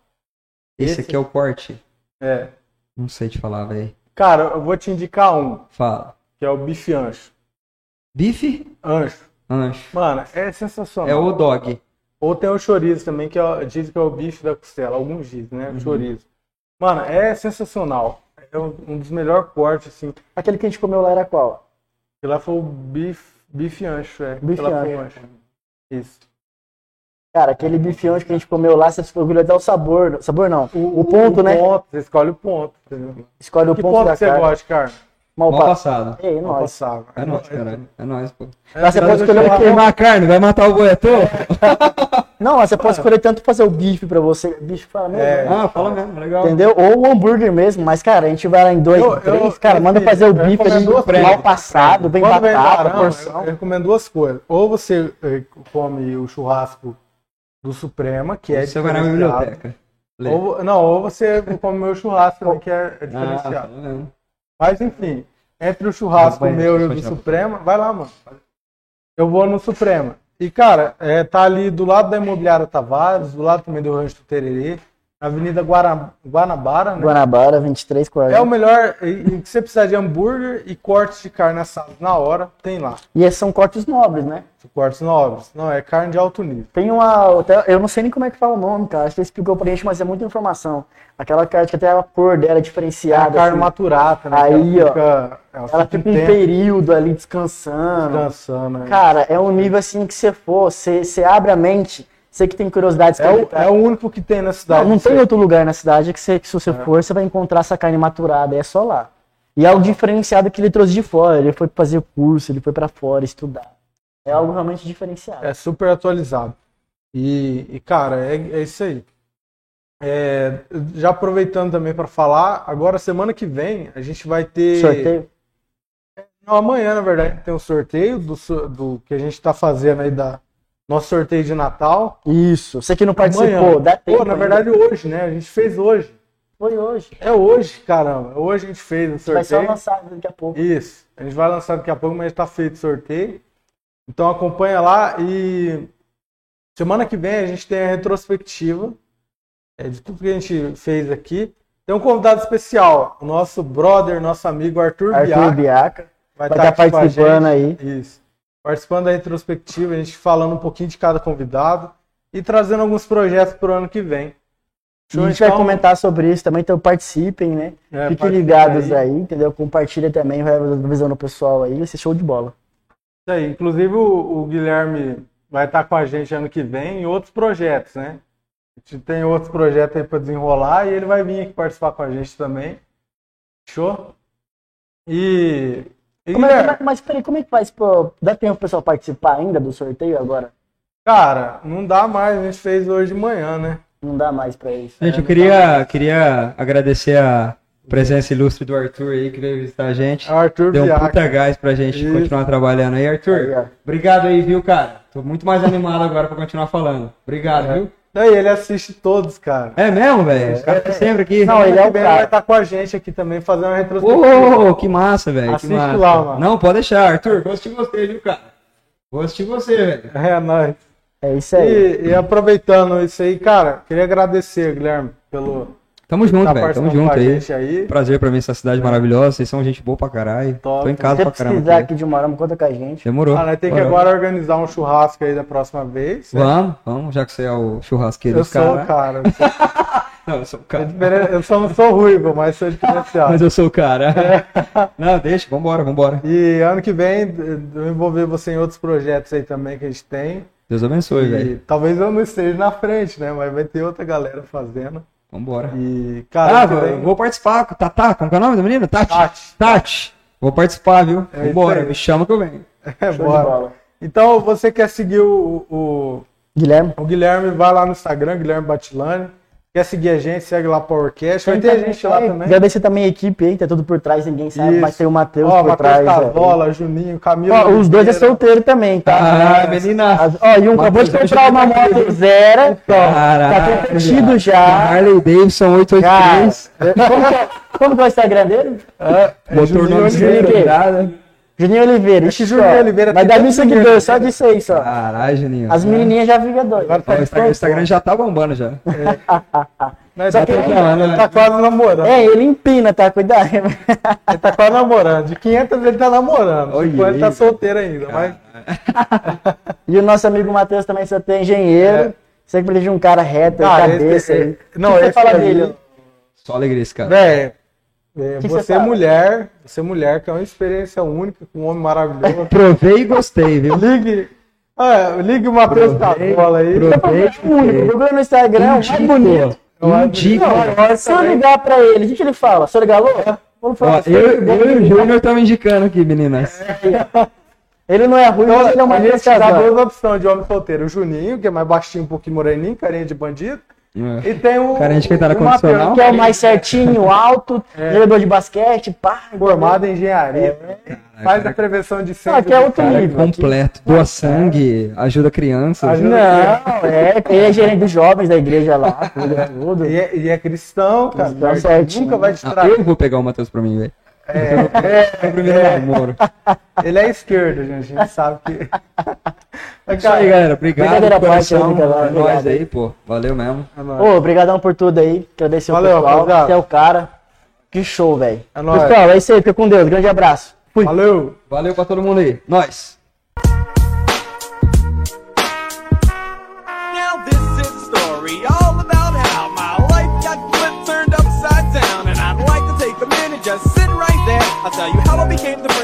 [SPEAKER 4] Esse aqui é o corte.
[SPEAKER 3] É.
[SPEAKER 4] Não sei te falar, velho.
[SPEAKER 3] Cara, eu vou te indicar um,
[SPEAKER 4] Fala.
[SPEAKER 3] que é o bife ancho.
[SPEAKER 4] Bife,
[SPEAKER 3] Ancho.
[SPEAKER 4] ancho.
[SPEAKER 3] Mano, é
[SPEAKER 4] É
[SPEAKER 3] sensacional.
[SPEAKER 4] o dog.
[SPEAKER 3] Ou tem o chorizo também, que é, o- dizem que é o bife da costela. Alguns dizem,
[SPEAKER 2] Uhum.
[SPEAKER 3] né? O chorizo. Mano, é sensacional. É um um dos melhores cortes, assim.
[SPEAKER 2] Aquele que a gente comeu lá era qual?
[SPEAKER 3] Que lá foi o bife, bife ancho, é.
[SPEAKER 2] Bife
[SPEAKER 3] Que lá foi o
[SPEAKER 2] ancho.
[SPEAKER 3] ancho. Isso.
[SPEAKER 2] Cara, aquele bife anjo que a gente comeu lá, você escolhe até o sabor. Sabor não. O, ponto,
[SPEAKER 3] o
[SPEAKER 2] né?
[SPEAKER 3] ponto, você escolhe o ponto. Entendeu?
[SPEAKER 2] Escolhe o
[SPEAKER 3] que
[SPEAKER 2] ponto,
[SPEAKER 3] ponto
[SPEAKER 2] da
[SPEAKER 3] que você
[SPEAKER 2] carne.
[SPEAKER 3] gosta de carne?
[SPEAKER 2] Mal
[SPEAKER 4] Mal
[SPEAKER 2] passado.
[SPEAKER 4] passado.
[SPEAKER 2] Ei,
[SPEAKER 3] Não
[SPEAKER 2] nós.
[SPEAKER 3] passava.
[SPEAKER 4] É nóis, caralho. É nóis, pô.
[SPEAKER 2] Lá você pode escolher
[SPEAKER 4] Vai
[SPEAKER 2] o quê?
[SPEAKER 4] queimar a carne, vai matar o boetão?
[SPEAKER 2] Não, mas você pode escolher tanto fazer o bife pra você. Bife fala, meu,
[SPEAKER 3] Ah. É.
[SPEAKER 4] Ah, fala mesmo, legal.
[SPEAKER 2] Entendeu? Ou o hambúrguer mesmo, mas, cara, a gente vai lá em dois,
[SPEAKER 3] Eu- eu-
[SPEAKER 2] três, cara,
[SPEAKER 3] eu-
[SPEAKER 2] manda fazer o
[SPEAKER 3] eu
[SPEAKER 2] bife ali
[SPEAKER 3] recomendo
[SPEAKER 4] o
[SPEAKER 2] mal
[SPEAKER 4] frango.
[SPEAKER 2] passado, bem
[SPEAKER 3] Quando vem
[SPEAKER 2] batata,
[SPEAKER 3] Barão, eu
[SPEAKER 2] porção.
[SPEAKER 3] recomendo duas coisas. Ou você eh, come o churrasco do Suprema, que é
[SPEAKER 4] Você vai na biblioteca. Lê. Ah.
[SPEAKER 3] Ou, não, ou você come o meu churrasco, também, que é, é diferenciado.
[SPEAKER 4] fala mesmo.
[SPEAKER 3] Mas enfim, entre o churrasco
[SPEAKER 4] Vai,
[SPEAKER 3] meu e o
[SPEAKER 4] vai,
[SPEAKER 3] do
[SPEAKER 4] vai.
[SPEAKER 3] Suprema, vai lá, mano. Eu vou no Suprema. E, cara, é, tá ali do lado da Imobiliária Tavares, do lado também do Rancho do Tererê, na Avenida Guara- Guanabara, né?
[SPEAKER 2] Guanabara, 23,
[SPEAKER 3] É o
[SPEAKER 2] 40.
[SPEAKER 3] melhor, e, e que você precisar de hambúrguer e cortes de carne assada na hora, tem lá.
[SPEAKER 2] E esses são cortes nobres, né?
[SPEAKER 3] Cortes nobres. Não, é carne de alto nível.
[SPEAKER 2] Tem uma. até- Eu não sei nem como é que fala o nome, cara. Acho que ele explicou pra gente, mas é muita informação. Aquela carne que até a cor dela é
[SPEAKER 3] É a
[SPEAKER 2] diferenciada.
[SPEAKER 3] carne
[SPEAKER 2] assim.
[SPEAKER 3] maturata, né?
[SPEAKER 2] Aí,
[SPEAKER 3] que
[SPEAKER 2] ó,
[SPEAKER 3] Fica, ela,
[SPEAKER 2] Ela
[SPEAKER 3] fica
[SPEAKER 2] fica
[SPEAKER 3] um
[SPEAKER 2] um
[SPEAKER 3] tempo
[SPEAKER 2] período ali descansando.
[SPEAKER 3] descansando. né?
[SPEAKER 2] Cara, é um nível assim que você for, você você abre a mente, você que tem curiosidade de
[SPEAKER 3] É o,
[SPEAKER 2] experimentar.
[SPEAKER 3] é o único que tem na
[SPEAKER 2] tá- Não,
[SPEAKER 3] cidade.
[SPEAKER 2] não tem outro lugar na cidade que, você, que se você for, você vai encontrar essa carne maturada, é só lá. E é algo diferenciado que ele trouxe de fora, ele foi fazer curso, ele foi pra fora estudar. É algo realmente diferenciado.
[SPEAKER 3] É super atualizado. E, e, cara, é, é isso aí. É, já aproveitando também para falar, agora semana que vem a gente vai ter.
[SPEAKER 2] Sorteio?
[SPEAKER 3] Não, amanhã, na verdade, tem um sorteio do, so- do que a gente tá fazendo aí da nosso sorteio de Natal.
[SPEAKER 2] Isso. Você que não participou,
[SPEAKER 3] Amanhã.
[SPEAKER 2] dá tempo.
[SPEAKER 3] Pô, na
[SPEAKER 2] ainda.
[SPEAKER 3] verdade, hoje, né? A gente fez hoje.
[SPEAKER 2] foi hoje.
[SPEAKER 3] É hoje, caramba. Hoje a gente fez o
[SPEAKER 2] Vai um. ser
[SPEAKER 3] sorteio.
[SPEAKER 2] lançado daqui a pouco.
[SPEAKER 3] Isso. A gente vai lançar daqui a pouco, mas tá feito o sorteio. Então acompanha lá e semana que vem a gente tem a retrospectiva é, de tudo que a gente fez aqui. Tem um convidado especial, o nosso brother, nosso amigo Arthur,
[SPEAKER 2] Arthur
[SPEAKER 3] Biac,
[SPEAKER 2] Biaca
[SPEAKER 3] vai
[SPEAKER 2] vai estar
[SPEAKER 3] tá aqui com a
[SPEAKER 2] participando
[SPEAKER 3] gente.
[SPEAKER 2] aí.
[SPEAKER 3] Isso. Participando da retrospectiva, a gente falando um pouquinho de cada convidado e trazendo alguns projetos pro ano que vem. então?
[SPEAKER 2] E a gente vai comentar sobre isso também, então participem, né?
[SPEAKER 3] É,
[SPEAKER 2] Fiquem
[SPEAKER 3] participem
[SPEAKER 2] ligados aí,
[SPEAKER 3] aí.
[SPEAKER 2] entendeu? Compartilha também, vai avisando o pessoal aí, vai ser show de bola.
[SPEAKER 3] Isso aí. Inclusive o, o Guilherme vai estar com a gente ano que vem em outros projetos, né? A gente tem outros projetos aí para desenrolar e ele vai vir aqui participar com a gente também. Fechou? E. e,
[SPEAKER 2] Como é,
[SPEAKER 3] Guilherme,
[SPEAKER 2] mas, mas peraí, como é que faz? Pô, dá tempo pro pessoal participar ainda do sorteio agora?
[SPEAKER 3] Cara, não dá mais, a gente fez hoje de manhã, né?
[SPEAKER 2] Não dá mais pra isso.
[SPEAKER 4] Gente, eu queria, queria agradecer a presença ilustre do Arthur aí, que veio visitar a gente.
[SPEAKER 3] É o Arthur
[SPEAKER 4] Deu um
[SPEAKER 3] Viac.
[SPEAKER 4] puta gás pra gente
[SPEAKER 3] Isso.
[SPEAKER 4] continuar trabalhando aí, Arthur.
[SPEAKER 2] Aí, ó.
[SPEAKER 4] obrigado aí, viu, cara? Tô muito mais animado agora pra continuar falando.
[SPEAKER 3] É.
[SPEAKER 4] Obrigado, viu?
[SPEAKER 3] Daí ele assiste todos, cara.
[SPEAKER 4] É mesmo, velho? Os caras estão sempre aqui.
[SPEAKER 2] Não, ele é o
[SPEAKER 3] Também
[SPEAKER 2] cara.
[SPEAKER 3] vai estar com a gente aqui também, fazendo uma
[SPEAKER 4] Ô,
[SPEAKER 3] retrospectiva.
[SPEAKER 4] ô, ô, que massa, velho. que
[SPEAKER 3] Assiste
[SPEAKER 4] massa.
[SPEAKER 3] lá, mano.
[SPEAKER 4] Não, pode deixar, Arthur. Vou assistir você, viu, cara? Vou assistir você, velho.
[SPEAKER 3] É, nóis.
[SPEAKER 2] É isso aí.
[SPEAKER 3] E, e aproveitando isso aí, cara, queria agradecer, Guilherme, pelo
[SPEAKER 4] Tamo junto,
[SPEAKER 3] estar
[SPEAKER 4] velho. Tamo
[SPEAKER 3] tá participando
[SPEAKER 4] junto
[SPEAKER 3] com a
[SPEAKER 4] aí.
[SPEAKER 3] gente aí. É.
[SPEAKER 4] Prazer pra mim essa cidade maravilhosa. Vocês são gente boa pra caralho.
[SPEAKER 3] Top.
[SPEAKER 4] Tô em
[SPEAKER 2] Se
[SPEAKER 4] casa
[SPEAKER 2] você
[SPEAKER 4] pra caramba.
[SPEAKER 2] precisar
[SPEAKER 4] aqui.
[SPEAKER 2] aqui de uma arma, conta com a gente.
[SPEAKER 4] Demorou.
[SPEAKER 3] Ah, nós temos que
[SPEAKER 4] Bora.
[SPEAKER 3] agora organizar um churrasco aí da próxima vez. né?
[SPEAKER 4] Vamos, vamos, já que você é o churrasqueiro
[SPEAKER 3] Eu
[SPEAKER 4] dos
[SPEAKER 3] sou o
[SPEAKER 4] caras.
[SPEAKER 3] cara. É Eu, sou-
[SPEAKER 4] Não, eu sou o
[SPEAKER 3] eu
[SPEAKER 4] cara.
[SPEAKER 3] diferen- eu só não sou ruivo, mas sou diferenciado.
[SPEAKER 4] Mas eu sou o cara. Não, deixa, vambora, vambora.
[SPEAKER 3] E ano que vem eh, eu envolver você em outros projetos aí também que a gente tem.
[SPEAKER 4] Deus abençoe,
[SPEAKER 3] E
[SPEAKER 4] velho.
[SPEAKER 3] talvez eu não esteja na frente, né? Mas vai ter outra galera fazendo.
[SPEAKER 4] Vambora.
[SPEAKER 3] E,
[SPEAKER 4] Ah,
[SPEAKER 3] cara, ano que
[SPEAKER 4] vou,
[SPEAKER 3] vem-
[SPEAKER 4] vou participar. com- Tatá, como que é o nome da menina? Tati.
[SPEAKER 3] Tati.
[SPEAKER 4] Tati. Vou participar, viu?
[SPEAKER 3] É isso
[SPEAKER 4] Vambora,
[SPEAKER 3] aí.
[SPEAKER 4] me chama que eu venho.
[SPEAKER 3] É,
[SPEAKER 2] de
[SPEAKER 3] bora.
[SPEAKER 2] bola.
[SPEAKER 3] Então, você quer seguir o, o,
[SPEAKER 2] Guilherme,
[SPEAKER 3] o Guilherme, vai lá no Instagram, Guilherme Batilani. Quer seguir a gente, segue lá Powercast. Vai ter gente lá também.
[SPEAKER 2] Agradecer também a equipe aí, tá tudo por trás, ninguém sabe,
[SPEAKER 3] Isso.
[SPEAKER 2] Tá, mas tem o Matheus
[SPEAKER 3] Ó,
[SPEAKER 2] por trás.
[SPEAKER 3] Matheus tá
[SPEAKER 2] é.
[SPEAKER 3] Cavola, Juninho, Camilo.
[SPEAKER 2] Ó, os dois é
[SPEAKER 3] Oliveira.
[SPEAKER 2] solteiro também, tá?
[SPEAKER 4] Ah, menina.
[SPEAKER 2] As- Ó, e um acabou de
[SPEAKER 4] Matheus,
[SPEAKER 2] comprar uma
[SPEAKER 3] é
[SPEAKER 2] moto zero,
[SPEAKER 4] Caralho.
[SPEAKER 2] tá comprometido já.
[SPEAKER 4] Harley Davidson
[SPEAKER 2] Cara,
[SPEAKER 4] 883.
[SPEAKER 2] como que, é, como que é o Instagram dele?
[SPEAKER 3] É,
[SPEAKER 4] Motor
[SPEAKER 3] Juninho
[SPEAKER 4] não
[SPEAKER 3] Oliveira.
[SPEAKER 2] Oliveira.
[SPEAKER 4] desvendado.
[SPEAKER 2] Juninho Oliveira.
[SPEAKER 3] Esse
[SPEAKER 2] isso,
[SPEAKER 3] Juninho
[SPEAKER 2] ó.
[SPEAKER 3] Oliveira
[SPEAKER 2] Vai
[SPEAKER 3] tem
[SPEAKER 2] dar mil
[SPEAKER 3] tanto
[SPEAKER 2] seguidores, só disso aí, só.
[SPEAKER 4] Caralho, Juninho.
[SPEAKER 3] É.
[SPEAKER 2] As menininhas já vivem doido.
[SPEAKER 3] Agora
[SPEAKER 4] Ó,
[SPEAKER 3] tá
[SPEAKER 4] o Instagram, o Instagram já tá bombando já.
[SPEAKER 3] Nós
[SPEAKER 2] Só
[SPEAKER 3] tá,
[SPEAKER 2] que- né?
[SPEAKER 3] ele tá quase namorando.
[SPEAKER 2] É, ele empina, tá? Cuidado.
[SPEAKER 3] Ele tá quase namorando. De 500 ele tá namorando.
[SPEAKER 4] Olha
[SPEAKER 3] Enquanto ele tá
[SPEAKER 4] aí.
[SPEAKER 3] solteiro ainda. Mas
[SPEAKER 2] E o nosso amigo Matheus também só tem engenheiro. Sempre precisa de um cara reto,
[SPEAKER 3] Cara,
[SPEAKER 2] cabeça.
[SPEAKER 3] É. Ah, esse-
[SPEAKER 2] aí.
[SPEAKER 3] é- não,
[SPEAKER 2] o que você
[SPEAKER 3] esse
[SPEAKER 2] fala
[SPEAKER 3] daí-
[SPEAKER 2] dele?
[SPEAKER 4] Só alegria esse cara.
[SPEAKER 3] Véi, é,
[SPEAKER 2] Que que
[SPEAKER 3] você
[SPEAKER 2] você
[SPEAKER 3] é
[SPEAKER 2] fala?
[SPEAKER 3] mulher, você é mulher, que é uma experiência única com um homem maravilhoso.
[SPEAKER 4] Provei e gostei, viu?
[SPEAKER 3] ligue, ah, ligue o Matheus
[SPEAKER 4] Provei,
[SPEAKER 3] Cavola aí.
[SPEAKER 4] provei.
[SPEAKER 2] É o único. Procura no Instagram, é o mais bonito.
[SPEAKER 4] Indico.
[SPEAKER 2] Olha, se eu ligar pra ele, o que, que ele fala? Se eu ligar, alô?
[SPEAKER 3] É.
[SPEAKER 2] Vamos
[SPEAKER 4] Ó,
[SPEAKER 2] falar. assim.
[SPEAKER 4] eu, eu e o Júnior estamos indicando aqui, meninas.
[SPEAKER 2] É. Ele não é ruim, mas ele é
[SPEAKER 3] Então,
[SPEAKER 2] uma
[SPEAKER 3] a gente
[SPEAKER 2] criança
[SPEAKER 3] dá
[SPEAKER 2] casada.
[SPEAKER 3] duas opções de homem solteiro. O Juninho, que é mais baixinho, um pouquinho moreninho, carinha de bandido.
[SPEAKER 4] Hum.
[SPEAKER 3] E tem um o.
[SPEAKER 4] Carinha de quem tá na
[SPEAKER 3] o Matheus,
[SPEAKER 4] condicional.
[SPEAKER 2] Que é o mais certinho, alto,
[SPEAKER 3] É.
[SPEAKER 2] jogador de basquete, pá.
[SPEAKER 3] Formado em engenharia. Faz
[SPEAKER 4] cara.
[SPEAKER 3] a prevenção de
[SPEAKER 2] Não, aqui é outro
[SPEAKER 4] Cara,
[SPEAKER 2] nível. aqui.
[SPEAKER 4] completo. Doa sangue, ajuda crianças.
[SPEAKER 3] Ajuda-
[SPEAKER 2] Não, é, ele é gerente dos jovens da igreja lá, tudo, né, tudo.
[SPEAKER 3] E é, e é cristão, cara.
[SPEAKER 4] Tá
[SPEAKER 2] Cristão
[SPEAKER 3] Ele
[SPEAKER 2] certinho.
[SPEAKER 3] Nunca vai te
[SPEAKER 4] Ah,
[SPEAKER 3] trair.
[SPEAKER 4] eu vou pegar o Matheus pra mim, velho.
[SPEAKER 3] É,
[SPEAKER 4] É o primeiro namoro. Ah,
[SPEAKER 3] ele é esquerdo, gente. A gente sabe que. Mas,
[SPEAKER 4] Isso aí, galera. Obrigado.
[SPEAKER 2] Brincadeira
[SPEAKER 4] de coração.
[SPEAKER 2] à parte, né, galera?
[SPEAKER 4] É nóis
[SPEAKER 2] Obrigado.
[SPEAKER 4] aí, pô. Valeu mesmo.
[SPEAKER 3] É nóis.
[SPEAKER 2] Ô, obrigadão por tudo aí, agradecer o
[SPEAKER 3] Valeu,
[SPEAKER 2] pessoal,
[SPEAKER 3] rapaziada.
[SPEAKER 2] você é o cara. Que show, velho.
[SPEAKER 3] É nóis.
[SPEAKER 2] Pessoal, é isso aí, fica com Deus, grande abraço. Fui.
[SPEAKER 3] Valeu!
[SPEAKER 4] Valeu pra todo mundo aí. Nós.
[SPEAKER 1] Now this is a story all about how my life got flipped, turned upside down, and I'd like to take a minute, just sit right there. I'll tell you how I became the.